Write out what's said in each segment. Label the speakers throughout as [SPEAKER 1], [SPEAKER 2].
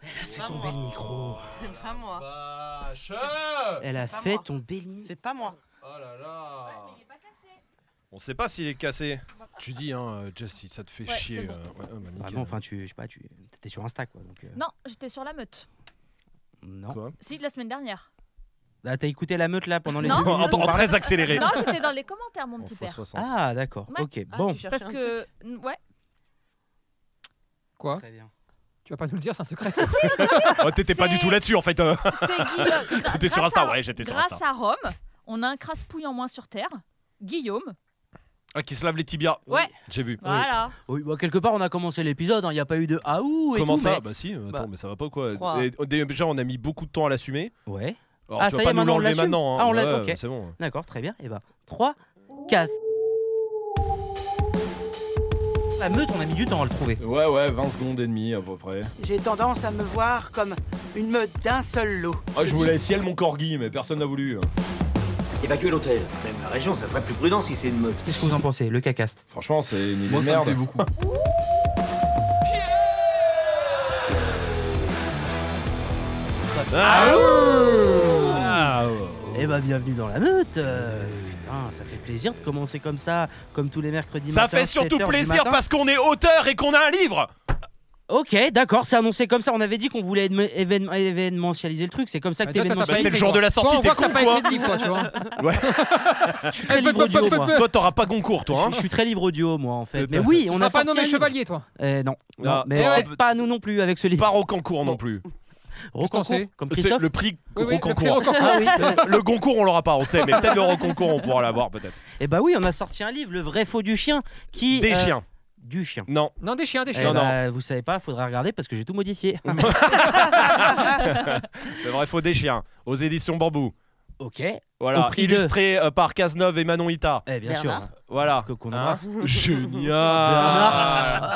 [SPEAKER 1] fait
[SPEAKER 2] pas
[SPEAKER 1] tomber
[SPEAKER 2] moi.
[SPEAKER 1] le micro.
[SPEAKER 2] C'est pas moi.
[SPEAKER 3] Vache
[SPEAKER 1] Elle a
[SPEAKER 2] pas
[SPEAKER 1] fait
[SPEAKER 2] moi.
[SPEAKER 1] tomber le micro.
[SPEAKER 2] C'est pas moi.
[SPEAKER 3] Oh là là On sait pas s'il est cassé. Tu dis, hein, euh, Jess, si ça te fait
[SPEAKER 4] Ouais,
[SPEAKER 3] chier.
[SPEAKER 4] c'est bon.
[SPEAKER 3] euh, ouais, ouais, bah,
[SPEAKER 1] Bah
[SPEAKER 3] nickel.
[SPEAKER 1] non, enfin, tu, je sais pas, tu étais sur Insta, quoi. Donc, euh,
[SPEAKER 4] Non, j'étais sur la meute.
[SPEAKER 1] non.
[SPEAKER 3] Quoi
[SPEAKER 4] Si, la semaine dernière.
[SPEAKER 1] Ah, t'as écouté la meute là pendant les
[SPEAKER 4] Non.
[SPEAKER 1] deux minutes
[SPEAKER 3] en,
[SPEAKER 1] où on
[SPEAKER 3] en
[SPEAKER 1] parlait
[SPEAKER 3] très accéléré.
[SPEAKER 4] Non, j'étais dans les commentaires, mon
[SPEAKER 3] En
[SPEAKER 4] petit
[SPEAKER 3] fois
[SPEAKER 4] père.
[SPEAKER 3] 60.
[SPEAKER 1] Ah, d'accord.
[SPEAKER 4] Ouais.
[SPEAKER 1] Ok,
[SPEAKER 2] Ah,
[SPEAKER 1] bon.
[SPEAKER 2] tu cherchais
[SPEAKER 4] Parce
[SPEAKER 2] un
[SPEAKER 4] que. Ouais.
[SPEAKER 5] Quoi
[SPEAKER 1] Très bien.
[SPEAKER 5] Tu vas pas nous le dire, c'est un secret.
[SPEAKER 3] Oh, T'étais pas
[SPEAKER 4] C'est-
[SPEAKER 3] du tout là-dessus en fait. euh.
[SPEAKER 4] C'est Guillaume. Gra-
[SPEAKER 3] T'étais sur
[SPEAKER 4] grâce
[SPEAKER 3] Insta,
[SPEAKER 4] à-
[SPEAKER 3] ouais, j'étais sur Insta.
[SPEAKER 4] Grâce à Rome, on a un crasse-pouille en moins sur Terre. Guillaume.
[SPEAKER 3] Ah, qui se lave les tibias.
[SPEAKER 4] Ouais.
[SPEAKER 3] J'ai vu.
[SPEAKER 4] Voilà.
[SPEAKER 1] Oui, bah, quelque part, on a commencé l'épisode. Il n'y a pas eu de ah ouh et
[SPEAKER 3] Comment
[SPEAKER 1] tout,
[SPEAKER 3] ça
[SPEAKER 1] mais-
[SPEAKER 3] Bah si, euh,
[SPEAKER 1] Bah,
[SPEAKER 3] attends, mais ça va pas ou quoi
[SPEAKER 2] trois.
[SPEAKER 3] Et- et Déjà, on a mis beaucoup de temps à l'assumer.
[SPEAKER 1] Ouais.
[SPEAKER 3] Alors,
[SPEAKER 1] Ah,
[SPEAKER 3] tu
[SPEAKER 1] ça
[SPEAKER 3] vas
[SPEAKER 1] y est,
[SPEAKER 3] pas nous
[SPEAKER 1] maintenant, on
[SPEAKER 3] l'enlever
[SPEAKER 1] l'assume
[SPEAKER 3] maintenant. hein.
[SPEAKER 1] Ah, on l'a-
[SPEAKER 3] Ouais,
[SPEAKER 1] ok.
[SPEAKER 3] C'est bon.
[SPEAKER 1] D'accord, très bien. Et bah, 3, 4. La meute, on a mis du temps à le trouver.
[SPEAKER 6] Ouais, ouais, 20 secondes et demie à peu près.
[SPEAKER 2] J'ai tendance à me voir comme une meute d'un seul lot.
[SPEAKER 6] Ah, je voulais ciel mon corgi, mais personne n'a voulu.
[SPEAKER 3] hein.
[SPEAKER 7] Évacuer l'hôtel. Même la région, ça serait plus prudent si c'est une meute.
[SPEAKER 1] Qu'est-ce que vous en pensez, le cacaste
[SPEAKER 6] Franchement, c'est une idée
[SPEAKER 5] Moi,
[SPEAKER 6] de
[SPEAKER 5] ça me
[SPEAKER 6] merde.
[SPEAKER 5] plaît beaucoup.
[SPEAKER 3] Ah, ah, ouais.
[SPEAKER 1] Eh bah, bienvenue dans la meute. euh, putain, ça fait plaisir de commencer comme ça, comme tous les mercredis
[SPEAKER 3] Ça
[SPEAKER 1] matin,
[SPEAKER 3] fait surtout
[SPEAKER 1] 7 heures du
[SPEAKER 3] plaisir
[SPEAKER 1] matin.
[SPEAKER 3] parce qu'on est auteur et qu'on a un livre.
[SPEAKER 1] Ok, d'accord, c'est annoncé comme ça. On avait dit qu'on voulait événem- événem- événementialiser le truc. C'est comme ça
[SPEAKER 3] Bah,
[SPEAKER 1] que
[SPEAKER 5] Mais Bah, toi, t'as pas
[SPEAKER 1] t'événementialises.
[SPEAKER 3] C'est le
[SPEAKER 5] écrit,
[SPEAKER 3] jour
[SPEAKER 5] toi.
[SPEAKER 3] de la sortie,
[SPEAKER 5] Toi, on
[SPEAKER 3] t'es
[SPEAKER 5] voit que
[SPEAKER 3] con
[SPEAKER 5] t'as pas
[SPEAKER 3] quoi
[SPEAKER 5] écrit de livre, toi, tu vois.
[SPEAKER 1] Je suis très
[SPEAKER 5] Eh, peu,
[SPEAKER 1] livre
[SPEAKER 5] peu,
[SPEAKER 1] audio,
[SPEAKER 5] peu,
[SPEAKER 1] moi.
[SPEAKER 5] peu.
[SPEAKER 3] Toi, t'auras pas Goncourt,
[SPEAKER 1] Je
[SPEAKER 3] toi. hein.
[SPEAKER 1] suis- je suis très livre audio, moi, en fait.
[SPEAKER 3] Tu
[SPEAKER 1] Mais oui,
[SPEAKER 5] On
[SPEAKER 1] on
[SPEAKER 5] n'a
[SPEAKER 1] a
[SPEAKER 5] pas
[SPEAKER 1] sorti un
[SPEAKER 5] nommé
[SPEAKER 1] livre.
[SPEAKER 5] chevalier, toi.
[SPEAKER 1] Euh, non, non,
[SPEAKER 3] Ah,
[SPEAKER 1] mais
[SPEAKER 5] ouais.
[SPEAKER 1] peut-être pas nous non plus avec ce livre.
[SPEAKER 3] Pas Rocancourt non plus.
[SPEAKER 1] Rocancourt,
[SPEAKER 5] Qu'est-ce qu'on sait
[SPEAKER 1] comme
[SPEAKER 3] C'est
[SPEAKER 1] Christophe.
[SPEAKER 3] le prix
[SPEAKER 5] Oui, oui, le prix
[SPEAKER 3] Rocancourt.
[SPEAKER 5] Rocancourt.
[SPEAKER 1] Ah oui, c'est vrai.
[SPEAKER 3] Le Goncourt, on l'aura pas, on sait, mais peut-être le Rocancourt, on pourra l'avoir peut-être.
[SPEAKER 1] Eh bah oui, on a sorti un livre, le vrai faux du chien, qui
[SPEAKER 3] Des
[SPEAKER 1] euh,
[SPEAKER 3] chiens.
[SPEAKER 1] du chien.
[SPEAKER 3] Non.
[SPEAKER 5] Non, des chiens, des
[SPEAKER 1] Eh
[SPEAKER 5] chiens.
[SPEAKER 3] non.
[SPEAKER 1] bah, Vous savez pas, faudra regarder parce que j'ai tout modifié.
[SPEAKER 3] Le vrai faux des chiens. Aux éditions Bambou.
[SPEAKER 1] ok, Au
[SPEAKER 3] Voilà.
[SPEAKER 1] prix de-
[SPEAKER 3] Illustré euh, par Cazeneuve et Manon Ita.
[SPEAKER 1] eh, bien
[SPEAKER 2] Bernard.
[SPEAKER 1] sûr. hein.
[SPEAKER 3] Voilà.
[SPEAKER 1] Que- qu'on
[SPEAKER 3] Hein
[SPEAKER 1] embrasse.
[SPEAKER 3] Ah. Génial.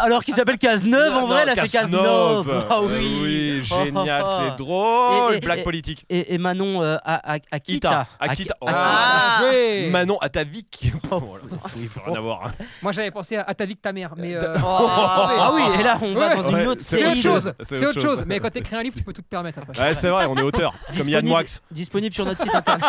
[SPEAKER 1] Alors qu'il s'appelle Cazeneuve, en vrai, là c'est Cazeneuve. Ah
[SPEAKER 3] Euh,
[SPEAKER 1] oui.
[SPEAKER 3] oui, génial,
[SPEAKER 1] Oh, oh.
[SPEAKER 3] c'est drôle.
[SPEAKER 1] Et- et-
[SPEAKER 3] Blague
[SPEAKER 1] et-
[SPEAKER 3] politique.
[SPEAKER 1] Et, et Manon euh, à, à, à Kita.
[SPEAKER 3] Kita. Akita. Oh.
[SPEAKER 5] Ah,
[SPEAKER 2] Ah.
[SPEAKER 5] joué.
[SPEAKER 3] Manon, à ta vie qui.
[SPEAKER 1] Oh.
[SPEAKER 3] Voilà.
[SPEAKER 1] Oui,
[SPEAKER 3] Rien à voir. hein.
[SPEAKER 5] Moi, j'avais pensé à, à ta vie que ta mère, mais. euh,
[SPEAKER 3] Oh.
[SPEAKER 1] Ah oui, et là on va
[SPEAKER 5] Ouais.
[SPEAKER 1] dans une
[SPEAKER 3] Ouais,
[SPEAKER 1] autre
[SPEAKER 3] c'est
[SPEAKER 5] C'est
[SPEAKER 1] série de-
[SPEAKER 5] autre chose. C'est autre chose. Mais quand t'écris un livre, tu peux tout te permettre après.
[SPEAKER 3] Ouais, c'est vrai, on est auteur. Comme Yann
[SPEAKER 1] euh, disponible-
[SPEAKER 3] Moix.
[SPEAKER 1] Disponible sur notre site internet.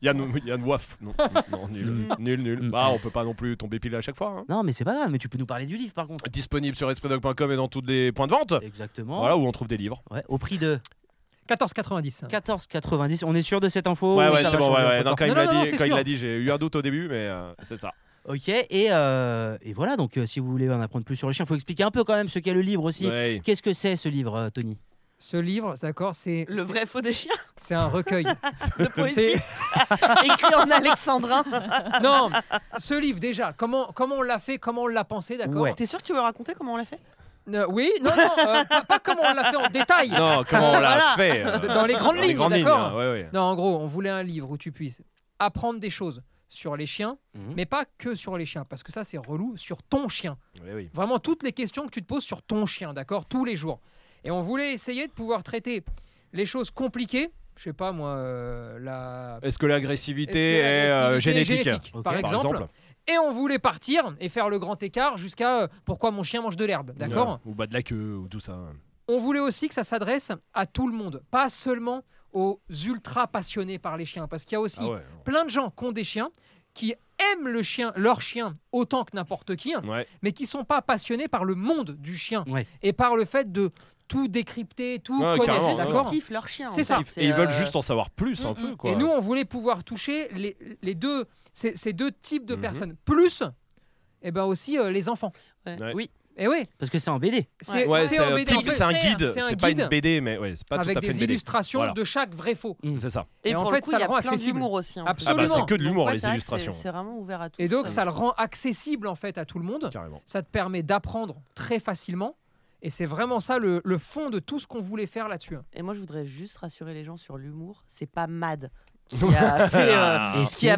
[SPEAKER 3] Yann, Yann Waf. Non, non, nul. nul,
[SPEAKER 1] Mm.
[SPEAKER 3] nul. Bah, on peut pas non plus tomber pile à chaque fois. hein.
[SPEAKER 1] Non, mais c'est pas grave, mais tu peux nous parler du livre par contre.
[SPEAKER 3] Disponible sur espredog.com et dans tous les points de vente.
[SPEAKER 5] Oh.
[SPEAKER 1] Exactement.
[SPEAKER 3] Voilà où on trouve des livres.
[SPEAKER 1] Ouais, au prix de
[SPEAKER 5] 14,90.
[SPEAKER 1] 14,90. On est sûr de cette
[SPEAKER 5] Oh,
[SPEAKER 1] info
[SPEAKER 3] ouais,
[SPEAKER 1] ou
[SPEAKER 3] ouais,
[SPEAKER 1] ça
[SPEAKER 3] c'est
[SPEAKER 1] va
[SPEAKER 3] bon. Ouais,
[SPEAKER 1] changer
[SPEAKER 3] ouais.
[SPEAKER 1] encore
[SPEAKER 3] Non, quand
[SPEAKER 5] Non,
[SPEAKER 3] il l'a
[SPEAKER 5] non, non,
[SPEAKER 3] dit,
[SPEAKER 5] c'est
[SPEAKER 3] quand il
[SPEAKER 5] sûr.
[SPEAKER 3] l'a dit, j'ai eu un doute au début, mais euh, c'est ça.
[SPEAKER 1] Ok, et, euh, et voilà, donc euh, si vous voulez en apprendre plus sur le chien, faut expliquer un peu quand même ce qu'est le livre aussi.
[SPEAKER 3] Ouais.
[SPEAKER 1] Qu'est-ce que c'est ce livre, euh, Tony
[SPEAKER 5] Ce livre, d'accord, c'est
[SPEAKER 2] Le vrai faux des chiens
[SPEAKER 5] c'est un recueil.
[SPEAKER 2] de poésie, écrit en alexandrin.
[SPEAKER 5] Non, ce livre déjà, comment, comment on l'a fait, comment on l'a pensé, d'accord
[SPEAKER 1] Ouais.
[SPEAKER 2] T'es sûr que tu veux raconter comment on l'a fait
[SPEAKER 5] Euh, Oui, non, non, euh, pas, pas comment on l'a fait en détail.
[SPEAKER 3] Non, comment on l'a
[SPEAKER 2] Voilà.
[SPEAKER 3] fait euh,
[SPEAKER 5] Dans les grandes lignes, d'accord
[SPEAKER 3] hein, ouais, ouais.
[SPEAKER 5] Non, en gros, on voulait un livre où tu puisses apprendre des choses sur les chiens,
[SPEAKER 1] Mhm.
[SPEAKER 5] mais pas que sur les chiens, parce que ça c'est relou, sur ton chien.
[SPEAKER 3] Ouais, oui.
[SPEAKER 5] Vraiment toutes les questions que tu te poses sur ton chien, d'accord Tous les jours. Et on voulait essayer de pouvoir traiter les choses compliquées, je sais pas moi, euh, la...
[SPEAKER 3] Est-ce que l'agressivité
[SPEAKER 5] Est-ce que
[SPEAKER 3] est, euh,
[SPEAKER 5] l'agressivité est
[SPEAKER 3] génétique,
[SPEAKER 1] Ok.
[SPEAKER 5] par,
[SPEAKER 1] Par
[SPEAKER 5] exemple. Et on voulait partir et faire le grand écart jusqu'à euh, pourquoi mon chien mange de l'herbe, d'accord
[SPEAKER 3] Ouais. Ou bah de la queue, ou tout ça. Ah
[SPEAKER 5] On voulait aussi que ça s'adresse à tout le monde, pas seulement aux ultra passionnés par les chiens, parce qu'il y a aussi
[SPEAKER 3] Ah ouais.
[SPEAKER 5] plein de gens qui ont des chiens, qui aiment le chien, leur chien autant que n'importe qui, hein,
[SPEAKER 3] Ouais.
[SPEAKER 5] mais qui sont pas passionnés par le monde du chien
[SPEAKER 1] Ouais.
[SPEAKER 5] et par le fait de tout décrypter, tout
[SPEAKER 3] Ouais,
[SPEAKER 2] Il y a
[SPEAKER 3] carrément,
[SPEAKER 5] connaître,
[SPEAKER 2] juste
[SPEAKER 3] ouais.
[SPEAKER 2] qu'ils
[SPEAKER 5] d'accord
[SPEAKER 2] kiffent leur chien. en
[SPEAKER 5] Ah, C'est ça.
[SPEAKER 2] fait.
[SPEAKER 3] Et ils veulent
[SPEAKER 2] euh,
[SPEAKER 3] juste en savoir plus un
[SPEAKER 4] Mm,
[SPEAKER 3] peu
[SPEAKER 4] mm.
[SPEAKER 3] quoi.
[SPEAKER 5] Et nous, on voulait pouvoir toucher les, les deux, ces, ces deux types de
[SPEAKER 3] Mhm.
[SPEAKER 5] personnes, plus et ben aussi euh, les enfants.
[SPEAKER 3] Ouais.
[SPEAKER 1] Oui,
[SPEAKER 5] Et oui,
[SPEAKER 1] parce que c'est en BD.
[SPEAKER 5] c'est
[SPEAKER 3] Ouais,
[SPEAKER 5] c'est
[SPEAKER 3] c'est
[SPEAKER 5] en
[SPEAKER 3] un,
[SPEAKER 5] BD, en
[SPEAKER 3] type-
[SPEAKER 5] fait,
[SPEAKER 3] c'est un guide,
[SPEAKER 5] c'est un
[SPEAKER 3] c'est pas une
[SPEAKER 5] guide
[SPEAKER 3] BD, mais ouais, c'est pas
[SPEAKER 5] avec
[SPEAKER 3] tout à fait
[SPEAKER 5] des
[SPEAKER 3] une BD.
[SPEAKER 5] illustrations
[SPEAKER 3] Voilà.
[SPEAKER 5] de chaque vrai faux.
[SPEAKER 3] C'est ça.
[SPEAKER 2] Et,
[SPEAKER 5] Et en
[SPEAKER 2] pour
[SPEAKER 5] fait,
[SPEAKER 2] le coup,
[SPEAKER 5] ça
[SPEAKER 2] il y
[SPEAKER 5] le
[SPEAKER 2] a
[SPEAKER 5] rend
[SPEAKER 2] plein
[SPEAKER 5] accessible.
[SPEAKER 2] d'humour
[SPEAKER 8] hein,
[SPEAKER 2] aussi. en plus.
[SPEAKER 3] Ah bah
[SPEAKER 5] Absolument.
[SPEAKER 3] c'est que de l'humour
[SPEAKER 2] Ouais,
[SPEAKER 3] les
[SPEAKER 2] c'est vrai que c'est-
[SPEAKER 3] illustrations.
[SPEAKER 2] C'est vraiment ouvert à tous.
[SPEAKER 5] Et donc, ça le rend accessible en fait à tout le monde.
[SPEAKER 3] Carrément.
[SPEAKER 5] Ça te permet d'apprendre très facilement. Et c'est vraiment ça le, le fond de tout ce qu'on voulait faire là-dessus. hein.
[SPEAKER 2] Et moi, je voudrais juste rassurer les gens sur l'humour. C'est pas mad.
[SPEAKER 8] qui a fait, euh,
[SPEAKER 1] Et
[SPEAKER 8] qui a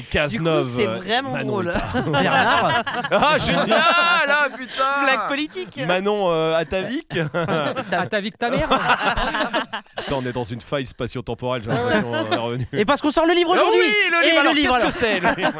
[SPEAKER 9] C'est Cazeneuve.
[SPEAKER 8] Du coup, c'est
[SPEAKER 3] euh,
[SPEAKER 8] vraiment
[SPEAKER 9] Manon
[SPEAKER 8] drôle.
[SPEAKER 9] Huttard.
[SPEAKER 1] Bernard,
[SPEAKER 9] Ah, génial, ah, putain
[SPEAKER 8] Blague politique.
[SPEAKER 9] Manon euh, Atavik
[SPEAKER 5] À Ah, ta vie que ta mère hein.
[SPEAKER 3] Putain, on est dans une faille spatio-temporelle, j'ai l'impression euh, on est revenu.
[SPEAKER 1] et parce qu'on sort le livre
[SPEAKER 9] Ah
[SPEAKER 1] aujourd'hui.
[SPEAKER 9] oui, le
[SPEAKER 1] Et
[SPEAKER 9] livre, alors,
[SPEAKER 1] le livre,
[SPEAKER 9] qu'est-ce que c'est le livre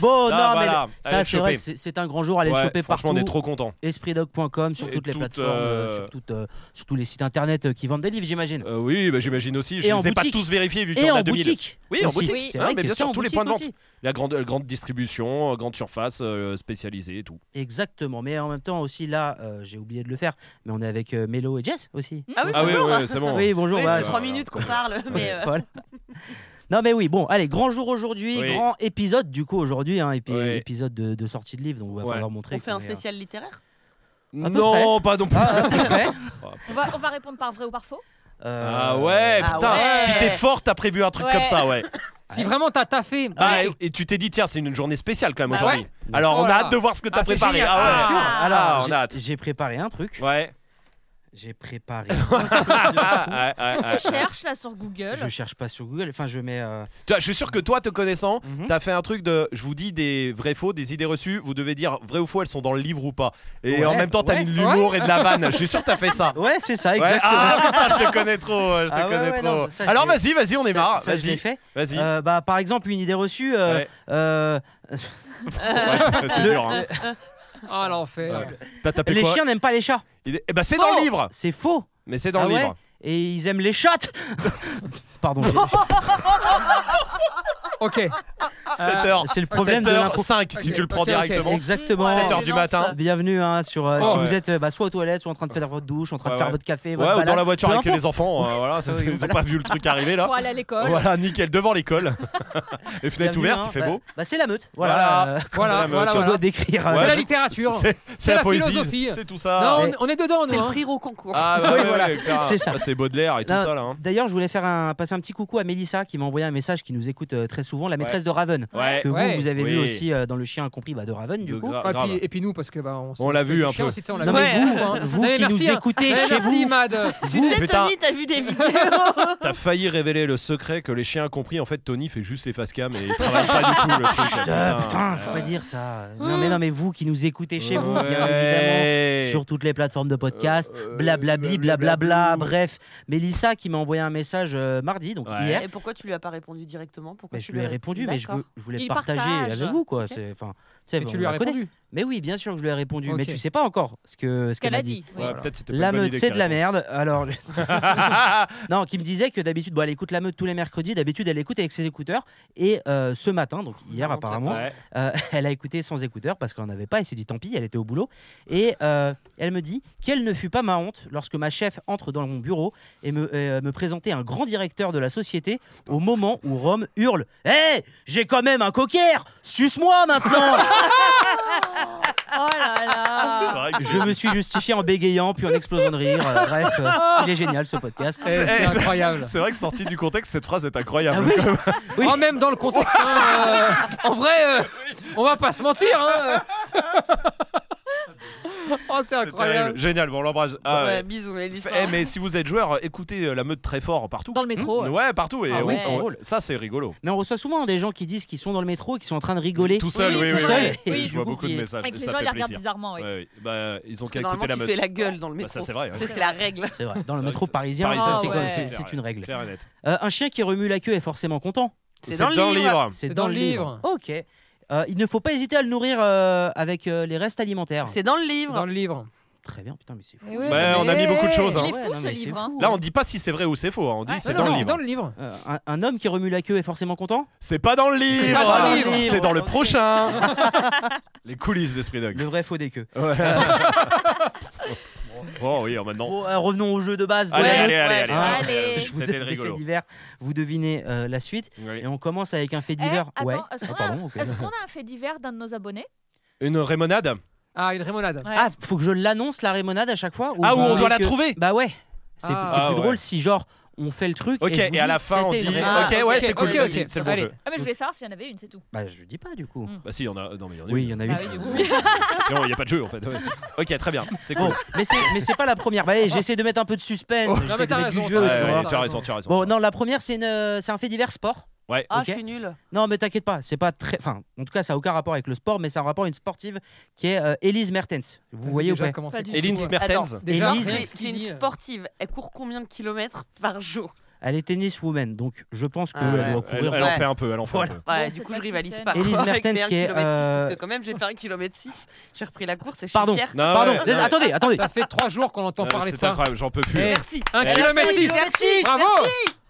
[SPEAKER 1] Bon,
[SPEAKER 9] Ah,
[SPEAKER 3] bah
[SPEAKER 1] non, mais
[SPEAKER 9] voilà. Allez
[SPEAKER 1] le- ça,
[SPEAKER 9] le
[SPEAKER 1] c'est vrai
[SPEAKER 9] choper.
[SPEAKER 1] que c'est- c'est un grand jour. Allez le
[SPEAKER 9] Ouais,
[SPEAKER 1] choper
[SPEAKER 9] Franchement,
[SPEAKER 1] partout.
[SPEAKER 9] on est trop content.
[SPEAKER 1] Espritdog.com sur
[SPEAKER 9] Et
[SPEAKER 1] toutes les
[SPEAKER 9] toutes,
[SPEAKER 1] plateformes, euh,
[SPEAKER 9] euh,
[SPEAKER 1] sur, toutes, euh, sur tous les sites internet euh, qui vendent des livres, j'imagine.
[SPEAKER 3] oui, bah, j'imagine aussi.
[SPEAKER 1] je Et
[SPEAKER 9] Je
[SPEAKER 1] en
[SPEAKER 9] les ai pas
[SPEAKER 1] boutique.
[SPEAKER 9] tous vérifiés vu qu'il y
[SPEAKER 1] Et
[SPEAKER 9] en a
[SPEAKER 1] en
[SPEAKER 9] 2000.
[SPEAKER 1] boutique.
[SPEAKER 9] Oui, en
[SPEAKER 1] aussi.
[SPEAKER 9] boutique.
[SPEAKER 1] C'est
[SPEAKER 9] Hein,
[SPEAKER 1] vrai
[SPEAKER 9] mais
[SPEAKER 1] que
[SPEAKER 9] bien
[SPEAKER 1] c'est
[SPEAKER 9] sûr,
[SPEAKER 1] en
[SPEAKER 9] tous les
[SPEAKER 1] boutique
[SPEAKER 9] points de vente.
[SPEAKER 1] aussi.
[SPEAKER 3] La grande, euh, grande distribution, euh, grande surface, euh, spécialisée et tout.
[SPEAKER 1] Exactement. Mais en même temps aussi là, euh, j'ai oublié de le faire, mais on est avec euh, Mélo et Jess aussi.
[SPEAKER 8] Ah oui,
[SPEAKER 3] Ah oui,
[SPEAKER 8] bonjour.
[SPEAKER 3] oui, c'est bon.
[SPEAKER 1] Oui, bonjour.
[SPEAKER 8] Oui, ça
[SPEAKER 1] bah,
[SPEAKER 8] fait trois
[SPEAKER 3] euh,
[SPEAKER 8] minutes qu'on parle, mais euh,
[SPEAKER 1] Voilà. Non mais oui, bon, allez, grand jour aujourd'hui,
[SPEAKER 3] Oui.
[SPEAKER 1] grand épisode du coup aujourd'hui, hein, épi-
[SPEAKER 3] Oui.
[SPEAKER 1] épisode de, de sortie de livre, donc on va
[SPEAKER 3] Ouais.
[SPEAKER 1] falloir montrer.
[SPEAKER 8] on fait un
[SPEAKER 1] qu'on est, euh,
[SPEAKER 8] spécial littéraire.
[SPEAKER 1] peu
[SPEAKER 3] Non, pas non plus.
[SPEAKER 1] Ah, à peu près.
[SPEAKER 4] On va, on va répondre par vrai ou par faux
[SPEAKER 1] Euh,
[SPEAKER 3] Ah ouais,
[SPEAKER 8] Ah
[SPEAKER 3] putain,
[SPEAKER 8] ouais.
[SPEAKER 3] si t'es fort, t'as prévu un truc
[SPEAKER 4] Ouais.
[SPEAKER 3] comme ça, ouais.
[SPEAKER 5] Si vraiment t'as taffé,
[SPEAKER 3] Ah,
[SPEAKER 5] bah,
[SPEAKER 3] et, et tu t'es dit, tiens, c'est une journée spéciale quand même
[SPEAKER 4] Bah
[SPEAKER 3] aujourd'hui.
[SPEAKER 1] ouais.
[SPEAKER 3] Alors, on a
[SPEAKER 5] Voilà.
[SPEAKER 3] hâte de voir ce que t'as
[SPEAKER 5] Ah, c'est
[SPEAKER 3] préparé.
[SPEAKER 5] génial.
[SPEAKER 3] Ah ouais.
[SPEAKER 1] Sûr.
[SPEAKER 4] Ah.
[SPEAKER 1] Alors,
[SPEAKER 3] on
[SPEAKER 1] j'ai-
[SPEAKER 3] a hâte.
[SPEAKER 1] j'ai préparé un truc.
[SPEAKER 3] Ouais.
[SPEAKER 1] J'ai préparé.
[SPEAKER 3] Ah, ouais, ouais, ouais.
[SPEAKER 4] Je cherche là sur Google.
[SPEAKER 1] je cherche pas sur Google. Enfin, je mets. euh,
[SPEAKER 3] Tu vois, je suis sûr que toi, te connaissant,
[SPEAKER 1] Mhm.
[SPEAKER 3] t'as fait un truc de. Je vous dis des vrais faux, des idées reçues. Vous devez dire vrai ou faux. Elles sont dans le livre ou pas. Et
[SPEAKER 1] Ouais,
[SPEAKER 3] en même temps, t'as
[SPEAKER 1] ouais,
[SPEAKER 3] mis de l'humour et de la vanne. Je suis sûr que t'as fait ça.
[SPEAKER 1] Ouais, c'est ça,
[SPEAKER 3] Ouais.
[SPEAKER 1] exactement.
[SPEAKER 3] Ah putain, je te connais trop. Je te
[SPEAKER 1] Ah ouais,
[SPEAKER 3] connais
[SPEAKER 1] ouais,
[SPEAKER 3] trop.
[SPEAKER 1] non, ça, je
[SPEAKER 3] Alors
[SPEAKER 1] l'ai-
[SPEAKER 3] vas-y, vas-y, on est
[SPEAKER 1] Ça-
[SPEAKER 3] marre.
[SPEAKER 1] ça, je l'ai
[SPEAKER 3] Vas-y,
[SPEAKER 1] fait.
[SPEAKER 3] vas-y.
[SPEAKER 1] Euh, bah, par exemple, une idée reçue. euh,
[SPEAKER 3] Ouais.
[SPEAKER 1] euh,
[SPEAKER 3] Ouais, c'est dur. hein.
[SPEAKER 5] ah l'enfer.
[SPEAKER 3] Ouais. T'as tapé
[SPEAKER 1] les
[SPEAKER 3] quoi
[SPEAKER 1] chiens n'aiment pas les chats.
[SPEAKER 3] Il est- Eh ben, c'est dans le
[SPEAKER 1] Faux.
[SPEAKER 3] livre.
[SPEAKER 1] C'est faux.
[SPEAKER 3] Mais c'est dans
[SPEAKER 1] Ah
[SPEAKER 3] le
[SPEAKER 1] ouais
[SPEAKER 3] livre.
[SPEAKER 1] Et ils aiment les chattes. Pardon. j'ai-
[SPEAKER 5] Ok.
[SPEAKER 3] 7 heures.
[SPEAKER 1] C'est le Ah, problème de l'impro.
[SPEAKER 3] 5 si
[SPEAKER 5] Ok,
[SPEAKER 3] tu le prends
[SPEAKER 5] ok, ok.
[SPEAKER 3] directement.
[SPEAKER 1] Exactement.
[SPEAKER 8] Ouais,
[SPEAKER 3] 7 heures du
[SPEAKER 8] non,
[SPEAKER 3] matin.
[SPEAKER 8] ça.
[SPEAKER 1] Bienvenue hein, sur euh,
[SPEAKER 3] Oh,
[SPEAKER 1] si
[SPEAKER 3] ouais.
[SPEAKER 1] vous êtes euh, bah, soit aux toilettes, soit en train de faire votre douche, en train
[SPEAKER 3] Ouais,
[SPEAKER 1] de faire
[SPEAKER 3] ouais.
[SPEAKER 1] votre café,
[SPEAKER 3] Ouais,
[SPEAKER 1] votre
[SPEAKER 3] ou dans
[SPEAKER 1] balade.
[SPEAKER 3] la voiture
[SPEAKER 1] Peu
[SPEAKER 3] avec
[SPEAKER 1] importe.
[SPEAKER 3] les enfants. euh, Voilà, ça,
[SPEAKER 1] Oui,
[SPEAKER 3] ils ont
[SPEAKER 1] voilà.
[SPEAKER 3] pas vu le truc arriver là.
[SPEAKER 4] Pour aller à l'école.
[SPEAKER 3] Voilà, nickel, devant l'école. Les
[SPEAKER 1] Bienvenue,
[SPEAKER 3] fenêtres ouvertes,
[SPEAKER 1] hein.
[SPEAKER 3] il fait
[SPEAKER 1] Bah-
[SPEAKER 3] beau.
[SPEAKER 1] Bah, c'est la meute. Voilà.
[SPEAKER 3] Voilà.
[SPEAKER 1] euh,
[SPEAKER 5] Voilà,
[SPEAKER 3] C'est la
[SPEAKER 5] voilà,
[SPEAKER 1] qu'on
[SPEAKER 5] voilà.
[SPEAKER 1] doit décrire. euh,
[SPEAKER 5] C'est
[SPEAKER 3] Ouais,
[SPEAKER 5] la
[SPEAKER 3] je-
[SPEAKER 5] littérature.
[SPEAKER 3] C'est c'est
[SPEAKER 5] la
[SPEAKER 3] la poésie.
[SPEAKER 5] philosophie.
[SPEAKER 3] C'est tout ça.
[SPEAKER 5] Non,
[SPEAKER 1] ouais.
[SPEAKER 5] on on est dedans,
[SPEAKER 8] C'est
[SPEAKER 5] nous.
[SPEAKER 8] le
[SPEAKER 5] hein.
[SPEAKER 8] prix au concours.
[SPEAKER 3] Ah bah
[SPEAKER 1] Oui,
[SPEAKER 3] ouais,
[SPEAKER 1] voilà.
[SPEAKER 3] ouais, clair.
[SPEAKER 1] C'est ça.
[SPEAKER 3] Ah, C'est Baudelaire et tout
[SPEAKER 1] Non.
[SPEAKER 3] ça là. hein.
[SPEAKER 1] D'ailleurs, je voulais faire un, passer un petit coucou à Mélissa qui m'a envoyé un message qui nous écoute euh, très souvent, la maîtresse de Raven.
[SPEAKER 3] Ouais.
[SPEAKER 1] Que
[SPEAKER 5] Ouais.
[SPEAKER 1] vous, vous avez vu
[SPEAKER 3] Oui.
[SPEAKER 1] aussi euh, dans Le Chien Incompris bah, de Raven, du
[SPEAKER 3] De
[SPEAKER 1] coup.
[SPEAKER 3] gra-
[SPEAKER 5] Ouais,
[SPEAKER 3] grave.
[SPEAKER 5] Ah, puis- et puis nous, parce que bah, on s'en
[SPEAKER 3] On l'a
[SPEAKER 5] fait
[SPEAKER 3] vu
[SPEAKER 5] du
[SPEAKER 3] un
[SPEAKER 5] chien
[SPEAKER 3] peu.
[SPEAKER 5] aussi, tu sais, on l'a
[SPEAKER 1] Non,
[SPEAKER 5] vu.
[SPEAKER 1] mais vous,
[SPEAKER 5] hein.
[SPEAKER 1] vous
[SPEAKER 5] Non, mais
[SPEAKER 1] qui
[SPEAKER 5] merci,
[SPEAKER 1] nous
[SPEAKER 5] hein.
[SPEAKER 1] écoutez
[SPEAKER 5] Ouais,
[SPEAKER 1] chez
[SPEAKER 5] merci,
[SPEAKER 1] vous,
[SPEAKER 5] Mad.
[SPEAKER 8] Tu sais,
[SPEAKER 3] putain.
[SPEAKER 8] Tony, t'as vu des vidéos
[SPEAKER 3] T'as failli révéler le secret que les chiens compris. En fait, Tony fait juste les face cam et il travaille pas du tout le truc.
[SPEAKER 1] Chut, euh, putain, faut pas dire ça. Non mais non mais vous qui nous écoutez chez vous,
[SPEAKER 3] Ouais.
[SPEAKER 1] bien évidemment, sur toutes les plateformes de podcast,
[SPEAKER 3] Euh, euh,
[SPEAKER 1] blablabli, blablabla, bref. Mélissa qui m'a envoyé un message euh, mardi, donc
[SPEAKER 3] Ouais.
[SPEAKER 1] hier.
[SPEAKER 8] Et pourquoi tu lui as pas répondu directement
[SPEAKER 5] Bah,
[SPEAKER 8] Pourquoi
[SPEAKER 1] Mais
[SPEAKER 8] tu
[SPEAKER 1] je lui ai
[SPEAKER 8] as-
[SPEAKER 1] répondu, mais je, veux-
[SPEAKER 8] D'accord.
[SPEAKER 1] je voulais
[SPEAKER 4] Il
[SPEAKER 1] partager
[SPEAKER 4] partage.
[SPEAKER 1] avec vous quoi.
[SPEAKER 4] Ok.
[SPEAKER 1] C'est, enfin, tu sais,
[SPEAKER 5] Et
[SPEAKER 1] on
[SPEAKER 5] tu lui as
[SPEAKER 1] la connaît.
[SPEAKER 5] répondu.
[SPEAKER 1] Mais oui, bien sûr que je lui ai répondu. Mais
[SPEAKER 5] Ok.
[SPEAKER 1] tu sais pas encore ce que ce
[SPEAKER 4] Ce qu'elle a dit. oui.
[SPEAKER 3] Ouais, peut-être c'était pas
[SPEAKER 1] La
[SPEAKER 3] une bonne
[SPEAKER 1] meute,
[SPEAKER 3] idée
[SPEAKER 1] c'est
[SPEAKER 3] qu'il
[SPEAKER 1] de la
[SPEAKER 3] réponde.
[SPEAKER 1] merde. Alors, non, qui me disait que d'habitude, bon, elle écoute la meute tous les mercredis. D'habitude, elle écoute avec ses écouteurs. Et euh, ce matin, donc hier
[SPEAKER 8] Non,
[SPEAKER 1] apparemment,
[SPEAKER 3] Ouais.
[SPEAKER 1] euh, elle a écouté sans écouteurs parce qu'on n'avait pas. Et s'est dit tant pis, elle était au boulot. Et euh, elle me dit quelle ne fut pas ma honte lorsque ma chef entre dans mon bureau et me, euh, me présentait un grand directeur de la société au moment où Rome hurle Hé, j'ai quand même un cocker Suce-moi maintenant
[SPEAKER 4] Oh là là.
[SPEAKER 1] Je me suis justifié en bégayant, puis en explosant de rire. Euh, bref, euh, il est génial ce podcast.
[SPEAKER 3] Eh
[SPEAKER 5] C'est Eh, c'est incroyable.
[SPEAKER 3] C'est vrai que sorti du contexte, cette phrase est
[SPEAKER 1] Ah
[SPEAKER 3] incroyable.
[SPEAKER 1] oui, oui.
[SPEAKER 5] Oh, même dans le contexte, hein, euh, en vrai, euh, on va pas se mentir. hein. oh, c'est
[SPEAKER 3] C'est terrible.
[SPEAKER 5] incroyable.
[SPEAKER 3] Génial, bon, on l'embrasse. Ah,
[SPEAKER 8] Ouais,
[SPEAKER 3] ouais.
[SPEAKER 8] Bisous, Mélissa.
[SPEAKER 3] Eh, mais si vous êtes joueur, euh, écoutez euh, la meute très fort partout.
[SPEAKER 4] Dans le métro.
[SPEAKER 3] ouais.
[SPEAKER 4] ouais.
[SPEAKER 3] partout. Et
[SPEAKER 5] Ah
[SPEAKER 3] on-
[SPEAKER 5] oui,
[SPEAKER 8] c'est
[SPEAKER 3] on-
[SPEAKER 1] drôle.
[SPEAKER 3] ça, c'est rigolo.
[SPEAKER 1] Mais on reçoit souvent des gens qui disent qu'ils sont dans le métro et qui sont en train de rigoler.
[SPEAKER 3] Tout seul,
[SPEAKER 4] Oui,
[SPEAKER 3] oui,
[SPEAKER 4] tout
[SPEAKER 3] oui.
[SPEAKER 1] seul.
[SPEAKER 3] oui.
[SPEAKER 1] Oui,
[SPEAKER 3] Je
[SPEAKER 1] du
[SPEAKER 3] vois
[SPEAKER 1] coup,
[SPEAKER 3] beaucoup de
[SPEAKER 1] qui-
[SPEAKER 3] messages.
[SPEAKER 4] Avec les
[SPEAKER 3] ça
[SPEAKER 4] gens,
[SPEAKER 3] fait
[SPEAKER 4] ils la regardent
[SPEAKER 3] plaisir.
[SPEAKER 4] bizarrement. oui.
[SPEAKER 3] Ouais, ouais. Bah, ils ont
[SPEAKER 8] Parce que
[SPEAKER 3] qu'à écouter la
[SPEAKER 8] normalement, tu
[SPEAKER 3] meute.
[SPEAKER 8] fais la gueule dans le métro.
[SPEAKER 3] ça, c'est vrai, hein.
[SPEAKER 8] Ça, c'est la règle.
[SPEAKER 1] C'est vrai, dans le
[SPEAKER 3] Ah oui,
[SPEAKER 1] métro
[SPEAKER 3] c'est-
[SPEAKER 1] parisien,
[SPEAKER 4] parisien,
[SPEAKER 1] ça, c'est
[SPEAKER 4] ouais.
[SPEAKER 1] comme- c'est c'est une règle.
[SPEAKER 3] Clair et net.
[SPEAKER 1] Euh, un chien qui remue la queue est forcément content.
[SPEAKER 8] C'est dans le livre.
[SPEAKER 3] Ah.
[SPEAKER 1] C'est
[SPEAKER 5] dans le livre.
[SPEAKER 1] Ok. Euh, il ne faut pas hésiter à le nourrir euh, avec euh, les restes alimentaires.
[SPEAKER 8] C'est dans le livre.
[SPEAKER 5] Dans le livre.
[SPEAKER 1] Très bien, putain, mais c'est fou.
[SPEAKER 5] Eh ouais,
[SPEAKER 3] Ouais, Bah, on a mis beaucoup de choses. hein.
[SPEAKER 4] Il est
[SPEAKER 1] Ouais,
[SPEAKER 4] fou
[SPEAKER 1] non,
[SPEAKER 4] ce
[SPEAKER 1] mais
[SPEAKER 4] livre.
[SPEAKER 1] c'est
[SPEAKER 4] hein.
[SPEAKER 3] Là, on dit pas si c'est vrai ou c'est faux. hein. On dit
[SPEAKER 4] Ouais.
[SPEAKER 3] c'est
[SPEAKER 5] Non,
[SPEAKER 3] dans
[SPEAKER 5] non,
[SPEAKER 3] le
[SPEAKER 5] mais
[SPEAKER 3] livre.
[SPEAKER 5] livre.
[SPEAKER 1] Euh, un, un homme qui remue la queue est forcément content
[SPEAKER 3] C'est pas dans le
[SPEAKER 5] pas dans le
[SPEAKER 3] livre.
[SPEAKER 5] livre.
[SPEAKER 3] C'est dans le prochain. Les coulisses d'Esprit Dog.
[SPEAKER 1] Le vrai faux des queues.
[SPEAKER 3] Oh oui, oh, maintenant.
[SPEAKER 1] Bon, euh, revenons au jeu de base.
[SPEAKER 3] Allez,
[SPEAKER 1] Ouais.
[SPEAKER 3] allez, allez,
[SPEAKER 8] ouais,
[SPEAKER 3] allez. Ah,
[SPEAKER 1] ouais.
[SPEAKER 4] Allez.
[SPEAKER 1] Je vous
[SPEAKER 3] C'était
[SPEAKER 1] donne des faits
[SPEAKER 3] rigolo.
[SPEAKER 1] divers, vous devinez euh, la suite.
[SPEAKER 3] Oui.
[SPEAKER 1] Et on commence avec un fait
[SPEAKER 4] Eh,
[SPEAKER 1] divers.
[SPEAKER 4] attends,
[SPEAKER 1] ouais.
[SPEAKER 4] est-ce
[SPEAKER 1] Ah,
[SPEAKER 4] qu'on
[SPEAKER 1] pardon, ok.
[SPEAKER 4] a, est-ce qu'on a un fait divers d'un de nos abonnés
[SPEAKER 3] Une rémonade
[SPEAKER 5] Ah, une rémonade.
[SPEAKER 4] Ouais.
[SPEAKER 1] Ah, faut que je l'annonce la rémonade à chaque fois ou
[SPEAKER 3] Ah, où
[SPEAKER 1] vous
[SPEAKER 3] on
[SPEAKER 1] voulez
[SPEAKER 3] doit la
[SPEAKER 1] que-
[SPEAKER 3] trouver
[SPEAKER 1] Bah ouais. C'est
[SPEAKER 5] Ah.
[SPEAKER 1] c'est
[SPEAKER 3] Ah,
[SPEAKER 1] plus
[SPEAKER 3] ouais.
[SPEAKER 1] drôle si genre on fait le truc.
[SPEAKER 3] Ok,
[SPEAKER 1] je vous
[SPEAKER 3] et à
[SPEAKER 1] dis,
[SPEAKER 3] la fin, on
[SPEAKER 1] c'était
[SPEAKER 3] dit.
[SPEAKER 1] une vraie-
[SPEAKER 3] Ok,
[SPEAKER 5] Ah,
[SPEAKER 3] ouais,
[SPEAKER 5] ok,
[SPEAKER 3] c'est cool.
[SPEAKER 5] ok,
[SPEAKER 3] vas-y,
[SPEAKER 5] ok.
[SPEAKER 3] C'est le bon
[SPEAKER 5] Allez.
[SPEAKER 3] jeu.
[SPEAKER 4] Ah, mais je voulais savoir s'il y en avait une, c'est tout.
[SPEAKER 1] Bah, je dis pas du coup.
[SPEAKER 3] Bah, si, il y en a. Non, mais il y en a.
[SPEAKER 1] Oui,
[SPEAKER 3] une.
[SPEAKER 1] il y en a eu.
[SPEAKER 4] Bah oui, du coup.
[SPEAKER 3] Sinon, il n'y a pas de jeu en fait. ouais. Ok, très bien. C'est cool.
[SPEAKER 1] Bon, mais c'est mais c'est pas la première. Bah, allez, j'essaie de mettre un peu de suspense.
[SPEAKER 3] Oh.
[SPEAKER 5] Non,
[SPEAKER 1] j'essaie
[SPEAKER 5] mais
[SPEAKER 1] de
[SPEAKER 5] t'as
[SPEAKER 1] mettre
[SPEAKER 5] raison.
[SPEAKER 1] du
[SPEAKER 5] t'as
[SPEAKER 1] jeu.
[SPEAKER 3] Ouais,
[SPEAKER 1] tu
[SPEAKER 5] raison,
[SPEAKER 1] vois.
[SPEAKER 3] ouais,
[SPEAKER 5] t'as
[SPEAKER 3] tu as
[SPEAKER 5] raison.
[SPEAKER 3] raison, tu as raison.
[SPEAKER 1] Bon, non, la première, c'est une, euh, c'est un fait divers sport.
[SPEAKER 3] Ouais.
[SPEAKER 8] Ah,
[SPEAKER 1] Ok.
[SPEAKER 8] je suis nul.
[SPEAKER 1] Non, mais t'inquiète pas, c'est pas très. Enfin, en tout cas, ça a aucun rapport avec le sport, mais c'est un rapport à une sportive qui est euh, Elise Mertens. Vous voyez ou
[SPEAKER 5] Euh, déjà
[SPEAKER 1] pas
[SPEAKER 5] comment
[SPEAKER 4] Pas
[SPEAKER 5] c'est
[SPEAKER 4] du
[SPEAKER 5] fou,
[SPEAKER 3] Eline
[SPEAKER 5] ouais.
[SPEAKER 3] Smertens.
[SPEAKER 1] Attends.
[SPEAKER 5] Déjà,
[SPEAKER 1] Élise,
[SPEAKER 5] rien que
[SPEAKER 8] C'est
[SPEAKER 5] ce
[SPEAKER 8] c'est
[SPEAKER 5] qu'il
[SPEAKER 8] une
[SPEAKER 5] dit, euh,
[SPEAKER 8] sportive. Elle court combien de kilomètres par jour
[SPEAKER 1] Elle est tennis woman, donc je pense qu'elle
[SPEAKER 8] Ah ouais.
[SPEAKER 1] doit
[SPEAKER 3] Elle,
[SPEAKER 1] courir.
[SPEAKER 3] elle en
[SPEAKER 8] Ouais.
[SPEAKER 3] fait un peu, elle en fait
[SPEAKER 1] Voilà.
[SPEAKER 3] un peu.
[SPEAKER 8] Ouais,
[SPEAKER 4] Bon,
[SPEAKER 8] du
[SPEAKER 4] c'est
[SPEAKER 8] coup,
[SPEAKER 4] pas
[SPEAKER 8] je rivalise
[SPEAKER 4] Christiane.
[SPEAKER 8] pas.
[SPEAKER 1] Élise
[SPEAKER 8] avec mes
[SPEAKER 1] Mertens
[SPEAKER 8] 1,6
[SPEAKER 1] qui est,
[SPEAKER 8] km
[SPEAKER 1] euh,
[SPEAKER 8] parce que quand même, j'ai fait 1,6 km J'ai repris la course et je suis
[SPEAKER 1] Pardon.
[SPEAKER 8] fière.
[SPEAKER 3] Non,
[SPEAKER 1] Pardon,
[SPEAKER 3] ouais, Ah,
[SPEAKER 1] désolé,
[SPEAKER 3] ouais.
[SPEAKER 1] attendez, attendez.
[SPEAKER 5] Ça fait trois jours qu'on entend
[SPEAKER 3] Ouais,
[SPEAKER 5] parler de
[SPEAKER 3] C'est
[SPEAKER 5] ça.
[SPEAKER 3] incroyable, j'en peux plus.
[SPEAKER 5] Eh,
[SPEAKER 8] Merci.
[SPEAKER 5] 1
[SPEAKER 3] Merci,
[SPEAKER 5] km 6
[SPEAKER 8] merci,
[SPEAKER 5] Bravo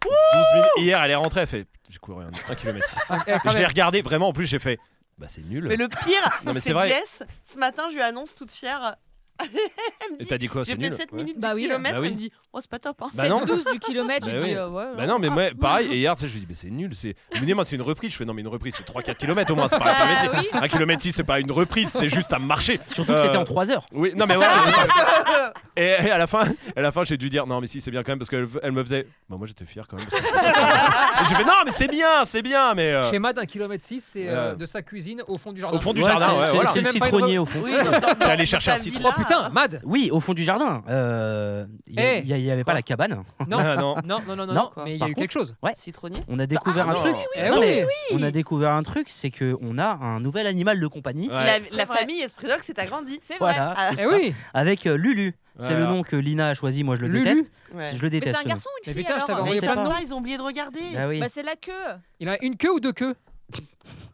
[SPEAKER 3] 12 000. Hier, elle est rentrée, elle fait J'ai couru un, un kilomètre six.
[SPEAKER 5] Ah, eh, quand
[SPEAKER 3] Et Je l'ai
[SPEAKER 5] même.
[SPEAKER 3] regardé, vraiment, en plus, j'ai fait Bah, c'est nul.
[SPEAKER 8] Mais le pire,
[SPEAKER 3] Non, mais c'est
[SPEAKER 8] c'est
[SPEAKER 3] vrai.
[SPEAKER 8] Jess. Ce matin, je lui annonce toute fière. Elle me
[SPEAKER 3] Et
[SPEAKER 8] dit
[SPEAKER 3] t'as dit quoi
[SPEAKER 8] J'ai
[SPEAKER 3] C'est
[SPEAKER 8] fait
[SPEAKER 3] nul
[SPEAKER 8] 7
[SPEAKER 3] Ouais.
[SPEAKER 8] minutes
[SPEAKER 4] Bah
[SPEAKER 8] de
[SPEAKER 4] oui.
[SPEAKER 8] kilomètre.
[SPEAKER 3] Bah oui.
[SPEAKER 8] Elle me dit Oh, c'est pas top. Hein.
[SPEAKER 3] Bah non.
[SPEAKER 4] 12 du kilomètre,
[SPEAKER 3] Bah
[SPEAKER 4] j'ai
[SPEAKER 3] oui.
[SPEAKER 4] dit, euh, ouais.
[SPEAKER 3] Bah non, mais moi, pareil, et hier, tu sais, je lui dis, mais c'est nul, c'est. Le minimum, c'est une reprise. Je fais, non, mais une reprise, c'est 3-4 km au moins, c'est pas
[SPEAKER 4] Bah
[SPEAKER 3] un kilomètre.
[SPEAKER 4] oui.
[SPEAKER 3] 1 km 6, c'est pas une reprise, c'est juste à marcher.
[SPEAKER 1] Surtout que
[SPEAKER 3] Euh,
[SPEAKER 1] c'était en 3 heures.
[SPEAKER 3] Oui, non, mais voilà. Et, et à la fin, à la fin j'ai dû dire, non, mais si, c'est bien quand même, parce qu'elle elle me faisait. Bah, moi, j'étais fier quand même. parce que- Et j'ai fait, non, mais c'est bien, c'est bien, mais. euh,
[SPEAKER 5] Schéma d'un kilomètre 6, c'est euh,
[SPEAKER 3] Ouais.
[SPEAKER 5] de sa cuisine au fond du jardin.
[SPEAKER 3] Au fond du
[SPEAKER 1] Ouais,
[SPEAKER 3] jardin,
[SPEAKER 1] c'est-
[SPEAKER 3] ouais,
[SPEAKER 1] c'est-
[SPEAKER 3] voilà.
[SPEAKER 1] c'est le
[SPEAKER 5] C'est même pas une
[SPEAKER 1] citronnier au fond.
[SPEAKER 8] Oui, dans- dans-
[SPEAKER 3] T'es allé
[SPEAKER 8] dans
[SPEAKER 3] chercher un
[SPEAKER 8] ta
[SPEAKER 3] citron.
[SPEAKER 5] Oh
[SPEAKER 8] villa.
[SPEAKER 5] putain, Mad
[SPEAKER 1] Oui, au fond du jardin. Euh, Il n'y
[SPEAKER 5] Eh,
[SPEAKER 1] avait pas
[SPEAKER 5] quoi
[SPEAKER 1] la cabane.
[SPEAKER 5] Non,
[SPEAKER 3] Ah, non.
[SPEAKER 5] non, non, non, non,
[SPEAKER 1] Non,
[SPEAKER 5] mais il y a
[SPEAKER 1] par
[SPEAKER 5] eu quelque chose.
[SPEAKER 8] Citronnier
[SPEAKER 1] On a découvert un
[SPEAKER 3] non.
[SPEAKER 1] truc.
[SPEAKER 3] Eh
[SPEAKER 5] Eh
[SPEAKER 1] Non,
[SPEAKER 5] oui.
[SPEAKER 1] mais On a découvert un truc, c'est que on a un nouvel animal de compagnie.
[SPEAKER 3] Ouais.
[SPEAKER 8] La,
[SPEAKER 4] C'est
[SPEAKER 8] la
[SPEAKER 4] vrai.
[SPEAKER 8] famille Esprit Dog s'est agrandie.
[SPEAKER 4] C'est vrai.
[SPEAKER 1] Voilà.
[SPEAKER 8] Ah,
[SPEAKER 1] c'est
[SPEAKER 5] Eh
[SPEAKER 1] ça.
[SPEAKER 5] oui
[SPEAKER 1] Avec euh, Lulu. C'est le
[SPEAKER 3] Voilà.
[SPEAKER 1] nom que Lina a choisi. Moi, je le
[SPEAKER 5] Lulu
[SPEAKER 1] déteste.
[SPEAKER 8] Ouais.
[SPEAKER 1] Je le
[SPEAKER 4] Mais c'est
[SPEAKER 1] déteste.
[SPEAKER 4] un
[SPEAKER 1] ce nom.
[SPEAKER 4] garçon ou une
[SPEAKER 5] Mais
[SPEAKER 4] fille
[SPEAKER 5] putain, je
[SPEAKER 4] alors
[SPEAKER 1] Mais
[SPEAKER 5] t'avais
[SPEAKER 8] Mais
[SPEAKER 5] envoyé
[SPEAKER 1] c'est
[SPEAKER 8] ça
[SPEAKER 5] plein de
[SPEAKER 1] pas-
[SPEAKER 5] noms.
[SPEAKER 8] va, ils ont oublié de regarder.
[SPEAKER 1] Ah oui.
[SPEAKER 4] Bah c'est la queue.
[SPEAKER 5] Il a une queue ou deux queues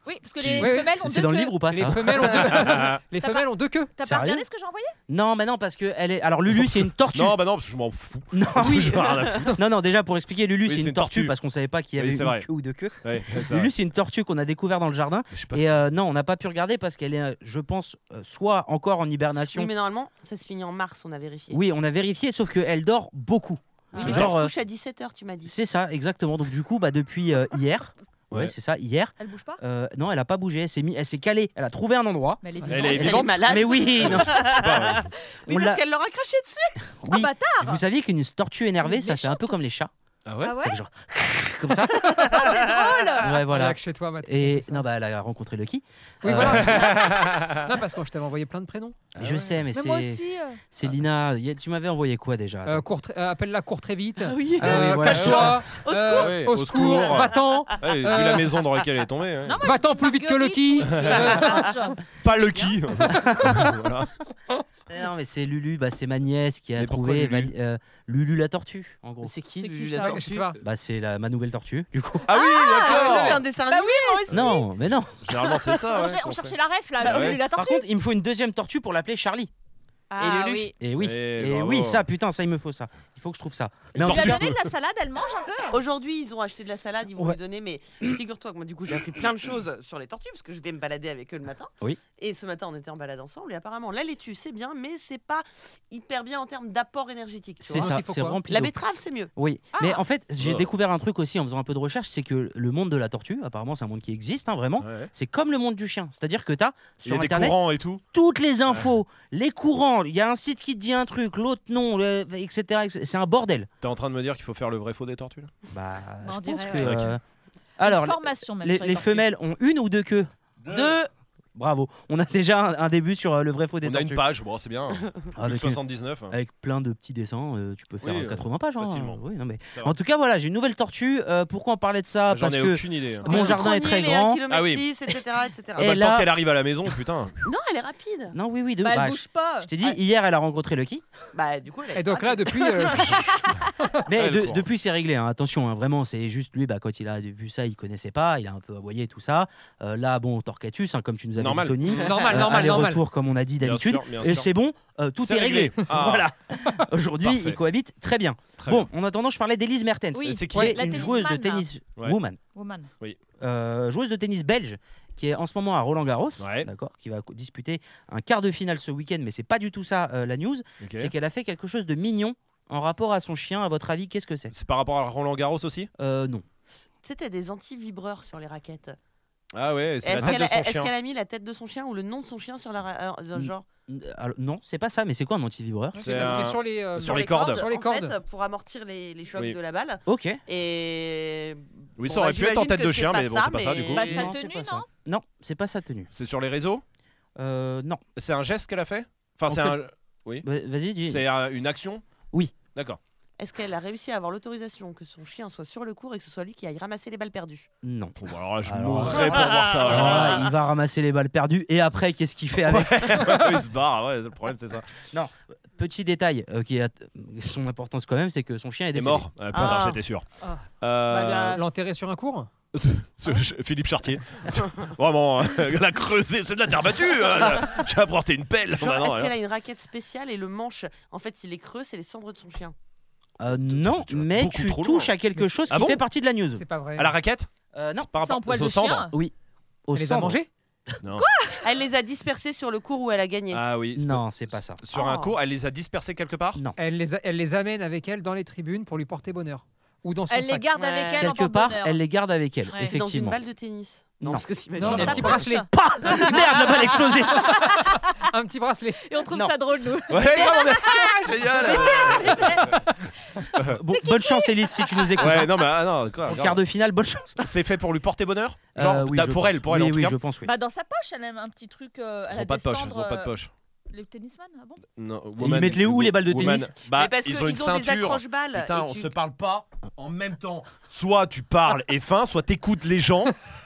[SPEAKER 4] Oui, parce que
[SPEAKER 5] Qui-
[SPEAKER 4] les
[SPEAKER 5] Oui, oui.
[SPEAKER 4] femelles ont
[SPEAKER 1] C'est
[SPEAKER 4] deux
[SPEAKER 1] dans le
[SPEAKER 4] queues.
[SPEAKER 1] livre ou pas
[SPEAKER 5] Les
[SPEAKER 1] ça
[SPEAKER 5] femelles ont deux, les
[SPEAKER 4] Ça
[SPEAKER 5] femelles ont deux queues.
[SPEAKER 4] T'as pas
[SPEAKER 1] Sérieux
[SPEAKER 4] regardé ce que j'ai envoyé
[SPEAKER 1] Non, mais non, parce que elle est. Alors Lulu, c'est une tortue.
[SPEAKER 3] Non, bah non, parce que je m'en fous.
[SPEAKER 1] Non,
[SPEAKER 3] Je
[SPEAKER 1] oui.
[SPEAKER 3] m'en ai rien à foutre.
[SPEAKER 1] non, non. Déjà, pour expliquer, Lulu,
[SPEAKER 3] Oui,
[SPEAKER 1] c'est une, tortue, parce qu'on savait pas qu'il y
[SPEAKER 3] Oui,
[SPEAKER 1] avait
[SPEAKER 3] c'est
[SPEAKER 1] une
[SPEAKER 3] vrai.
[SPEAKER 1] queue ou deux queues.
[SPEAKER 3] Ouais, c'est ça.
[SPEAKER 1] Lulu, c'est une tortue qu'on a découvert dans le jardin.
[SPEAKER 3] Je sais pas
[SPEAKER 1] Et euh, non, on n'a pas pu regarder parce qu'elle est, euh, je pense, euh, soit encore en hibernation.
[SPEAKER 8] Oui, mais normalement, ça se finit en mars, on a vérifié.
[SPEAKER 1] Oui, on a vérifié, sauf qu'elle dort beaucoup.
[SPEAKER 8] Oui,
[SPEAKER 1] ce
[SPEAKER 8] mais
[SPEAKER 1] genre,
[SPEAKER 8] ça
[SPEAKER 1] euh,
[SPEAKER 8] se couche à 17h, tu m'as dit.
[SPEAKER 1] C'est ça, exactement. Donc du coup, bah, depuis euh, hier, ouais,
[SPEAKER 3] Ouais.
[SPEAKER 1] c'est ça, hier,
[SPEAKER 4] Elle bouge pas
[SPEAKER 1] euh, non, elle a pas bougé, elle s'est, mis, elle s'est calée, elle a trouvé un endroit.
[SPEAKER 4] Mais elle est
[SPEAKER 3] Elle
[SPEAKER 4] vivante.
[SPEAKER 3] est
[SPEAKER 8] Elle
[SPEAKER 3] vivante.
[SPEAKER 8] malade.
[SPEAKER 1] Mais oui, non,
[SPEAKER 3] pas, ouais.
[SPEAKER 8] Oui,
[SPEAKER 1] on l'a-
[SPEAKER 8] parce qu'elle leur a craché dessus.
[SPEAKER 4] Ah
[SPEAKER 1] oui.
[SPEAKER 4] bâtard
[SPEAKER 1] Vous saviez qu'une tortue énervée,
[SPEAKER 4] Mais
[SPEAKER 1] ça fait un peu
[SPEAKER 4] méchante.
[SPEAKER 1] comme les chats.
[SPEAKER 3] Ah
[SPEAKER 4] Ah
[SPEAKER 1] Ça
[SPEAKER 4] ouais
[SPEAKER 1] fait genre comme ça.
[SPEAKER 4] Drôle
[SPEAKER 1] Ouais,
[SPEAKER 5] Voilà.
[SPEAKER 1] voilà.
[SPEAKER 5] chez toi, Matt.
[SPEAKER 1] Et
[SPEAKER 5] C'est ça.
[SPEAKER 1] non, bah, elle a rencontré Lucky.
[SPEAKER 5] Oui,
[SPEAKER 1] Euh,
[SPEAKER 5] voilà. non, parce que je t'avais envoyé plein de prénoms.
[SPEAKER 1] mais je sais, mais,
[SPEAKER 4] Mais moi
[SPEAKER 1] c'est,
[SPEAKER 4] aussi. euh,
[SPEAKER 1] c'est Lina. Y a- Tu m'avais envoyé quoi déjà
[SPEAKER 5] Euh,
[SPEAKER 1] Attends.
[SPEAKER 5] cours tr- euh, Appelle-la court très vite.
[SPEAKER 8] oui.
[SPEAKER 1] Ah oui,
[SPEAKER 5] Euh,
[SPEAKER 1] voilà.
[SPEAKER 5] Cache-toi.
[SPEAKER 8] Au
[SPEAKER 5] Euh,
[SPEAKER 3] secours. Oui,
[SPEAKER 5] Au
[SPEAKER 3] au
[SPEAKER 5] secours.
[SPEAKER 3] secours.
[SPEAKER 5] Va-t'en.
[SPEAKER 3] Ouais, Vu
[SPEAKER 5] Euh.
[SPEAKER 3] la maison dans laquelle elle est tombée. ouais.
[SPEAKER 4] Non, moi,
[SPEAKER 5] Va-t'en plus vite que Euh, Lucky.
[SPEAKER 4] Marguerite. Ah,
[SPEAKER 3] Pas Lucky. Voilà.
[SPEAKER 1] Eh Non, mais c'est Lulu, bah, c'est ma nièce qui a
[SPEAKER 3] Mais pourquoi
[SPEAKER 1] trouvé Val-
[SPEAKER 3] Lulu
[SPEAKER 1] euh, Lulu la tortue, en gros.
[SPEAKER 8] C'est qui,
[SPEAKER 4] C'est qui,
[SPEAKER 8] Lulu,
[SPEAKER 4] ça
[SPEAKER 8] la
[SPEAKER 5] Ouais, Je
[SPEAKER 8] tortue
[SPEAKER 5] sais pas.
[SPEAKER 1] Bah, c'est la, ma nouvelle tortue, du coup.
[SPEAKER 3] Ah oui,
[SPEAKER 8] Ah,
[SPEAKER 3] d'accord.
[SPEAKER 8] C'est un dessin
[SPEAKER 4] Bah
[SPEAKER 8] animé.
[SPEAKER 4] oui, moi
[SPEAKER 3] Ah,
[SPEAKER 4] aussi.
[SPEAKER 1] Non, mais non.
[SPEAKER 3] Généralement, c'est ça.
[SPEAKER 4] On
[SPEAKER 3] ouais,
[SPEAKER 4] cher-
[SPEAKER 3] qu'on
[SPEAKER 4] On
[SPEAKER 3] fait.
[SPEAKER 4] cherchait la ref là,
[SPEAKER 3] Bah
[SPEAKER 4] Lulu
[SPEAKER 3] ouais.
[SPEAKER 4] la
[SPEAKER 1] Par
[SPEAKER 4] tortue.
[SPEAKER 1] contre, il me faut une deuxième tortue pour l'appeler Charlie.
[SPEAKER 4] Ah
[SPEAKER 8] Lulu.
[SPEAKER 4] oui.
[SPEAKER 1] Et oui,
[SPEAKER 3] Eh,
[SPEAKER 1] et,
[SPEAKER 3] bravo.
[SPEAKER 1] oui, ça, putain, ça, il me faut ça. Il faut que je trouve ça. Mais en
[SPEAKER 4] Tu lui as
[SPEAKER 1] tout cas-
[SPEAKER 4] donné de la salade, elle mange un peu.
[SPEAKER 8] Aujourd'hui, ils ont acheté de la salade, ils vont
[SPEAKER 1] Ouais.
[SPEAKER 8] lui donner, mais figure-toi que moi, du coup, j'ai appris plein de choses sur les tortues, parce que je vais me balader avec eux le matin.
[SPEAKER 1] Oui.
[SPEAKER 8] Et ce matin, on était en balade ensemble, et apparemment, la laitue, c'est bien, mais c'est pas hyper bien en termes d'apport énergétique. tu
[SPEAKER 1] c'est
[SPEAKER 8] vois.
[SPEAKER 5] vois,
[SPEAKER 1] ça,
[SPEAKER 5] il faut
[SPEAKER 1] c'est
[SPEAKER 5] quoi
[SPEAKER 1] rempli.
[SPEAKER 8] La
[SPEAKER 1] d'eau.
[SPEAKER 8] betterave, c'est mieux.
[SPEAKER 1] Oui,
[SPEAKER 4] Ah.
[SPEAKER 1] mais en fait, j'ai
[SPEAKER 3] Oh.
[SPEAKER 1] découvert un truc aussi en faisant un peu de recherche, c'est que le monde de la tortue, apparemment, c'est un monde qui existe, hein, vraiment.
[SPEAKER 3] Ouais.
[SPEAKER 1] C'est comme le monde du chien, c'est-à-dire que t'as
[SPEAKER 3] Il y
[SPEAKER 1] sur
[SPEAKER 3] a des
[SPEAKER 1] internet
[SPEAKER 3] courants et tout.
[SPEAKER 1] toutes les infos, les courants. Il y a un site qui te dit un truc, l'autre non, le- etc. etc. C'est un bordel.
[SPEAKER 3] T'es en train de me dire qu'il faut faire le vrai faux des tortues là
[SPEAKER 1] Bah,
[SPEAKER 4] On
[SPEAKER 1] je pense
[SPEAKER 4] dirait,
[SPEAKER 1] que.
[SPEAKER 3] ouais.
[SPEAKER 1] euh,
[SPEAKER 4] Alors,
[SPEAKER 1] Alors,
[SPEAKER 4] formation même.
[SPEAKER 1] les,
[SPEAKER 4] sur
[SPEAKER 1] les
[SPEAKER 4] tortues.
[SPEAKER 1] femelles ont une ou deux queues.
[SPEAKER 8] Deux.
[SPEAKER 1] Bravo. On a déjà un, un début sur euh, le vrai faux des
[SPEAKER 3] On a une
[SPEAKER 1] tortues.
[SPEAKER 3] page, bon, c'est bien. Plus de
[SPEAKER 1] Avec une-
[SPEAKER 3] 79. hein.
[SPEAKER 1] Avec plein de petits dessins, euh, tu peux faire
[SPEAKER 3] Oui,
[SPEAKER 1] euh,
[SPEAKER 3] euh,
[SPEAKER 1] 80 pages. hein.
[SPEAKER 3] facilement.
[SPEAKER 1] Oui, non, mais...
[SPEAKER 3] Ça va.
[SPEAKER 1] En tout cas, voilà, j'ai une nouvelle tortue. Euh, pourquoi en parler de ça
[SPEAKER 3] J'en
[SPEAKER 1] Parce
[SPEAKER 3] ai
[SPEAKER 1] que
[SPEAKER 3] aucune idée.
[SPEAKER 1] mon jardin est très grand.
[SPEAKER 3] Ah
[SPEAKER 8] Ah
[SPEAKER 3] oui.
[SPEAKER 8] etc., etc.
[SPEAKER 3] Ah bah,
[SPEAKER 1] Et
[SPEAKER 3] le temps
[SPEAKER 1] là-
[SPEAKER 3] qu'elle arrive à la maison, putain.
[SPEAKER 8] Non, elle est rapide.
[SPEAKER 1] Non, oui, oui, de
[SPEAKER 4] Bah,
[SPEAKER 1] bah,
[SPEAKER 4] elle
[SPEAKER 1] je-
[SPEAKER 4] bouge pas.
[SPEAKER 1] Je t'ai dit, hier, elle a rencontré Lucky.
[SPEAKER 8] Bah, du coup, elle est
[SPEAKER 5] Et donc là,
[SPEAKER 8] rapide.
[SPEAKER 5] depuis. euh,
[SPEAKER 1] Mais
[SPEAKER 3] Elle
[SPEAKER 1] de-
[SPEAKER 3] court.
[SPEAKER 1] depuis, c'est réglé. hein. Attention, hein, vraiment, c'est juste lui, bah, quand il a vu ça, il connaissait pas. Il a un peu aboyé tout ça. Euh, là, bon, Torquatus, hein, comme tu nous avais
[SPEAKER 3] Normal.
[SPEAKER 1] dit, Tony.
[SPEAKER 5] normal,
[SPEAKER 1] Euh,
[SPEAKER 5] normal, normal.
[SPEAKER 1] aller-retour, comme on a dit
[SPEAKER 3] Bien
[SPEAKER 1] d'habitude.
[SPEAKER 3] sûr, bien
[SPEAKER 1] Et
[SPEAKER 3] sûr.
[SPEAKER 1] c'est bon, euh, tout
[SPEAKER 3] C'est
[SPEAKER 1] est réglé.
[SPEAKER 3] Ah,
[SPEAKER 1] Voilà. Aujourd'hui,
[SPEAKER 3] Parfait.
[SPEAKER 1] ils cohabitent très bien.
[SPEAKER 3] très
[SPEAKER 1] bon,
[SPEAKER 3] bien.
[SPEAKER 1] en attendant, je parlais d'Elise Mertens,
[SPEAKER 4] Oui,
[SPEAKER 3] c'est qui
[SPEAKER 1] qui est
[SPEAKER 4] la
[SPEAKER 1] une joueuse de tennis
[SPEAKER 3] Ouais.
[SPEAKER 1] woman.
[SPEAKER 4] Woman.
[SPEAKER 1] euh, joueuse de tennis belge qui est en ce moment à Roland Garros,
[SPEAKER 3] Ouais.
[SPEAKER 1] d'accord, qui va co- disputer un quart de finale ce week-end, mais c'est pas du tout ça euh, la news,
[SPEAKER 3] Ok.
[SPEAKER 1] c'est qu'elle a fait quelque chose de mignon en rapport à son chien. À votre avis, qu'est-ce que c'est
[SPEAKER 3] C'est par rapport à Roland Garros aussi
[SPEAKER 1] Euh, Non.
[SPEAKER 8] C'était des anti-vibreurs sur les raquettes.
[SPEAKER 3] Ah ouais, c'est la
[SPEAKER 8] Est-ce
[SPEAKER 3] tête
[SPEAKER 8] qu'elle
[SPEAKER 3] de
[SPEAKER 8] a,
[SPEAKER 3] son
[SPEAKER 8] est-ce
[SPEAKER 3] chien.
[SPEAKER 8] qu'elle a mis la tête de son chien ou le nom de son chien sur la. ra- euh, genre
[SPEAKER 1] Alors, non, c'est pas ça, mais c'est quoi un anti-vibreur
[SPEAKER 5] Ok,
[SPEAKER 3] C'est
[SPEAKER 5] ça se
[SPEAKER 3] un-
[SPEAKER 5] fait sur les. euh,
[SPEAKER 3] sur les cordes.
[SPEAKER 5] Sur les
[SPEAKER 8] en
[SPEAKER 5] cordes.
[SPEAKER 8] fait, pour amortir les, les chocs
[SPEAKER 3] Oui.
[SPEAKER 8] de la balle.
[SPEAKER 1] Ok.
[SPEAKER 8] Et.
[SPEAKER 3] Oui, ça
[SPEAKER 8] Bon,
[SPEAKER 3] aurait
[SPEAKER 8] bah,
[SPEAKER 3] pu être en
[SPEAKER 8] j'imagine
[SPEAKER 3] tête
[SPEAKER 8] que
[SPEAKER 3] de
[SPEAKER 8] c'est
[SPEAKER 3] chien,
[SPEAKER 8] pas
[SPEAKER 3] mais bon,
[SPEAKER 8] ça,
[SPEAKER 3] c'est pas ça du
[SPEAKER 8] mais-
[SPEAKER 3] coup.
[SPEAKER 4] Bah, sa
[SPEAKER 1] Non, c'est
[SPEAKER 4] tenue,
[SPEAKER 1] pas ça.
[SPEAKER 4] non
[SPEAKER 1] Non, c'est pas sa tenue.
[SPEAKER 3] C'est sur les réseaux
[SPEAKER 1] Euh, non.
[SPEAKER 3] C'est un geste qu'elle a fait Enfin, c'est
[SPEAKER 1] En
[SPEAKER 3] un-
[SPEAKER 1] Bah, Vas-y, dis.
[SPEAKER 3] c'est un- une action
[SPEAKER 1] Oui.
[SPEAKER 3] D'accord.
[SPEAKER 8] Est-ce qu'elle a réussi à avoir l'autorisation que son chien soit sur le cours et que ce soit lui qui aille ramasser les balles perdues
[SPEAKER 1] Non.
[SPEAKER 3] Bon, bah, alors là, je
[SPEAKER 1] Alors-
[SPEAKER 3] mourrais pour voir ça.
[SPEAKER 1] Alors
[SPEAKER 3] alors.
[SPEAKER 1] Oh là, il va ramasser les balles perdues et après, qu'est-ce qu'il fait avec
[SPEAKER 3] il se barre, ouais, le problème c'est ça.
[SPEAKER 1] Petit détail euh, qui a son importance quand même, c'est que son chien est
[SPEAKER 3] Il est
[SPEAKER 1] décédé.
[SPEAKER 3] mort, euh, point barre,
[SPEAKER 8] Ah.
[SPEAKER 3] j'étais sûr.
[SPEAKER 5] Ah.
[SPEAKER 3] Euh,
[SPEAKER 5] Bah, L'enterrer sur un cours
[SPEAKER 3] ce- je- Philippe Chartier. Vraiment, elle a creusé, c'est de la terre battue. euh, J'ai apporté une pelle.
[SPEAKER 8] Genre,
[SPEAKER 3] Bah, non,
[SPEAKER 8] est-ce
[SPEAKER 3] alors.
[SPEAKER 8] qu'elle a une raquette spéciale et le manche, en fait, il est creux, c'est les cendres de son chien
[SPEAKER 1] Euh, non,
[SPEAKER 3] Tu vas
[SPEAKER 1] mais
[SPEAKER 3] beaucoup
[SPEAKER 1] tu
[SPEAKER 3] trop
[SPEAKER 1] touches
[SPEAKER 3] loin.
[SPEAKER 1] à quelque chose
[SPEAKER 3] Ah
[SPEAKER 1] qui
[SPEAKER 3] bon
[SPEAKER 1] fait partie de la news.
[SPEAKER 5] C'est pas vrai.
[SPEAKER 3] À la raquette
[SPEAKER 1] Euh, non,
[SPEAKER 3] C'est par
[SPEAKER 4] C'est
[SPEAKER 3] rapport-
[SPEAKER 4] un poil
[SPEAKER 3] aux
[SPEAKER 4] de
[SPEAKER 3] cendres
[SPEAKER 4] chien
[SPEAKER 1] au
[SPEAKER 5] Elle les a
[SPEAKER 1] cendres.
[SPEAKER 5] mangés
[SPEAKER 3] Non.
[SPEAKER 8] Elle les a dispersés sur le cours où elle a gagné.
[SPEAKER 3] Ah oui. c'est-
[SPEAKER 1] Non, c'est pas ça.
[SPEAKER 3] Sur un
[SPEAKER 8] Oh.
[SPEAKER 3] cours, elle les a dispersés quelque part
[SPEAKER 5] elle les, a- elle les amène avec elle dans les tribunes pour lui porter bonheur. Ou dans son
[SPEAKER 4] Elle les
[SPEAKER 5] sac.
[SPEAKER 4] garde
[SPEAKER 8] Ouais.
[SPEAKER 4] avec elle en
[SPEAKER 1] Quelque part,
[SPEAKER 4] porte-bonheur.
[SPEAKER 1] elle les garde avec elle,
[SPEAKER 4] Ouais.
[SPEAKER 8] C'est dans une
[SPEAKER 1] effectivement.
[SPEAKER 8] balle de tennis.
[SPEAKER 1] Non.
[SPEAKER 8] parce que
[SPEAKER 5] Non,
[SPEAKER 8] s'imagine.
[SPEAKER 5] un
[SPEAKER 4] Dans
[SPEAKER 5] petit
[SPEAKER 4] sa poche.
[SPEAKER 5] bracelet.
[SPEAKER 1] Pah Merde, la balle a explosé
[SPEAKER 5] Un petit bracelet.
[SPEAKER 4] Et on trouve
[SPEAKER 1] Non.
[SPEAKER 4] ça drôle, nous.
[SPEAKER 3] Ouais, grave, on est- Ah, génial
[SPEAKER 1] Euh, Bon, Bonne chance, Élise, si tu nous écoutes.
[SPEAKER 3] Ouais, non, mais ah, non, quoi,
[SPEAKER 1] En
[SPEAKER 3] grave.
[SPEAKER 1] quart de finale, bonne chance.
[SPEAKER 3] C'est fait pour lui porter bonheur Genre,
[SPEAKER 1] Euh, oui,
[SPEAKER 3] da-
[SPEAKER 1] je
[SPEAKER 3] pour
[SPEAKER 1] pense.
[SPEAKER 3] elle, pour elle
[SPEAKER 1] Oui,
[SPEAKER 3] en tout
[SPEAKER 1] oui,
[SPEAKER 3] cas.
[SPEAKER 1] je pense, oui.
[SPEAKER 4] Bah, dans sa poche, elle a un petit truc. euh,
[SPEAKER 3] Ils
[SPEAKER 4] elle a
[SPEAKER 3] ont pas
[SPEAKER 4] des
[SPEAKER 3] de poche, ils
[SPEAKER 4] cendres,
[SPEAKER 3] ont pas de
[SPEAKER 4] euh,
[SPEAKER 3] poche.
[SPEAKER 4] Les tennisman, ah bon
[SPEAKER 3] Non,
[SPEAKER 1] Ils mettent les où, les balles de tennis
[SPEAKER 3] Bah,
[SPEAKER 8] Mais parce
[SPEAKER 3] ils
[SPEAKER 8] que
[SPEAKER 3] ont une
[SPEAKER 8] ils ont des
[SPEAKER 3] ceinture.
[SPEAKER 8] accroche-balles.
[SPEAKER 3] Putain,
[SPEAKER 8] Ah, et
[SPEAKER 3] on
[SPEAKER 8] tu-
[SPEAKER 3] se parle pas en même temps. Soit tu parles et fin, soit t'écoutes les gens,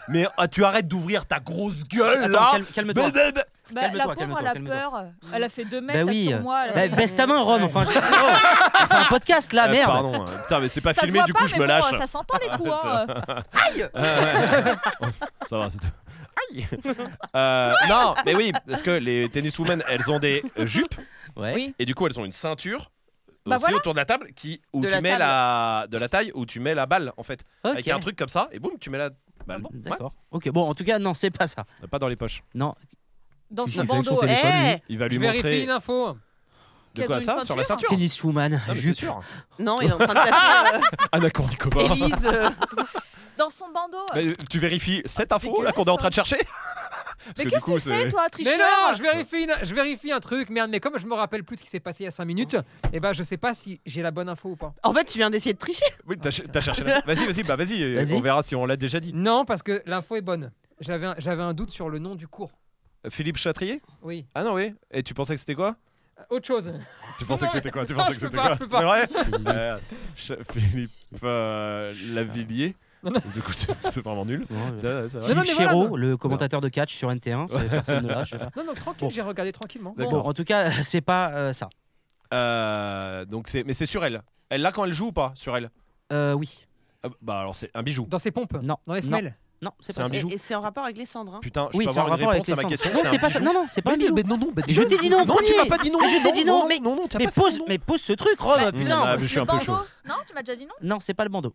[SPEAKER 3] mais ah, tu arrêtes d'ouvrir ta grosse gueule
[SPEAKER 1] Attends,
[SPEAKER 3] là.
[SPEAKER 1] calme- calme-toi.
[SPEAKER 3] Bé, bé, bé.
[SPEAKER 4] Bah,
[SPEAKER 1] Calme-toi,
[SPEAKER 4] La pauvre,
[SPEAKER 1] calme-toi,
[SPEAKER 4] elle a
[SPEAKER 1] calme-toi.
[SPEAKER 4] peur. Elle a fait 2 mètres
[SPEAKER 1] Bah
[SPEAKER 4] là,
[SPEAKER 1] oui, euh,
[SPEAKER 4] sur moi. elle a-
[SPEAKER 1] Bah, baisse ta main, Rome. Enfin, je... Oh, on fait un podcast là,
[SPEAKER 3] Euh,
[SPEAKER 1] merde.
[SPEAKER 3] Pardon, euh, putain, mais c'est pas
[SPEAKER 4] Ça se
[SPEAKER 3] filmé,
[SPEAKER 4] voit
[SPEAKER 3] du
[SPEAKER 4] pas,
[SPEAKER 3] coup je
[SPEAKER 4] mais
[SPEAKER 3] me
[SPEAKER 4] bon,
[SPEAKER 3] lâche.
[SPEAKER 4] Ça s'entend les coups.
[SPEAKER 3] Ça
[SPEAKER 4] hein.
[SPEAKER 3] Ah, ouais, ouais. Ça va, c'est tout. Euh, non, mais oui, parce que les tenniswomen, elles ont des euh, jupes
[SPEAKER 1] Ouais.
[SPEAKER 4] Oui.
[SPEAKER 3] et du coup elles ont une ceinture
[SPEAKER 4] Bah
[SPEAKER 3] aussi
[SPEAKER 4] voilà.
[SPEAKER 3] autour de la table qui où
[SPEAKER 8] De
[SPEAKER 3] tu
[SPEAKER 8] la
[SPEAKER 3] mets
[SPEAKER 8] table.
[SPEAKER 3] la de la taille où tu mets la balle en fait
[SPEAKER 1] Ok. Ah
[SPEAKER 3] avec un truc comme ça et boum tu mets la balle. Ouais,
[SPEAKER 1] D'accord. Ok, bon, en tout cas, non, c'est pas ça.
[SPEAKER 3] pas dans les poches.
[SPEAKER 1] Non,
[SPEAKER 4] Dans
[SPEAKER 1] Qu'est-ce
[SPEAKER 4] son
[SPEAKER 1] qu'il fait avec son
[SPEAKER 4] bandeau.
[SPEAKER 1] téléphone
[SPEAKER 8] Eh
[SPEAKER 3] Il va
[SPEAKER 5] Je
[SPEAKER 3] lui
[SPEAKER 5] vérifie
[SPEAKER 3] montrer
[SPEAKER 5] une info.
[SPEAKER 3] de
[SPEAKER 4] Qu'elles
[SPEAKER 3] quoi
[SPEAKER 4] ont une
[SPEAKER 3] ça sur la ceinture.
[SPEAKER 4] ceinture
[SPEAKER 1] Tenniswoman,
[SPEAKER 3] Ah, mais c'est
[SPEAKER 1] jupe.
[SPEAKER 3] sûr.
[SPEAKER 8] Non, il est en train de taper
[SPEAKER 3] Anna Kournikova.
[SPEAKER 8] euh, Élise. euh,
[SPEAKER 4] Dans son bandeau.
[SPEAKER 3] Mais, euh, Tu vérifies cette info là
[SPEAKER 4] dégueulasse,
[SPEAKER 3] qu'on est en train
[SPEAKER 4] hein.
[SPEAKER 3] de chercher
[SPEAKER 4] Mais
[SPEAKER 3] que du
[SPEAKER 4] qu'est-ce que
[SPEAKER 3] coup,
[SPEAKER 4] tu fais,
[SPEAKER 3] c'est-
[SPEAKER 4] toi,
[SPEAKER 5] Mais
[SPEAKER 4] tricheur
[SPEAKER 5] non, je vérifie, une- je vérifie un truc. Merde, mais comme je me rappelle plus de ce qui s'est passé il y a 5 minutes, eh ben, je sais pas si j'ai la bonne info ou pas.
[SPEAKER 8] En fait, tu viens d'essayer de tricher.
[SPEAKER 3] Oui, t'as ch- t'as cherché. la- Vas-y, vas-y, bah vas-y, euh,
[SPEAKER 1] Vas-y.
[SPEAKER 3] on verra si on l'a déjà dit.
[SPEAKER 5] Non, parce que l'info est bonne. J'avais un, j'avais un doute sur le nom du cours.
[SPEAKER 3] Philippe Chatrier
[SPEAKER 5] Oui.
[SPEAKER 3] Ah non, oui. Et tu pensais que c'était quoi
[SPEAKER 5] Euh, Autre chose.
[SPEAKER 3] Tu pensais que c'était quoi Tu
[SPEAKER 5] Non,
[SPEAKER 3] pensais que
[SPEAKER 5] je peux
[SPEAKER 3] c'était
[SPEAKER 5] pas,
[SPEAKER 3] quoi
[SPEAKER 5] je
[SPEAKER 3] C'est
[SPEAKER 5] peux
[SPEAKER 3] vrai Euh, Ch- Philippe euh, Lavillier.
[SPEAKER 5] Non, non.
[SPEAKER 3] Du coup, c'est c'est vraiment nul.
[SPEAKER 1] Non, euh,
[SPEAKER 3] Ouais, ouais, c'est vrai.
[SPEAKER 5] Non, non,
[SPEAKER 1] Philippe
[SPEAKER 5] mais voilà,
[SPEAKER 1] Chéreau,
[SPEAKER 5] non.
[SPEAKER 1] le commentateur de catch sur NT1, ça, personne ne l'a, je sais pas.
[SPEAKER 5] Non, non,
[SPEAKER 1] Bon.
[SPEAKER 5] tranquille, j'ai regardé tranquillement.
[SPEAKER 1] Bon,
[SPEAKER 3] Ah. D'accord.
[SPEAKER 1] en tout cas, c'est pas euh, ça.
[SPEAKER 3] Euh, donc c'est, mais c'est sur elle. Elle là quand elle joue ou pas sur elle
[SPEAKER 1] Euh, oui.
[SPEAKER 3] Ah, Bah alors c'est un bijou.
[SPEAKER 5] Dans ses pompes
[SPEAKER 1] Non.
[SPEAKER 5] Dans les
[SPEAKER 1] Non.
[SPEAKER 5] semelles
[SPEAKER 1] Non, c'est
[SPEAKER 3] C'est
[SPEAKER 1] pas
[SPEAKER 3] un
[SPEAKER 1] ça.
[SPEAKER 3] bijou.
[SPEAKER 8] Et, et c'est en rapport avec les cendres. hein.
[SPEAKER 3] Putain, je
[SPEAKER 1] Oui,
[SPEAKER 3] peux
[SPEAKER 1] c'est en
[SPEAKER 3] avoir une
[SPEAKER 1] rapport avec
[SPEAKER 3] réponse
[SPEAKER 1] les
[SPEAKER 3] à ma
[SPEAKER 1] cendres.
[SPEAKER 3] question.
[SPEAKER 1] Non, c'est pas ça.
[SPEAKER 3] bijou
[SPEAKER 1] Non, non, c'est pas un bijou.
[SPEAKER 3] non, non, bah,
[SPEAKER 1] Mais je t'ai dit non en
[SPEAKER 3] Non, tu m'as
[SPEAKER 1] premier.
[SPEAKER 3] pas dit non.
[SPEAKER 1] Mais je t'ai dit non, mais-
[SPEAKER 3] non, non, t'as
[SPEAKER 1] Mais
[SPEAKER 3] pas dit
[SPEAKER 1] pose,
[SPEAKER 3] non.
[SPEAKER 1] mais pose ce truc, Rome,
[SPEAKER 4] Bah,
[SPEAKER 1] putain.
[SPEAKER 3] ah, je suis
[SPEAKER 4] Le
[SPEAKER 3] un peu chaud.
[SPEAKER 4] bandeau. Non, tu m'as déjà dit non
[SPEAKER 1] Non, c'est pas le bandeau.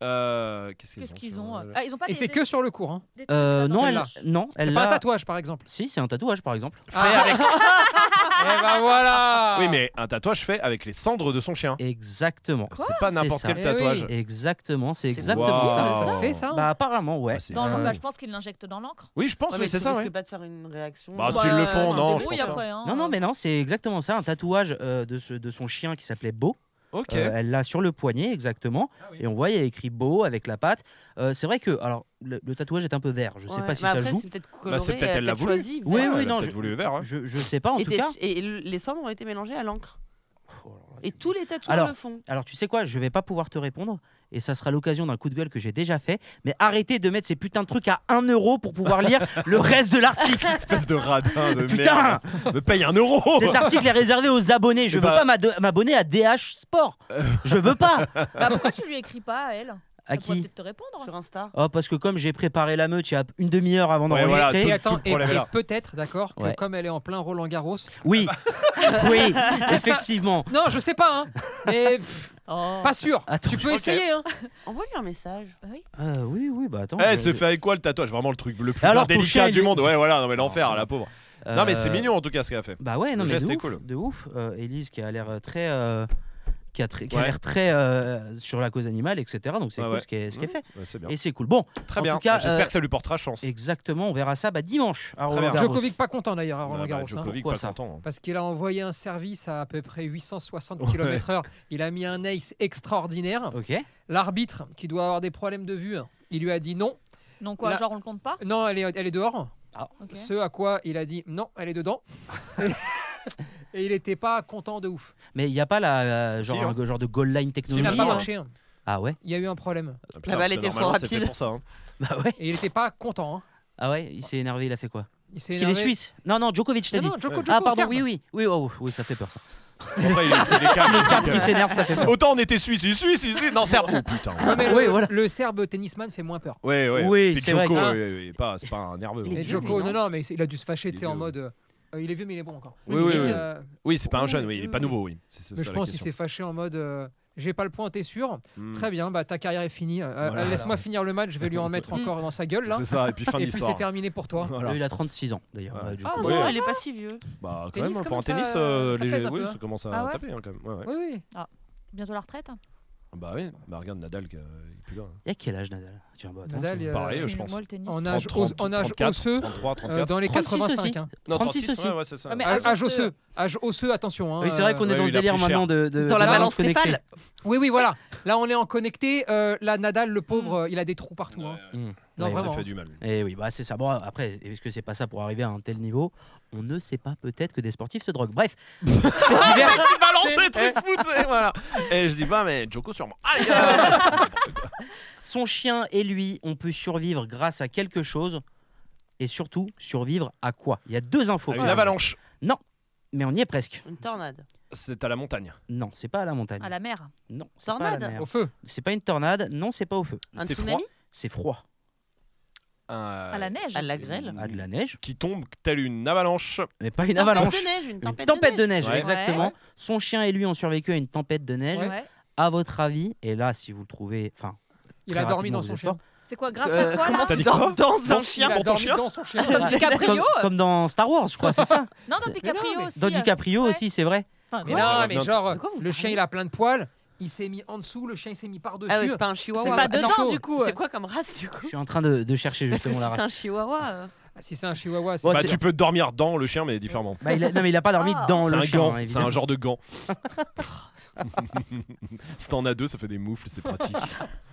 [SPEAKER 3] Euh, qu'est-ce qu'ils
[SPEAKER 4] Qu'est-ce
[SPEAKER 3] ont,
[SPEAKER 4] qu'ils
[SPEAKER 3] sur-
[SPEAKER 4] ont euh Ah, Ils ont pas
[SPEAKER 5] Et
[SPEAKER 4] des-
[SPEAKER 5] c'est
[SPEAKER 4] des-
[SPEAKER 5] que sur le cours. hein.
[SPEAKER 4] des trucs,
[SPEAKER 1] Euh,
[SPEAKER 4] là, dans
[SPEAKER 1] non,
[SPEAKER 4] les-
[SPEAKER 1] elle,
[SPEAKER 5] lâche.
[SPEAKER 1] non, elle
[SPEAKER 5] C'est pas un
[SPEAKER 1] l'a-
[SPEAKER 5] tatouage, par exemple. Ah.
[SPEAKER 1] Si, c'est un tatouage, par exemple.
[SPEAKER 3] Fait avec-
[SPEAKER 5] Eh ben voilà
[SPEAKER 3] Ah. Oui, mais un tatouage fait avec les cendres de son chien.
[SPEAKER 1] Exactement.
[SPEAKER 3] C'est pas n'importe
[SPEAKER 1] Ah, ça.
[SPEAKER 3] quel
[SPEAKER 5] Eh
[SPEAKER 3] tatouage.
[SPEAKER 5] oui.
[SPEAKER 1] Exactement, c'est
[SPEAKER 8] C'est
[SPEAKER 1] exactement
[SPEAKER 3] Waouh.
[SPEAKER 1] ça.
[SPEAKER 5] Ça se fait, ça hein.
[SPEAKER 1] Bah apparemment, ouais.
[SPEAKER 3] Ah, c'est
[SPEAKER 4] Dans
[SPEAKER 3] fou.
[SPEAKER 4] le- bah, je pense qu'ils l'injectent dans l'encre.
[SPEAKER 3] Oui, je pense, oui,
[SPEAKER 8] Ah, mais
[SPEAKER 3] c'est
[SPEAKER 8] tu
[SPEAKER 3] ça.
[SPEAKER 8] risques
[SPEAKER 3] ouais.
[SPEAKER 8] pas de faire une réaction.
[SPEAKER 3] Bah, Ah, s'ils le font, non,
[SPEAKER 4] tu
[SPEAKER 3] je
[SPEAKER 4] te
[SPEAKER 3] pense
[SPEAKER 4] débrouilles
[SPEAKER 3] pas.
[SPEAKER 4] après, hein.
[SPEAKER 1] Non, non, mais non, c'est exactement ça, un tatouage euh, de, ce- de son chien qui s'appelait Beau.
[SPEAKER 3] Ok. Ah
[SPEAKER 1] Euh, elle l'a sur le poignet, exactement. Et on voit, il y a écrit Beau avec la patte. Euh, c'est vrai que, alors, le, le tatouage est un peu vert, je sais
[SPEAKER 8] Ouais,
[SPEAKER 1] pas si
[SPEAKER 8] mais
[SPEAKER 1] ça
[SPEAKER 8] après,
[SPEAKER 1] joue.
[SPEAKER 8] C'est peut-être
[SPEAKER 3] Bah,
[SPEAKER 8] coloré.
[SPEAKER 3] c'est peut-être elle l'a voulu.
[SPEAKER 8] choisi.
[SPEAKER 1] Oui,
[SPEAKER 8] vert.
[SPEAKER 1] oui,
[SPEAKER 3] elle a
[SPEAKER 1] non,
[SPEAKER 3] peut-être
[SPEAKER 1] je-
[SPEAKER 3] voulu le vert. hein.
[SPEAKER 1] Je, je sais pas, en
[SPEAKER 8] Et,
[SPEAKER 1] tout
[SPEAKER 8] tes-
[SPEAKER 1] cas.
[SPEAKER 8] et le- les cendres ont été mélangées à l'encre.
[SPEAKER 3] Oh
[SPEAKER 8] Et tous les tatouages
[SPEAKER 1] Alors-
[SPEAKER 8] le font.
[SPEAKER 1] Alors, tu sais quoi, je vais pas pouvoir te répondre, et ça sera l'occasion d'un coup de gueule que j'ai déjà fait, mais arrêtez de mettre ces putains de trucs à 1 euro pour pouvoir lire le reste de l'article.
[SPEAKER 3] Espèce de radin de
[SPEAKER 1] Putain
[SPEAKER 3] merde. Me paye un euro.
[SPEAKER 1] Cet article est réservé aux abonnés. Je
[SPEAKER 3] Eh
[SPEAKER 1] veux
[SPEAKER 3] ben- Euh.
[SPEAKER 1] pas m'ado- m'abonner à DH Sport. Je veux pas.
[SPEAKER 4] Bah, pourquoi tu lui écris pas à elle
[SPEAKER 1] À
[SPEAKER 4] Elle pourrait
[SPEAKER 1] qui
[SPEAKER 4] peut-être te répondre.
[SPEAKER 8] Sur Insta.
[SPEAKER 1] Oh, parce que comme j'ai préparé la meute il y a une demi-heure avant
[SPEAKER 3] Ouais, voilà,
[SPEAKER 1] d'enregistrer.
[SPEAKER 5] Et
[SPEAKER 3] tout-
[SPEAKER 5] attends,
[SPEAKER 3] le
[SPEAKER 5] et,
[SPEAKER 3] problème est
[SPEAKER 5] et
[SPEAKER 3] là.
[SPEAKER 5] peut-être, d'accord, que
[SPEAKER 1] Ouais.
[SPEAKER 5] comme elle est en plein Roland Garros.
[SPEAKER 1] Oui, oui, effectivement.
[SPEAKER 5] Non, je sais pas, hein, mais pff,
[SPEAKER 4] Oh.
[SPEAKER 5] pas sûr.
[SPEAKER 1] Attends,
[SPEAKER 5] tu peux
[SPEAKER 3] crois
[SPEAKER 5] essayer, hein.
[SPEAKER 8] Envoie-lui un message.
[SPEAKER 1] Euh, oui, oui, bah attends.
[SPEAKER 3] Eh,
[SPEAKER 1] je-
[SPEAKER 3] c'est fait avec quoi le tatouage Vraiment le truc le plus
[SPEAKER 1] Alors, ton chien,
[SPEAKER 3] délicat
[SPEAKER 1] il
[SPEAKER 3] du
[SPEAKER 1] est-
[SPEAKER 3] monde. Ouais, voilà, non mais l'enfer,
[SPEAKER 1] Oh.
[SPEAKER 3] la pauvre.
[SPEAKER 1] euh,
[SPEAKER 3] Non mais c'est mignon en tout cas ce qu'elle a fait.
[SPEAKER 1] Bah ouais, non
[SPEAKER 3] Le
[SPEAKER 1] mais
[SPEAKER 3] geste
[SPEAKER 1] de
[SPEAKER 3] est
[SPEAKER 1] ouf,
[SPEAKER 3] cool.
[SPEAKER 1] de ouf. Euh, Élise qui a l'air euh, très. euh, qui a, très- qui a
[SPEAKER 3] Ouais.
[SPEAKER 1] l'air très euh, sur la cause animale, etc. Donc c'est
[SPEAKER 3] Ouais,
[SPEAKER 1] cool
[SPEAKER 3] ouais.
[SPEAKER 1] ce qui est, ce qui est fait.
[SPEAKER 3] Ouais, c'est bien.
[SPEAKER 1] Et c'est cool. Bon,
[SPEAKER 3] Très
[SPEAKER 1] en
[SPEAKER 3] bien.
[SPEAKER 1] tout cas,
[SPEAKER 3] J'espère
[SPEAKER 1] euh,
[SPEAKER 3] que ça lui portera chance.
[SPEAKER 1] exactement, on verra ça bah, dimanche à
[SPEAKER 3] bien.
[SPEAKER 1] Roland-Garros.
[SPEAKER 5] Djokovic pas content d'ailleurs à
[SPEAKER 3] Ah, bah,
[SPEAKER 5] Roland Garros. hein.
[SPEAKER 3] Djokovic,
[SPEAKER 1] Pourquoi
[SPEAKER 3] pas
[SPEAKER 1] ça
[SPEAKER 3] content. hein.
[SPEAKER 5] parce qu'il a envoyé un service à à peu près 860
[SPEAKER 3] Ouais.
[SPEAKER 5] km/h. Il a mis un ace extraordinaire.
[SPEAKER 1] Ok.
[SPEAKER 5] L'arbitre, qui doit avoir des problèmes de vue, il lui a dit non.
[SPEAKER 4] Non, quoi,
[SPEAKER 5] Là-
[SPEAKER 4] genre on le compte pas
[SPEAKER 5] Non, elle est, elle est dehors.
[SPEAKER 4] Ok.
[SPEAKER 5] Ce à quoi il a dit non, elle est dedans. Et il n'était pas content de ouf.
[SPEAKER 1] Mais il n'y a pas la, euh, genre,
[SPEAKER 3] Si, hein.
[SPEAKER 1] un genre de goal line
[SPEAKER 5] Il
[SPEAKER 1] technologie.
[SPEAKER 5] n'a pas
[SPEAKER 1] hein.
[SPEAKER 5] marché. hein.
[SPEAKER 1] Ah ouais
[SPEAKER 5] Il y a eu un problème.
[SPEAKER 3] Ah, putain,
[SPEAKER 8] La
[SPEAKER 3] parce
[SPEAKER 8] balle
[SPEAKER 3] que
[SPEAKER 8] était fort
[SPEAKER 3] normalement, c'est
[SPEAKER 8] rapide.
[SPEAKER 3] fait pour ça. hein.
[SPEAKER 1] Bah ouais.
[SPEAKER 5] Et il n'était pas content. hein.
[SPEAKER 1] Ah ouais, il s'est énervé, il a fait quoi
[SPEAKER 5] Il s'est
[SPEAKER 1] Parce qu'il est
[SPEAKER 5] énervé.
[SPEAKER 1] suisse. Non, non, Djokovic, je t'ai
[SPEAKER 5] Non,
[SPEAKER 1] dit.
[SPEAKER 5] non, Djoko-
[SPEAKER 3] Ouais.
[SPEAKER 5] Djoko,
[SPEAKER 1] Ah pardon,
[SPEAKER 5] Serbe.
[SPEAKER 1] oui, oui, oui, oh, oui, ça fait peur. Ça.
[SPEAKER 3] Après, il, il est calme.
[SPEAKER 1] Le
[SPEAKER 3] il est
[SPEAKER 1] Serbe qui
[SPEAKER 3] calme.
[SPEAKER 1] s'énerve, ça fait peur.
[SPEAKER 3] Autant on était suisse, il est suisse, il est suisse. Non, Serbe. Oh putain.
[SPEAKER 5] Non, mais le,
[SPEAKER 1] Oui, voilà.
[SPEAKER 5] le serbe tennisman fait moins peur.
[SPEAKER 3] Ouais, ouais.
[SPEAKER 1] Oui,
[SPEAKER 3] Puis
[SPEAKER 1] c'est vrai
[SPEAKER 3] Djoko,
[SPEAKER 5] que-
[SPEAKER 3] euh, il est pas, c'est pas un nerveux.
[SPEAKER 8] Il est
[SPEAKER 5] Et
[SPEAKER 3] hein.
[SPEAKER 8] vieux,
[SPEAKER 5] Djoko,
[SPEAKER 8] lui,
[SPEAKER 5] non,
[SPEAKER 8] non
[SPEAKER 5] non, mais il a dû se fâcher,
[SPEAKER 3] Il est
[SPEAKER 5] tu sais, en
[SPEAKER 3] vieux.
[SPEAKER 5] mode. euh, euh, il est vieux, mais il est bon encore.
[SPEAKER 3] Oui, oui,
[SPEAKER 5] Et,
[SPEAKER 3] oui.
[SPEAKER 5] euh,
[SPEAKER 3] Oui, c'est pas un
[SPEAKER 5] Oui,
[SPEAKER 3] jeune,
[SPEAKER 5] oui,
[SPEAKER 3] oui, il est
[SPEAKER 5] oui,
[SPEAKER 3] pas
[SPEAKER 5] oui.
[SPEAKER 3] nouveau, oui. C'est c'est
[SPEAKER 5] mais
[SPEAKER 3] ça
[SPEAKER 5] je
[SPEAKER 3] la
[SPEAKER 5] pense qu'il
[SPEAKER 3] question.
[SPEAKER 5] s'est fâché en mode. euh, J'ai pas le point, t'es sûr
[SPEAKER 3] Mm.
[SPEAKER 5] Très bien, bah ta carrière est finie. Euh,
[SPEAKER 3] Voilà.
[SPEAKER 5] euh, Laisse-moi finir le match, je vais lui en mettre
[SPEAKER 1] Hmm.
[SPEAKER 4] Mm.
[SPEAKER 5] encore dans sa gueule là.
[SPEAKER 3] C'est ça, et puis fin de
[SPEAKER 5] Et puis c'est
[SPEAKER 3] l'histoire.
[SPEAKER 5] terminé pour toi.
[SPEAKER 3] Voilà.
[SPEAKER 1] Lui, Il a 36 ans d'ailleurs.
[SPEAKER 3] Ouais.
[SPEAKER 5] bah,
[SPEAKER 1] euh, Djokovic.
[SPEAKER 4] Ah,
[SPEAKER 8] Non,
[SPEAKER 3] Ouais.
[SPEAKER 8] il est pas si vieux.
[SPEAKER 3] Bah, quand
[SPEAKER 4] Tennis
[SPEAKER 3] même, pour
[SPEAKER 4] comme
[SPEAKER 3] un
[SPEAKER 4] ça,
[SPEAKER 3] tennis,
[SPEAKER 4] euh,
[SPEAKER 3] euh,
[SPEAKER 4] ça
[SPEAKER 3] les-
[SPEAKER 4] pèse un
[SPEAKER 3] oui,
[SPEAKER 4] peu, hein.
[SPEAKER 3] ça commence
[SPEAKER 4] Ah
[SPEAKER 3] à
[SPEAKER 4] ouais
[SPEAKER 3] taper hein, quand même. Ouais, ouais.
[SPEAKER 5] Oui, oui.
[SPEAKER 4] Bientôt la retraite
[SPEAKER 3] Bah oui, bah regarde Nadal qui euh, il est plus là. hein.
[SPEAKER 1] Il y a quel âge Nadal Tiens, bah, attends.
[SPEAKER 5] Nadal, il y a-
[SPEAKER 3] Pareil,
[SPEAKER 4] Je
[SPEAKER 3] euh,
[SPEAKER 4] suis
[SPEAKER 3] je pense.
[SPEAKER 4] Moi, le tennis.
[SPEAKER 5] En âge,
[SPEAKER 3] 30,
[SPEAKER 5] os- en âge
[SPEAKER 3] 34,
[SPEAKER 5] osseux,
[SPEAKER 3] 33,
[SPEAKER 5] euh,
[SPEAKER 3] 34.
[SPEAKER 5] dans les
[SPEAKER 1] 36 aussi.
[SPEAKER 5] 85. hein.
[SPEAKER 3] Non,
[SPEAKER 1] 36 Euh, aussi.
[SPEAKER 3] ouais, ouais, c'est ça.
[SPEAKER 4] Ah, mais
[SPEAKER 5] Âge,
[SPEAKER 4] Âge
[SPEAKER 5] âge
[SPEAKER 4] osseux.
[SPEAKER 5] osseux, âge osseux, attention. hein,
[SPEAKER 1] Oui, c'est vrai
[SPEAKER 5] euh,
[SPEAKER 1] qu'on est
[SPEAKER 3] Ouais,
[SPEAKER 1] dans ce
[SPEAKER 3] il a pris
[SPEAKER 1] délire
[SPEAKER 3] cher.
[SPEAKER 1] maintenant de, de-
[SPEAKER 8] Dans la
[SPEAKER 1] de
[SPEAKER 8] balance
[SPEAKER 1] connectée.
[SPEAKER 8] stéphale.
[SPEAKER 5] Oui, oui, voilà. Là, on est en connecté. Euh, là, Nadal, le pauvre, euh, il a des trous partout. hein.
[SPEAKER 1] Mmh.
[SPEAKER 5] Non,
[SPEAKER 1] Ouais,
[SPEAKER 5] vraiment.
[SPEAKER 3] Ça fait du mal.
[SPEAKER 1] Et oui, bah c'est ça. Bon, après, est-ce que c'est pas ça pour arriver à un tel niveau On ne sait pas. Peut-être que des sportifs se droguent. Bref. Fait divers.
[SPEAKER 3] Il balance des trucs foot, et voilà. Et Eh, je dis pas, mais Joko sûrement. Allez,
[SPEAKER 1] Son chien et lui ont pu survivre grâce à quelque chose. Et surtout, survivre à quoi Il y a deux infos.
[SPEAKER 3] Une avalanche.
[SPEAKER 1] Mais on y est presque.
[SPEAKER 8] Une tornade.
[SPEAKER 3] C'est à la montagne.
[SPEAKER 1] Non, c'est pas à la montagne.
[SPEAKER 4] À la mer.
[SPEAKER 1] Non, c'est pas à la
[SPEAKER 8] Tornade
[SPEAKER 1] mer.
[SPEAKER 5] Au feu.
[SPEAKER 1] C'est pas une tornade. Non, c'est pas au feu.
[SPEAKER 8] Un
[SPEAKER 3] C'est
[SPEAKER 8] tsunami
[SPEAKER 1] C'est froid.
[SPEAKER 3] Euh,
[SPEAKER 4] À la neige.
[SPEAKER 8] À la grêle
[SPEAKER 1] À de la neige,
[SPEAKER 3] Qui tombe telle une avalanche.
[SPEAKER 1] mais pas une
[SPEAKER 8] Tempête
[SPEAKER 1] avalanche.
[SPEAKER 8] de neige, une
[SPEAKER 1] Une
[SPEAKER 8] tempête,
[SPEAKER 1] de neige,
[SPEAKER 3] Ouais.
[SPEAKER 1] exactement.
[SPEAKER 4] Ouais.
[SPEAKER 1] Son chien et lui ont survécu à une tempête de neige.
[SPEAKER 4] Ouais.
[SPEAKER 1] À votre avis, et là, si vous le trouvez, enfin,
[SPEAKER 5] Il
[SPEAKER 1] Très
[SPEAKER 5] a dormi
[SPEAKER 1] rapidement,
[SPEAKER 5] dans
[SPEAKER 1] vous
[SPEAKER 5] son
[SPEAKER 1] êtes
[SPEAKER 5] chien.
[SPEAKER 4] C'est quoi Grâce
[SPEAKER 8] Euh,
[SPEAKER 4] à quoi
[SPEAKER 8] comment
[SPEAKER 4] là
[SPEAKER 3] T'as dit
[SPEAKER 8] dans,
[SPEAKER 3] quoi
[SPEAKER 8] dans un
[SPEAKER 5] Il
[SPEAKER 8] chien
[SPEAKER 5] a
[SPEAKER 3] pour ton
[SPEAKER 5] dormi
[SPEAKER 3] chien
[SPEAKER 5] dans son chien.
[SPEAKER 4] Dans DiCaprio
[SPEAKER 1] Comme, comme dans Star Wars, je crois, c'est ça.
[SPEAKER 4] Non, dans
[SPEAKER 1] Mais
[SPEAKER 4] DiCaprio
[SPEAKER 5] non,
[SPEAKER 4] aussi.
[SPEAKER 1] Dans
[SPEAKER 4] euh,
[SPEAKER 1] DiCaprio
[SPEAKER 4] ouais.
[SPEAKER 1] aussi, c'est vrai.
[SPEAKER 4] Enfin,
[SPEAKER 5] Mais
[SPEAKER 4] ouais.
[SPEAKER 5] non,
[SPEAKER 3] Ouais.
[SPEAKER 5] mais
[SPEAKER 3] Non,
[SPEAKER 5] genre,
[SPEAKER 8] de quoi vous
[SPEAKER 5] le chien,
[SPEAKER 8] parlez
[SPEAKER 5] il a plein de poils. Il s'est mis en dessous. Le chien, il s'est mis par-dessus.
[SPEAKER 8] Ah ouais, c'est pas un chihuahua.
[SPEAKER 4] C'est pas
[SPEAKER 8] Attends,
[SPEAKER 4] dedans, du coup.
[SPEAKER 8] C'est quoi comme race du
[SPEAKER 1] Je
[SPEAKER 8] coup
[SPEAKER 1] suis en train de, de chercher
[SPEAKER 8] Parce que
[SPEAKER 1] justement
[SPEAKER 8] si
[SPEAKER 1] la
[SPEAKER 4] hein.
[SPEAKER 8] c'est
[SPEAKER 1] race.
[SPEAKER 8] un chihuahua. euh,
[SPEAKER 5] Ah, Si c'est un chihuahua, c'est
[SPEAKER 1] Ouais,
[SPEAKER 3] bah,
[SPEAKER 1] c'est-
[SPEAKER 3] tu peux dormir dans le chien, mais différemment.
[SPEAKER 1] Bah, il a- non, mais il a pas dormi
[SPEAKER 4] Ah.
[SPEAKER 1] dans
[SPEAKER 3] C'est
[SPEAKER 1] le
[SPEAKER 3] un
[SPEAKER 1] chien.
[SPEAKER 3] gant,
[SPEAKER 1] hein,
[SPEAKER 3] c'est un
[SPEAKER 1] évidemment.
[SPEAKER 3] genre de gant. si t'en as deux, ça fait des moufles, c'est pratique.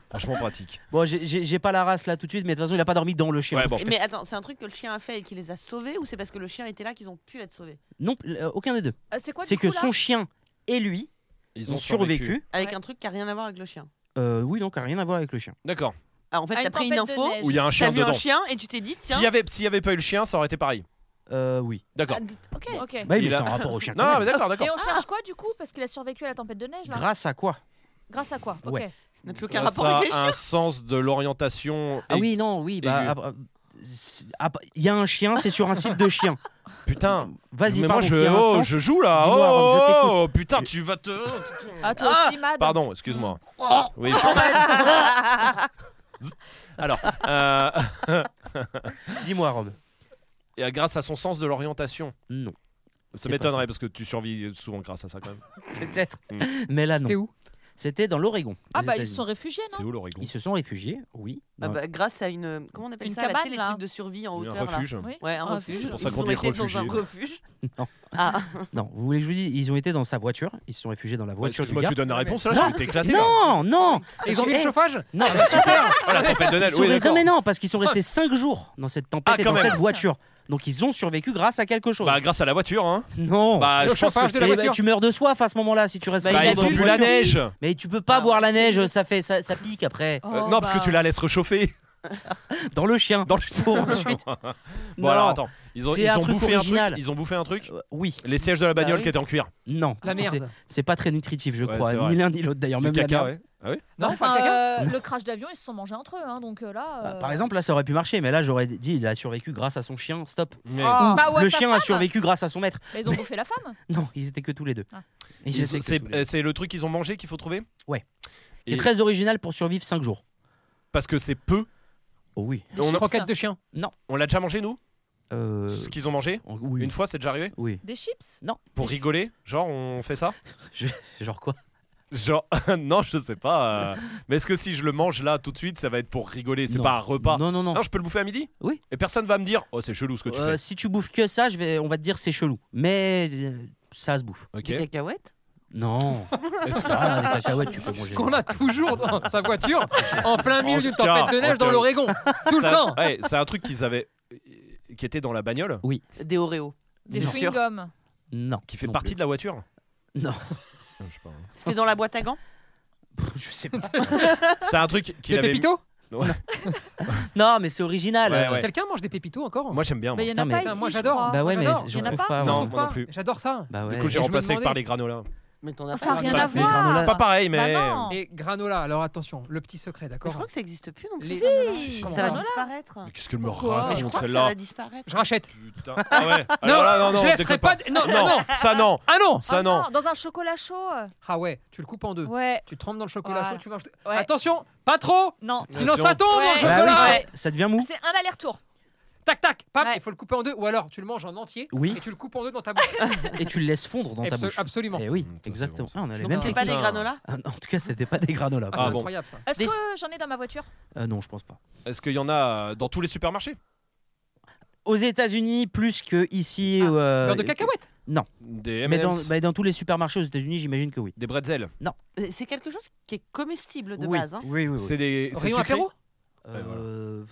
[SPEAKER 3] Franchement pratique.
[SPEAKER 1] Bon, j'ai- j'ai j'ai pas la race là tout de suite, mais de toute façon, il a pas dormi dans le chien.
[SPEAKER 3] Ouais, bon.
[SPEAKER 8] Mais attends, c'est un truc que le chien a fait et qui les a sauvés ou c'est parce que le chien était là qu'ils ont pu être sauvés
[SPEAKER 1] Non, euh, aucun des deux.
[SPEAKER 4] Euh, C'est quoi du
[SPEAKER 1] C'est que
[SPEAKER 4] coup, là
[SPEAKER 1] son chien et lui
[SPEAKER 3] Ils
[SPEAKER 1] ont, survécu.
[SPEAKER 8] Avec
[SPEAKER 4] Ouais.
[SPEAKER 8] un truc qui a rien à voir avec le chien.
[SPEAKER 1] Euh, oui, donc, rien à voir avec le chien.
[SPEAKER 3] D'accord.
[SPEAKER 8] Ah, en fait,
[SPEAKER 4] À
[SPEAKER 8] t'as pris une
[SPEAKER 4] tempête de
[SPEAKER 8] info,
[SPEAKER 4] neige.
[SPEAKER 3] Où il y a un
[SPEAKER 8] t'as
[SPEAKER 3] chien
[SPEAKER 8] vu un
[SPEAKER 3] dedans.
[SPEAKER 8] chien Ah, et tu t'es dit, tiens.
[SPEAKER 3] S'il y, avait, s'il y avait pas eu le chien, ça aurait été pareil.
[SPEAKER 1] Euh, oui.
[SPEAKER 3] D'accord.
[SPEAKER 8] ah, d- ok.
[SPEAKER 4] Ok.
[SPEAKER 1] Bah, oui, mais
[SPEAKER 3] Il
[SPEAKER 1] c'est
[SPEAKER 3] a-
[SPEAKER 1] en rapport au chien. quand
[SPEAKER 3] Non,
[SPEAKER 1] même.
[SPEAKER 3] mais d'accord, d'accord.
[SPEAKER 4] Et on cherche quoi du coup Parce qu'il a survécu à la tempête de neige là.
[SPEAKER 1] Grâce à quoi
[SPEAKER 4] Grâce à quoi Ok.
[SPEAKER 1] Ouais.
[SPEAKER 8] Ça n'a plus aucun
[SPEAKER 3] Euh, Ça
[SPEAKER 8] rapport avec les
[SPEAKER 3] a
[SPEAKER 8] chiens.
[SPEAKER 3] un sens de l'orientation.
[SPEAKER 1] Ah
[SPEAKER 3] Et-
[SPEAKER 1] oui, non, oui. Bah,
[SPEAKER 3] aigu.
[SPEAKER 1] ah, bah, c'est- ah, bah, il y a un chien, c'est sur un site de chiens.
[SPEAKER 3] Putain.
[SPEAKER 1] Vas-y,
[SPEAKER 3] mais
[SPEAKER 1] pardon,
[SPEAKER 3] moi je,
[SPEAKER 1] qu'il y a un
[SPEAKER 3] oh,
[SPEAKER 1] sens.
[SPEAKER 3] je joue là.
[SPEAKER 1] Dis-moi, Rome, je
[SPEAKER 3] Oh,
[SPEAKER 1] t'écoute.
[SPEAKER 3] oh, putain, tu vas te.
[SPEAKER 4] Ah, toi aussi, Mad.
[SPEAKER 3] Pardon, excuse-moi. Oui.
[SPEAKER 8] Oh,
[SPEAKER 3] Alors, euh,
[SPEAKER 1] Dis-moi, Rob.
[SPEAKER 3] et, euh, grâce à son sens de l'orientation.
[SPEAKER 1] Non. C'est
[SPEAKER 3] Ça
[SPEAKER 1] pas
[SPEAKER 3] m'étonnerait parce que tu survis souvent grâce à ça quand même.
[SPEAKER 1] Peut-être. Mais là, non.
[SPEAKER 5] C'était où
[SPEAKER 1] C'était dans l'Oregon.
[SPEAKER 4] Ah
[SPEAKER 1] aux
[SPEAKER 4] bah ils se
[SPEAKER 1] États-Unis.
[SPEAKER 4] sont réfugiés
[SPEAKER 3] C'est
[SPEAKER 4] non
[SPEAKER 3] où l'Oregon
[SPEAKER 1] Ils se sont réfugiés, oui.
[SPEAKER 8] Ah
[SPEAKER 1] dans-
[SPEAKER 8] bah, grâce à une. Comment on appelle
[SPEAKER 4] Une
[SPEAKER 8] ça là, tu sais,
[SPEAKER 4] cabane,
[SPEAKER 8] les
[SPEAKER 4] là.
[SPEAKER 8] trucs de survie en
[SPEAKER 3] Un
[SPEAKER 8] hauteur. là.
[SPEAKER 3] refuge.
[SPEAKER 4] Oui.
[SPEAKER 8] Ouais, un
[SPEAKER 4] Ah,
[SPEAKER 8] refuge.
[SPEAKER 3] C'est pour ça
[SPEAKER 8] Ils
[SPEAKER 3] qu'on
[SPEAKER 8] ont
[SPEAKER 3] dit
[SPEAKER 8] été dans un
[SPEAKER 3] refugié.
[SPEAKER 8] refuge.
[SPEAKER 1] Non.
[SPEAKER 8] Ah,
[SPEAKER 1] Non, vous voulez que je vous dise, ils ont été dans sa voiture, ils se sont réfugiés dans la voiture du
[SPEAKER 3] Excuse-moi,
[SPEAKER 1] gars.
[SPEAKER 3] Bah, tu donnes la
[SPEAKER 5] Non,
[SPEAKER 3] réponse là, je vais t'éclater. là.
[SPEAKER 1] Non, non,
[SPEAKER 5] Ils ont mis
[SPEAKER 1] Eh,
[SPEAKER 5] le chauffage
[SPEAKER 1] non,
[SPEAKER 5] Super
[SPEAKER 3] Oh, la tempête de neige.
[SPEAKER 1] ils sont
[SPEAKER 3] Oui,
[SPEAKER 1] restés- non,
[SPEAKER 3] d'accord.
[SPEAKER 1] mais non, parce qu'ils sont restés 5 jours dans cette tempête
[SPEAKER 3] Ah,
[SPEAKER 1] et
[SPEAKER 3] quand
[SPEAKER 1] dans
[SPEAKER 3] même.
[SPEAKER 1] cette voiture. Donc ils ont survécu grâce à quelque chose.
[SPEAKER 3] Bah, grâce à la voiture, hein.
[SPEAKER 1] non.
[SPEAKER 3] Bah,
[SPEAKER 5] Le
[SPEAKER 3] je pense que
[SPEAKER 5] chauffage de
[SPEAKER 1] Eh
[SPEAKER 5] la
[SPEAKER 3] c'est-
[SPEAKER 1] ben,
[SPEAKER 5] voiture.
[SPEAKER 1] tu meurs de soif à ce moment-là si tu restes
[SPEAKER 8] Bah,
[SPEAKER 1] cinq
[SPEAKER 3] Bah,
[SPEAKER 8] il a
[SPEAKER 1] jours
[SPEAKER 3] ils
[SPEAKER 1] dans
[SPEAKER 3] ont
[SPEAKER 1] une
[SPEAKER 3] bu la
[SPEAKER 1] voiture.
[SPEAKER 3] neige.
[SPEAKER 1] Mais tu peux pas
[SPEAKER 8] Ah,
[SPEAKER 1] boire la
[SPEAKER 8] c'est
[SPEAKER 1] neige,
[SPEAKER 8] nul.
[SPEAKER 1] ça fait ça, ça pique après
[SPEAKER 4] Oh,
[SPEAKER 3] Euh, non, parce que
[SPEAKER 4] bah.
[SPEAKER 3] tu la laisses réchauffer.
[SPEAKER 1] dans le chien.
[SPEAKER 3] Dans le-
[SPEAKER 1] Pour ensuite.
[SPEAKER 3] Bon,
[SPEAKER 1] Non.
[SPEAKER 3] alors attends. Ils ont,
[SPEAKER 1] C'est
[SPEAKER 3] ils
[SPEAKER 1] un
[SPEAKER 3] ont
[SPEAKER 1] truc
[SPEAKER 3] bouffé un
[SPEAKER 1] original.
[SPEAKER 3] truc. Ils ont bouffé un truc.
[SPEAKER 1] Euh, oui,
[SPEAKER 3] Les sièges de la bagnole
[SPEAKER 8] oui.
[SPEAKER 3] qui étaient en cuir.
[SPEAKER 1] non,
[SPEAKER 5] La
[SPEAKER 1] parce que c'est-
[SPEAKER 5] merde.
[SPEAKER 1] c'est pas très nutritif, je
[SPEAKER 3] Ouais,
[SPEAKER 1] crois,
[SPEAKER 3] c'est vrai.
[SPEAKER 1] ni l'un ni l'autre d'ailleurs,
[SPEAKER 3] Du
[SPEAKER 1] même la
[SPEAKER 3] caca,
[SPEAKER 1] merde.
[SPEAKER 3] ouais. Ah oui
[SPEAKER 5] Non, enfin,
[SPEAKER 4] Enfin,
[SPEAKER 5] le caca.
[SPEAKER 4] euh, le crash d'avion, ils se sont mangés entre eux, hein, donc euh, là.
[SPEAKER 1] Bah,
[SPEAKER 4] euh,
[SPEAKER 1] Par exemple, là ça aurait pu marcher, mais là j'aurais dit il a survécu grâce à son chien, stop.
[SPEAKER 3] Mais-
[SPEAKER 8] Ah.
[SPEAKER 4] Bah, ou à
[SPEAKER 1] le
[SPEAKER 4] sa
[SPEAKER 1] chien a
[SPEAKER 4] femme.
[SPEAKER 1] survécu grâce à son maître.
[SPEAKER 4] Mais ils ont bouffé la femme.
[SPEAKER 1] Non, ils étaient que tous les deux.
[SPEAKER 4] Ah.
[SPEAKER 1] Ils
[SPEAKER 3] Ils
[SPEAKER 1] étaient
[SPEAKER 3] ont-
[SPEAKER 1] que
[SPEAKER 3] C'est
[SPEAKER 1] tous les deux.
[SPEAKER 3] euh, c'est le truc qu'ils ont mangé qu'il faut trouver
[SPEAKER 1] Qui est
[SPEAKER 3] et-
[SPEAKER 1] très original pour survivre 5 jours.
[SPEAKER 3] Parce que c'est peu.
[SPEAKER 1] Oh oui.
[SPEAKER 4] Les
[SPEAKER 3] On-
[SPEAKER 4] chips.
[SPEAKER 5] Croquette de chien.
[SPEAKER 3] On l'a déjà mangé, nous
[SPEAKER 1] Euh,
[SPEAKER 3] Ce qu'ils ont mangé
[SPEAKER 1] en- oui.
[SPEAKER 3] Une fois, c'est déjà arrivé
[SPEAKER 1] oui.
[SPEAKER 4] Des chips
[SPEAKER 3] Pour rigoler Genre, on fait ça
[SPEAKER 1] Genre quoi
[SPEAKER 3] Genre, non, je sais pas. euh, Mais est-ce que si je le mange là tout de suite, ça va être pour rigoler C'est
[SPEAKER 1] Non.
[SPEAKER 3] pas un repas
[SPEAKER 1] Non, non, non.
[SPEAKER 3] Non, je peux le bouffer à midi
[SPEAKER 1] Oui.
[SPEAKER 3] Et personne va me dire, oh, c'est chelou ce que tu
[SPEAKER 1] Euh, si tu bouffes que ça, je vais, on va te dire c'est chelou. Mais euh, ça se bouffe.
[SPEAKER 3] fais. Ok.
[SPEAKER 8] Des cacahuètes
[SPEAKER 1] Non.
[SPEAKER 3] Est-ce que-
[SPEAKER 1] Ah, des cacahuètes, tu peux manger.
[SPEAKER 5] Qu'on a toujours dans sa voiture en plein milieu
[SPEAKER 3] En
[SPEAKER 5] d'une
[SPEAKER 3] car,
[SPEAKER 5] tempête de neige
[SPEAKER 3] en
[SPEAKER 5] dans
[SPEAKER 3] car.
[SPEAKER 5] l'Oregon. Tout le
[SPEAKER 3] Ça-
[SPEAKER 5] temps.
[SPEAKER 3] ouais, c'est un truc qu'ils avaient. qui était dans la bagnole,
[SPEAKER 8] Des Oreos.
[SPEAKER 4] Des
[SPEAKER 8] Bien sûr.
[SPEAKER 4] chewing-gums.
[SPEAKER 1] Non.
[SPEAKER 3] qui fait
[SPEAKER 1] non
[SPEAKER 3] partie
[SPEAKER 1] plus.
[SPEAKER 3] de la voiture
[SPEAKER 1] Non.
[SPEAKER 3] Je sais pas.
[SPEAKER 8] C'était dans la boîte à gants
[SPEAKER 1] Je sais pas.
[SPEAKER 3] C'était un truc qu'il
[SPEAKER 5] Des
[SPEAKER 3] avait. mis-
[SPEAKER 5] pépitos
[SPEAKER 1] Non, mais c'est original.
[SPEAKER 3] Ouais, ouais.
[SPEAKER 5] Quelqu'un mange des pépitos encore
[SPEAKER 3] Moi j'aime bien. moi.
[SPEAKER 4] Bah, Il y en
[SPEAKER 1] Putain,
[SPEAKER 4] a pas
[SPEAKER 1] mais-
[SPEAKER 5] Putain,
[SPEAKER 4] ici.
[SPEAKER 5] moi,
[SPEAKER 4] je
[SPEAKER 5] j'adore.
[SPEAKER 4] crois.
[SPEAKER 1] Bah ouais,
[SPEAKER 5] Moi,
[SPEAKER 1] mais
[SPEAKER 5] j'adore.
[SPEAKER 1] j'en
[SPEAKER 4] Il y en a
[SPEAKER 1] trouve
[SPEAKER 4] pas
[SPEAKER 1] pas.
[SPEAKER 4] On
[SPEAKER 5] J'en
[SPEAKER 3] Non,
[SPEAKER 1] moi.
[SPEAKER 5] trouve
[SPEAKER 3] moi non
[SPEAKER 5] pas.
[SPEAKER 3] plus.
[SPEAKER 5] J'adore ça.
[SPEAKER 1] Bah ouais.
[SPEAKER 3] Du coup, j'ai
[SPEAKER 5] Et je me
[SPEAKER 3] remplacé
[SPEAKER 5] demandais-
[SPEAKER 3] par des granolas.
[SPEAKER 8] Mais t'en as
[SPEAKER 4] Oh,
[SPEAKER 8] pas
[SPEAKER 4] ça n'a
[SPEAKER 8] dans
[SPEAKER 4] rien
[SPEAKER 8] ta
[SPEAKER 4] à
[SPEAKER 8] voiture.
[SPEAKER 4] voir.
[SPEAKER 3] C'est pas pareil,
[SPEAKER 4] Bah
[SPEAKER 3] mais.
[SPEAKER 4] non.
[SPEAKER 5] Et granola, alors attention, le petit secret,
[SPEAKER 8] Mais je
[SPEAKER 5] d'accord
[SPEAKER 8] crois que ça n'existe plus non plus.
[SPEAKER 5] Les-
[SPEAKER 4] Si.
[SPEAKER 5] Comment
[SPEAKER 8] Ça
[SPEAKER 5] ça
[SPEAKER 8] va disparaître.
[SPEAKER 3] Mais qu'est-ce qu'elle me
[SPEAKER 4] Pourquoi
[SPEAKER 8] Mais je
[SPEAKER 3] raconte
[SPEAKER 8] crois que ça
[SPEAKER 3] celle-là
[SPEAKER 8] va disparaître.
[SPEAKER 5] Je rachète.
[SPEAKER 3] Putain. Ah ouais.
[SPEAKER 5] Non,
[SPEAKER 3] Alors là, non, non,
[SPEAKER 5] je
[SPEAKER 3] on
[SPEAKER 5] laisserai
[SPEAKER 3] déconne
[SPEAKER 5] pas. de- Non, non, non.
[SPEAKER 3] ça non,
[SPEAKER 5] Ah non
[SPEAKER 3] ça
[SPEAKER 4] Ah
[SPEAKER 3] non.
[SPEAKER 4] Dans un chocolat chaud. euh,
[SPEAKER 5] Ah ouais, tu le coupes en deux.
[SPEAKER 4] Ouais.
[SPEAKER 5] Tu trembles dans le chocolat
[SPEAKER 4] Voilà.
[SPEAKER 5] chaud, tu manges.
[SPEAKER 4] Ouais.
[SPEAKER 5] Attention, pas trop
[SPEAKER 4] Non.
[SPEAKER 5] Sinon
[SPEAKER 3] Attention.
[SPEAKER 5] ça tombe dans
[SPEAKER 4] Ouais.
[SPEAKER 5] le
[SPEAKER 1] Bah oui,
[SPEAKER 5] chocolat
[SPEAKER 4] Ouais.
[SPEAKER 1] c'est- ça devient mou.
[SPEAKER 4] C'est un aller-retour.
[SPEAKER 5] Tac tac, pap, il
[SPEAKER 4] Ouais.
[SPEAKER 5] faut le couper en deux ou alors tu le manges en entier
[SPEAKER 1] Oui.
[SPEAKER 5] et tu le coupes en deux dans ta bouche.
[SPEAKER 1] Et tu le laisses fondre dans ta
[SPEAKER 5] Absol-
[SPEAKER 1] bouche.
[SPEAKER 5] Absolument.
[SPEAKER 1] Eh oui,
[SPEAKER 3] Putain, Mmh, c'est
[SPEAKER 1] exactement.
[SPEAKER 3] bon, ça.
[SPEAKER 1] Ah, on a les
[SPEAKER 8] Donc
[SPEAKER 1] mêmes
[SPEAKER 8] c'était pas des
[SPEAKER 3] techniques.
[SPEAKER 8] granolas
[SPEAKER 1] Ah, non, en tout cas, c'était pas des granolas.
[SPEAKER 5] Ah, c'est
[SPEAKER 3] Ah bon.
[SPEAKER 5] incroyable ça.
[SPEAKER 4] Est-ce
[SPEAKER 8] Des-
[SPEAKER 4] que j'en ai dans ma voiture
[SPEAKER 1] Euh, non, je pense pas.
[SPEAKER 3] Est-ce qu'il y en a euh, dans tous les supermarchés
[SPEAKER 1] Aux États-Unis, plus que ici.
[SPEAKER 5] Ah,
[SPEAKER 1] euh,
[SPEAKER 5] Beurre de cacahuète.
[SPEAKER 3] Des
[SPEAKER 1] Mais dans,
[SPEAKER 3] M&M's,
[SPEAKER 1] bah, dans tous les supermarchés aux États-Unis, j'imagine que oui.
[SPEAKER 3] des bretzels.
[SPEAKER 8] Euh, C'est quelque chose qui est comestible de
[SPEAKER 1] oui.
[SPEAKER 8] base. hein.
[SPEAKER 1] oui, oui, oui.
[SPEAKER 3] C'est des c'est
[SPEAKER 5] Rayon
[SPEAKER 3] sucré.
[SPEAKER 5] apéro
[SPEAKER 1] Euh,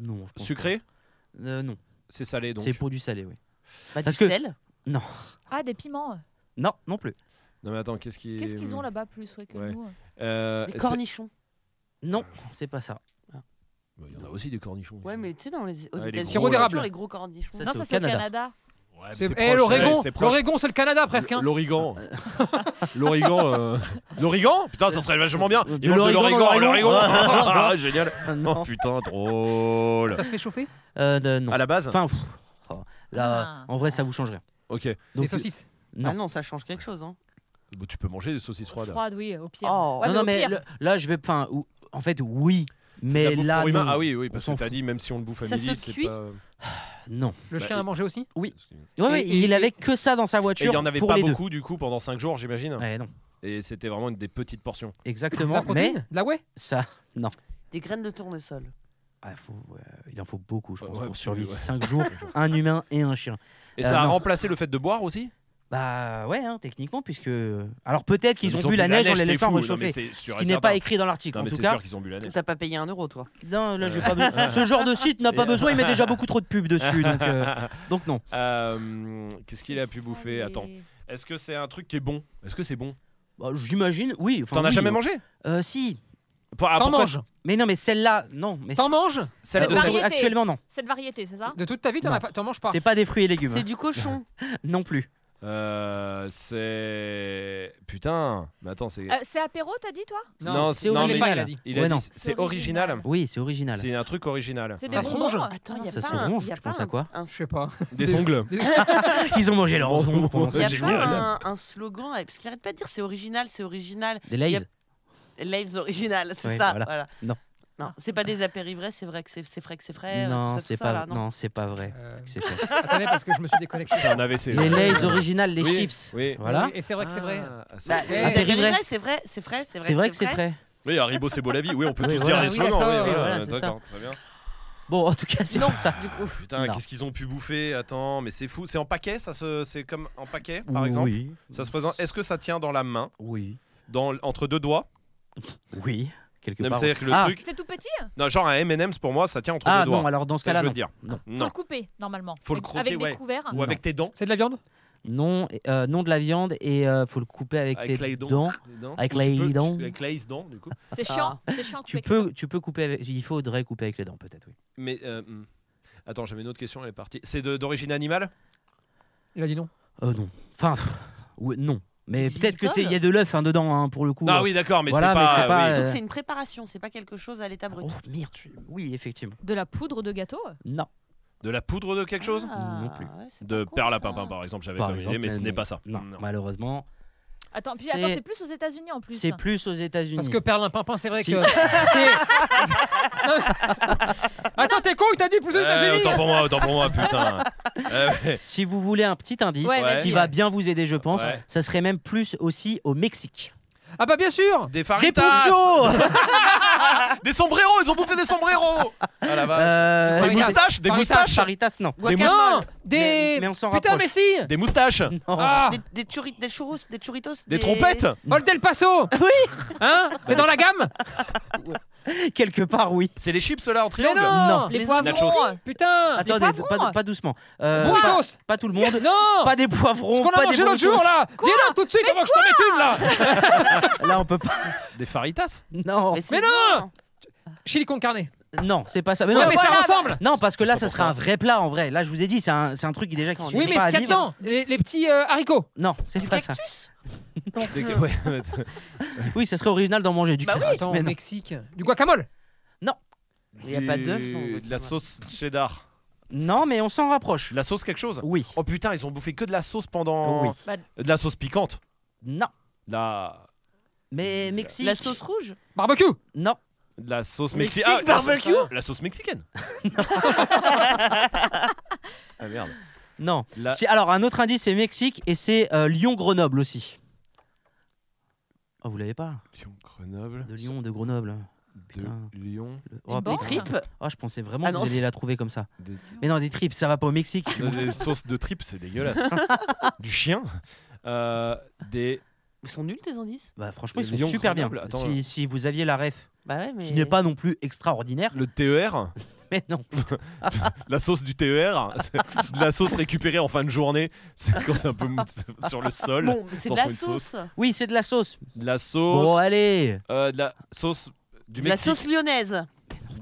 [SPEAKER 1] Non, je pense
[SPEAKER 3] Sucré,
[SPEAKER 1] pas. Euh, non,
[SPEAKER 3] c'est salé donc.
[SPEAKER 1] c'est pour du salé, oui.
[SPEAKER 8] Bah,
[SPEAKER 1] Parce
[SPEAKER 8] du
[SPEAKER 1] que-
[SPEAKER 8] sel.
[SPEAKER 4] Ah, des piments.
[SPEAKER 1] Non, non plus.
[SPEAKER 3] Non mais attends, qu'est-ce qu'ils
[SPEAKER 4] Qu'est-ce qu'ils ont là-bas plus ouais, que
[SPEAKER 3] Ouais.
[SPEAKER 4] nous
[SPEAKER 3] Euh,
[SPEAKER 8] Des
[SPEAKER 3] c'est-
[SPEAKER 8] cornichons.
[SPEAKER 1] Non, c'est pas ça.
[SPEAKER 3] Bah, Il y en a aussi des cornichons.
[SPEAKER 8] Ouais, mais tu sais, dans les
[SPEAKER 1] Ah,
[SPEAKER 8] aux
[SPEAKER 3] Ouais, les
[SPEAKER 8] États-Unis,
[SPEAKER 5] gros
[SPEAKER 8] on a
[SPEAKER 5] d'érable.
[SPEAKER 8] toujours les gros cornichons.
[SPEAKER 1] Ça,
[SPEAKER 4] Non,
[SPEAKER 1] c'est
[SPEAKER 4] ça
[SPEAKER 1] au
[SPEAKER 4] c'est au
[SPEAKER 1] Canada.
[SPEAKER 4] Canada.
[SPEAKER 3] Ouais, mais
[SPEAKER 5] C'est-
[SPEAKER 3] c'est
[SPEAKER 5] Eh,
[SPEAKER 3] proche,
[SPEAKER 5] l'Oregon,
[SPEAKER 3] ouais, c'est proche.
[SPEAKER 5] l'Oregon, c'est le Canada presque. hein.
[SPEAKER 3] L'origan. L'origan. euh, L'origan Putain, ça serait vachement bien.
[SPEAKER 1] De
[SPEAKER 3] Il mange de
[SPEAKER 1] l'origan
[SPEAKER 3] l'origan,
[SPEAKER 1] dans l'origan.
[SPEAKER 3] l'origan. Ah, Génial.
[SPEAKER 1] Euh,
[SPEAKER 3] Oh
[SPEAKER 1] non,
[SPEAKER 3] putain, drôle.
[SPEAKER 5] Ça se fait chauffer
[SPEAKER 1] Euh, de- non.
[SPEAKER 3] À la base
[SPEAKER 1] Enfin, pff, oh, là,
[SPEAKER 4] Ah.
[SPEAKER 1] en vrai, ça vous change rien.
[SPEAKER 3] Ok.
[SPEAKER 5] Des
[SPEAKER 1] Donc,
[SPEAKER 5] saucisses.
[SPEAKER 1] Non.
[SPEAKER 8] Ah non, ça change quelque chose. Hein.
[SPEAKER 3] Bah, Tu peux manger des saucisses froides. hein.
[SPEAKER 4] Froide, oui, au pire.
[SPEAKER 8] Oh.
[SPEAKER 4] Ouais,
[SPEAKER 1] non,
[SPEAKER 4] mais
[SPEAKER 1] non,
[SPEAKER 4] au
[SPEAKER 1] mais
[SPEAKER 4] pire.
[SPEAKER 1] le- là, je vais. Enfin, ou- en fait, oui,
[SPEAKER 3] C'est de
[SPEAKER 1] mais
[SPEAKER 3] la bouffe
[SPEAKER 1] là,
[SPEAKER 3] pour humains.
[SPEAKER 1] non.
[SPEAKER 3] Ah oui, oui, parce
[SPEAKER 1] On
[SPEAKER 3] que
[SPEAKER 1] s'en
[SPEAKER 3] t'as dit, même si on le bouffe à
[SPEAKER 8] Ça se
[SPEAKER 3] midi, c'est
[SPEAKER 8] cuit
[SPEAKER 3] pas. euh,
[SPEAKER 1] non.
[SPEAKER 5] Le
[SPEAKER 3] Bah,
[SPEAKER 5] chien
[SPEAKER 3] et-
[SPEAKER 5] a mangé aussi
[SPEAKER 1] Ouais,
[SPEAKER 5] Et-
[SPEAKER 1] ouais,
[SPEAKER 5] et-
[SPEAKER 1] il avait que ça dans sa
[SPEAKER 3] Et il
[SPEAKER 1] voiture
[SPEAKER 3] n'y en avait
[SPEAKER 1] pour
[SPEAKER 3] pas
[SPEAKER 1] les
[SPEAKER 3] beaucoup du coup pendant 5 jours, j'imagine.
[SPEAKER 1] deux. Ouais, non,
[SPEAKER 3] Et c'était vraiment une des petites portions.
[SPEAKER 5] De la
[SPEAKER 1] exactement. Mais
[SPEAKER 5] protéine De la whey
[SPEAKER 1] ça, non.
[SPEAKER 8] Des graines de tournesol.
[SPEAKER 1] Ah, faut, ouais, il en faut beaucoup, je
[SPEAKER 3] Ouais,
[SPEAKER 1] pense,
[SPEAKER 3] ouais,
[SPEAKER 1] pour
[SPEAKER 3] parce que,
[SPEAKER 1] survivre
[SPEAKER 3] ouais.
[SPEAKER 1] 5 jours, un humain et un chien.
[SPEAKER 3] Et
[SPEAKER 1] Euh,
[SPEAKER 3] ça a
[SPEAKER 1] non.
[SPEAKER 3] remplacé le fait de boire aussi
[SPEAKER 1] Bah ouais, hein, techniquement, puisque. Alors peut-être qu'ils ont,
[SPEAKER 3] bu
[SPEAKER 1] bu la neige en les
[SPEAKER 3] t'es
[SPEAKER 1] laissant
[SPEAKER 3] fou. Non,
[SPEAKER 1] réchauffer.
[SPEAKER 3] mais c'est
[SPEAKER 1] Ce
[SPEAKER 3] sûr et
[SPEAKER 1] qui n'est
[SPEAKER 3] certain.
[SPEAKER 1] pas écrit dans l'article.
[SPEAKER 3] Non,
[SPEAKER 1] En
[SPEAKER 3] mais
[SPEAKER 1] tout
[SPEAKER 3] c'est
[SPEAKER 1] cas,
[SPEAKER 3] sûr qu'ils ont bu la neige.
[SPEAKER 8] T'as pas payé un euro, toi.
[SPEAKER 1] non, là, j'ai pas besoin- ce genre de site n'a pas
[SPEAKER 3] Et-
[SPEAKER 1] besoin, il met déjà beaucoup trop de pubs dessus. Donc, euh, donc non.
[SPEAKER 3] Euh, Qu'est-ce qu'il a pu
[SPEAKER 4] Ça,
[SPEAKER 3] bouffer
[SPEAKER 4] les-
[SPEAKER 3] Attends. Est-ce que c'est un truc qui est bon Est-ce que c'est bon
[SPEAKER 1] Bah, J'imagine, oui. enfin,
[SPEAKER 3] T'en as
[SPEAKER 1] oui.
[SPEAKER 3] jamais mangé
[SPEAKER 1] Euh, Si.
[SPEAKER 3] Pour- ah,
[SPEAKER 5] T'en
[SPEAKER 3] pourquoi-
[SPEAKER 5] manges
[SPEAKER 1] Mais non, mais celle-là, non. Mais
[SPEAKER 5] T'en manges
[SPEAKER 3] Celle de
[SPEAKER 1] Euh,
[SPEAKER 4] Bah,
[SPEAKER 3] cette-
[SPEAKER 4] variété.
[SPEAKER 1] Actuellement, non.
[SPEAKER 4] Cette variété, c'est ça
[SPEAKER 5] De toute ta vie, t'en
[SPEAKER 1] Non.
[SPEAKER 5] as pas- t'en manges pas.
[SPEAKER 1] C'est pas des fruits et légumes. hein,
[SPEAKER 8] C'est du cochon.
[SPEAKER 1] Non plus.
[SPEAKER 3] Euh, C'est. Putain Mais attends, c'est.
[SPEAKER 4] Euh, C'est apéro, t'as dit toi
[SPEAKER 5] Non,
[SPEAKER 1] c'est
[SPEAKER 3] mais
[SPEAKER 1] original.
[SPEAKER 5] il a dit.
[SPEAKER 3] Il a
[SPEAKER 1] Ouais,
[SPEAKER 3] dit,
[SPEAKER 1] non.
[SPEAKER 3] c'est
[SPEAKER 4] C'est
[SPEAKER 3] original.
[SPEAKER 4] original.
[SPEAKER 1] Oui, c'est original.
[SPEAKER 3] C'est un truc original.
[SPEAKER 4] C'est
[SPEAKER 5] Ça
[SPEAKER 4] des
[SPEAKER 5] se
[SPEAKER 4] bonbons
[SPEAKER 5] ronge.
[SPEAKER 4] euh.
[SPEAKER 8] Attends,
[SPEAKER 1] Non,
[SPEAKER 8] Ah, y a
[SPEAKER 1] ça
[SPEAKER 8] pas
[SPEAKER 1] se
[SPEAKER 8] un-
[SPEAKER 1] ronge,
[SPEAKER 8] y a
[SPEAKER 1] tu
[SPEAKER 8] pas
[SPEAKER 1] penses à
[SPEAKER 8] un-
[SPEAKER 1] quoi
[SPEAKER 8] un-
[SPEAKER 5] Je sais pas.
[SPEAKER 3] Des ongles.
[SPEAKER 1] Ils ont mangé leurs ongles pendant
[SPEAKER 8] Il y a
[SPEAKER 1] cette
[SPEAKER 8] pas
[SPEAKER 1] journée.
[SPEAKER 8] un, un slogan, euh, parce qu'il arrête pas de dire c'est original, c'est original,
[SPEAKER 1] Des
[SPEAKER 8] y
[SPEAKER 1] Lays
[SPEAKER 8] a- Lays original, c'est
[SPEAKER 1] Oui,
[SPEAKER 8] ça.
[SPEAKER 1] voilà.
[SPEAKER 8] Voilà.
[SPEAKER 1] Non.
[SPEAKER 8] Non, c'est pas des apérivrés, c'est vrai que c'est c'est frais que c'est frais. euh, tout
[SPEAKER 1] Non,
[SPEAKER 8] ça, tout
[SPEAKER 1] c'est
[SPEAKER 8] ça, là,
[SPEAKER 1] pas,
[SPEAKER 8] non.
[SPEAKER 1] non, c'est pas vrai.
[SPEAKER 5] Euh,
[SPEAKER 1] C'est fait.
[SPEAKER 5] Attendez, parce que je me suis déconnecté.
[SPEAKER 3] C'est un AVC.
[SPEAKER 1] Les Lays originales, les
[SPEAKER 3] Oui,
[SPEAKER 1] chips.
[SPEAKER 3] Oui.
[SPEAKER 1] Voilà.
[SPEAKER 5] Et c'est vrai que c'est vrai.
[SPEAKER 3] Ah, ah,
[SPEAKER 8] Bah,
[SPEAKER 3] ça-
[SPEAKER 8] les
[SPEAKER 5] Eh,
[SPEAKER 8] apérivrés,
[SPEAKER 1] vrai.
[SPEAKER 8] c'est vrai, c'est frais, c'est vrai.
[SPEAKER 1] C'est vrai que c'est frais.
[SPEAKER 3] Oui, Haribo, c'est beau la vie. Oui, on peut
[SPEAKER 1] Oui,
[SPEAKER 3] tous
[SPEAKER 1] voilà.
[SPEAKER 3] dire les
[SPEAKER 5] Oui,
[SPEAKER 3] slogans.
[SPEAKER 5] d'accord,
[SPEAKER 3] oui,
[SPEAKER 5] oui,
[SPEAKER 3] voilà,
[SPEAKER 1] voilà, c'est
[SPEAKER 3] d'accord, très bien.
[SPEAKER 1] Bon, en tout cas, c'est
[SPEAKER 8] Non,
[SPEAKER 1] ça.
[SPEAKER 8] Du coup,
[SPEAKER 3] Putain,
[SPEAKER 1] Non.
[SPEAKER 3] qu'est-ce qu'ils ont pu bouffer Attends, mais c'est fou. C'est en paquet, ça se... c'est comme en paquet, par exemple.
[SPEAKER 1] Oui.
[SPEAKER 3] Ça se présente. Est-ce que ça tient dans la main,
[SPEAKER 1] Oui.
[SPEAKER 3] dans entre deux doigts
[SPEAKER 1] Oui. Quelque
[SPEAKER 3] Non, mais
[SPEAKER 1] part.
[SPEAKER 3] C'est-à-dire que le
[SPEAKER 1] Ah.
[SPEAKER 3] truc,
[SPEAKER 4] C'est tout petit
[SPEAKER 3] non, genre un M&M's pour moi, ça tient entre
[SPEAKER 1] Ah
[SPEAKER 3] deux doigts.
[SPEAKER 1] non, alors dans ce
[SPEAKER 3] C'est ce que
[SPEAKER 1] cas-là,
[SPEAKER 3] je veux
[SPEAKER 1] non.
[SPEAKER 3] dire.
[SPEAKER 1] Non.
[SPEAKER 4] Faut
[SPEAKER 3] Non.
[SPEAKER 4] le couper normalement.
[SPEAKER 3] Faut le
[SPEAKER 4] Avec-
[SPEAKER 3] croquer,
[SPEAKER 4] avec
[SPEAKER 3] ouais.
[SPEAKER 4] des couverts.
[SPEAKER 3] Ou avec tes dents.
[SPEAKER 5] C'est de la viande
[SPEAKER 1] Non, et- euh, non de la viande et euh, faut le couper avec,
[SPEAKER 3] Avec
[SPEAKER 1] tes
[SPEAKER 3] les
[SPEAKER 1] dents.
[SPEAKER 3] dents.
[SPEAKER 1] Avec
[SPEAKER 3] Ou tu
[SPEAKER 1] les
[SPEAKER 3] peux- tu-
[SPEAKER 1] dents.
[SPEAKER 3] Avec les dents, du coup.
[SPEAKER 4] C'est chiant. C'est chiant. à
[SPEAKER 1] Ah. Tu
[SPEAKER 4] couper.
[SPEAKER 1] peux, tu peux couper avec. Il faudrait couper avec les dents, peut-être, oui.
[SPEAKER 3] Mais euh, hmm. attends, j'avais une autre question, elle est partie. C'est de- d'origine animale
[SPEAKER 5] Il a dit non.
[SPEAKER 1] Euh, non. Enfin, pff, ouais, non. Mais
[SPEAKER 8] Des
[SPEAKER 1] peut-être que c'est. Il y a
[SPEAKER 8] glycoles
[SPEAKER 1] de l'œuf hein, dedans, hein, pour le coup.
[SPEAKER 3] Ah oui, d'accord, mais
[SPEAKER 1] voilà,
[SPEAKER 3] c'est
[SPEAKER 1] mais
[SPEAKER 3] pas.
[SPEAKER 1] c'est pas,
[SPEAKER 3] oui.
[SPEAKER 8] donc
[SPEAKER 1] euh,
[SPEAKER 8] c'est une préparation, c'est pas quelque chose à l'état brut.
[SPEAKER 1] Oh merde. tu- Oui, effectivement.
[SPEAKER 4] De la poudre de gâteau
[SPEAKER 1] Non.
[SPEAKER 3] De la poudre de quelque chose
[SPEAKER 1] Ah, Non plus.
[SPEAKER 8] ouais, c'est
[SPEAKER 3] De
[SPEAKER 8] pas con,
[SPEAKER 3] perle à
[SPEAKER 8] Ah, ça.
[SPEAKER 3] pimpin, par exemple, j'avais
[SPEAKER 1] Par
[SPEAKER 3] pas
[SPEAKER 1] exemple,
[SPEAKER 3] mais ce
[SPEAKER 1] non.
[SPEAKER 3] n'est pas ça.
[SPEAKER 1] Non, malheureusement.
[SPEAKER 4] Attends, puis
[SPEAKER 1] C'est-
[SPEAKER 4] attends, c'est plus aux États-Unis en plus.
[SPEAKER 1] C'est plus aux États-Unis.
[SPEAKER 5] Parce que Perlin Pimpin, c'est vrai
[SPEAKER 1] Si.
[SPEAKER 5] que. c'est- Non, mais- Attends, t'es con, il t'a dit plus aux
[SPEAKER 3] Eh,
[SPEAKER 5] États-Unis
[SPEAKER 3] autant pour moi, autant pour moi, putain. Eh ouais.
[SPEAKER 1] Si vous voulez un petit indice
[SPEAKER 8] Ouais,
[SPEAKER 3] Ouais.
[SPEAKER 1] qui
[SPEAKER 8] vas-y,
[SPEAKER 1] va
[SPEAKER 8] ouais.
[SPEAKER 1] bien vous aider, je pense,
[SPEAKER 3] Ouais.
[SPEAKER 1] ça serait même plus aussi au Mexique.
[SPEAKER 5] Ah bah bien sûr
[SPEAKER 3] Des
[SPEAKER 1] Des
[SPEAKER 3] faritas
[SPEAKER 1] ponchos
[SPEAKER 3] Des sombreros Ils ont bouffé des sombreros Ah la vache
[SPEAKER 1] Euh,
[SPEAKER 5] Des
[SPEAKER 1] mais
[SPEAKER 5] moustaches,
[SPEAKER 1] c'est-
[SPEAKER 3] des
[SPEAKER 1] Faritas,
[SPEAKER 3] moustaches.
[SPEAKER 1] Faritas, non.
[SPEAKER 8] Guacamole.
[SPEAKER 5] Non Des...
[SPEAKER 1] Mais- mais on s'en
[SPEAKER 5] Putain,
[SPEAKER 1] rapproche.
[SPEAKER 5] mais si
[SPEAKER 3] Des moustaches
[SPEAKER 1] Non.
[SPEAKER 5] Ah
[SPEAKER 8] Des, des, churri- des churros, des churritos.
[SPEAKER 3] Des trompettes
[SPEAKER 5] Old El Paso
[SPEAKER 8] Oui
[SPEAKER 5] Hein C'est dans la gamme
[SPEAKER 1] Quelque part, oui.
[SPEAKER 3] C'est les chips là en
[SPEAKER 5] Mais
[SPEAKER 3] triangle
[SPEAKER 5] non,
[SPEAKER 1] Non.
[SPEAKER 4] Les
[SPEAKER 8] Les
[SPEAKER 4] poivrons.
[SPEAKER 5] Putain
[SPEAKER 4] Des
[SPEAKER 1] Attendez,
[SPEAKER 4] poivrons.
[SPEAKER 1] pas, pas doucement. Euh, pas,
[SPEAKER 5] Burritos
[SPEAKER 1] pas tout le monde.
[SPEAKER 5] Ah, Non
[SPEAKER 1] Pas des
[SPEAKER 5] Ce
[SPEAKER 1] poivrons,
[SPEAKER 5] qu'on
[SPEAKER 1] pas
[SPEAKER 5] a
[SPEAKER 1] des
[SPEAKER 5] mangé l'autre
[SPEAKER 1] burritos.
[SPEAKER 5] jour là Dis-le tout de suite avant que je t'en mette une là
[SPEAKER 1] Là, on peut pas.
[SPEAKER 3] Des faritas
[SPEAKER 1] Non,
[SPEAKER 8] c'est
[SPEAKER 5] Mais non
[SPEAKER 8] bon.
[SPEAKER 5] Chili con carne
[SPEAKER 1] non, c'est pas ça. Mais
[SPEAKER 5] Non
[SPEAKER 1] non,
[SPEAKER 5] mais
[SPEAKER 1] voilà.
[SPEAKER 5] ça ressemble
[SPEAKER 1] Non, parce que là, ça sera un vrai plat en vrai. Là, je vous ai dit, c'est un, c'est un truc qui déjà qui
[SPEAKER 8] Oui,
[SPEAKER 1] suffit
[SPEAKER 5] Oui mais
[SPEAKER 1] pas à
[SPEAKER 5] c'est
[SPEAKER 1] vivre.
[SPEAKER 5] dedans les, les petits euh, haricots
[SPEAKER 1] Non, c'est
[SPEAKER 8] Du
[SPEAKER 1] pas ça.
[SPEAKER 8] cactus
[SPEAKER 3] Des- ouais, ouais.
[SPEAKER 1] Oui, ça serait original d'en manger du
[SPEAKER 8] Bah
[SPEAKER 1] cactus,
[SPEAKER 5] Attends,
[SPEAKER 1] mais
[SPEAKER 5] au
[SPEAKER 1] non.
[SPEAKER 5] Mexique Du guacamole
[SPEAKER 8] Il n'y a pas d'œuf. non,
[SPEAKER 3] Du-
[SPEAKER 8] votre
[SPEAKER 3] De la
[SPEAKER 8] fromage.
[SPEAKER 3] sauce cheddar.
[SPEAKER 1] Non, mais on s'en rapproche.
[SPEAKER 3] De la sauce quelque chose
[SPEAKER 1] Oui.
[SPEAKER 3] Oh putain, ils ont bouffé que de la sauce pendant.
[SPEAKER 1] Oui.
[SPEAKER 4] Bah,
[SPEAKER 3] De la sauce piquante.
[SPEAKER 1] Non.
[SPEAKER 3] De La.
[SPEAKER 1] Mais Mexique.
[SPEAKER 8] La sauce rouge
[SPEAKER 5] Barbecue
[SPEAKER 1] Non.
[SPEAKER 3] De la sauce
[SPEAKER 8] Mexique,
[SPEAKER 3] mexicaine. la,
[SPEAKER 8] barbecue
[SPEAKER 3] sauce... la sauce mexicaine. ah merde.
[SPEAKER 1] Non.
[SPEAKER 3] La-
[SPEAKER 1] Si- alors, un autre indice, c'est Mexique et c'est euh, Lyon-Grenoble aussi. Oh, vous l'avez pas
[SPEAKER 3] Lyon, Grenoble.
[SPEAKER 1] De Lyon, de Grenoble.
[SPEAKER 3] De
[SPEAKER 1] putain.
[SPEAKER 3] Lyon.
[SPEAKER 1] Le- Oh,
[SPEAKER 4] Les
[SPEAKER 1] putain.
[SPEAKER 4] banques
[SPEAKER 8] Tripes
[SPEAKER 1] Oh, je pensais vraiment
[SPEAKER 8] Ah
[SPEAKER 1] que
[SPEAKER 8] non,
[SPEAKER 1] vous alliez la trouver comme ça.
[SPEAKER 3] Des-
[SPEAKER 1] Mais non, des tripes, ça va pas au Mexique.
[SPEAKER 3] Euh, Des sauces de tripes, c'est dégueulasse. du chien. Euh, des.
[SPEAKER 8] Ils sont nuls tes indices
[SPEAKER 1] Bah, franchement, ils sont
[SPEAKER 3] Lyon,
[SPEAKER 1] super bien.
[SPEAKER 3] Grenoble, attends.
[SPEAKER 1] si, si vous aviez la ref,
[SPEAKER 8] Bah ouais, mais.
[SPEAKER 1] qui n'est pas non plus extraordinaire,
[SPEAKER 3] Le E TER.
[SPEAKER 1] mais non.
[SPEAKER 3] La sauce du TER. hein. c'est de la sauce récupérée en fin de journée. C'est quand c'est un peu mou- sur le sol.
[SPEAKER 8] Bon, c'est
[SPEAKER 3] Ils en
[SPEAKER 8] de la
[SPEAKER 3] font une sauce.
[SPEAKER 8] sauce.
[SPEAKER 1] Oui, c'est de la sauce.
[SPEAKER 3] De la
[SPEAKER 1] Bon,
[SPEAKER 3] sauce.
[SPEAKER 1] allez.
[SPEAKER 3] euh, de la sauce. Du
[SPEAKER 8] De la
[SPEAKER 3] Mexique.
[SPEAKER 8] sauce lyonnaise.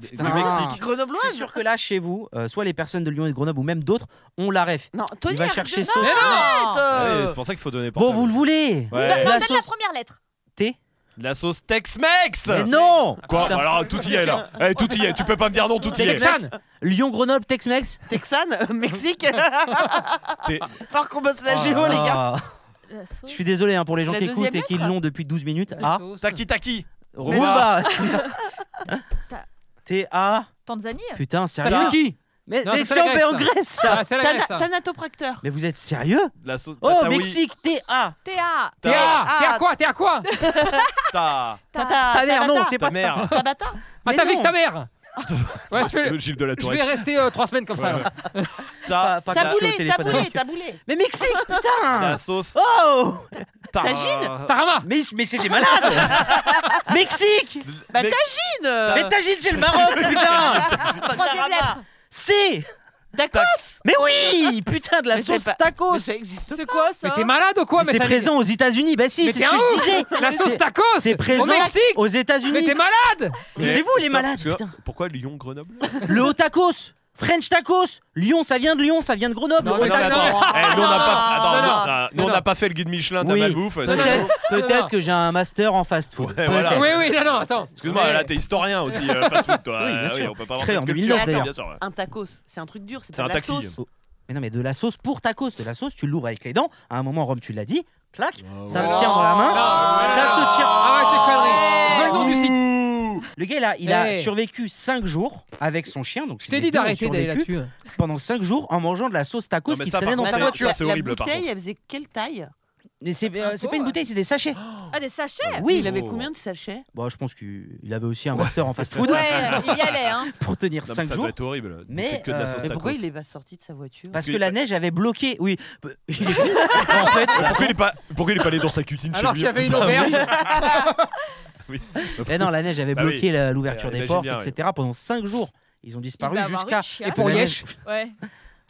[SPEAKER 3] Du
[SPEAKER 1] Putain.
[SPEAKER 3] Mexique.
[SPEAKER 1] Je
[SPEAKER 8] Grenobloise
[SPEAKER 1] suis Ah. sûr que là, chez vous, euh, soit les personnes de Lyon et de Grenoble ou même d'autres ont la ref.
[SPEAKER 8] Non,
[SPEAKER 1] Il
[SPEAKER 8] Tony,
[SPEAKER 1] va
[SPEAKER 8] arrête
[SPEAKER 1] chercher
[SPEAKER 8] de-
[SPEAKER 1] sauce.
[SPEAKER 5] Mais non
[SPEAKER 8] Arrête,
[SPEAKER 3] Ah, Ouais,
[SPEAKER 8] euh.
[SPEAKER 3] c'est pour ça qu'il faut donner
[SPEAKER 1] Bon,
[SPEAKER 3] portable.
[SPEAKER 1] vous le voulez
[SPEAKER 3] Ouais.
[SPEAKER 4] donne-
[SPEAKER 1] De la
[SPEAKER 4] donne la
[SPEAKER 1] sauce
[SPEAKER 4] première lettre.
[SPEAKER 1] T
[SPEAKER 3] De La sauce Tex-Mex
[SPEAKER 1] Mais non
[SPEAKER 3] Quoi
[SPEAKER 1] Putain.
[SPEAKER 3] Alors tout y est là Eh, Tout y est, tu peux pas me dire non, tout y est
[SPEAKER 5] Texane
[SPEAKER 1] Lyon-Grenoble, Tex-Mex
[SPEAKER 8] Texane, euh, Mexique.
[SPEAKER 3] T'es- Ah.
[SPEAKER 8] Faut qu'on bosse la
[SPEAKER 1] Oh
[SPEAKER 8] géo,
[SPEAKER 1] là
[SPEAKER 8] les
[SPEAKER 1] là.
[SPEAKER 8] gars.
[SPEAKER 4] La sauce.
[SPEAKER 1] Je suis désolé hein, pour les gens
[SPEAKER 8] La
[SPEAKER 1] qui écoutent
[SPEAKER 8] deuxième
[SPEAKER 1] et qui
[SPEAKER 8] lettre
[SPEAKER 1] l'ont depuis 12 minutes.
[SPEAKER 5] La
[SPEAKER 1] Ah,
[SPEAKER 5] sauce.
[SPEAKER 3] Taki Taki
[SPEAKER 1] Rumba
[SPEAKER 4] Ta-
[SPEAKER 1] T-A
[SPEAKER 4] Tanzanie.
[SPEAKER 1] Putain, sérieux
[SPEAKER 5] Tzatziki
[SPEAKER 1] Mais,
[SPEAKER 5] Non,
[SPEAKER 1] mais
[SPEAKER 5] ça, c'est
[SPEAKER 1] ça,
[SPEAKER 5] la
[SPEAKER 1] on est en
[SPEAKER 5] Grèce,
[SPEAKER 1] Grèce, ça
[SPEAKER 5] Ah, c'est la Grèce
[SPEAKER 8] Tana-
[SPEAKER 5] ça
[SPEAKER 8] Thanatopracteur.
[SPEAKER 1] Mais vous êtes sérieux
[SPEAKER 3] De La sauce
[SPEAKER 1] Oh,
[SPEAKER 3] tataoui.
[SPEAKER 1] Mexique, T-A
[SPEAKER 4] Théa.
[SPEAKER 5] T'es à
[SPEAKER 8] Ah.
[SPEAKER 5] T'es à quoi T'es à quoi
[SPEAKER 3] Ta
[SPEAKER 8] Tata-
[SPEAKER 1] Ta mère, Ah, non,
[SPEAKER 8] Tabata.
[SPEAKER 1] c'est
[SPEAKER 3] ta
[SPEAKER 1] pas ça
[SPEAKER 3] mère
[SPEAKER 8] Tabata.
[SPEAKER 5] Ah
[SPEAKER 1] Mais
[SPEAKER 5] t'as avec
[SPEAKER 1] non.
[SPEAKER 5] ta mère Ouais, je
[SPEAKER 3] Le
[SPEAKER 5] vais,
[SPEAKER 3] Gilles de la
[SPEAKER 5] je
[SPEAKER 3] Tourette
[SPEAKER 5] vais rester euh, trois semaines comme ça.
[SPEAKER 3] Ouais.
[SPEAKER 5] là.
[SPEAKER 1] Pas-
[SPEAKER 3] Ta
[SPEAKER 1] pas grave, je suis au
[SPEAKER 8] Taboulé,
[SPEAKER 1] téléphone
[SPEAKER 8] taboulé,
[SPEAKER 1] avec eux.
[SPEAKER 8] taboulé.
[SPEAKER 1] Mais Mexique, putain
[SPEAKER 3] La sauce
[SPEAKER 1] Oh
[SPEAKER 3] Ta
[SPEAKER 8] Tagine
[SPEAKER 5] Tarama
[SPEAKER 1] Mais, mais c'est des malades Mexique
[SPEAKER 8] Bah,
[SPEAKER 3] Mais-
[SPEAKER 8] Tagine.
[SPEAKER 1] Mais Tagine, c'est le Maroc, putain
[SPEAKER 4] Troisième lettre.
[SPEAKER 1] C'est
[SPEAKER 8] D'accord.
[SPEAKER 1] Mais oui Putain, de la
[SPEAKER 8] Mais c'est
[SPEAKER 1] sauce
[SPEAKER 8] pas-
[SPEAKER 1] tacos
[SPEAKER 8] Mais ça existe.
[SPEAKER 4] C'est quoi ça
[SPEAKER 5] Mais t'es malade ou quoi
[SPEAKER 1] Mais C'est
[SPEAKER 5] ça-
[SPEAKER 1] présent aux États-Unis, bah si,
[SPEAKER 5] Mais
[SPEAKER 1] c'est ce
[SPEAKER 5] t'es
[SPEAKER 1] que
[SPEAKER 5] un
[SPEAKER 1] je disais
[SPEAKER 5] ouf La sauce
[SPEAKER 1] C'est-
[SPEAKER 5] tacos
[SPEAKER 1] C'est présent
[SPEAKER 5] Au Mexique
[SPEAKER 1] aux
[SPEAKER 5] Mais
[SPEAKER 1] États-Unis
[SPEAKER 5] t'es malade
[SPEAKER 1] Mais c'est vous les
[SPEAKER 3] Putain,
[SPEAKER 1] malades,
[SPEAKER 3] parce que-
[SPEAKER 1] putain
[SPEAKER 3] Pourquoi Lyon-Grenoble
[SPEAKER 1] Le haut tacos French tacos Lyon, ça vient de Lyon, ça vient de Grenoble
[SPEAKER 5] Non,
[SPEAKER 1] le haut
[SPEAKER 5] mais non,
[SPEAKER 1] tacos.
[SPEAKER 5] non,
[SPEAKER 3] attends, eh, nous on n'a pas, attends,
[SPEAKER 5] Non, non,
[SPEAKER 3] nous, euh, nous,
[SPEAKER 5] non,
[SPEAKER 3] on n'a
[SPEAKER 5] non.
[SPEAKER 3] pas fait le guide Michelin de
[SPEAKER 1] Oui.
[SPEAKER 3] la malbouffe. c'est-
[SPEAKER 1] Peut-être peut-être
[SPEAKER 5] non, non.
[SPEAKER 1] que j'ai un master en fast-food.
[SPEAKER 3] Ouais,
[SPEAKER 1] Peut-être.
[SPEAKER 3] voilà.
[SPEAKER 5] Oui, oui, non, non, attends.
[SPEAKER 3] Excuse-moi,
[SPEAKER 5] Mais-
[SPEAKER 3] là t'es historien aussi, euh, fast food toi.
[SPEAKER 1] Oui, bien
[SPEAKER 3] Eh,
[SPEAKER 1] sûr.
[SPEAKER 3] on peut pas avoir
[SPEAKER 1] Créé
[SPEAKER 3] cette
[SPEAKER 1] en
[SPEAKER 3] culture,
[SPEAKER 1] 2009,
[SPEAKER 3] bien
[SPEAKER 1] d'ailleurs.
[SPEAKER 3] sûr, ouais.
[SPEAKER 8] Un tacos, c'est un truc dur, c'est
[SPEAKER 3] C'est un
[SPEAKER 8] pas de la
[SPEAKER 3] taxi.
[SPEAKER 8] sauce.
[SPEAKER 1] Mais non, mais de la sauce pour tacos, de la sauce, tu l'ouvres avec les dents. À un moment, Rome, tu l'as dit, clac, ça
[SPEAKER 5] ouais. Ah.
[SPEAKER 1] se tient dans la
[SPEAKER 5] Non,
[SPEAKER 1] main. Ah, Ça
[SPEAKER 5] voilà.
[SPEAKER 1] se tient.
[SPEAKER 5] Arrête tes conneries Je veux le nom du site
[SPEAKER 1] Le gars, là, il a
[SPEAKER 5] Hey.
[SPEAKER 1] survécu 5 jours avec son chien. Donc
[SPEAKER 5] Je
[SPEAKER 1] c'est
[SPEAKER 5] t'ai
[SPEAKER 1] les
[SPEAKER 5] dit
[SPEAKER 1] deux ont
[SPEAKER 5] d'arrêter d'aller
[SPEAKER 1] survécu
[SPEAKER 5] là-dessus.
[SPEAKER 1] Pendant 5 jours en mangeant de la sauce tacos
[SPEAKER 3] Non, mais
[SPEAKER 1] qui
[SPEAKER 3] ça,
[SPEAKER 1] traînait
[SPEAKER 3] par
[SPEAKER 1] dans
[SPEAKER 8] Mais
[SPEAKER 1] sa
[SPEAKER 8] attends,
[SPEAKER 3] contre,
[SPEAKER 1] voiture.
[SPEAKER 3] ça, c'est
[SPEAKER 8] la-
[SPEAKER 3] horrible,
[SPEAKER 8] La
[SPEAKER 3] par
[SPEAKER 8] bouteille,
[SPEAKER 3] contre.
[SPEAKER 8] elle faisait quelle taille
[SPEAKER 1] Mais c'est
[SPEAKER 5] Ah,
[SPEAKER 1] euh,
[SPEAKER 4] Un
[SPEAKER 1] c'est
[SPEAKER 4] pot,
[SPEAKER 1] pas une bouteille, c'est des sachets.
[SPEAKER 4] Ah, des sachets
[SPEAKER 1] Oui.
[SPEAKER 8] Il avait
[SPEAKER 3] Oh.
[SPEAKER 8] combien de sachets
[SPEAKER 1] Bon, je pense qu'il avait aussi un master en fast-food
[SPEAKER 4] Ouais, il y allait, hein.
[SPEAKER 1] pour tenir
[SPEAKER 3] Non, mais
[SPEAKER 1] 5
[SPEAKER 3] ça
[SPEAKER 1] jours.
[SPEAKER 3] doit être horrible. de
[SPEAKER 1] Mais,
[SPEAKER 3] faire que de la
[SPEAKER 1] euh,
[SPEAKER 3] sauce
[SPEAKER 1] mais
[SPEAKER 8] Mais pourquoi
[SPEAKER 3] tacos.
[SPEAKER 8] il est pas sorti de sa voiture
[SPEAKER 1] Parce
[SPEAKER 3] Parce
[SPEAKER 1] que
[SPEAKER 3] qu'il-
[SPEAKER 1] la neige avait bloqué. Oui. Il est- en fait,
[SPEAKER 3] Pourquoi il est pas, pourquoi il est pas allé dans sa cutine
[SPEAKER 5] Alors
[SPEAKER 3] chez
[SPEAKER 5] qu'il
[SPEAKER 3] lui
[SPEAKER 5] y avait une auberge.
[SPEAKER 1] Eh non, la neige avait
[SPEAKER 3] Bah
[SPEAKER 1] bloqué la- l'ouverture
[SPEAKER 3] Euh,
[SPEAKER 1] des
[SPEAKER 3] imagine
[SPEAKER 1] portes,
[SPEAKER 3] bien, oui.
[SPEAKER 1] etc. pendant 5 jours. Ils ont disparu
[SPEAKER 4] Il va avoir
[SPEAKER 1] jusqu'à.
[SPEAKER 4] une chiasse.
[SPEAKER 5] Et pour
[SPEAKER 1] La
[SPEAKER 5] Yesh.
[SPEAKER 1] neige-
[SPEAKER 4] Ouais.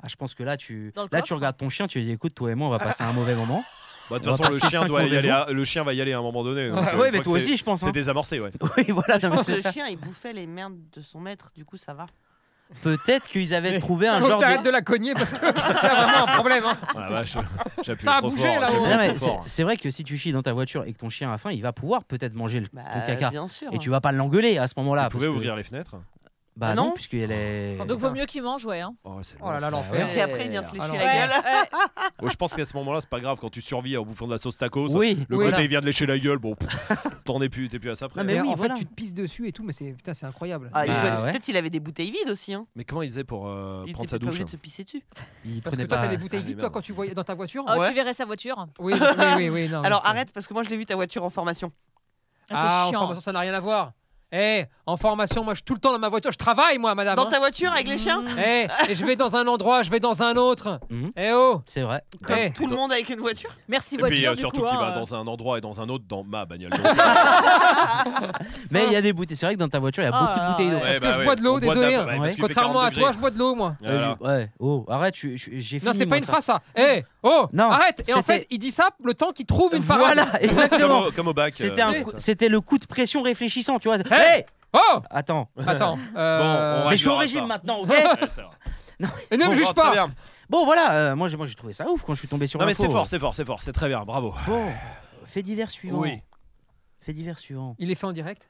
[SPEAKER 1] Ah, je pense que là, tu
[SPEAKER 4] Dans le
[SPEAKER 1] là
[SPEAKER 4] coffre.
[SPEAKER 1] tu regardes ton chien, tu lui dis écoute, toi et moi, on va passer un mauvais moment.
[SPEAKER 3] Bah, de
[SPEAKER 1] On
[SPEAKER 3] toute
[SPEAKER 1] va
[SPEAKER 3] façon, le
[SPEAKER 1] passer
[SPEAKER 3] chien,
[SPEAKER 1] cinq
[SPEAKER 3] doit y
[SPEAKER 1] mauvais
[SPEAKER 3] aller à- le chien va y aller à un moment donné. donc, euh,
[SPEAKER 1] ouais,
[SPEAKER 3] une
[SPEAKER 1] mais
[SPEAKER 3] fois
[SPEAKER 1] toi
[SPEAKER 3] que c'est-
[SPEAKER 1] aussi, je pense.
[SPEAKER 3] C'est
[SPEAKER 1] hein.
[SPEAKER 3] désamorcé, ouais.
[SPEAKER 1] Oui, voilà, non, mais c'est
[SPEAKER 8] Le
[SPEAKER 1] ça.
[SPEAKER 8] chien, il bouffait les merdes de son maître, du coup ça va.
[SPEAKER 1] Peut-être qu'ils avaient
[SPEAKER 5] Mais
[SPEAKER 1] trouvé un
[SPEAKER 5] Faut que
[SPEAKER 1] genre de.
[SPEAKER 5] t'arrêtes de la cogner parce que t'as vraiment un problème. hein.
[SPEAKER 3] Ah, la vache, j'appuie
[SPEAKER 5] Ça a
[SPEAKER 3] trop
[SPEAKER 5] bougé,
[SPEAKER 3] fort.
[SPEAKER 5] là-haut.
[SPEAKER 3] j'appuie
[SPEAKER 1] Non, mais
[SPEAKER 3] trop
[SPEAKER 1] c'est-
[SPEAKER 3] fort. hein.
[SPEAKER 1] c'est vrai que si tu chies dans ta voiture et que ton chien a faim, il va pouvoir peut-être manger le,
[SPEAKER 8] Bah,
[SPEAKER 1] ton caca.
[SPEAKER 8] bien sûr.
[SPEAKER 1] Et tu vas pas l'engueuler à ce moment-là.
[SPEAKER 3] Vous pouvez
[SPEAKER 1] parce que-
[SPEAKER 3] ouvrir les fenêtres
[SPEAKER 1] Bah
[SPEAKER 8] Ah
[SPEAKER 1] non,
[SPEAKER 8] non
[SPEAKER 1] puisqu'elle est.
[SPEAKER 4] Donc vaut mieux qu'il mange, ouais. hein.
[SPEAKER 3] Oh, c'est
[SPEAKER 5] Oh là là,
[SPEAKER 8] Et
[SPEAKER 5] l'enfer.
[SPEAKER 1] Ah ouais.
[SPEAKER 8] après, il vient te lécher
[SPEAKER 5] Ah non.
[SPEAKER 8] la
[SPEAKER 4] Ouais,
[SPEAKER 8] gueule.
[SPEAKER 4] ouais.
[SPEAKER 3] Ouais, je pense qu'à ce moment-là, c'est pas grave quand tu survis au bouffant de la sauce tacos.
[SPEAKER 1] Oui.
[SPEAKER 3] Le
[SPEAKER 5] Oui,
[SPEAKER 3] côté,
[SPEAKER 5] voilà.
[SPEAKER 3] il vient de lécher la gueule. Bon, pff, t'en es plus, t'es plus à ça après.
[SPEAKER 1] Non, Ah,
[SPEAKER 3] mais...
[SPEAKER 1] mais-
[SPEAKER 5] Et
[SPEAKER 1] oui,
[SPEAKER 5] en
[SPEAKER 1] voilà.
[SPEAKER 5] fait, tu te pisses dessus et tout, mais c'est putain, c'est incroyable.
[SPEAKER 8] Ah, il
[SPEAKER 1] Bah,
[SPEAKER 8] peut-
[SPEAKER 1] ouais.
[SPEAKER 8] Peut-être qu'il avait des bouteilles vides aussi. Hein.
[SPEAKER 3] comment il faisait pour euh,
[SPEAKER 8] Il
[SPEAKER 3] prendre
[SPEAKER 8] était
[SPEAKER 3] sa
[SPEAKER 8] peut-être pas
[SPEAKER 3] douche
[SPEAKER 8] obligé
[SPEAKER 3] hein
[SPEAKER 8] de se pisser dessus.
[SPEAKER 1] Il
[SPEAKER 5] Parce que
[SPEAKER 1] prenait
[SPEAKER 5] toi, t'as
[SPEAKER 1] pas.
[SPEAKER 5] des bouteilles vides, toi,
[SPEAKER 3] merde.
[SPEAKER 5] quand tu voyais dans ta voiture.
[SPEAKER 4] Oh,
[SPEAKER 8] Ouais.
[SPEAKER 4] Tu verrais sa voiture.
[SPEAKER 5] Oui, oui, oui, oui. non, mais
[SPEAKER 8] Alors
[SPEAKER 5] c'est-
[SPEAKER 8] arrête, parce que moi je l'ai vu ta voiture en formation.
[SPEAKER 5] Ah,
[SPEAKER 4] Ah, t'es
[SPEAKER 5] en
[SPEAKER 4] chiant.
[SPEAKER 5] formation, ça n'a rien à voir. Eh, en formation, moi, je suis tout le temps dans ma voiture. Je travaille, moi, madame.
[SPEAKER 8] Dans
[SPEAKER 5] hein.
[SPEAKER 8] ta voiture avec les chiens
[SPEAKER 4] Mmh.
[SPEAKER 5] Eh, et je vais dans un endroit, je vais dans un autre.
[SPEAKER 1] Mhm.
[SPEAKER 5] Eh oh
[SPEAKER 1] C'est vrai.
[SPEAKER 8] Comme
[SPEAKER 5] Eh.
[SPEAKER 8] tout le monde avec une voiture
[SPEAKER 4] Merci
[SPEAKER 3] Et puis
[SPEAKER 4] voiture.
[SPEAKER 3] euh,
[SPEAKER 4] du
[SPEAKER 3] surtout
[SPEAKER 4] coup,
[SPEAKER 3] qu'il
[SPEAKER 4] hein,
[SPEAKER 3] va
[SPEAKER 4] euh.
[SPEAKER 3] dans un endroit et dans un autre dans ma bagnole. bah
[SPEAKER 1] Mais il
[SPEAKER 5] Ah.
[SPEAKER 1] y a des bouteilles. C'est vrai que dans ta voiture, il y a
[SPEAKER 4] Ah
[SPEAKER 1] beaucoup de
[SPEAKER 4] là
[SPEAKER 1] bouteilles
[SPEAKER 4] là,
[SPEAKER 1] d'eau.
[SPEAKER 5] Parce que je bois de l'eau, désolé, hein. Contrairement à toi, je bois de l'eau, moi.
[SPEAKER 1] Euh, je- Ouais. Oh, arrête. je- je- J'ai fini.
[SPEAKER 5] Non, c'est
[SPEAKER 1] moi,
[SPEAKER 5] pas une
[SPEAKER 1] ça.
[SPEAKER 5] phrase, ça. Eh, oh,
[SPEAKER 1] Non,
[SPEAKER 5] arrête. Et en
[SPEAKER 1] c'était-
[SPEAKER 5] fait, il dit ça le temps qu'il trouve une parole.
[SPEAKER 1] Voilà, exactement.
[SPEAKER 3] Comme au, comme au bac.
[SPEAKER 1] C'était
[SPEAKER 3] euh,
[SPEAKER 1] un
[SPEAKER 3] comme
[SPEAKER 1] coup-
[SPEAKER 3] ça.
[SPEAKER 1] c'était le coup de pression réfléchissant, tu vois.
[SPEAKER 5] Hey
[SPEAKER 1] Hey
[SPEAKER 5] Oh
[SPEAKER 1] Attends.
[SPEAKER 5] Attends. euh,
[SPEAKER 3] Bon, on
[SPEAKER 1] Mais je suis au
[SPEAKER 3] réglera
[SPEAKER 1] régime
[SPEAKER 3] ça.
[SPEAKER 1] maintenant, ok
[SPEAKER 3] Ouais, ça va.
[SPEAKER 5] et Ne me
[SPEAKER 3] Bon,
[SPEAKER 5] juge
[SPEAKER 3] très
[SPEAKER 5] pas.
[SPEAKER 3] bien.
[SPEAKER 1] Bon, voilà. euh, moi, j'ai moi, j'ai trouvé ça ouf quand je suis tombé sur
[SPEAKER 3] Non mais
[SPEAKER 1] l'info.
[SPEAKER 3] c'est fort, c'est fort, c'est fort, c'est très bien, bravo.
[SPEAKER 1] Bon, fait divers suivant.
[SPEAKER 3] Oui.
[SPEAKER 1] Fait divers suivant.
[SPEAKER 5] Il est fait en direct.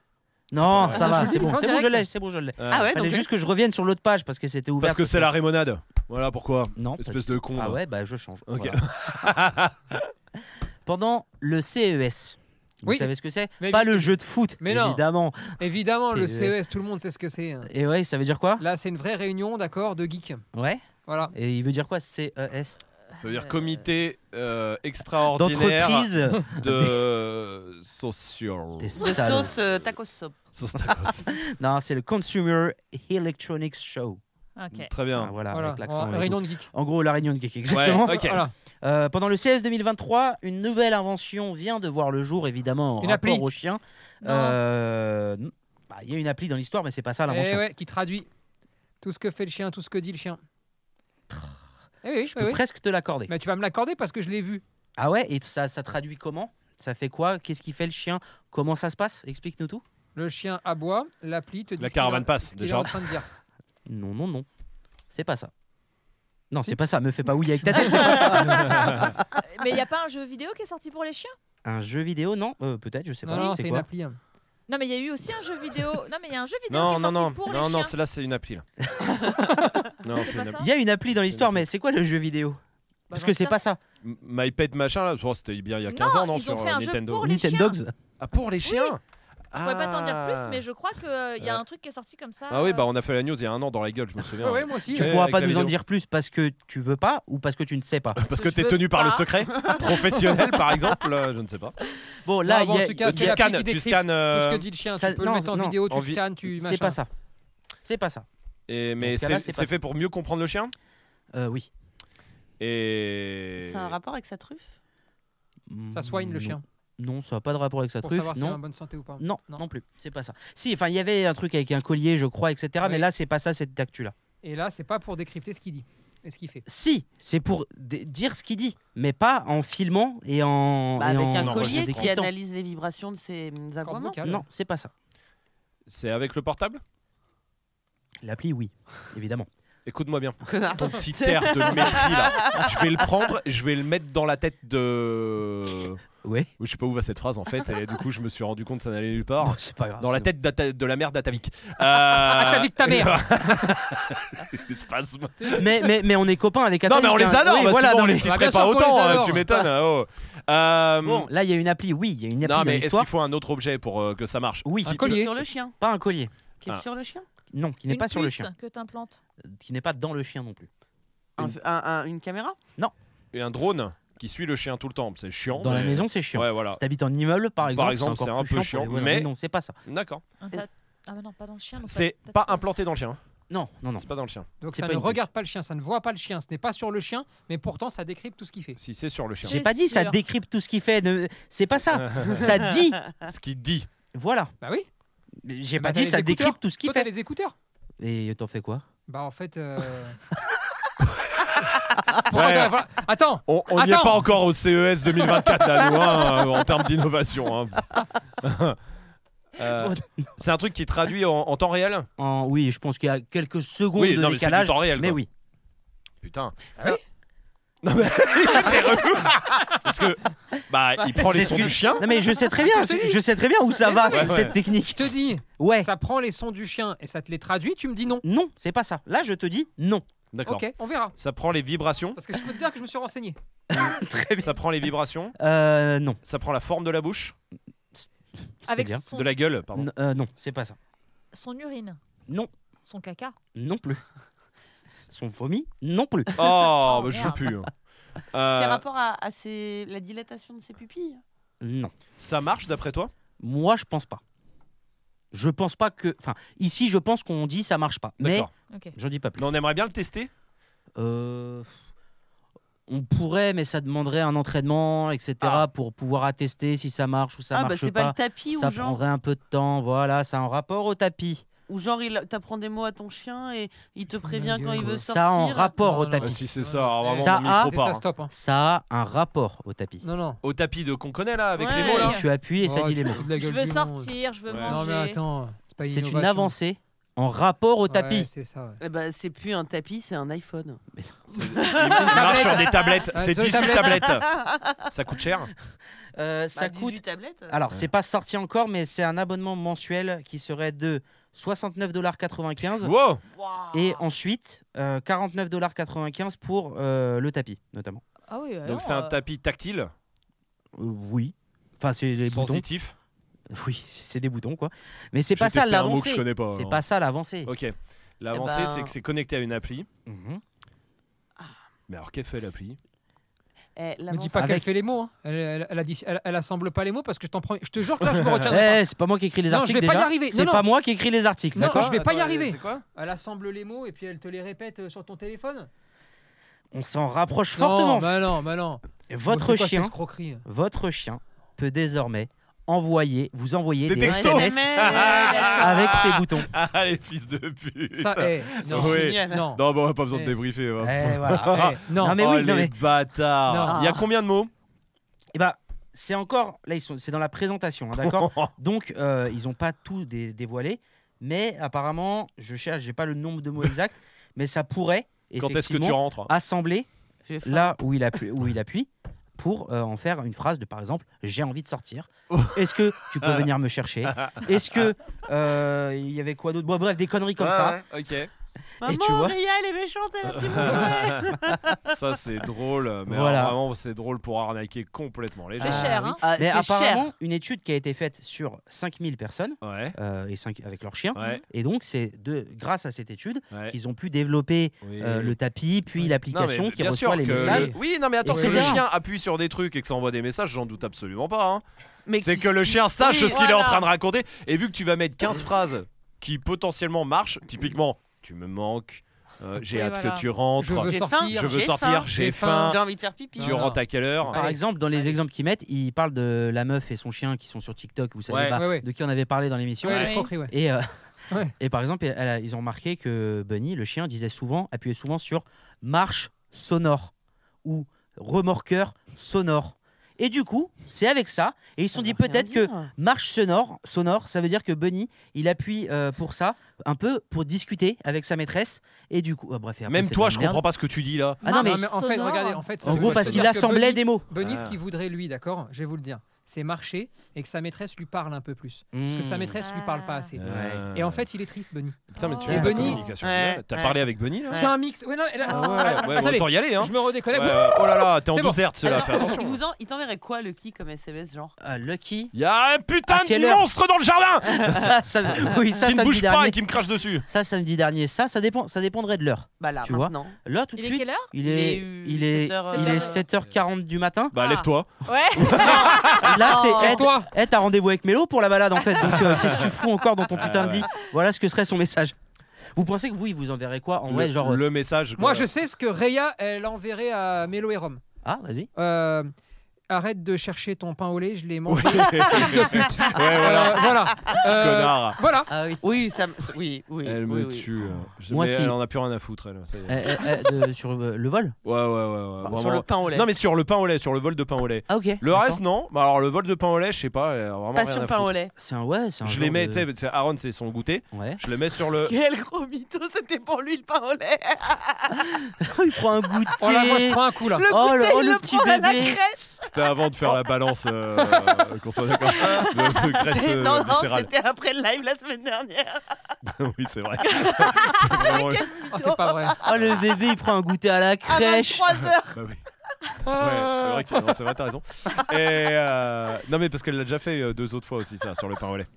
[SPEAKER 1] Non,
[SPEAKER 3] pas
[SPEAKER 1] ça va,
[SPEAKER 5] vrai. Non, je vous
[SPEAKER 1] c'est
[SPEAKER 5] dis,
[SPEAKER 1] bon.
[SPEAKER 5] fin
[SPEAKER 1] C'est bon, je
[SPEAKER 5] direct. hein.
[SPEAKER 1] l'ai, c'est bon, je l'ai.
[SPEAKER 3] Euh,
[SPEAKER 8] Ah ouais, donc
[SPEAKER 1] Fallait juste que je revienne sur l'autre page parce que c'était ouvert.
[SPEAKER 3] Parce que c'est la rémonade. Voilà pourquoi.
[SPEAKER 1] Non.
[SPEAKER 3] Espèce de con.
[SPEAKER 1] Ah
[SPEAKER 3] là.
[SPEAKER 1] ouais, bah je change.
[SPEAKER 3] Ok.
[SPEAKER 1] Voilà. Pendant le CES. Vous
[SPEAKER 5] Oui.
[SPEAKER 1] savez ce que c'est
[SPEAKER 5] Mais
[SPEAKER 1] Pas
[SPEAKER 5] oui.
[SPEAKER 1] le jeu de foot,
[SPEAKER 5] Mais non.
[SPEAKER 1] évidemment.
[SPEAKER 5] Évidemment, le
[SPEAKER 1] C'est-
[SPEAKER 5] CES, tout le monde sait ce que c'est. hein.
[SPEAKER 1] Et ouais, ça veut dire quoi
[SPEAKER 5] Là, c'est une vraie réunion, d'accord, de geeks.
[SPEAKER 1] Ouais.
[SPEAKER 5] Voilà.
[SPEAKER 1] Et il veut dire quoi E CES
[SPEAKER 3] Ça veut dire comité euh, extraordinaire
[SPEAKER 1] D'entreprise
[SPEAKER 3] de social.
[SPEAKER 1] Des
[SPEAKER 8] de
[SPEAKER 1] salauds.
[SPEAKER 8] sauce euh, tacos sop.
[SPEAKER 3] Sauce tacos.
[SPEAKER 1] Non, c'est le Consumer Electronics Show.
[SPEAKER 4] Ok.
[SPEAKER 3] Très
[SPEAKER 1] Ah,
[SPEAKER 3] bien.
[SPEAKER 1] voilà,
[SPEAKER 5] Voilà.
[SPEAKER 1] avec l'accent.
[SPEAKER 5] Ouais,
[SPEAKER 1] et tout.
[SPEAKER 5] réunion de geeks.
[SPEAKER 1] En gros, la réunion de geeks, exactement.
[SPEAKER 3] Ouais, ok.
[SPEAKER 5] Voilà.
[SPEAKER 1] Euh, pendant le CES 2023, une nouvelle invention vient de voir le jour, évidemment, en
[SPEAKER 5] Une
[SPEAKER 1] rapport
[SPEAKER 5] appli.
[SPEAKER 1] aux chiens.
[SPEAKER 4] Non.
[SPEAKER 1] Euh, n- bah, Il y a une appli dans l'histoire, mais c'est pas ça
[SPEAKER 5] Eh
[SPEAKER 1] l'invention.
[SPEAKER 5] ouais, qui traduit tout ce que fait le chien, tout ce que dit le chien. Eh oui,
[SPEAKER 1] Je
[SPEAKER 5] eh
[SPEAKER 1] peux
[SPEAKER 5] oui.
[SPEAKER 1] presque te l'accorder.
[SPEAKER 5] Mais tu vas me l'accorder parce que je l'ai vu.
[SPEAKER 1] Ah ouais, et ça, ça traduit comment Ça fait quoi Qu'est-ce qui fait le chien Comment ça se passe Explique-nous tout.
[SPEAKER 5] Le chien aboie, l'appli te dit
[SPEAKER 3] La
[SPEAKER 5] ce qu'il est en-
[SPEAKER 3] caravane passe,
[SPEAKER 5] ce qu'il est
[SPEAKER 3] déjà.
[SPEAKER 5] en train de dire.
[SPEAKER 1] Non, non, non. C'est pas ça. Non, c'est pas ça. Me fais pas oui avec ta tête. c'est pas ça.
[SPEAKER 4] Mais il y a pas un jeu vidéo qui est sorti pour les chiens
[SPEAKER 1] Un jeu vidéo Non, Euh, peut-être, je sais
[SPEAKER 5] Non,
[SPEAKER 1] pas.
[SPEAKER 5] non,
[SPEAKER 1] c'est
[SPEAKER 5] c'est une
[SPEAKER 1] quoi
[SPEAKER 5] appli. hein.
[SPEAKER 4] Non, mais il y a eu aussi un jeu vidéo. Non, mais il y a un jeu vidéo qui
[SPEAKER 3] Non,
[SPEAKER 4] est
[SPEAKER 3] non,
[SPEAKER 4] sorti
[SPEAKER 3] non.
[SPEAKER 4] pour les
[SPEAKER 3] Non, non,
[SPEAKER 4] chiens.
[SPEAKER 3] celle-là, c'est une appli. là. non, c'est une
[SPEAKER 4] pas
[SPEAKER 3] appli.
[SPEAKER 1] Il y a une appli dans l'histoire, mais c'est quoi le jeu vidéo
[SPEAKER 4] Bah,
[SPEAKER 1] Parce
[SPEAKER 4] j'en
[SPEAKER 1] que
[SPEAKER 4] sais
[SPEAKER 1] c'est pas ça.
[SPEAKER 3] M- My Pet machin, là, je crois que c'était bien il y a 15
[SPEAKER 4] Non,
[SPEAKER 3] ans, non,
[SPEAKER 4] ils ont
[SPEAKER 3] sur
[SPEAKER 4] fait
[SPEAKER 3] euh,
[SPEAKER 4] un jeu
[SPEAKER 3] Nintendo.
[SPEAKER 4] pour les
[SPEAKER 1] Nintendo
[SPEAKER 4] chiens.
[SPEAKER 1] Dogs
[SPEAKER 3] Ah, pour les chiens
[SPEAKER 4] Je pourrais pas t'en dire plus, mais je crois qu'il y a
[SPEAKER 3] Ouais.
[SPEAKER 4] un truc qui est sorti comme ça.
[SPEAKER 3] Euh. Ah oui,
[SPEAKER 4] euh,
[SPEAKER 3] bah on a fait la news il y a un an dans la gueule, je me souviens.
[SPEAKER 5] Ouais, ouais, moi aussi. hein.
[SPEAKER 1] Tu
[SPEAKER 3] Ouais,
[SPEAKER 1] pourras
[SPEAKER 3] avec
[SPEAKER 1] pas
[SPEAKER 3] la
[SPEAKER 1] nous en
[SPEAKER 3] vidéo.
[SPEAKER 1] dire plus parce que tu veux pas ou parce que tu ne sais pas.
[SPEAKER 3] Parce que
[SPEAKER 4] que je
[SPEAKER 3] t'es
[SPEAKER 4] veux
[SPEAKER 3] tenu par le
[SPEAKER 4] pas.
[SPEAKER 3] secret professionnel, par exemple, euh, je ne sais pas.
[SPEAKER 1] Bon, là,
[SPEAKER 5] bon,
[SPEAKER 1] il y a-
[SPEAKER 5] en tout cas,
[SPEAKER 1] il y
[SPEAKER 5] c'est
[SPEAKER 1] a-
[SPEAKER 3] tu
[SPEAKER 5] la- l'appli
[SPEAKER 3] scannes,
[SPEAKER 5] qui
[SPEAKER 3] tu
[SPEAKER 5] décrypte
[SPEAKER 3] scannes.
[SPEAKER 5] tout ce
[SPEAKER 3] euh,
[SPEAKER 5] que dit le chien.
[SPEAKER 1] ça-
[SPEAKER 5] tu peux
[SPEAKER 1] non,
[SPEAKER 5] le mettre en
[SPEAKER 1] non,
[SPEAKER 5] vidéo, tu
[SPEAKER 3] en vi-
[SPEAKER 5] scannes, tu
[SPEAKER 1] c'est pas
[SPEAKER 5] machin.
[SPEAKER 1] ça. C'est pas ça.
[SPEAKER 3] et- mais
[SPEAKER 1] ce
[SPEAKER 3] c'est
[SPEAKER 1] cas-là, c'est pas
[SPEAKER 3] c'est fait pour mieux comprendre le chien
[SPEAKER 1] Euh, oui.
[SPEAKER 3] Et.
[SPEAKER 8] C'est un rapport avec sa truffe
[SPEAKER 5] Ça soigne le
[SPEAKER 1] Non.
[SPEAKER 5] chien
[SPEAKER 1] Mm, Non, ça n'a pas de rapport avec sa
[SPEAKER 5] pour
[SPEAKER 1] truffe.
[SPEAKER 5] savoir s'il est
[SPEAKER 1] non.
[SPEAKER 5] en bonne santé ou pas.
[SPEAKER 1] non,
[SPEAKER 5] Non.
[SPEAKER 1] non, plus. C'est pas ça. Si, enfin, il y avait un truc avec un collier, je crois, etc. Mais
[SPEAKER 5] Ah Oui.
[SPEAKER 1] là, c'est pas ça cette actu là.
[SPEAKER 5] Et là, c'est pas pour décrypter ce qu'il dit et ce qu'il fait.
[SPEAKER 1] Si, c'est pour d- dire ce qu'il dit, mais pas en filmant et en.
[SPEAKER 8] Bah,
[SPEAKER 1] et
[SPEAKER 8] Avec
[SPEAKER 1] en-
[SPEAKER 8] un
[SPEAKER 1] en
[SPEAKER 8] collier qui
[SPEAKER 1] décryptant.
[SPEAKER 8] analyse les vibrations de ses mm,
[SPEAKER 5] Corde
[SPEAKER 8] aboiements.
[SPEAKER 5] vocale.
[SPEAKER 1] Ah, Non, c'est pas ça.
[SPEAKER 3] C'est avec le portable
[SPEAKER 1] L'appli, oui, évidemment.
[SPEAKER 3] Écoute-moi bien.
[SPEAKER 4] euh,
[SPEAKER 3] Ton petit air de mépris là. Je vais le prendre, je vais le mettre dans la tête de.
[SPEAKER 1] Oui.
[SPEAKER 3] Je sais pas où va cette phrase en fait, et du coup je me suis rendu compte que ça n'allait nulle part.
[SPEAKER 1] Bon, Oh, c'est pas grave.
[SPEAKER 3] Dans la
[SPEAKER 1] c'est
[SPEAKER 3] tête d'Ata- de la mère d'Atavik. Euh...
[SPEAKER 5] Atavik, ta mère.
[SPEAKER 3] Les spasmes.
[SPEAKER 1] bon. Mais, mais, mais on est copains avec
[SPEAKER 3] Non,
[SPEAKER 1] Atari,
[SPEAKER 3] mais on les
[SPEAKER 1] hein.
[SPEAKER 3] adore,
[SPEAKER 1] Oui,
[SPEAKER 3] bah,
[SPEAKER 1] voilà,
[SPEAKER 3] sinon,
[SPEAKER 1] non,
[SPEAKER 3] on
[SPEAKER 1] mais-
[SPEAKER 3] les citerait
[SPEAKER 5] bien sûr
[SPEAKER 3] pas
[SPEAKER 5] qu'on les
[SPEAKER 3] autant, hein,
[SPEAKER 5] adore,
[SPEAKER 3] tu
[SPEAKER 5] c'est
[SPEAKER 3] m'étonnes. oh. Euh,
[SPEAKER 1] Bon, là, il y a une appli, oui, il y a une appli
[SPEAKER 3] non,
[SPEAKER 1] dans
[SPEAKER 3] mais est-ce qu'il
[SPEAKER 1] l'histoire.
[SPEAKER 3] faut un autre objet pour euh, que ça marche
[SPEAKER 1] Oui,
[SPEAKER 5] Un
[SPEAKER 1] qui-
[SPEAKER 5] collier.
[SPEAKER 8] Qui est sur le chien
[SPEAKER 1] pas un collier.
[SPEAKER 8] Qui est
[SPEAKER 3] Ah.
[SPEAKER 8] sur le chien
[SPEAKER 1] Non, qui n'est
[SPEAKER 4] une
[SPEAKER 1] pas sur le
[SPEAKER 4] puce
[SPEAKER 1] chien.
[SPEAKER 4] Que t'implantes.
[SPEAKER 1] Qui n'est pas dans le chien non plus.
[SPEAKER 8] Un-
[SPEAKER 1] Une-
[SPEAKER 8] un- un- Une caméra
[SPEAKER 3] Et un drone qui suit le chien tout le temps, c'est chiant.
[SPEAKER 1] Dans la
[SPEAKER 3] mais-
[SPEAKER 1] maison, c'est chiant.
[SPEAKER 3] Ouais, voilà.
[SPEAKER 1] Si t'habites en immeuble, par exemple,
[SPEAKER 3] Par exemple,
[SPEAKER 1] c'est encore
[SPEAKER 3] c'est un
[SPEAKER 1] plus
[SPEAKER 3] peu
[SPEAKER 1] chiant. pour
[SPEAKER 3] chiant,
[SPEAKER 1] les voisins.
[SPEAKER 3] mais-
[SPEAKER 1] non, c'est pas ça.
[SPEAKER 3] D'accord.
[SPEAKER 4] Un tas- Ah bah non, pas dans le chien. donc
[SPEAKER 3] C'est
[SPEAKER 4] peut-être
[SPEAKER 3] pas implanté dans le chien. hein.
[SPEAKER 1] Non, non, non.
[SPEAKER 3] C'est pas dans le chien.
[SPEAKER 5] Donc
[SPEAKER 1] C'est
[SPEAKER 5] ça
[SPEAKER 1] pas
[SPEAKER 5] ne
[SPEAKER 1] une puce.
[SPEAKER 5] regarde pas le chien, ça ne voit pas le chien, ce n'est pas sur le chien, mais pourtant ça décrypte tout ce qu'il fait.
[SPEAKER 3] Si c'est sur le chien.
[SPEAKER 1] J'ai pas dit ça
[SPEAKER 4] sûr.
[SPEAKER 1] décrypte tout ce qu'il fait. ne- C'est pas ça. ça dit.
[SPEAKER 3] Ce qu'il dit.
[SPEAKER 1] Voilà.
[SPEAKER 5] Bah oui,
[SPEAKER 1] J'ai pas
[SPEAKER 5] Bah, t'as
[SPEAKER 1] dit
[SPEAKER 5] les
[SPEAKER 1] ça
[SPEAKER 5] écouteurs.
[SPEAKER 1] décrypte tout ce qu'il
[SPEAKER 5] toi t'as
[SPEAKER 1] fait.
[SPEAKER 5] les écouteurs.
[SPEAKER 1] Et t'en fais quoi
[SPEAKER 5] Bah en fait. euh, Pourquoi
[SPEAKER 3] Ouais.
[SPEAKER 5] t'aurais pas- Attends,
[SPEAKER 3] On on n'y est
[SPEAKER 5] Attends.
[SPEAKER 3] pas encore au E CES 2024 là, nous, hein, en termes d'innovation. hein. Euh, c'est un truc qui traduit en, en temps réel
[SPEAKER 1] En- Oui, je pense qu'il y a quelques secondes
[SPEAKER 3] Oui,
[SPEAKER 1] de
[SPEAKER 3] non, mais c'est du
[SPEAKER 1] décalage.
[SPEAKER 3] temps réel.
[SPEAKER 1] Mais
[SPEAKER 3] quoi.
[SPEAKER 1] oui.
[SPEAKER 3] Putain.
[SPEAKER 5] Ah oui
[SPEAKER 3] T'es relou. Parce que bah il prend les
[SPEAKER 1] C'est
[SPEAKER 3] sons
[SPEAKER 1] ce que-
[SPEAKER 3] du chien.
[SPEAKER 1] Non mais je sais très bien,
[SPEAKER 5] Je te dis.
[SPEAKER 1] je sais très bien où ça
[SPEAKER 5] Mais
[SPEAKER 1] va
[SPEAKER 5] non,
[SPEAKER 3] mais-
[SPEAKER 1] cette
[SPEAKER 3] Ouais.
[SPEAKER 5] Je
[SPEAKER 1] technique.
[SPEAKER 5] te dis,
[SPEAKER 1] Ouais.
[SPEAKER 5] ça prend les sons du chien et ça te les traduit, tu me dis non.
[SPEAKER 1] Non, c'est pas ça. Là, je te dis non.
[SPEAKER 3] D'accord.
[SPEAKER 5] Ok, on verra.
[SPEAKER 3] Ça prend les vibrations.
[SPEAKER 5] Parce que je peux te dire que je me suis renseigné.
[SPEAKER 1] Très
[SPEAKER 3] Ça prend les vibrations.
[SPEAKER 1] Euh, non.
[SPEAKER 3] Ça prend la forme de la bouche,
[SPEAKER 4] Avec
[SPEAKER 1] C'est-à-dire
[SPEAKER 4] son,
[SPEAKER 3] de la gueule, pardon.
[SPEAKER 1] N- euh, non, c'est pas ça.
[SPEAKER 4] son urine,
[SPEAKER 1] Non,
[SPEAKER 4] son caca.
[SPEAKER 1] non plus. Son vomi, non plus.
[SPEAKER 3] Oh, bah, je
[SPEAKER 1] Ah,
[SPEAKER 3] joue
[SPEAKER 4] merde.
[SPEAKER 3] plus. hein.
[SPEAKER 8] C'est
[SPEAKER 3] Euh,
[SPEAKER 8] rapport à, à ses- la dilatation de ses pupilles
[SPEAKER 1] Non.
[SPEAKER 3] ça marche d'après toi
[SPEAKER 1] Moi, je pense pas. Je pense pas que. Enfin, ici, je pense qu'on dit ça marche pas. Mais
[SPEAKER 3] D'accord.
[SPEAKER 4] Ok.
[SPEAKER 1] j'en dis pas plus.
[SPEAKER 3] Mais on aimerait bien le tester.
[SPEAKER 1] Euh, on pourrait, mais ça demanderait un entraînement, etc., pour pouvoir attester si ça marche ou ça
[SPEAKER 8] Ah, bah
[SPEAKER 1] marche
[SPEAKER 8] c'est pas, le tapis
[SPEAKER 1] ça
[SPEAKER 8] où genre,
[SPEAKER 1] prendrait un peu de temps. Voilà, c'est en rapport au tapis.
[SPEAKER 8] où genre il t'apprend des mots à ton chien et il te prévient
[SPEAKER 5] gueule,
[SPEAKER 8] quand il
[SPEAKER 5] quoi.
[SPEAKER 8] veut sortir.
[SPEAKER 1] Ça a en rapport
[SPEAKER 5] Non,
[SPEAKER 1] au
[SPEAKER 5] non,
[SPEAKER 1] tapis.
[SPEAKER 5] Ah,
[SPEAKER 3] si c'est ça, alors
[SPEAKER 1] vraiment, Ça mon micro a-
[SPEAKER 5] C'est ça, stop. hein.
[SPEAKER 1] Ça a un rapport au tapis.
[SPEAKER 5] Non, non.
[SPEAKER 3] Au tapis de qu'on connaît là, avec
[SPEAKER 8] Ouais.
[SPEAKER 3] les mots là.
[SPEAKER 4] Ouais.
[SPEAKER 1] Tu appuies et ça
[SPEAKER 5] Oh,
[SPEAKER 1] dit les mots.
[SPEAKER 5] de la
[SPEAKER 4] Je
[SPEAKER 5] gueule
[SPEAKER 4] veux
[SPEAKER 5] du monde.
[SPEAKER 4] sortir, je veux
[SPEAKER 3] Ouais.
[SPEAKER 4] manger.
[SPEAKER 5] Non, mais attends, c'est pas
[SPEAKER 1] C'est une
[SPEAKER 5] innovation.
[SPEAKER 1] avancée en rapport au
[SPEAKER 5] Ouais,
[SPEAKER 1] tapis.
[SPEAKER 5] c'est ça, ouais.
[SPEAKER 8] Eh bah, c'est plus un tapis, c'est un iPhone.
[SPEAKER 3] Il marche sur des tablettes.
[SPEAKER 5] Ah,
[SPEAKER 3] C'est
[SPEAKER 5] sur
[SPEAKER 3] 18
[SPEAKER 5] les
[SPEAKER 3] tablettes. Ça coûte cher.
[SPEAKER 1] Euh, ça
[SPEAKER 8] Bah, 18
[SPEAKER 1] coûte.
[SPEAKER 8] tablettes
[SPEAKER 1] Alors, c'est pas sorti encore, mais c'est un abonnement mensuel qui serait de 69,95$.
[SPEAKER 3] Wow.
[SPEAKER 8] Waouh.
[SPEAKER 1] Et ensuite, euh, 49,95$ pour euh, le tapis, notamment.
[SPEAKER 4] Ah oui, alors,
[SPEAKER 3] Donc c'est un
[SPEAKER 4] euh,
[SPEAKER 3] tapis tactile,
[SPEAKER 1] Euh, oui. Enfin, c'est des boutons.
[SPEAKER 3] sensitif.
[SPEAKER 1] Oui, c'est c'est des boutons, quoi. Mais c'est
[SPEAKER 3] J'ai
[SPEAKER 1] pas ça
[SPEAKER 3] testé un mot que
[SPEAKER 1] l'avancée.
[SPEAKER 3] je connais pas, hein.
[SPEAKER 1] C'est
[SPEAKER 3] alors.
[SPEAKER 1] pas ça l'avancée.
[SPEAKER 3] Ok. L'avancée,
[SPEAKER 8] Eh ben-
[SPEAKER 3] c'est que c'est connecté à une appli.
[SPEAKER 1] Mhm.
[SPEAKER 3] Mais alors, qu'est-ce que fait l'appli
[SPEAKER 8] Eh,
[SPEAKER 5] Me dis pas
[SPEAKER 1] Avec-
[SPEAKER 5] qu'elle fait les mots. hein. Elle, elle, elle a dit- elle- elle assemble pas les mots parce que je t'en prends. Je te jure que là, je me retiens.
[SPEAKER 1] Eh, c'est pas moi qui écris les
[SPEAKER 5] Non, je
[SPEAKER 1] articles.
[SPEAKER 5] vais pas y
[SPEAKER 1] déjà.
[SPEAKER 5] arriver. Non,
[SPEAKER 1] C'est
[SPEAKER 5] non.
[SPEAKER 1] pas moi qui écris les articles,
[SPEAKER 5] Non,
[SPEAKER 1] d'accord
[SPEAKER 5] je vais pas y
[SPEAKER 3] Attends,
[SPEAKER 5] arriver.
[SPEAKER 3] C'est quoi
[SPEAKER 5] Elle assemble les mots et puis elle te les répète euh, sur ton téléphone.
[SPEAKER 1] On s'en rapproche
[SPEAKER 5] Non,
[SPEAKER 1] fortement.
[SPEAKER 5] mais non, mais non.
[SPEAKER 1] Votre
[SPEAKER 5] C'est quoi cette
[SPEAKER 1] chien
[SPEAKER 5] escroquerie
[SPEAKER 1] votre chien peut désormais envoyer, vous envoyer
[SPEAKER 3] Des
[SPEAKER 1] des
[SPEAKER 3] textos.
[SPEAKER 1] SMS avec ses boutons.
[SPEAKER 3] Ah, les fils de pute
[SPEAKER 5] Ça, eh, non.
[SPEAKER 3] Ouais.
[SPEAKER 5] Non.
[SPEAKER 3] Non, bah, on a pas besoin de
[SPEAKER 5] Eh.
[SPEAKER 3] débriefer. ouais.
[SPEAKER 1] Eh, voilà.
[SPEAKER 5] Eh, non.
[SPEAKER 1] Non, mais ah,
[SPEAKER 3] oh,
[SPEAKER 1] oui,
[SPEAKER 3] les
[SPEAKER 1] non, mais-
[SPEAKER 3] bâtards
[SPEAKER 5] Non.
[SPEAKER 3] Il y a combien de mots
[SPEAKER 1] Eh ben, c'est encore là, ils sont, c'est dans la présentation, hein, d'accord Donc, euh, ils n'ont pas tout dé- dévoilé, mais apparemment, je cherche, j'ai pas le nombre de mots exact, mais ça pourrait
[SPEAKER 3] Quand est-ce que tu
[SPEAKER 1] effectivement, Ah,
[SPEAKER 3] rentres
[SPEAKER 1] assembler
[SPEAKER 8] J'ai faim.
[SPEAKER 1] là où il appuie, où il appuie pour euh, en faire une phrase de par exemple j'ai envie de sortir
[SPEAKER 3] Oh.
[SPEAKER 1] est-ce que tu peux venir me chercher est-ce que euh, il y avait quoi d'autre Bon, bref des conneries comme ça
[SPEAKER 3] Ah, ouais,
[SPEAKER 8] Maman,
[SPEAKER 1] tu vois
[SPEAKER 8] Ria, elle est méchante, elle a pris mon jouet.
[SPEAKER 3] Ok. Ça, c'est drôle. Mais
[SPEAKER 1] Voilà.
[SPEAKER 3] alors, vraiment, c'est drôle pour arnaquer complètement les
[SPEAKER 4] C'est
[SPEAKER 3] gens.
[SPEAKER 4] cher,
[SPEAKER 1] oui.
[SPEAKER 4] hein
[SPEAKER 8] Ah,
[SPEAKER 1] Mais
[SPEAKER 8] c'est
[SPEAKER 1] apparemment,
[SPEAKER 8] cher.
[SPEAKER 1] une étude qui a été faite sur 5000 personnes,
[SPEAKER 3] Ouais.
[SPEAKER 1] euh, et cinq avec leurs chiens,
[SPEAKER 3] Ouais.
[SPEAKER 1] et donc c'est de, grâce à cette étude
[SPEAKER 3] ouais.
[SPEAKER 1] qu'ils ont pu développer
[SPEAKER 3] Oui.
[SPEAKER 1] euh, le tapis, puis l'application
[SPEAKER 3] Non, mais
[SPEAKER 1] qui
[SPEAKER 3] bien
[SPEAKER 1] reçoit
[SPEAKER 3] sûr
[SPEAKER 1] les
[SPEAKER 3] que
[SPEAKER 1] messages.
[SPEAKER 3] le- Oui, non, mais attends,
[SPEAKER 1] Et
[SPEAKER 3] que le
[SPEAKER 1] voilà.
[SPEAKER 3] chien appuie sur des trucs et que ça envoie des messages, j'en doute absolument pas. hein.
[SPEAKER 8] Mais
[SPEAKER 3] C'est
[SPEAKER 8] qui-
[SPEAKER 3] que le chien sache
[SPEAKER 8] Oui,
[SPEAKER 3] ce qu'il est en
[SPEAKER 8] voilà.
[SPEAKER 3] train de raconter. Et vu que tu vas mettre 15 phrases qui potentiellement marchent, typiquement, tu me manques, euh, j'ai
[SPEAKER 4] Oui,
[SPEAKER 3] hâte
[SPEAKER 4] voilà.
[SPEAKER 3] que tu rentres,
[SPEAKER 5] Je veux
[SPEAKER 8] J'ai
[SPEAKER 5] sortir.
[SPEAKER 8] faim.
[SPEAKER 3] je veux
[SPEAKER 8] J'ai
[SPEAKER 3] sortir,
[SPEAKER 8] faim.
[SPEAKER 3] j'ai
[SPEAKER 5] j'ai
[SPEAKER 3] faim,
[SPEAKER 8] J'ai envie de faire pipi.
[SPEAKER 3] tu
[SPEAKER 5] Non,
[SPEAKER 3] rentres à quelle heure
[SPEAKER 1] Par
[SPEAKER 5] Allez.
[SPEAKER 1] exemple, dans les
[SPEAKER 5] Allez.
[SPEAKER 1] exemples qu'ils mettent, ils parlent de la meuf et son chien qui sont sur TikTok, vous savez
[SPEAKER 3] Ouais.
[SPEAKER 1] pas
[SPEAKER 5] Ouais, ouais.
[SPEAKER 1] de qui on avait parlé dans l'émission.
[SPEAKER 5] Ouais,
[SPEAKER 4] Ouais.
[SPEAKER 5] l'escroquerie, ouais.
[SPEAKER 1] Et, euh,
[SPEAKER 5] Ouais.
[SPEAKER 1] et par exemple, elle a- ils ont remarqué que Bunny, le chien, disait souvent, appuyait souvent sur marche sonore ou remorqueur sonore. Et du coup, c'est avec ça, et ils se sont dit peut-être que Marche sonore, sonore, ça veut dire que Bunny, il appuie euh, pour ça, un peu pour discuter avec sa maîtresse. Et du coup, ah, bref, et après,
[SPEAKER 3] Même
[SPEAKER 1] c'est
[SPEAKER 3] toi,
[SPEAKER 1] de
[SPEAKER 3] je
[SPEAKER 1] la merde.
[SPEAKER 3] comprends pas ce que tu dis là.
[SPEAKER 1] Ah non, mais
[SPEAKER 5] Non, mais en fait,
[SPEAKER 4] Sonore.
[SPEAKER 5] regardez, en fait,
[SPEAKER 1] en
[SPEAKER 5] c'est-
[SPEAKER 1] gros,
[SPEAKER 5] c'est-
[SPEAKER 1] parce
[SPEAKER 5] c'est-
[SPEAKER 1] qu'il
[SPEAKER 5] c'est-à-dire que
[SPEAKER 1] assemblait
[SPEAKER 5] Bunny-
[SPEAKER 1] des mots.
[SPEAKER 5] Bunny, ce
[SPEAKER 3] Ah.
[SPEAKER 5] qu'il voudrait, lui, d'accord, je vais vous le dire, c'est marcher et que sa maîtresse lui parle un peu plus. Parce que sa
[SPEAKER 1] Mmh.
[SPEAKER 5] maîtresse lui parle pas assez.
[SPEAKER 1] Ouais.
[SPEAKER 5] Et en fait, il est triste, Bunny.
[SPEAKER 3] putain, mais tu fais
[SPEAKER 4] Et
[SPEAKER 3] de la
[SPEAKER 5] Benny-
[SPEAKER 3] communication.
[SPEAKER 8] Ouais.
[SPEAKER 3] T'as
[SPEAKER 8] Ouais.
[SPEAKER 3] parlé avec Benny là
[SPEAKER 5] C'est un mix. Ouais, non, elle a-
[SPEAKER 3] Ah
[SPEAKER 5] Ah,
[SPEAKER 3] Ouais, ouais, bon,
[SPEAKER 5] attendez,
[SPEAKER 3] autant y aller. Hein.
[SPEAKER 5] je me redéconnecte.
[SPEAKER 3] Ouais, ouais. Oh là là, t'es en
[SPEAKER 5] C'est bon.
[SPEAKER 3] 12 Hz là. fais attention.
[SPEAKER 8] Il vous en- il t'enverrait quoi, le qui, comme SMS, genre
[SPEAKER 1] Ah, Lucky,
[SPEAKER 3] Il y a un putain
[SPEAKER 1] À quelle
[SPEAKER 3] de
[SPEAKER 1] heure
[SPEAKER 3] monstre dans le jardin
[SPEAKER 1] ça, ça- oui, ça,
[SPEAKER 3] qui ne
[SPEAKER 1] samedi
[SPEAKER 3] bouge pas
[SPEAKER 1] dernier.
[SPEAKER 3] et qui me crache dessus.
[SPEAKER 1] Ça, samedi dernier, ça, ça dépend, ça dépendrait de l'heure.
[SPEAKER 8] Bah là,
[SPEAKER 1] Tu vois
[SPEAKER 8] maintenant.
[SPEAKER 1] Là, tout de
[SPEAKER 4] Il est
[SPEAKER 1] suite,
[SPEAKER 4] quelle heure
[SPEAKER 1] il est, il
[SPEAKER 8] Il
[SPEAKER 1] est,
[SPEAKER 8] est,
[SPEAKER 4] euh,
[SPEAKER 1] il est
[SPEAKER 4] 7
[SPEAKER 1] 7h40 du matin.
[SPEAKER 3] Bah,
[SPEAKER 4] Ah.
[SPEAKER 3] lève-toi.
[SPEAKER 4] Ouais
[SPEAKER 1] Là, c'est,
[SPEAKER 8] Oh.
[SPEAKER 1] hey,
[SPEAKER 5] Toi,
[SPEAKER 1] t- hey, t'as rendez-vous avec Mélo pour la balade en fait. Donc, euh, qu'est-ce que tu fous encore dans ton
[SPEAKER 3] Ah,
[SPEAKER 1] putain de
[SPEAKER 3] ouais.
[SPEAKER 1] lit Voilà ce que serait son message. Vous pensez que vous, il vous enverrait quoi En vrai,
[SPEAKER 3] Le-
[SPEAKER 1] genre, euh,
[SPEAKER 3] le message.
[SPEAKER 5] moi,
[SPEAKER 3] quoi.
[SPEAKER 5] je sais ce que Rhea, elle enverrait à Mélo et Rome.
[SPEAKER 1] ah, vas-y.
[SPEAKER 5] Euh, arrête de chercher ton pain au lait, je
[SPEAKER 3] Ouais,
[SPEAKER 5] l'ai mangé.
[SPEAKER 3] ouais, voilà.
[SPEAKER 5] Euh, voilà. Euh,
[SPEAKER 3] Connard.
[SPEAKER 5] voilà.
[SPEAKER 1] Ah oui.
[SPEAKER 8] Oui, ça, m- oui, oui.
[SPEAKER 3] Elle
[SPEAKER 8] oui,
[SPEAKER 3] me
[SPEAKER 8] oui.
[SPEAKER 3] tue. euh, je-
[SPEAKER 1] Moi,
[SPEAKER 3] mais
[SPEAKER 1] si.
[SPEAKER 3] Elle en a plus rien à foutre, elle. ça y est.
[SPEAKER 1] Euh, euh, euh, de- sur euh, le vol
[SPEAKER 3] Ouais, ouais, ouais. ouais,
[SPEAKER 8] Bah,
[SPEAKER 3] vraiment.
[SPEAKER 8] sur le pain au lait.
[SPEAKER 3] Non, mais sur le pain au lait, sur le vol de pain au lait.
[SPEAKER 1] Ah ok.
[SPEAKER 3] Le
[SPEAKER 1] D'accord.
[SPEAKER 3] reste, non. Bah, alors, le vol de pain au lait, je sais pas. elle a Vraiment rien
[SPEAKER 8] Passion
[SPEAKER 3] à
[SPEAKER 8] pain au
[SPEAKER 3] foutre.
[SPEAKER 8] lait.
[SPEAKER 1] C'est un ouais, c'est un.
[SPEAKER 3] Je
[SPEAKER 1] genre
[SPEAKER 3] les mets,
[SPEAKER 1] de-
[SPEAKER 3] tu sais, parce que Aaron, c'est son goûter.
[SPEAKER 1] Ouais.
[SPEAKER 3] Je le mets sur le.
[SPEAKER 8] Quel gros mytho, c'était pour lui le pain au lait.
[SPEAKER 1] Il prend un goûter.
[SPEAKER 5] Oh là, moi je prends un coup là.
[SPEAKER 8] Le
[SPEAKER 1] Oh, le-
[SPEAKER 8] goûter,
[SPEAKER 1] oh,
[SPEAKER 8] il
[SPEAKER 1] le
[SPEAKER 8] le,
[SPEAKER 1] petit
[SPEAKER 8] prend à la
[SPEAKER 1] bébé.
[SPEAKER 8] crèche.
[SPEAKER 3] C'était avant de faire la balance euh, euh, qu'on soit d'accord. De, de graisse
[SPEAKER 8] C'est-
[SPEAKER 3] euh,
[SPEAKER 8] non, non,
[SPEAKER 3] viscérale.
[SPEAKER 8] c'était après le live la semaine dernière.
[SPEAKER 3] oui, c'est vrai. Vraiment, ouais.
[SPEAKER 5] Ah, c'est pas vrai.
[SPEAKER 1] Oh le bébé, il prend un goûter à la
[SPEAKER 8] À
[SPEAKER 1] crèche.
[SPEAKER 8] 23h.
[SPEAKER 3] Bah oui. Ouais, c'est vrai, que- non, c'est vrai, t'as raison. Et euh, non, mais parce qu'elle l'a déjà fait euh, deux autres fois aussi, ça, sur le pain au lait.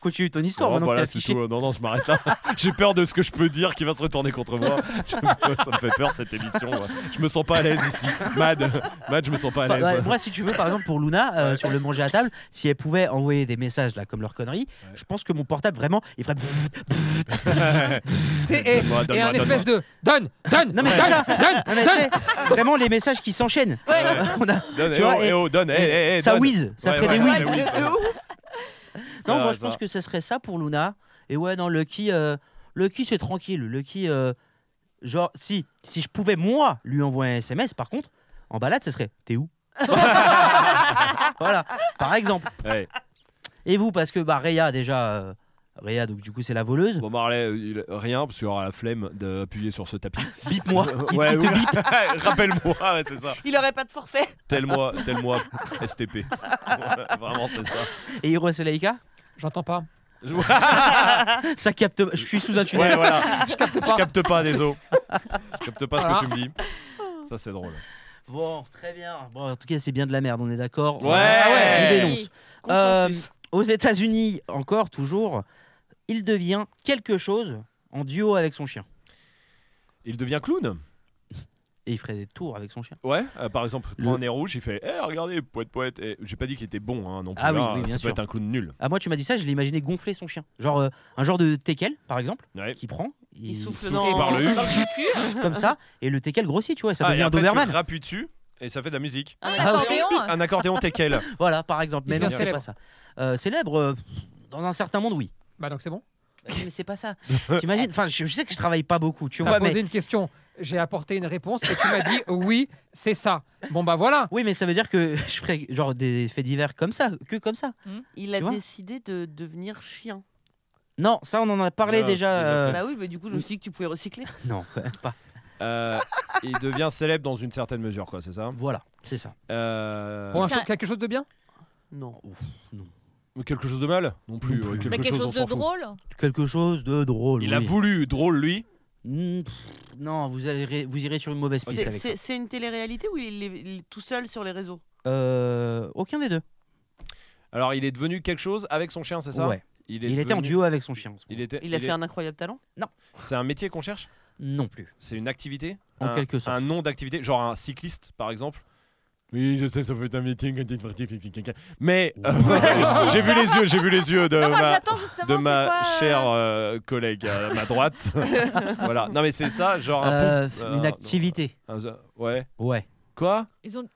[SPEAKER 1] Continue ton histoire
[SPEAKER 3] Bon,
[SPEAKER 1] maintenant
[SPEAKER 3] voilà,
[SPEAKER 1] que t'as
[SPEAKER 3] Oh, bah, c'est
[SPEAKER 1] affiché.
[SPEAKER 3] tout. hein. Non, non, je m'arrête là. J'ai peur de ce que je peux dire qui va se retourner contre moi. Je- ça me fait peur cette émission. moi. Je me sens pas à l'aise ici. Mad, Mad, je me sens pas à
[SPEAKER 1] Bah,
[SPEAKER 3] l'aise.
[SPEAKER 1] ouais, moi, si tu veux, par exemple, pour Luna, euh, sur le manger à table, si elle pouvait envoyer des messages là, comme leur connerie, je pense que mon portable, vraiment, il ferait. pfff, pfff.
[SPEAKER 5] C'est et,
[SPEAKER 3] Donne-moi,
[SPEAKER 5] et un
[SPEAKER 3] donne-moi,
[SPEAKER 5] espèce de donne, donne,
[SPEAKER 1] Non,
[SPEAKER 5] donne,
[SPEAKER 1] mais c'est ça. Non, mais
[SPEAKER 5] donne,
[SPEAKER 1] tu
[SPEAKER 5] donne.
[SPEAKER 1] sais, vraiment les messages qui s'enchaînent. On a-
[SPEAKER 3] Donne,
[SPEAKER 1] tu
[SPEAKER 3] eh
[SPEAKER 1] vois,
[SPEAKER 3] oh,
[SPEAKER 1] et-
[SPEAKER 3] eh oh, donne, eh, eh, eh,
[SPEAKER 1] ça
[SPEAKER 3] donne.
[SPEAKER 1] whiz, ça
[SPEAKER 3] Ouais,
[SPEAKER 1] ferait
[SPEAKER 3] ouais,
[SPEAKER 1] des
[SPEAKER 3] ouais,
[SPEAKER 1] whiz.
[SPEAKER 3] whiz.
[SPEAKER 8] De ouf.
[SPEAKER 1] Non,
[SPEAKER 3] Ça,
[SPEAKER 1] moi, je pense
[SPEAKER 3] ça.
[SPEAKER 1] que ce serait ça pour Luna. Et ouais, non, Lucky, euh, Lucky c'est tranquille. Lucky, euh, genre, si, si je pouvais, moi, lui envoyer un SMS, par contre, en balade, ce serait T'es où Voilà, par exemple.
[SPEAKER 3] Ouais.
[SPEAKER 1] Et vous, parce que bah, Réa, déjà, euh, Réa, donc du coup, c'est la voleuse.
[SPEAKER 3] Bon, Marley, euh, il- rien, parce qu'il aura la flemme d'appuyer sur ce tapis. Euh,
[SPEAKER 1] Bip-moi. Il-
[SPEAKER 3] Ouais,
[SPEAKER 1] il te
[SPEAKER 3] ouais.
[SPEAKER 1] bip.
[SPEAKER 3] Rappelle-moi, ouais, c'est ça.
[SPEAKER 8] Il aurait pas de forfait.
[SPEAKER 3] Tel moi, tel moi, STP. Vraiment, c'est ça.
[SPEAKER 1] Et Hiro et Laïka
[SPEAKER 5] J'entends pas.
[SPEAKER 1] Ça capte. Je suis sous un tunnel.
[SPEAKER 3] Ouais, voilà. Je capte
[SPEAKER 5] pas.
[SPEAKER 3] capte pas, désolé. Je capte pas
[SPEAKER 1] Ah.
[SPEAKER 5] Voilà.
[SPEAKER 3] ce que tu me dis. Ça, c'est drôle.
[SPEAKER 1] Bon, très bien. Bon, en tout cas, c'est bien de la merde, on est d'accord Ah
[SPEAKER 3] Ouais.
[SPEAKER 1] On
[SPEAKER 3] Ouais.
[SPEAKER 1] dénonce. Euh, aux États-Unis, encore, toujours, il devient quelque chose en duo avec son chien.
[SPEAKER 3] Il devient clown
[SPEAKER 1] Et il ferait des tours avec son chien.
[SPEAKER 3] Ouais, euh, par exemple, il
[SPEAKER 1] Le-
[SPEAKER 3] prend un nez rouge, il fait Eh, regardez, poète, poète. Et J'ai pas dit qu'il était bon hein, non plus.
[SPEAKER 1] Ah oui,
[SPEAKER 3] hein,
[SPEAKER 1] oui, bien
[SPEAKER 3] ça
[SPEAKER 1] sûr.
[SPEAKER 3] peut être un clown nul.
[SPEAKER 1] Ah, moi, tu m'as dit ça, je l'ai imaginé gonfler son chien. Genre euh, un genre de teckel, par exemple,
[SPEAKER 3] Ouais.
[SPEAKER 1] qui prend,
[SPEAKER 8] Il souffle
[SPEAKER 3] souffle
[SPEAKER 8] dans
[SPEAKER 3] par le
[SPEAKER 8] dans
[SPEAKER 3] huc.
[SPEAKER 8] cul.
[SPEAKER 1] comme ça, et le teckel grossit, tu vois, et ça
[SPEAKER 3] Ah, et
[SPEAKER 1] devient un
[SPEAKER 3] après,
[SPEAKER 1] Doberman.
[SPEAKER 3] Tu rappuies dessus et ça fait de la musique.
[SPEAKER 4] Un
[SPEAKER 1] Ah,
[SPEAKER 4] accordéon
[SPEAKER 3] Un accordéon teckel.
[SPEAKER 1] Voilà, par exemple. Mais
[SPEAKER 5] Il
[SPEAKER 1] non,
[SPEAKER 5] devient
[SPEAKER 1] c'est pas ça. Euh, célèbre, euh, pff, dans un certain monde, oui.
[SPEAKER 5] Bah donc c'est bon.
[SPEAKER 1] Mais c'est pas ça. T'imagines Enfin, je, je sais que je travaille pas beaucoup, tu
[SPEAKER 5] Tu
[SPEAKER 1] vois,
[SPEAKER 5] as
[SPEAKER 1] mais.
[SPEAKER 5] posé une question. J'ai apporté une réponse et tu m'as dit euh, oui, c'est ça. Bon bah voilà.
[SPEAKER 1] Oui, mais ça veut dire que je ferais genre des faits divers comme ça, que comme ça.
[SPEAKER 8] Il a
[SPEAKER 1] Tu vois
[SPEAKER 8] décidé de devenir chien.
[SPEAKER 1] Non, ça, on en a parlé
[SPEAKER 3] Non,
[SPEAKER 1] déjà.
[SPEAKER 3] Ah, c'est déjà Bah,
[SPEAKER 1] euh,
[SPEAKER 8] Bah oui, mais du coup, je me suis dit que tu pouvais recycler.
[SPEAKER 1] Non, pas.
[SPEAKER 3] Euh, il devient célèbre dans une certaine mesure, quoi, c'est ça
[SPEAKER 1] Voilà, c'est ça.
[SPEAKER 3] Euh,
[SPEAKER 5] Pour un
[SPEAKER 4] Enfin-
[SPEAKER 5] cho- quelque chose de bien.
[SPEAKER 8] Non.
[SPEAKER 3] Quelque chose de mal Non plus.
[SPEAKER 1] Non
[SPEAKER 3] ouais,
[SPEAKER 1] plus.
[SPEAKER 3] quelque,
[SPEAKER 4] Mais quelque
[SPEAKER 3] chose, on
[SPEAKER 4] chose de
[SPEAKER 3] s'en fout.
[SPEAKER 4] drôle
[SPEAKER 1] Quelque chose de drôle.
[SPEAKER 3] Il
[SPEAKER 1] oui.
[SPEAKER 3] a voulu drôle, lui.
[SPEAKER 1] Mm, pff, non, vous, allez, vous irez sur une mauvaise piste
[SPEAKER 8] C'est-
[SPEAKER 1] avec ça.
[SPEAKER 8] C'est c'est une télé-réalité ou il est, il est tout seul sur les réseaux
[SPEAKER 1] Euh, aucun des deux.
[SPEAKER 3] Alors, il est devenu quelque chose avec son chien, c'est ça
[SPEAKER 1] ouais.
[SPEAKER 3] Il,
[SPEAKER 1] Il,
[SPEAKER 3] est
[SPEAKER 1] était en
[SPEAKER 3] devenu-
[SPEAKER 1] duo avec son chien. en ce
[SPEAKER 3] Il
[SPEAKER 1] moment.
[SPEAKER 3] était.
[SPEAKER 8] Il a
[SPEAKER 3] il
[SPEAKER 8] fait
[SPEAKER 3] est-
[SPEAKER 8] un incroyable talent
[SPEAKER 3] C'est un métier qu'on cherche
[SPEAKER 1] Non plus.
[SPEAKER 3] C'est une activité
[SPEAKER 1] En
[SPEAKER 3] Un-
[SPEAKER 1] quelque sorte.
[SPEAKER 3] Un nom d'activité Genre un cycliste, par exemple oui, je sais, ça fait un métier quand t'es sportif, Mais euh, j'ai vu les yeux, j'ai vu les yeux de
[SPEAKER 4] Non, moi,
[SPEAKER 3] ma,
[SPEAKER 4] j'attends justement.
[SPEAKER 3] de
[SPEAKER 4] c'est
[SPEAKER 3] ma
[SPEAKER 4] quoi, euh,
[SPEAKER 3] chère euh, collègue à ma droite. voilà. Non mais c'est ça, genre un
[SPEAKER 1] Euh,
[SPEAKER 3] pompe-
[SPEAKER 1] une
[SPEAKER 3] euh,
[SPEAKER 1] activité.
[SPEAKER 3] un- un- ouais.
[SPEAKER 1] Ouais.
[SPEAKER 3] Quoi
[SPEAKER 4] Ils ont.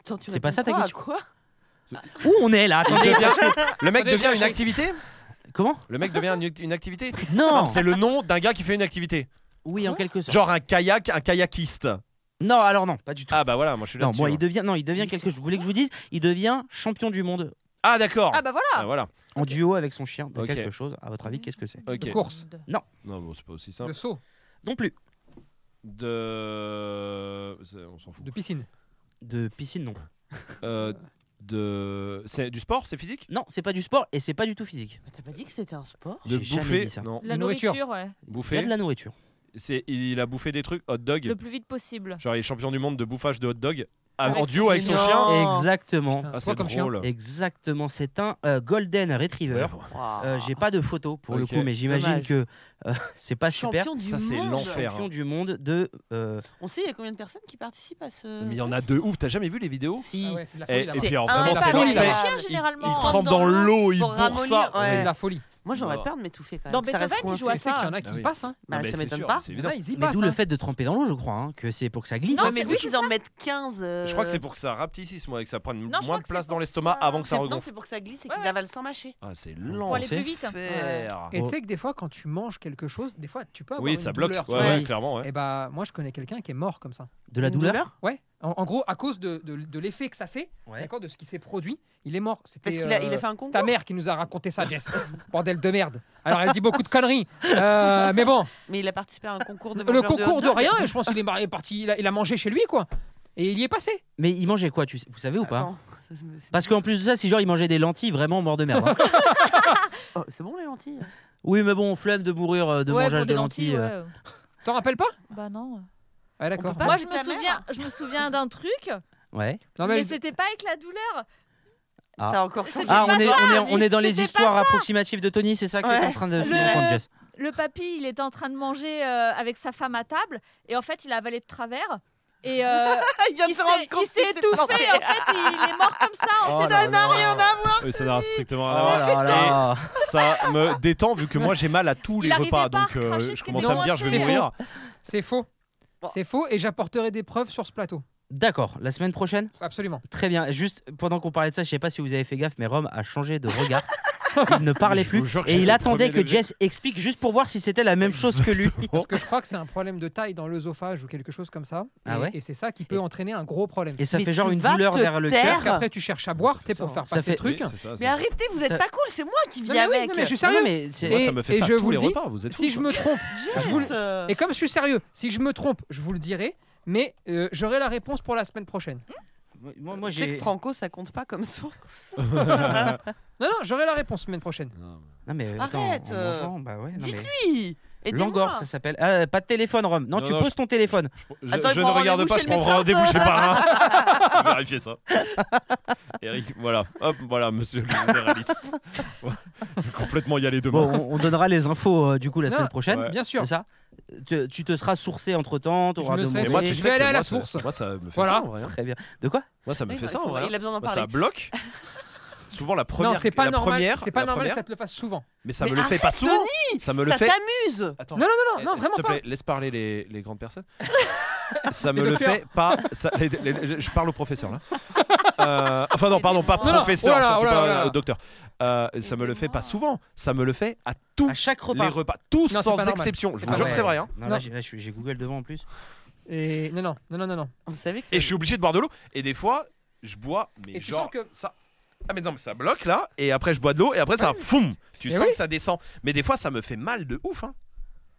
[SPEAKER 8] Attends, tu
[SPEAKER 1] C'est pas
[SPEAKER 8] réponds
[SPEAKER 1] ça ta
[SPEAKER 8] quoi, à
[SPEAKER 1] question.
[SPEAKER 8] quoi
[SPEAKER 1] Où on est là
[SPEAKER 3] Il
[SPEAKER 1] Attendez.
[SPEAKER 3] devient- Le mec
[SPEAKER 5] Attendez,
[SPEAKER 3] devient
[SPEAKER 5] j'ai-
[SPEAKER 3] une
[SPEAKER 5] j'ai-
[SPEAKER 3] activité
[SPEAKER 1] Comment
[SPEAKER 3] Le mec devient une, une activité
[SPEAKER 1] Non.
[SPEAKER 3] C'est le nom d'un gars qui fait une activité.
[SPEAKER 1] Oui, en quelque sorte.
[SPEAKER 3] Genre un kayak, un kayakiste.
[SPEAKER 1] Non, alors non, pas du tout.
[SPEAKER 3] Ah bah voilà, moi je suis là.
[SPEAKER 1] non, moi, il devient. Non, il devient quelque chose. Vous voulez que je vous dise Il devient champion du monde
[SPEAKER 3] Ah d'accord.
[SPEAKER 4] Ah bah
[SPEAKER 3] Ah,
[SPEAKER 4] voilà
[SPEAKER 3] voilà.
[SPEAKER 1] en duo avec son chien de
[SPEAKER 3] Ok. Mm.
[SPEAKER 1] quelque chose. À votre avis, qu'est-ce que c'est
[SPEAKER 3] Ok.
[SPEAKER 5] De course.
[SPEAKER 3] Non, bon, c'est pas aussi
[SPEAKER 5] Le
[SPEAKER 3] simple.
[SPEAKER 5] saut.
[SPEAKER 1] Non plus.
[SPEAKER 3] De. c'est- On s'en fout.
[SPEAKER 5] De piscine.
[SPEAKER 1] De piscine, non.
[SPEAKER 3] Euh, de. C'est du sport, c'est physique
[SPEAKER 1] Non, c'est pas du sport et c'est pas du tout physique.
[SPEAKER 8] Mais T'as pas dit que c'était un sport
[SPEAKER 3] De
[SPEAKER 1] J'ai jamais
[SPEAKER 3] bouffer.
[SPEAKER 1] dit ça.
[SPEAKER 3] Non.
[SPEAKER 4] La
[SPEAKER 5] Nourriture.
[SPEAKER 4] nourriture, ouais.
[SPEAKER 1] Il y a
[SPEAKER 3] Bouffer.
[SPEAKER 1] de la nourriture.
[SPEAKER 3] C'est... Il a bouffé des trucs, hot dog.
[SPEAKER 4] Le plus vite possible.
[SPEAKER 3] Genre, il est champion du monde de bouffage de hot dog. Ah,
[SPEAKER 4] Avec
[SPEAKER 3] en
[SPEAKER 4] son
[SPEAKER 3] duo avec son
[SPEAKER 8] chien.
[SPEAKER 3] chien.
[SPEAKER 8] Oh.
[SPEAKER 1] Exactement.
[SPEAKER 5] Putain,
[SPEAKER 3] Ah,
[SPEAKER 5] c'est quoi
[SPEAKER 3] c'est
[SPEAKER 5] comme chien
[SPEAKER 3] drôle.
[SPEAKER 1] Exactement. C'est un euh, Golden Retriever.
[SPEAKER 3] Ouais,
[SPEAKER 1] Euh, J'ai pas de photo pour
[SPEAKER 3] Ok.
[SPEAKER 1] le coup, mais j'imagine
[SPEAKER 8] Dommage.
[SPEAKER 1] que euh, c'est pas super.
[SPEAKER 8] Champion du
[SPEAKER 3] Ça, c'est
[SPEAKER 8] monde.
[SPEAKER 3] l'enfer. hein.
[SPEAKER 1] Champion du monde de. euh,
[SPEAKER 8] On sait, il y a combien de personnes qui participent à ce.
[SPEAKER 3] Mais il y en a deux ouf, t'as jamais vu les vidéos Eh,
[SPEAKER 8] Si.
[SPEAKER 5] Ah ouais, c'est de la
[SPEAKER 3] et,
[SPEAKER 5] folie.
[SPEAKER 3] et
[SPEAKER 5] là-bas.
[SPEAKER 8] C'est
[SPEAKER 4] bah,
[SPEAKER 3] puis alors
[SPEAKER 8] un
[SPEAKER 3] vraiment
[SPEAKER 8] pas
[SPEAKER 3] c'est
[SPEAKER 8] mal.
[SPEAKER 3] l'enfer.
[SPEAKER 8] C'est
[SPEAKER 4] chien,
[SPEAKER 3] Il-
[SPEAKER 4] généralement. hein,
[SPEAKER 3] Il, trempe dans l'eau, il
[SPEAKER 8] Pour
[SPEAKER 3] bourre ça.
[SPEAKER 8] ramollir, ouais.
[SPEAKER 5] C'est de la folie.
[SPEAKER 8] Moi, j'aurais
[SPEAKER 3] Bon.
[SPEAKER 8] peur de m'étouffer quand même.
[SPEAKER 4] Dans
[SPEAKER 8] ça reste
[SPEAKER 4] Beethoven, il
[SPEAKER 8] coincé.
[SPEAKER 4] joue à
[SPEAKER 5] Tu sais qu'il y en
[SPEAKER 4] ça.
[SPEAKER 5] a qui
[SPEAKER 3] Ah oui.
[SPEAKER 5] passent. Hein.
[SPEAKER 8] Bah,
[SPEAKER 3] Non, mais
[SPEAKER 8] ça
[SPEAKER 3] c'est
[SPEAKER 8] m'étonne
[SPEAKER 3] sûr,
[SPEAKER 8] pas.
[SPEAKER 3] C'est
[SPEAKER 5] Il y
[SPEAKER 3] évident.
[SPEAKER 5] en a, ils y
[SPEAKER 1] Mais
[SPEAKER 5] passent.
[SPEAKER 1] d'où le
[SPEAKER 5] hein.
[SPEAKER 1] fait de tremper dans l'eau, je crois, hein, que c'est pour que ça glisse.
[SPEAKER 4] Non,
[SPEAKER 8] Ouais, mais
[SPEAKER 4] c'est-
[SPEAKER 8] vu
[SPEAKER 4] oui,
[SPEAKER 8] qu'ils
[SPEAKER 4] c'est
[SPEAKER 8] en
[SPEAKER 4] ça.
[SPEAKER 8] mettent 15. euh,
[SPEAKER 3] Je crois que c'est pour que ça rapetisse, moi, et que ça prenne
[SPEAKER 4] Non, je crois
[SPEAKER 3] moins de
[SPEAKER 4] que c'est
[SPEAKER 3] place dans
[SPEAKER 4] pour
[SPEAKER 3] l'estomac
[SPEAKER 4] ça-
[SPEAKER 3] avant que ça
[SPEAKER 8] c'est- Non,
[SPEAKER 3] regonfle.
[SPEAKER 8] c'est pour que ça glisse et
[SPEAKER 4] Ouais,
[SPEAKER 8] qu'ils
[SPEAKER 4] ouais.
[SPEAKER 8] avalent sans mâcher.
[SPEAKER 3] Ah, c'est
[SPEAKER 4] Pour
[SPEAKER 3] lent.
[SPEAKER 4] aller plus vite.
[SPEAKER 3] Faire.
[SPEAKER 5] hein. Et tu sais que des fois, quand tu manges quelque chose, des fois, tu peux avoir
[SPEAKER 3] Oh. Oui,
[SPEAKER 5] une
[SPEAKER 3] ça bloque.
[SPEAKER 5] douleur, tu
[SPEAKER 3] ouais,
[SPEAKER 5] vois.
[SPEAKER 3] ouais,
[SPEAKER 1] Oui.
[SPEAKER 3] clairement. Ouais.
[SPEAKER 5] Et bah, moi, je connais quelqu'un qui est mort comme ça.
[SPEAKER 1] De la
[SPEAKER 8] Une
[SPEAKER 1] douleur,
[SPEAKER 5] Ouais. En, en gros, à cause de, de- de l'effet que ça fait,
[SPEAKER 1] Ouais.
[SPEAKER 5] d'accord, de ce qui s'est produit, il est mort. C'était, euh,
[SPEAKER 8] Parce qu'il a- il a fait un
[SPEAKER 5] c'est ta
[SPEAKER 8] concours
[SPEAKER 5] mère qui nous a raconté ça, Jess. Bordel de merde. Alors, elle dit beaucoup de conneries. Euh, mais bon,
[SPEAKER 8] Mais il a participé à un concours de.
[SPEAKER 5] le
[SPEAKER 8] mangeurs
[SPEAKER 5] concours
[SPEAKER 8] hot
[SPEAKER 5] de
[SPEAKER 8] dog.
[SPEAKER 5] rien, et je pense qu'il est marié, parti, il a, il a mangé chez lui, quoi. Et il y est passé.
[SPEAKER 1] Mais il mangeait quoi, tu sais- vous savez ou pas
[SPEAKER 8] Attends.
[SPEAKER 1] Parce qu'en plus de ça, si genre il mangeait des lentilles, vraiment mort de merde. hein.
[SPEAKER 8] Oh, c'est bon les lentilles.
[SPEAKER 1] oui, mais bon, flemme de mourir euh, de
[SPEAKER 4] Ouais,
[SPEAKER 1] mangeage
[SPEAKER 4] pour des
[SPEAKER 1] de lentilles. euh.
[SPEAKER 4] ouais.
[SPEAKER 5] T'en rappelles pas
[SPEAKER 4] Bah non.
[SPEAKER 5] Ah, d'accord.
[SPEAKER 8] peut pas-
[SPEAKER 4] Moi,
[SPEAKER 8] de
[SPEAKER 4] je me
[SPEAKER 8] ta mère.
[SPEAKER 4] souviens, je me souviens d'un truc,
[SPEAKER 1] euh. Ouais.
[SPEAKER 5] Non, mais-
[SPEAKER 4] mais c'était pas avec la douleur.
[SPEAKER 1] Ah.
[SPEAKER 8] T'as encore changé.
[SPEAKER 1] Ah, on
[SPEAKER 4] pas
[SPEAKER 1] est,
[SPEAKER 4] ça,
[SPEAKER 1] on, est, on est dans les
[SPEAKER 4] C'était pas
[SPEAKER 1] histoires approximatives de Tony, c'est ça que t'es
[SPEAKER 8] Ouais.
[SPEAKER 1] en train de
[SPEAKER 4] Le-
[SPEAKER 1] sous-entendre, Jess.
[SPEAKER 4] Le papy, il était en train de manger euh, avec sa femme à table, et en fait, il a avalé de travers. Et euh,
[SPEAKER 8] Ah, il vient de
[SPEAKER 4] il
[SPEAKER 8] se
[SPEAKER 4] s'est
[SPEAKER 8] rendre
[SPEAKER 4] il
[SPEAKER 8] compte
[SPEAKER 4] s'est
[SPEAKER 8] que c'est
[SPEAKER 4] étouffé. En
[SPEAKER 8] planté.
[SPEAKER 4] fait, il est mort comme ça. on
[SPEAKER 3] Oh
[SPEAKER 4] s'est-
[SPEAKER 3] là
[SPEAKER 8] Ça n'a
[SPEAKER 3] là.
[SPEAKER 8] rien à voir.
[SPEAKER 3] Oui, ça n'a strictement
[SPEAKER 1] Oh
[SPEAKER 3] rien à voir.
[SPEAKER 1] là là.
[SPEAKER 3] Ça me détend vu que moi j'ai mal à tous
[SPEAKER 4] Il
[SPEAKER 3] les
[SPEAKER 4] arrivait
[SPEAKER 3] repas,
[SPEAKER 4] pas à
[SPEAKER 3] donc euh,
[SPEAKER 4] recracher
[SPEAKER 3] je
[SPEAKER 4] ce
[SPEAKER 3] commence
[SPEAKER 5] qu'il
[SPEAKER 3] à me dire je vais
[SPEAKER 5] mangeait.
[SPEAKER 3] mourir.
[SPEAKER 5] C'est faux. C'est faux, et j'apporterai des preuves sur ce plateau.
[SPEAKER 1] D'accord, la semaine prochaine
[SPEAKER 5] Absolument.
[SPEAKER 1] Très bien. Juste pendant qu'on parlait de ça, je sais pas si vous avez fait gaffe, mais Rome a changé de regard. Il ne parlait
[SPEAKER 3] Je
[SPEAKER 1] plus
[SPEAKER 3] vous jure que
[SPEAKER 1] et il
[SPEAKER 3] j'étais
[SPEAKER 1] attendait
[SPEAKER 3] premier
[SPEAKER 1] que Jess explique juste pour voir si c'était la même chose que lui.
[SPEAKER 5] Parce que je crois que c'est un problème de taille dans l'œsophage ou quelque chose comme ça.
[SPEAKER 1] Ah
[SPEAKER 5] et,
[SPEAKER 1] ouais
[SPEAKER 5] et c'est ça qui peut entraîner un gros problème.
[SPEAKER 1] Et ça
[SPEAKER 8] Mais
[SPEAKER 1] fait genre
[SPEAKER 8] tu
[SPEAKER 1] une
[SPEAKER 8] vas
[SPEAKER 1] douleur
[SPEAKER 8] te
[SPEAKER 1] vers le
[SPEAKER 8] taire.
[SPEAKER 1] cœur.
[SPEAKER 5] Parce qu'après, tu cherches à boire, tu sais, pour faire
[SPEAKER 1] Ça
[SPEAKER 5] passer
[SPEAKER 1] fait-
[SPEAKER 5] le truc.
[SPEAKER 3] Oui, c'est ça, c'est
[SPEAKER 8] Mais
[SPEAKER 3] ça.
[SPEAKER 8] arrêtez, vous
[SPEAKER 1] Ça-
[SPEAKER 8] êtes pas cool. C'est moi qui
[SPEAKER 5] Non,
[SPEAKER 8] vis
[SPEAKER 5] mais oui,
[SPEAKER 8] avec.
[SPEAKER 5] non, mais je suis
[SPEAKER 1] Non,
[SPEAKER 5] sérieux.
[SPEAKER 1] non, mais c'est-
[SPEAKER 3] Moi,
[SPEAKER 5] Et-
[SPEAKER 3] ça me fait
[SPEAKER 5] et
[SPEAKER 3] ça
[SPEAKER 5] je
[SPEAKER 3] tous
[SPEAKER 5] vous
[SPEAKER 3] les
[SPEAKER 5] le dis,
[SPEAKER 3] repas, vous êtes
[SPEAKER 5] Si
[SPEAKER 3] fous,
[SPEAKER 5] je
[SPEAKER 3] quoi.
[SPEAKER 5] me trompe,
[SPEAKER 8] Yes.
[SPEAKER 5] Je euh, vous et comme je suis sérieux, si je me trompe, je vous le dirai, mais euh, j'aurai la réponse pour la semaine prochaine.
[SPEAKER 1] Moi, moi,
[SPEAKER 8] Tu sais
[SPEAKER 1] j'ai.
[SPEAKER 8] que Franco, ça compte pas comme source.
[SPEAKER 5] Non, non, j'aurai la réponse semaine prochaine.
[SPEAKER 1] Non mais attends,
[SPEAKER 8] Arrête,
[SPEAKER 1] en
[SPEAKER 8] euh,
[SPEAKER 1] mangeant, bah ouais, non, mais-
[SPEAKER 8] Dites-lui. Aidez-moi.
[SPEAKER 1] L'angor, ça s'appelle. Ah, pas de téléphone, Rome. Non,
[SPEAKER 3] Non,
[SPEAKER 1] tu
[SPEAKER 3] non,
[SPEAKER 1] poses ton téléphone.
[SPEAKER 3] Je,
[SPEAKER 8] Attends, il
[SPEAKER 3] je ne
[SPEAKER 8] prend
[SPEAKER 3] regarde
[SPEAKER 8] rendez-vous
[SPEAKER 3] pas,
[SPEAKER 8] chez
[SPEAKER 3] je
[SPEAKER 8] le
[SPEAKER 3] prends
[SPEAKER 8] médecin.
[SPEAKER 3] rendez-vous chez le parrain. Je vais Vérifier ça. Eric, voilà, hop, voilà, monsieur le généraliste. Je vais complètement y aller
[SPEAKER 1] Bon,
[SPEAKER 3] demain.
[SPEAKER 1] on, on donnera les infos euh, du coup la
[SPEAKER 5] Non,
[SPEAKER 1] semaine prochaine.
[SPEAKER 3] ouais.
[SPEAKER 5] Bien sûr.
[SPEAKER 1] C'est ça tu, tu te seras sourcé entre temps, tu auras
[SPEAKER 5] Je me serai
[SPEAKER 3] Mais
[SPEAKER 5] c'est-
[SPEAKER 3] moi, tu
[SPEAKER 5] je
[SPEAKER 3] sais
[SPEAKER 5] vais
[SPEAKER 3] que
[SPEAKER 5] aller à
[SPEAKER 3] moi,
[SPEAKER 5] la
[SPEAKER 3] ça-
[SPEAKER 5] source.
[SPEAKER 3] Moi, ça me fait
[SPEAKER 5] Voilà.
[SPEAKER 3] ça en vrai. hein.
[SPEAKER 1] Très bien. De quoi
[SPEAKER 3] Moi, ça me
[SPEAKER 8] Oui,
[SPEAKER 3] fait
[SPEAKER 8] non,
[SPEAKER 3] ça
[SPEAKER 8] il
[SPEAKER 3] en
[SPEAKER 8] faut-
[SPEAKER 3] vrai.
[SPEAKER 8] Il a besoin d'en
[SPEAKER 3] Moi, ça
[SPEAKER 8] parler.
[SPEAKER 3] bloque. Souvent la première.
[SPEAKER 5] non, c'est pas
[SPEAKER 3] la
[SPEAKER 5] normal.
[SPEAKER 3] première,
[SPEAKER 5] c'est pas
[SPEAKER 3] la
[SPEAKER 5] normal
[SPEAKER 3] première, Eh,
[SPEAKER 5] que ça te le fasse souvent.
[SPEAKER 3] Mais ça me
[SPEAKER 8] Mais
[SPEAKER 3] le fait pas
[SPEAKER 8] arrête,
[SPEAKER 3] souvent. Ça me le
[SPEAKER 8] Ça
[SPEAKER 3] fait.
[SPEAKER 8] t'amuse.
[SPEAKER 3] Attends.
[SPEAKER 5] Non, non, non, non, non
[SPEAKER 3] Eh,
[SPEAKER 5] vraiment
[SPEAKER 3] S'il te
[SPEAKER 5] pas.
[SPEAKER 3] plaît, laisse parler les, les grandes personnes. ça me
[SPEAKER 5] Les
[SPEAKER 3] le
[SPEAKER 5] docteurs.
[SPEAKER 3] fait pas. ça- les- les- je- je parle au professeur là. Euh, enfin non, pardon, pas
[SPEAKER 5] Non, non,
[SPEAKER 3] professeur,
[SPEAKER 5] oh là là,
[SPEAKER 3] surtout
[SPEAKER 5] oh là
[SPEAKER 3] pas
[SPEAKER 5] là là.
[SPEAKER 3] euh, docteur. Euh, ça me le fait pas souvent. Ça me le fait à tous
[SPEAKER 1] À chaque repas.
[SPEAKER 3] les repas, tous
[SPEAKER 5] Non, c'est
[SPEAKER 3] sans
[SPEAKER 5] pas normal. Ah
[SPEAKER 3] exception. Je
[SPEAKER 5] C'est
[SPEAKER 3] vous
[SPEAKER 5] pas
[SPEAKER 3] jure que
[SPEAKER 5] vrai.
[SPEAKER 3] c'est vrai. hein.
[SPEAKER 1] Non, là,
[SPEAKER 5] Non.
[SPEAKER 1] j'ai- là, je suis- j'ai Google devant en plus.
[SPEAKER 5] Et non, non, non, non, non, non.
[SPEAKER 8] Vous savez que.
[SPEAKER 3] Et je suis obligé de boire de l'eau. Et des fois, je bois, mais
[SPEAKER 5] Et tu
[SPEAKER 3] genre
[SPEAKER 5] sens que-
[SPEAKER 3] ça. Ah mais non, mais ça bloque là. Et après, je bois de l'eau. Et après, ça, foum. Tu
[SPEAKER 5] Mais
[SPEAKER 3] sens
[SPEAKER 5] Ah oui.
[SPEAKER 3] que ça descend. Mais des fois, ça me fait mal de ouf. hein.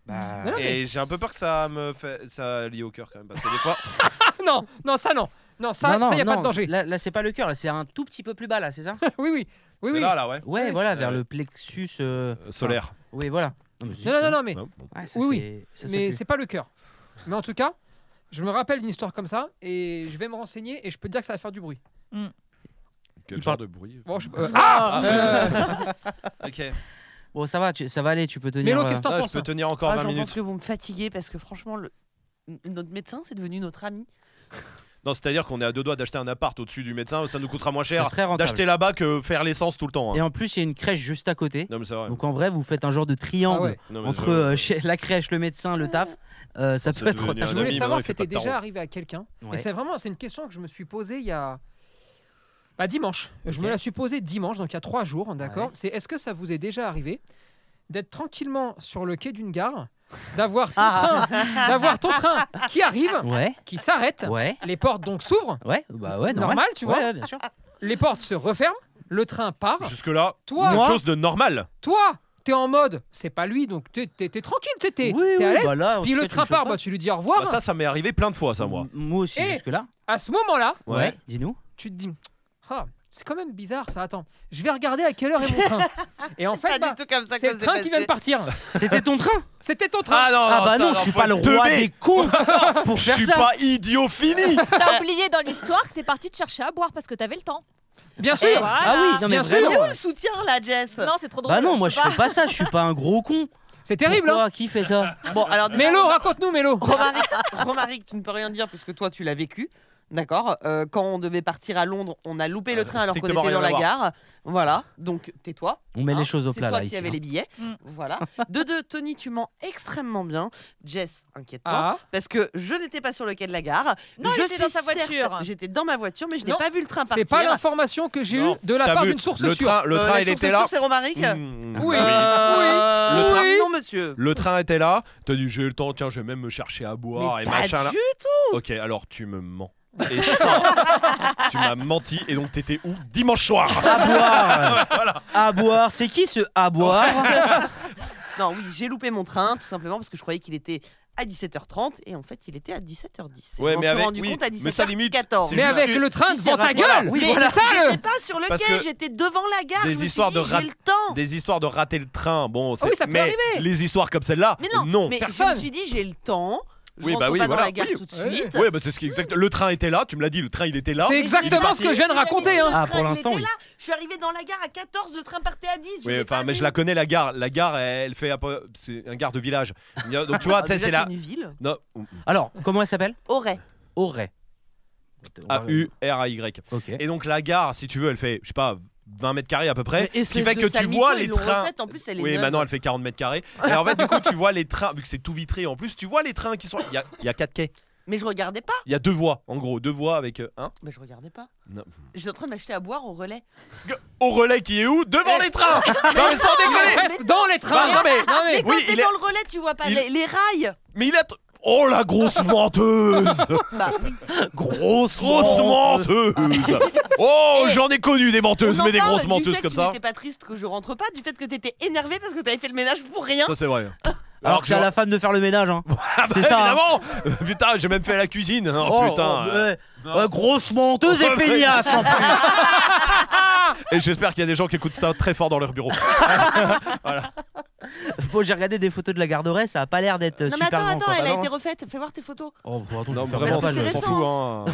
[SPEAKER 1] Bah,
[SPEAKER 5] Non, non, Ah, mais-
[SPEAKER 3] Ah, Et j'ai un peu peur que ça me fait ça lié au cœur quand même parce que des fois
[SPEAKER 5] Ah, non, non, ça non. Non, ça,
[SPEAKER 1] non,
[SPEAKER 5] ça y a
[SPEAKER 1] non,
[SPEAKER 5] pas de danger.
[SPEAKER 1] Là, là, c'est pas le cœur, là, c'est un tout petit peu plus bas, là, c'est ça
[SPEAKER 5] oui, oui, oui,
[SPEAKER 3] c'est
[SPEAKER 5] oui.
[SPEAKER 3] là là ouais
[SPEAKER 1] Ouais,
[SPEAKER 5] Ouais.
[SPEAKER 1] voilà,
[SPEAKER 3] Ouais.
[SPEAKER 1] vers le plexus euh,
[SPEAKER 3] Euh, solaire.
[SPEAKER 1] Oui, voilà. Non, mais c'est-
[SPEAKER 5] Non, non, non, non, mais,
[SPEAKER 3] Ouais, bon.
[SPEAKER 1] Ouais, ça,
[SPEAKER 5] Oui,
[SPEAKER 1] c'est- ça, ça
[SPEAKER 5] mais
[SPEAKER 1] pue.
[SPEAKER 5] c'est pas le cœur. Mais en tout cas, je me rappelle d'une histoire comme ça et je vais me renseigner et je peux te dire que ça va faire du bruit.
[SPEAKER 3] Quel
[SPEAKER 1] Il
[SPEAKER 3] genre
[SPEAKER 1] parle-
[SPEAKER 3] de bruit
[SPEAKER 5] Bon, je- euh, ah, euh,
[SPEAKER 3] Ok.
[SPEAKER 1] Bon, ça va, tu- ça va aller, tu peux tenir.
[SPEAKER 5] Mélo,
[SPEAKER 1] euh,
[SPEAKER 5] qu'est-ce que t'en
[SPEAKER 3] Là, Ah, je
[SPEAKER 5] penses
[SPEAKER 3] peux
[SPEAKER 5] hein
[SPEAKER 3] tenir encore
[SPEAKER 8] Ah,
[SPEAKER 3] 20
[SPEAKER 8] J'en pense
[SPEAKER 3] minutes.
[SPEAKER 8] que vous me fatiguez parce que franchement, le- n- notre médecin, c'est devenu notre ami.
[SPEAKER 3] Non, c'est-à-dire qu'on est à deux doigts d'acheter un appart au-dessus du médecin, ça nous coûtera moins
[SPEAKER 1] ça
[SPEAKER 3] cher
[SPEAKER 1] serait rentable.
[SPEAKER 3] d'acheter là-bas que faire l'essence tout le temps. hein.
[SPEAKER 1] Et en plus, il y a une crèche juste à côté.
[SPEAKER 3] Non mais c'est vrai.
[SPEAKER 1] Donc en vrai, vous faites un genre de
[SPEAKER 5] Ah
[SPEAKER 1] triangle
[SPEAKER 5] ouais.
[SPEAKER 3] Non, mais
[SPEAKER 1] entre
[SPEAKER 3] je-
[SPEAKER 1] euh, chez- la crèche, le médecin, le taf. Euh, ça
[SPEAKER 3] Ça
[SPEAKER 1] peut être
[SPEAKER 3] devient
[SPEAKER 1] rentable.
[SPEAKER 5] Je
[SPEAKER 3] Un
[SPEAKER 5] voulais
[SPEAKER 3] ami,
[SPEAKER 5] savoir
[SPEAKER 3] maintenant,
[SPEAKER 5] si
[SPEAKER 3] il fait pas
[SPEAKER 5] c'était
[SPEAKER 3] de tarot.
[SPEAKER 5] déjà arrivé à quelqu'un.
[SPEAKER 1] Ouais.
[SPEAKER 5] Et c'est vraiment, c'est une question que je me suis posée il y a. Bah, dimanche. Je
[SPEAKER 1] Ok.
[SPEAKER 5] me la suis posée dimanche, donc il y a trois jours, d'accord
[SPEAKER 1] Ouais.
[SPEAKER 5] C'est est-ce que ça vous est déjà arrivé d'être tranquillement sur le quai d'une gare, d'avoir ton,
[SPEAKER 8] Ah.
[SPEAKER 5] train, d'avoir ton train qui arrive,
[SPEAKER 1] Ouais,
[SPEAKER 5] qui s'arrête,
[SPEAKER 1] ouais,
[SPEAKER 5] les portes donc s'ouvrent,
[SPEAKER 1] ouais, bah ouais, normal.
[SPEAKER 5] normal, tu vois,
[SPEAKER 1] Ouais, ouais, bien sûr.
[SPEAKER 5] les portes se referment, le train part,
[SPEAKER 3] Jusque-là,
[SPEAKER 5] Toi,
[SPEAKER 3] quelque
[SPEAKER 5] moi-
[SPEAKER 3] chose de normal.
[SPEAKER 5] toi, t'es en mode, c'est pas lui, donc t'es, t'es- t'es tranquille, t'es, t'es-
[SPEAKER 1] Oui,
[SPEAKER 5] t'es à
[SPEAKER 1] oui,
[SPEAKER 5] l'aise,
[SPEAKER 1] bah là, en
[SPEAKER 3] Ah,
[SPEAKER 5] puis
[SPEAKER 1] tout
[SPEAKER 5] le
[SPEAKER 1] cas, tu
[SPEAKER 5] train
[SPEAKER 1] me choques
[SPEAKER 5] part,
[SPEAKER 1] pas.
[SPEAKER 5] bah, tu Eh lui dis au revoir.
[SPEAKER 3] Bah, ça, ça m'est arrivé plein de fois, ça, moi.
[SPEAKER 1] M- Moi aussi,
[SPEAKER 5] Et-
[SPEAKER 1] jusque-là.
[SPEAKER 5] À ce moment-là,
[SPEAKER 1] Ouais, dis-nous.
[SPEAKER 5] tu te dis ah c'est quand même bizarre ça attends je vais regarder à quelle heure est mon train et en
[SPEAKER 8] Pas
[SPEAKER 5] fait bah,
[SPEAKER 8] du tout comme ça que
[SPEAKER 5] c'est le
[SPEAKER 8] ça s'est
[SPEAKER 5] train qui vient de
[SPEAKER 8] passé.
[SPEAKER 5] partir
[SPEAKER 1] C'était ton train
[SPEAKER 5] c'était ton train
[SPEAKER 3] Ah non,
[SPEAKER 1] Ah bah
[SPEAKER 3] ça,
[SPEAKER 1] non, je suis
[SPEAKER 3] faut
[SPEAKER 1] pas le
[SPEAKER 3] être
[SPEAKER 1] roi
[SPEAKER 3] teubé.
[SPEAKER 1] des cons pour
[SPEAKER 3] Je
[SPEAKER 1] faire
[SPEAKER 3] suis
[SPEAKER 1] ça.
[SPEAKER 3] pas idiot fini.
[SPEAKER 4] T'as oublié dans l'histoire que t'es parti te chercher à boire parce que t'avais le temps.
[SPEAKER 5] bien sûr
[SPEAKER 4] Voilà.
[SPEAKER 1] Ah oui, non mais
[SPEAKER 5] Bien sûr.
[SPEAKER 1] vraiment.
[SPEAKER 8] Le soutien là, Jess.
[SPEAKER 4] Non, c'est trop drôle.
[SPEAKER 1] Bah non, moi je
[SPEAKER 4] peux pas.
[SPEAKER 1] fais pas ça, je suis pas un gros con.
[SPEAKER 5] c'est terrible hein
[SPEAKER 1] Pourquoi Qui fait ça
[SPEAKER 8] Bon, alors.
[SPEAKER 5] Mélo raconte-nous Mélo
[SPEAKER 8] Romaric, Romaric, tu ne peux rien dire puisque toi, tu l'as vécu. D'accord. Euh, quand on devait partir à Londres, on a loupé
[SPEAKER 3] Ça
[SPEAKER 8] le
[SPEAKER 1] euh,
[SPEAKER 3] n'a
[SPEAKER 8] train alors qu'on
[SPEAKER 3] strictement
[SPEAKER 8] était dans
[SPEAKER 3] rien à
[SPEAKER 8] la gare. Voilà. Donc tais-toi.
[SPEAKER 1] On met
[SPEAKER 8] hein.
[SPEAKER 1] les choses au
[SPEAKER 8] C'est
[SPEAKER 1] plat
[SPEAKER 8] toi
[SPEAKER 1] là
[SPEAKER 8] qui
[SPEAKER 1] ici.
[SPEAKER 8] avait
[SPEAKER 1] hein.
[SPEAKER 8] les billets.
[SPEAKER 4] Mm.
[SPEAKER 8] Voilà. De deux, Tony, tu mens extrêmement bien. Jess, inquiète-toi.
[SPEAKER 5] Ah,
[SPEAKER 8] Parce que je n'étais pas sur le quai de la gare.
[SPEAKER 4] Non,
[SPEAKER 8] je
[SPEAKER 4] il était dans
[SPEAKER 8] suis
[SPEAKER 4] sa voiture.
[SPEAKER 8] certain- J'étais dans ma voiture, mais je n'ai
[SPEAKER 5] Non,
[SPEAKER 8] pas vu le train partir.
[SPEAKER 5] c'est pas l'information que j'ai eue
[SPEAKER 3] Non,
[SPEAKER 5] de la
[SPEAKER 3] T'as
[SPEAKER 5] part
[SPEAKER 3] vu,
[SPEAKER 5] d'une source
[SPEAKER 3] le
[SPEAKER 5] sûre.
[SPEAKER 3] train, le
[SPEAKER 8] Euh,
[SPEAKER 3] train,
[SPEAKER 8] la
[SPEAKER 3] il
[SPEAKER 8] source
[SPEAKER 3] était
[SPEAKER 8] de
[SPEAKER 3] là.
[SPEAKER 8] source, C'est Romaric
[SPEAKER 3] Mmh.
[SPEAKER 5] Oui.
[SPEAKER 8] Euh,
[SPEAKER 3] Le train-
[SPEAKER 8] Non, monsieur.
[SPEAKER 3] Le train était là. T'as dit j'ai le temps. Tiens, je vais même me chercher à boire
[SPEAKER 8] Mais
[SPEAKER 3] et
[SPEAKER 8] pas
[SPEAKER 3] machin là.
[SPEAKER 8] du
[SPEAKER 3] Ok, alors tu me mens. Et ça, tu m'as menti. Et donc t'étais où dimanche soir
[SPEAKER 1] À boire À boire C'est qui ce à boire
[SPEAKER 8] Non, oui, j'ai loupé mon train, tout simplement parce que je croyais qu'il était à 17h30 et en fait, il était à 17h10.
[SPEAKER 3] Ouais,
[SPEAKER 8] on
[SPEAKER 3] mais
[SPEAKER 8] s'est
[SPEAKER 3] avec-
[SPEAKER 8] rendu
[SPEAKER 3] oui,
[SPEAKER 8] compte à 17h14.
[SPEAKER 3] mais ça limite, c'est
[SPEAKER 5] Mais
[SPEAKER 3] juste
[SPEAKER 5] avec
[SPEAKER 3] que-
[SPEAKER 5] le train
[SPEAKER 8] Si,
[SPEAKER 5] devant
[SPEAKER 8] c'est
[SPEAKER 5] ta
[SPEAKER 8] vrai, voilà.
[SPEAKER 5] gueule
[SPEAKER 1] Oui,
[SPEAKER 5] Mais
[SPEAKER 1] voilà.
[SPEAKER 5] C'est ça
[SPEAKER 8] J'étais
[SPEAKER 5] le...
[SPEAKER 8] pas sur le
[SPEAKER 3] Parce
[SPEAKER 8] quai,
[SPEAKER 3] que
[SPEAKER 8] j'étais devant la gare.
[SPEAKER 3] des
[SPEAKER 8] je me suis
[SPEAKER 3] histoires
[SPEAKER 8] dit,
[SPEAKER 3] de rat-
[SPEAKER 8] J'ai le temps.
[SPEAKER 3] Des histoires de rater le train,
[SPEAKER 8] Ah
[SPEAKER 3] bon, c'est.
[SPEAKER 5] oui, ça peut
[SPEAKER 3] mais
[SPEAKER 5] arriver.
[SPEAKER 3] les histoires comme celle-là,
[SPEAKER 8] Mais non, mais je
[SPEAKER 5] personne.
[SPEAKER 8] me suis dit, j'ai le temps. Je
[SPEAKER 3] Oui,
[SPEAKER 8] rentre
[SPEAKER 3] bah oui,
[SPEAKER 8] pas dans
[SPEAKER 3] voilà,
[SPEAKER 8] la gare
[SPEAKER 3] oui.
[SPEAKER 8] tout de
[SPEAKER 5] Oui.
[SPEAKER 8] suite.
[SPEAKER 3] Oui, bah c'est ce qui est exact. Le train était là, tu me l'as dit, le train il était là. il
[SPEAKER 5] C'est
[SPEAKER 3] est
[SPEAKER 5] exactement
[SPEAKER 3] parti.
[SPEAKER 5] ce que je viens de raconter.
[SPEAKER 1] Ah,
[SPEAKER 5] hein.
[SPEAKER 8] Le train,
[SPEAKER 1] pour
[SPEAKER 8] il
[SPEAKER 1] l'instant,
[SPEAKER 8] était
[SPEAKER 1] oui.
[SPEAKER 8] là. Je suis arrivé dans la gare à 14, le train partait à 10. je
[SPEAKER 3] Oui,
[SPEAKER 8] l'ai
[SPEAKER 3] enfin,
[SPEAKER 8] pas
[SPEAKER 3] mais
[SPEAKER 8] vu.
[SPEAKER 3] je la connais, la gare. La gare, elle fait. un peu- C'est un gare de village. Il y a- Donc tu vois,
[SPEAKER 8] Ah,
[SPEAKER 3] tu sais,
[SPEAKER 8] déjà,
[SPEAKER 3] c'est la. Eh,
[SPEAKER 8] une ville.
[SPEAKER 3] Non,
[SPEAKER 1] Alors, comment elle s'appelle
[SPEAKER 8] Auray.
[SPEAKER 1] Auray.
[SPEAKER 3] A-U-R-A-Y.
[SPEAKER 1] Ok.
[SPEAKER 3] Et donc la gare, si tu veux, elle fait, je sais pas, 20 mètres carrés à peu près.
[SPEAKER 8] Mais
[SPEAKER 3] Ce qui fait
[SPEAKER 8] espèce de
[SPEAKER 3] que tu
[SPEAKER 8] Samito,
[SPEAKER 3] vois
[SPEAKER 8] ils
[SPEAKER 3] les
[SPEAKER 8] l'ont
[SPEAKER 3] trains.
[SPEAKER 8] refaite, en plus, elle est
[SPEAKER 3] oui,
[SPEAKER 8] neuve.
[SPEAKER 3] maintenant elle fait 40 mètres carrés. Et en fait, du coup, tu vois les trains, vu que c'est tout vitré en plus, tu vois les trains qui sont. Il y a, il y a quatre quais.
[SPEAKER 8] Mais je regardais pas.
[SPEAKER 3] Il y a deux voies, en gros, deux voies avec. euh, un.
[SPEAKER 8] Mais je regardais pas.
[SPEAKER 3] Non.
[SPEAKER 8] J'étais en train d'acheter à boire au relais.
[SPEAKER 3] Au relais qui est où Devant
[SPEAKER 8] Eh.
[SPEAKER 3] les trains Non, mais sans
[SPEAKER 5] Il est
[SPEAKER 3] déconner
[SPEAKER 5] presque dans les trains.
[SPEAKER 3] Bah, non, mais-
[SPEAKER 5] Non, mais-
[SPEAKER 8] Mais quand
[SPEAKER 3] Oui,
[SPEAKER 8] t'es
[SPEAKER 3] il est-
[SPEAKER 8] dans le relais, tu vois pas
[SPEAKER 3] il-
[SPEAKER 8] les, les rails.
[SPEAKER 3] Mais il a. t- Oh la grosse menteuse
[SPEAKER 8] Bah,
[SPEAKER 3] Grosse, menteuse Oh,
[SPEAKER 8] Eh.
[SPEAKER 3] j'en ai connu des
[SPEAKER 8] on
[SPEAKER 3] menteuses,
[SPEAKER 8] en
[SPEAKER 3] mais des
[SPEAKER 8] parle
[SPEAKER 3] grosses
[SPEAKER 8] du
[SPEAKER 3] menteuses
[SPEAKER 8] fait
[SPEAKER 3] comme
[SPEAKER 8] que
[SPEAKER 3] ça.
[SPEAKER 8] J'étais pas triste que je rentre pas, du fait que t'étais énervé parce que t'avais fait le ménage pour rien.
[SPEAKER 3] Ça, c'est vrai.
[SPEAKER 1] Alors que c'est à la femme de faire le ménage. Hein. c'est ça,
[SPEAKER 3] Ah, bah, Évidemment Euh, Putain, j'ai même fait la cuisine. hein. Oh,
[SPEAKER 1] Oh,
[SPEAKER 3] putain.
[SPEAKER 1] oh, ouais. Ouais, grosse menteuse et
[SPEAKER 3] Ouais.
[SPEAKER 1] feignasse hein. en plus.
[SPEAKER 3] Et j'espère qu'il y a des gens qui écoutent ça très fort dans leur bureau.
[SPEAKER 1] Bon, j'ai regardé des photos de la garde Auray, ça a pas l'air d'être euh,
[SPEAKER 8] Non mais
[SPEAKER 1] super grand,
[SPEAKER 8] attends, attends,
[SPEAKER 1] quoi.
[SPEAKER 8] elle a
[SPEAKER 3] Bah non.
[SPEAKER 8] été refaite. Fais voir tes photos.
[SPEAKER 1] Oh, bon, attends, je
[SPEAKER 3] Non,
[SPEAKER 1] vais faire
[SPEAKER 3] vraiment,
[SPEAKER 1] la
[SPEAKER 8] parce que
[SPEAKER 3] je
[SPEAKER 1] page.
[SPEAKER 3] s'en
[SPEAKER 8] c'est récent.
[SPEAKER 3] fous. Hein.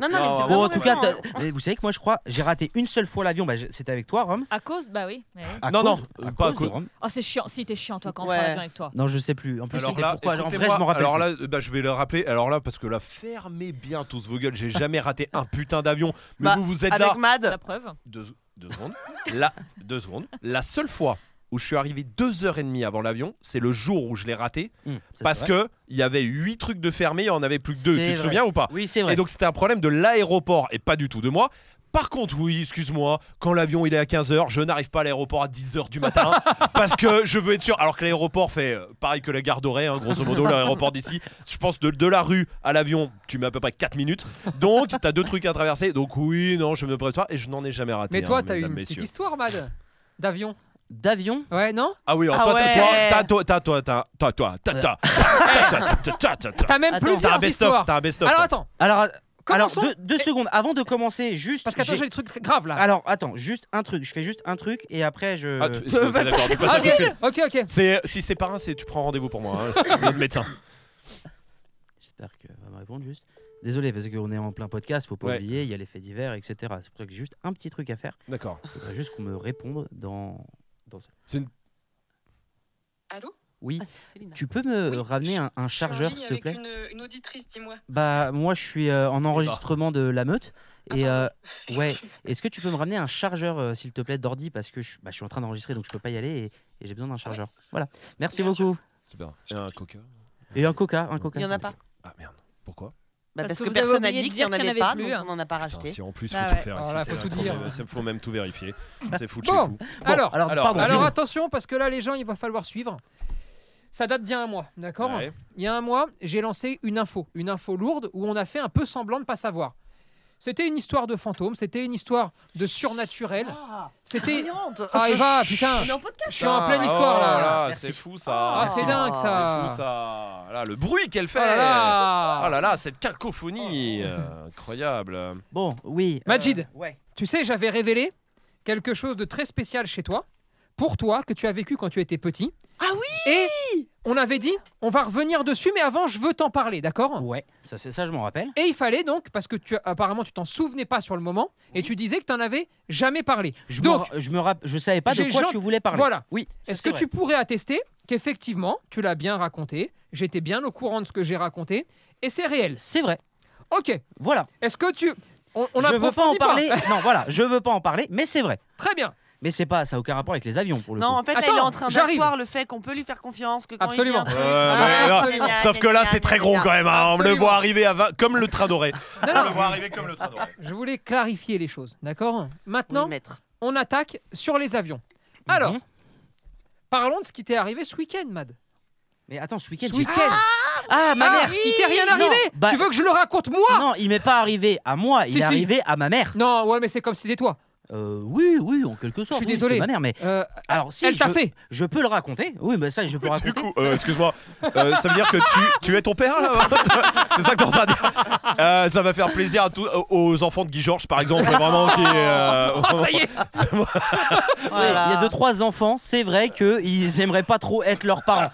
[SPEAKER 8] Non, non, mais
[SPEAKER 3] Non,
[SPEAKER 8] c'est
[SPEAKER 1] Ah Bon,
[SPEAKER 8] vraiment
[SPEAKER 1] en tout cas,
[SPEAKER 8] récent, hein.
[SPEAKER 1] t'as- mais vous savez que moi, je crois, j'ai raté une seule fois l'avion. Bah, j'ai- c'était avec toi, Rome.
[SPEAKER 4] À cause, bah oui. mais-
[SPEAKER 1] À
[SPEAKER 3] Non,
[SPEAKER 1] cause-
[SPEAKER 3] non, pas à cause.
[SPEAKER 1] de Rome.
[SPEAKER 4] Oh, c'est chiant. Si t'es chiant, toi, quand on
[SPEAKER 8] Ouais.
[SPEAKER 4] prend l'avion avec toi.
[SPEAKER 1] Non, je sais plus. En plus,
[SPEAKER 3] Alors
[SPEAKER 1] c'était
[SPEAKER 3] là,
[SPEAKER 1] pourquoi. En vrai,
[SPEAKER 3] écoutez-moi,
[SPEAKER 1] je m'en rappelle.
[SPEAKER 3] Alors
[SPEAKER 1] plus.
[SPEAKER 3] là, bah, je vais le rappeler. Alors là, parce que là, fermez bien tous vos gueules. J'ai jamais raté un putain d'avion. Mais
[SPEAKER 8] Bah,
[SPEAKER 3] vous, vous êtes là.
[SPEAKER 8] Avec Mad.
[SPEAKER 4] La preuve.
[SPEAKER 3] Deux, deux secondes. La, deux secondes. La seule fois où je suis arrivé deux heures et demie avant l'avion, c'est le jour où je l'ai raté.
[SPEAKER 1] Hum, ça, c'est
[SPEAKER 3] Parce
[SPEAKER 1] vrai.
[SPEAKER 3] que il y avait huit trucs de fermés, il y en avait plus que deux.
[SPEAKER 1] C'est
[SPEAKER 3] Tu te
[SPEAKER 1] vrai.
[SPEAKER 3] souviens ou pas
[SPEAKER 1] Oui, c'est vrai.
[SPEAKER 3] Et donc c'était un problème de l'aéroport et pas du tout de moi. Par contre, oui, excuse-moi, quand l'avion il est à 15h, je n'arrive pas à l'aéroport à 10h du matin parce que je veux être sûr. Alors que l'aéroport fait euh, pareil que la gare dorée, hein, grosso modo, l'aéroport d'ici, je pense de, de la rue à l'avion, tu mets à peu près 4 minutes. Donc, tu as deux trucs à traverser. Donc, oui, non, je me prépare et je n'en ai jamais raté.
[SPEAKER 5] Mais
[SPEAKER 3] hein,
[SPEAKER 5] toi, t'as eu
[SPEAKER 3] mesdames,
[SPEAKER 5] une
[SPEAKER 3] messieurs.
[SPEAKER 5] petite histoire, Mad D'avion
[SPEAKER 1] D'avion
[SPEAKER 5] Ouais, non
[SPEAKER 3] Ah oui, alors,
[SPEAKER 8] Ah
[SPEAKER 3] toi, t'as-
[SPEAKER 8] ouais.
[SPEAKER 3] t'as- toi, t'as- toi, t'as- t'as- toi, t'as- t'as- t'as- t'as- t'as- t'as- t'as-
[SPEAKER 5] T'as même
[SPEAKER 3] T'as
[SPEAKER 8] Attends.
[SPEAKER 3] un
[SPEAKER 5] plusieurs
[SPEAKER 3] best-of,
[SPEAKER 5] histoires.
[SPEAKER 3] t'as un best-of.
[SPEAKER 5] Alors
[SPEAKER 3] toi.
[SPEAKER 5] attends,
[SPEAKER 1] Alors, euh, alors
[SPEAKER 5] commençons.
[SPEAKER 1] deux, deux secondes. Avant de commencer, juste.
[SPEAKER 5] Parce qu'attends,
[SPEAKER 1] j'ai- Ah,
[SPEAKER 5] j'ai des trucs très graves là. Ah,
[SPEAKER 1] Alors, attends, juste un truc. Je fais juste un truc et après, Euh, je.
[SPEAKER 3] Ah, tu- ok, d'accord, tu passes un
[SPEAKER 5] ok,
[SPEAKER 3] coup de fil.
[SPEAKER 5] ok, ok.
[SPEAKER 3] C'est euh, si c'est pas un, c'est tu prends rendez-vous pour moi. hein, c'est notre médecin.
[SPEAKER 1] J'espère qu'elle va me répondre juste. Désolé, parce qu'on est en plein podcast, faut pas
[SPEAKER 3] Ouais.
[SPEAKER 1] oublier, il y a les faits divers, etc. C'est pour ça que j'ai juste un petit truc à faire.
[SPEAKER 3] D'accord.
[SPEAKER 1] Faudrait juste qu'on me réponde dans. dans ça.
[SPEAKER 3] C'est une-
[SPEAKER 10] Allô
[SPEAKER 1] Oui,
[SPEAKER 8] Céline.
[SPEAKER 1] tu peux me
[SPEAKER 10] Oui,
[SPEAKER 1] ramener un, un
[SPEAKER 10] Je suis en
[SPEAKER 1] chargeur,
[SPEAKER 10] ligne
[SPEAKER 1] s'il te
[SPEAKER 10] avec
[SPEAKER 1] plaît
[SPEAKER 10] Une, une auditrice, dis-moi.
[SPEAKER 1] Bah, moi, je suis euh, en enregistrement de la meute.
[SPEAKER 10] Ah,
[SPEAKER 1] Et
[SPEAKER 10] pardon.
[SPEAKER 1] euh, ouais, est-ce que tu peux me ramener un chargeur, euh, s'il te plaît, d'ordi Parce que je, bah, je suis en train d'enregistrer, donc je peux pas y aller et, et j'ai besoin d'un chargeur. Voilà, merci
[SPEAKER 10] Bien sûr.
[SPEAKER 1] beaucoup.
[SPEAKER 3] Super. Et un coca.
[SPEAKER 1] Et un coca, un coca.
[SPEAKER 8] Il y en
[SPEAKER 1] s'il
[SPEAKER 8] a
[SPEAKER 1] te plaît.
[SPEAKER 8] pas.
[SPEAKER 3] Ah merde. Pourquoi
[SPEAKER 8] Bah,
[SPEAKER 4] Parce
[SPEAKER 8] parce
[SPEAKER 4] que
[SPEAKER 8] que
[SPEAKER 4] vous avez
[SPEAKER 8] personne n'a
[SPEAKER 4] oublié
[SPEAKER 8] dit
[SPEAKER 4] de
[SPEAKER 8] qu'il y en
[SPEAKER 4] dire qu'il y en
[SPEAKER 8] avait pas,
[SPEAKER 4] avait
[SPEAKER 8] donc
[SPEAKER 4] plus. hein.
[SPEAKER 8] on n'en a pas
[SPEAKER 3] Putain,
[SPEAKER 8] racheté.
[SPEAKER 3] Si en plus faut
[SPEAKER 4] Ah
[SPEAKER 3] tout
[SPEAKER 4] ouais.
[SPEAKER 3] faire.
[SPEAKER 5] Bah
[SPEAKER 3] ici,
[SPEAKER 5] Alors là,
[SPEAKER 3] c'est
[SPEAKER 5] faut
[SPEAKER 3] la
[SPEAKER 5] tout
[SPEAKER 3] première-
[SPEAKER 5] dire. Bah,
[SPEAKER 3] ça faut même tout vérifier. C'est fou de
[SPEAKER 5] Bon.
[SPEAKER 3] chez fou.
[SPEAKER 1] Bon,
[SPEAKER 5] alors, alors,
[SPEAKER 1] alors,
[SPEAKER 3] alors,
[SPEAKER 1] pardon. dis-nous.
[SPEAKER 5] attention, parce que là, les gens, il va falloir suivre. Ça date d'il y a un mois, d'accord
[SPEAKER 3] Ouais.
[SPEAKER 5] Il y a un mois, j'ai lancé une info, une info lourde où on a fait un peu semblant de pas savoir. C'était une histoire de fantôme, c'était une histoire de surnaturel,
[SPEAKER 8] Ah,
[SPEAKER 5] c'était.
[SPEAKER 8] brillante.
[SPEAKER 5] Ah, Eva, putain,
[SPEAKER 8] On est en podcast.
[SPEAKER 5] je suis en
[SPEAKER 3] Ah,
[SPEAKER 5] pleine histoire
[SPEAKER 3] oh
[SPEAKER 5] là.
[SPEAKER 3] là. là,
[SPEAKER 5] Merci.
[SPEAKER 3] C'est fou ça.
[SPEAKER 5] Ah, c'est dingue ça.
[SPEAKER 3] C'est fou ça. Là, le bruit qu'elle
[SPEAKER 5] Oh
[SPEAKER 3] fait.
[SPEAKER 5] là là.
[SPEAKER 3] Ah là là, cette cacophonie euh, incroyable.
[SPEAKER 1] Bon, oui. euh,
[SPEAKER 5] Majid.
[SPEAKER 1] Ouais.
[SPEAKER 5] Tu sais, j'avais révélé quelque chose de très spécial chez toi, pour toi, que tu as vécu quand tu étais petit.
[SPEAKER 8] Ah
[SPEAKER 5] oui Et on avait dit, on va revenir dessus, mais avant, je veux t'en parler, d'accord
[SPEAKER 1] Ouais, ça, c'est- ça je m'en rappelle.
[SPEAKER 5] Et il fallait donc, parce que tu, apparemment tu t'en souvenais pas sur le moment, et tu disais que tu n'en avais jamais parlé.
[SPEAKER 1] Je
[SPEAKER 5] donc,
[SPEAKER 1] me, je me rapp- je savais pas de
[SPEAKER 5] j'ai
[SPEAKER 1] quoi
[SPEAKER 5] gen-
[SPEAKER 1] tu voulais parler.
[SPEAKER 5] Voilà.
[SPEAKER 1] Oui. ça,
[SPEAKER 5] est-ce
[SPEAKER 1] c'est
[SPEAKER 5] que
[SPEAKER 1] vrai.
[SPEAKER 5] tu pourrais attester qu'effectivement, tu l'as bien raconté, j'étais bien au courant de ce que j'ai raconté, et c'est réel
[SPEAKER 1] C'est vrai.
[SPEAKER 5] Ok.
[SPEAKER 1] Voilà.
[SPEAKER 5] Est-ce que tu. On, on
[SPEAKER 1] je veux pas en
[SPEAKER 5] approfondit
[SPEAKER 1] parler. non, voilà, je veux pas en parler, mais c'est vrai.
[SPEAKER 5] Très bien.
[SPEAKER 1] Mais c'est pas, ça a aucun rapport avec les avions pour le
[SPEAKER 8] Non,
[SPEAKER 1] coup.
[SPEAKER 8] en fait, là,
[SPEAKER 5] Attends,
[SPEAKER 8] il est en train
[SPEAKER 5] j'arrive.
[SPEAKER 8] d'asseoir le fait qu'on peut lui faire confiance, que quand
[SPEAKER 5] Absolument.
[SPEAKER 8] il dit un
[SPEAKER 3] Ouais,
[SPEAKER 8] truc-
[SPEAKER 3] ouais,
[SPEAKER 8] Ah,
[SPEAKER 3] non.
[SPEAKER 8] gna, gna,
[SPEAKER 3] Sauf que
[SPEAKER 8] gna,
[SPEAKER 3] là,
[SPEAKER 8] gna,
[SPEAKER 3] c'est très
[SPEAKER 8] gna,
[SPEAKER 3] gros
[SPEAKER 8] gna.
[SPEAKER 3] quand même. hein. On le
[SPEAKER 5] Absolument.
[SPEAKER 3] voit arriver à 20 comme le train doré.
[SPEAKER 5] Non,
[SPEAKER 3] On
[SPEAKER 5] non,
[SPEAKER 3] le voit arriver comme le train doré.
[SPEAKER 5] je voulais clarifier les choses, d'accord
[SPEAKER 8] Oui,
[SPEAKER 5] Maintenant,
[SPEAKER 8] maître.
[SPEAKER 5] on attaque sur les avions. ah, Alors,
[SPEAKER 1] Mhm.
[SPEAKER 5] parlons de ce qui t'est arrivé ce week-end, Mad.
[SPEAKER 1] Mais attends, ce week-end.
[SPEAKER 5] Ce
[SPEAKER 1] j'ai-
[SPEAKER 5] week-end.
[SPEAKER 1] Ah, ma mère.
[SPEAKER 5] Il t'est rien
[SPEAKER 1] Non,
[SPEAKER 5] arrivé
[SPEAKER 1] bah-
[SPEAKER 5] Tu veux que je le raconte moi
[SPEAKER 1] Non, il m'est pas arrivé à moi, il
[SPEAKER 5] Si,
[SPEAKER 1] est
[SPEAKER 5] si.
[SPEAKER 1] arrivé à ma mère.
[SPEAKER 5] non. ouais, mais c'est comme si c'était toi.
[SPEAKER 1] Euh, oui, oui, en quelque sorte.
[SPEAKER 5] suis
[SPEAKER 1] oui,
[SPEAKER 5] désolé.
[SPEAKER 1] C'est ma mère, mais
[SPEAKER 5] Euh,
[SPEAKER 1] alors Oh, si
[SPEAKER 5] elle t'a
[SPEAKER 1] je,
[SPEAKER 5] fait.
[SPEAKER 1] je peux le raconter. Oui, mais ça, je peux raconter.
[SPEAKER 3] Du coup, euh, excuse-moi, euh, ça veut dire que tu, tu es ton père là C'est ça que t'es en train de dire Euh, Ça va faire plaisir à tous- euh, aux enfants de Guy Georges par exemple, vraiment qui. euh,
[SPEAKER 5] Ah,
[SPEAKER 1] Oh,
[SPEAKER 5] ça y est
[SPEAKER 1] Oui, Il y a deux trois enfants, c'est vrai que ils aimeraient pas trop être leurs parents.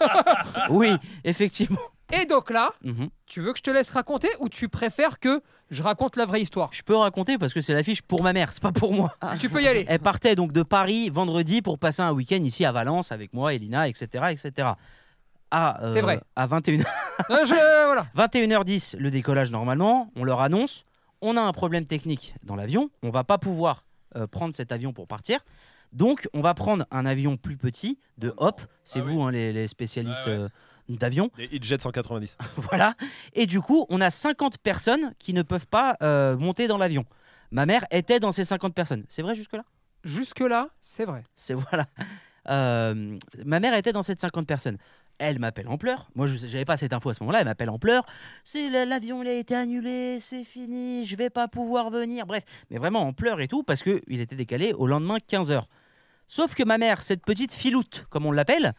[SPEAKER 1] oui, effectivement.
[SPEAKER 5] Et donc là,
[SPEAKER 1] Mhm.
[SPEAKER 5] tu veux que je te laisse raconter ou tu préfères que je raconte la vraie histoire
[SPEAKER 1] Je peux raconter parce que c'est l'affiche pour ma mère, c'est pas pour moi.
[SPEAKER 5] Tu peux y aller.
[SPEAKER 1] Elle partait donc de Paris vendredi pour passer un week-end ici à Valence avec moi, Elina, etc., etc. À, euh,
[SPEAKER 5] C'est vrai.
[SPEAKER 1] À 21h,
[SPEAKER 5] Non, Euh, je- voilà.
[SPEAKER 1] 21h10, le décollage normalement, on leur annonce, on a un problème technique dans l'avion, on va pas pouvoir euh, prendre cet avion pour partir. Donc on va prendre un avion plus petit de Hop, c'est
[SPEAKER 3] Ah
[SPEAKER 1] vous hein, les, les spécialistes
[SPEAKER 3] Ah ouais.
[SPEAKER 1] euh, d'avion,
[SPEAKER 3] Des Hitjet 190.
[SPEAKER 1] voilà. Et du coup, on a 50 personnes qui ne peuvent pas euh, monter dans l'avion. Ma mère était dans ces 50 personnes. C'est vrai jusque-là
[SPEAKER 5] Jusque-là, c'est vrai.
[SPEAKER 1] C'est voilà. Euh, ma mère était dans cette 50 personnes. Elle m'appelle en pleurs. Moi, je n'avais pas cette info à ce moment-là. Elle m'appelle en pleurs. C'est la- l'avion, il a été annulé, c'est fini, je vais pas pouvoir venir. Bref, mais vraiment en pleurs et tout parce que il était décalé au lendemain 15 h Sauf que ma mère, cette petite filoute, comme on l'appelle,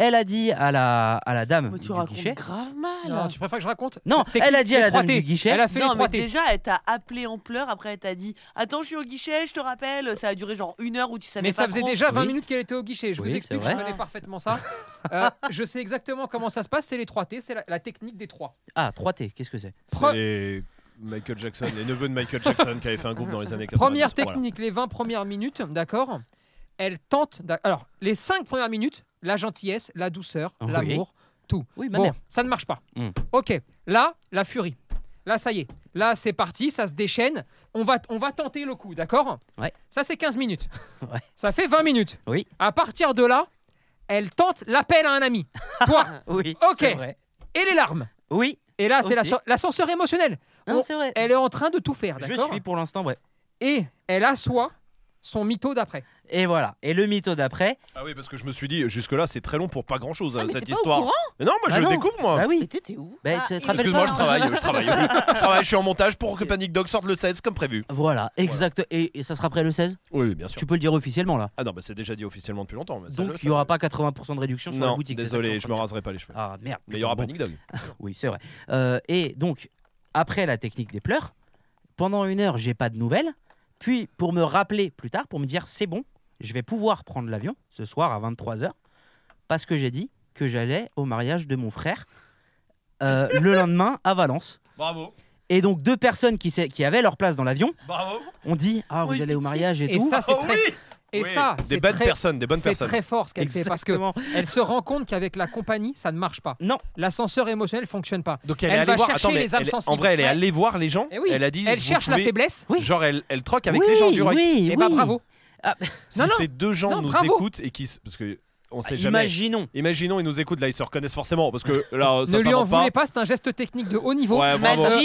[SPEAKER 1] elle a dit à la à la dame
[SPEAKER 8] Mais tu
[SPEAKER 1] du
[SPEAKER 8] racontes
[SPEAKER 1] guichet.
[SPEAKER 8] grave
[SPEAKER 5] Non,
[SPEAKER 8] mal.
[SPEAKER 5] tu préfères que je raconte
[SPEAKER 1] Non,
[SPEAKER 5] Technique,
[SPEAKER 1] elle a dit à la
[SPEAKER 5] les
[SPEAKER 1] dame
[SPEAKER 5] 3T.
[SPEAKER 1] du guichet.
[SPEAKER 5] Elle a fait
[SPEAKER 8] non,
[SPEAKER 5] les
[SPEAKER 8] mais
[SPEAKER 5] 3T.
[SPEAKER 8] déjà, elle t'a appelé en pleurs. Après, elle t'a dit Attends, je suis au guichet, je te rappelle. Ça a duré genre une heure où tu savais
[SPEAKER 5] Mais
[SPEAKER 8] pas.
[SPEAKER 5] ça faisait
[SPEAKER 8] trop.
[SPEAKER 5] déjà 20
[SPEAKER 1] Oui.
[SPEAKER 5] minutes qu'elle était au guichet. Je
[SPEAKER 1] Oui,
[SPEAKER 5] vous
[SPEAKER 1] c'est
[SPEAKER 5] explique, je
[SPEAKER 1] vrai.
[SPEAKER 5] connais parfaitement ça. Euh, je sais exactement comment ça se passe. C'est les 3T, c'est la, la technique des 3.
[SPEAKER 1] Ah, 3T, qu'est-ce que c'est
[SPEAKER 5] Pre-
[SPEAKER 3] C'est Michael Jackson, les neveux de Michael Jackson qui avaient fait un groupe dans les années 90.
[SPEAKER 5] Première
[SPEAKER 3] Voilà.
[SPEAKER 5] technique, les 20 premières minutes, d'accord Elle tente. d'a- Alors, les 5 premières minutes, la gentillesse, la douceur,
[SPEAKER 1] Oui.
[SPEAKER 5] l'amour.
[SPEAKER 1] Oui, ma
[SPEAKER 5] Bon,
[SPEAKER 1] mère.
[SPEAKER 5] ça ne marche pas.
[SPEAKER 1] Mm.
[SPEAKER 5] Ok, là, la furie. Là, ça y est. Là, c'est parti, ça se déchaîne. On va, on va tenter le coup, d'accord
[SPEAKER 1] Ouais.
[SPEAKER 5] Ça, c'est 15 minutes.
[SPEAKER 1] Ouais.
[SPEAKER 5] Ça fait 20 minutes.
[SPEAKER 1] Oui.
[SPEAKER 5] À partir de là, elle tente l'appel à un ami. Toi,
[SPEAKER 1] Oui.
[SPEAKER 5] Ok.
[SPEAKER 1] c'est vrai.
[SPEAKER 5] et les larmes.
[SPEAKER 1] Oui.
[SPEAKER 5] Et là, c'est
[SPEAKER 1] Aussi.
[SPEAKER 5] l'ascen- l'ascenseur émotionnel.
[SPEAKER 1] Non,
[SPEAKER 5] On-
[SPEAKER 1] c'est vrai.
[SPEAKER 5] Elle est en train de tout faire,
[SPEAKER 1] Je
[SPEAKER 5] d'accord
[SPEAKER 1] suis pour l'instant, ouais.
[SPEAKER 5] Et elle assoit son mytho d'après.
[SPEAKER 1] Et voilà. Et le mytho d'après.
[SPEAKER 3] Ah oui, parce que je me suis dit, jusque-là, c'est très long pour pas grand-chose
[SPEAKER 8] Ah, mais
[SPEAKER 3] cette
[SPEAKER 8] t'es pas au
[SPEAKER 3] histoire.
[SPEAKER 8] courant
[SPEAKER 3] Mais non, moi
[SPEAKER 1] Bah
[SPEAKER 3] je
[SPEAKER 1] non.
[SPEAKER 3] découvre moi.
[SPEAKER 1] Bah
[SPEAKER 8] Mais
[SPEAKER 1] oui.
[SPEAKER 8] t'étais où
[SPEAKER 1] Bah,
[SPEAKER 4] Ah,
[SPEAKER 1] tu te
[SPEAKER 4] il-
[SPEAKER 1] rappelles
[SPEAKER 3] Excuse-moi,
[SPEAKER 1] pas
[SPEAKER 3] je travaille, je travaille, je travaille, je suis en montage pour que Panic Dog sorte le 16 comme prévu.
[SPEAKER 1] Voilà, exact. Et, et ça sera après le 16
[SPEAKER 3] Oui, bien sûr.
[SPEAKER 1] Tu peux le dire officiellement là.
[SPEAKER 3] Ah non, bah c'est déjà dit officiellement depuis longtemps. mais ça le
[SPEAKER 1] Donc il
[SPEAKER 3] fait.
[SPEAKER 1] n'y aura pas 80% de réduction sur la
[SPEAKER 3] Non,
[SPEAKER 1] boutique. c'est ça
[SPEAKER 3] désolé,
[SPEAKER 1] que
[SPEAKER 3] je
[SPEAKER 1] t'es
[SPEAKER 3] me
[SPEAKER 1] en train
[SPEAKER 3] raserai pas les cheveux.
[SPEAKER 1] de dire. Ah merde.
[SPEAKER 3] Mais il y aura
[SPEAKER 1] putain,
[SPEAKER 3] Panic Dog.
[SPEAKER 1] bon, Oui, c'est vrai. Euh, et donc, après la technique des pleurs, pendant une heure, j'ai pas de nouvelles. Puis, pour me rappeler plus tard, pour me dire c'est bon, je vais pouvoir prendre l'avion ce soir à 23h, parce que j'ai dit que j'allais au mariage de mon frère euh, le lendemain à Valence.
[SPEAKER 3] Bravo,
[SPEAKER 1] Et donc, deux personnes qui, s'est- qui avaient leur place dans l'avion
[SPEAKER 3] bravo.
[SPEAKER 1] ont dit Ah, vous
[SPEAKER 8] Oui,
[SPEAKER 1] allez au
[SPEAKER 8] pitié.
[SPEAKER 1] mariage et,
[SPEAKER 5] Et
[SPEAKER 1] tout.
[SPEAKER 5] ça, c'est
[SPEAKER 3] Oh
[SPEAKER 5] très.
[SPEAKER 3] oui
[SPEAKER 5] Et
[SPEAKER 3] Oui,
[SPEAKER 5] ça,
[SPEAKER 3] des
[SPEAKER 5] c'est
[SPEAKER 3] bonnes
[SPEAKER 5] très,
[SPEAKER 3] personnes, des bonnes
[SPEAKER 5] c'est
[SPEAKER 3] personnes.
[SPEAKER 5] très fort ce qu'elle fait parce que
[SPEAKER 1] Exactement.
[SPEAKER 5] elle se rend compte qu'avec la compagnie, ça ne marche pas.
[SPEAKER 1] Non.
[SPEAKER 5] L'ascenseur émotionnel fonctionne pas.
[SPEAKER 3] Donc
[SPEAKER 5] Elle va
[SPEAKER 3] voir-
[SPEAKER 5] chercher
[SPEAKER 3] mais
[SPEAKER 5] les âmes
[SPEAKER 3] elle- En
[SPEAKER 5] sensibles.
[SPEAKER 3] vrai, elle est
[SPEAKER 5] Ouais.
[SPEAKER 3] allée voir les gens.
[SPEAKER 5] Eh oui,
[SPEAKER 3] Elle a dit.
[SPEAKER 5] elle
[SPEAKER 3] vous
[SPEAKER 5] cherche la
[SPEAKER 3] pouvez- Eh
[SPEAKER 5] faiblesse.
[SPEAKER 1] Oui.
[SPEAKER 3] Genre, elle, elle troque avec
[SPEAKER 1] oui,
[SPEAKER 3] les gens du rock. ben,
[SPEAKER 1] Oui,
[SPEAKER 5] Et
[SPEAKER 1] oui.
[SPEAKER 5] bah bravo.
[SPEAKER 3] Si
[SPEAKER 5] Non, non.
[SPEAKER 3] ces deux gens
[SPEAKER 5] Non,
[SPEAKER 3] nous
[SPEAKER 5] bravo.
[SPEAKER 3] écoutent et qui, s- parce que on sait jamais.
[SPEAKER 1] Imaginons.
[SPEAKER 3] Imaginons, ils nous écoutent là, ils se reconnaissent forcément parce que là, ça
[SPEAKER 5] ne lui en
[SPEAKER 3] s'invente pas.
[SPEAKER 5] voulez pas, c'est un geste technique de haut niveau.
[SPEAKER 3] Ouais, Ah, bravo.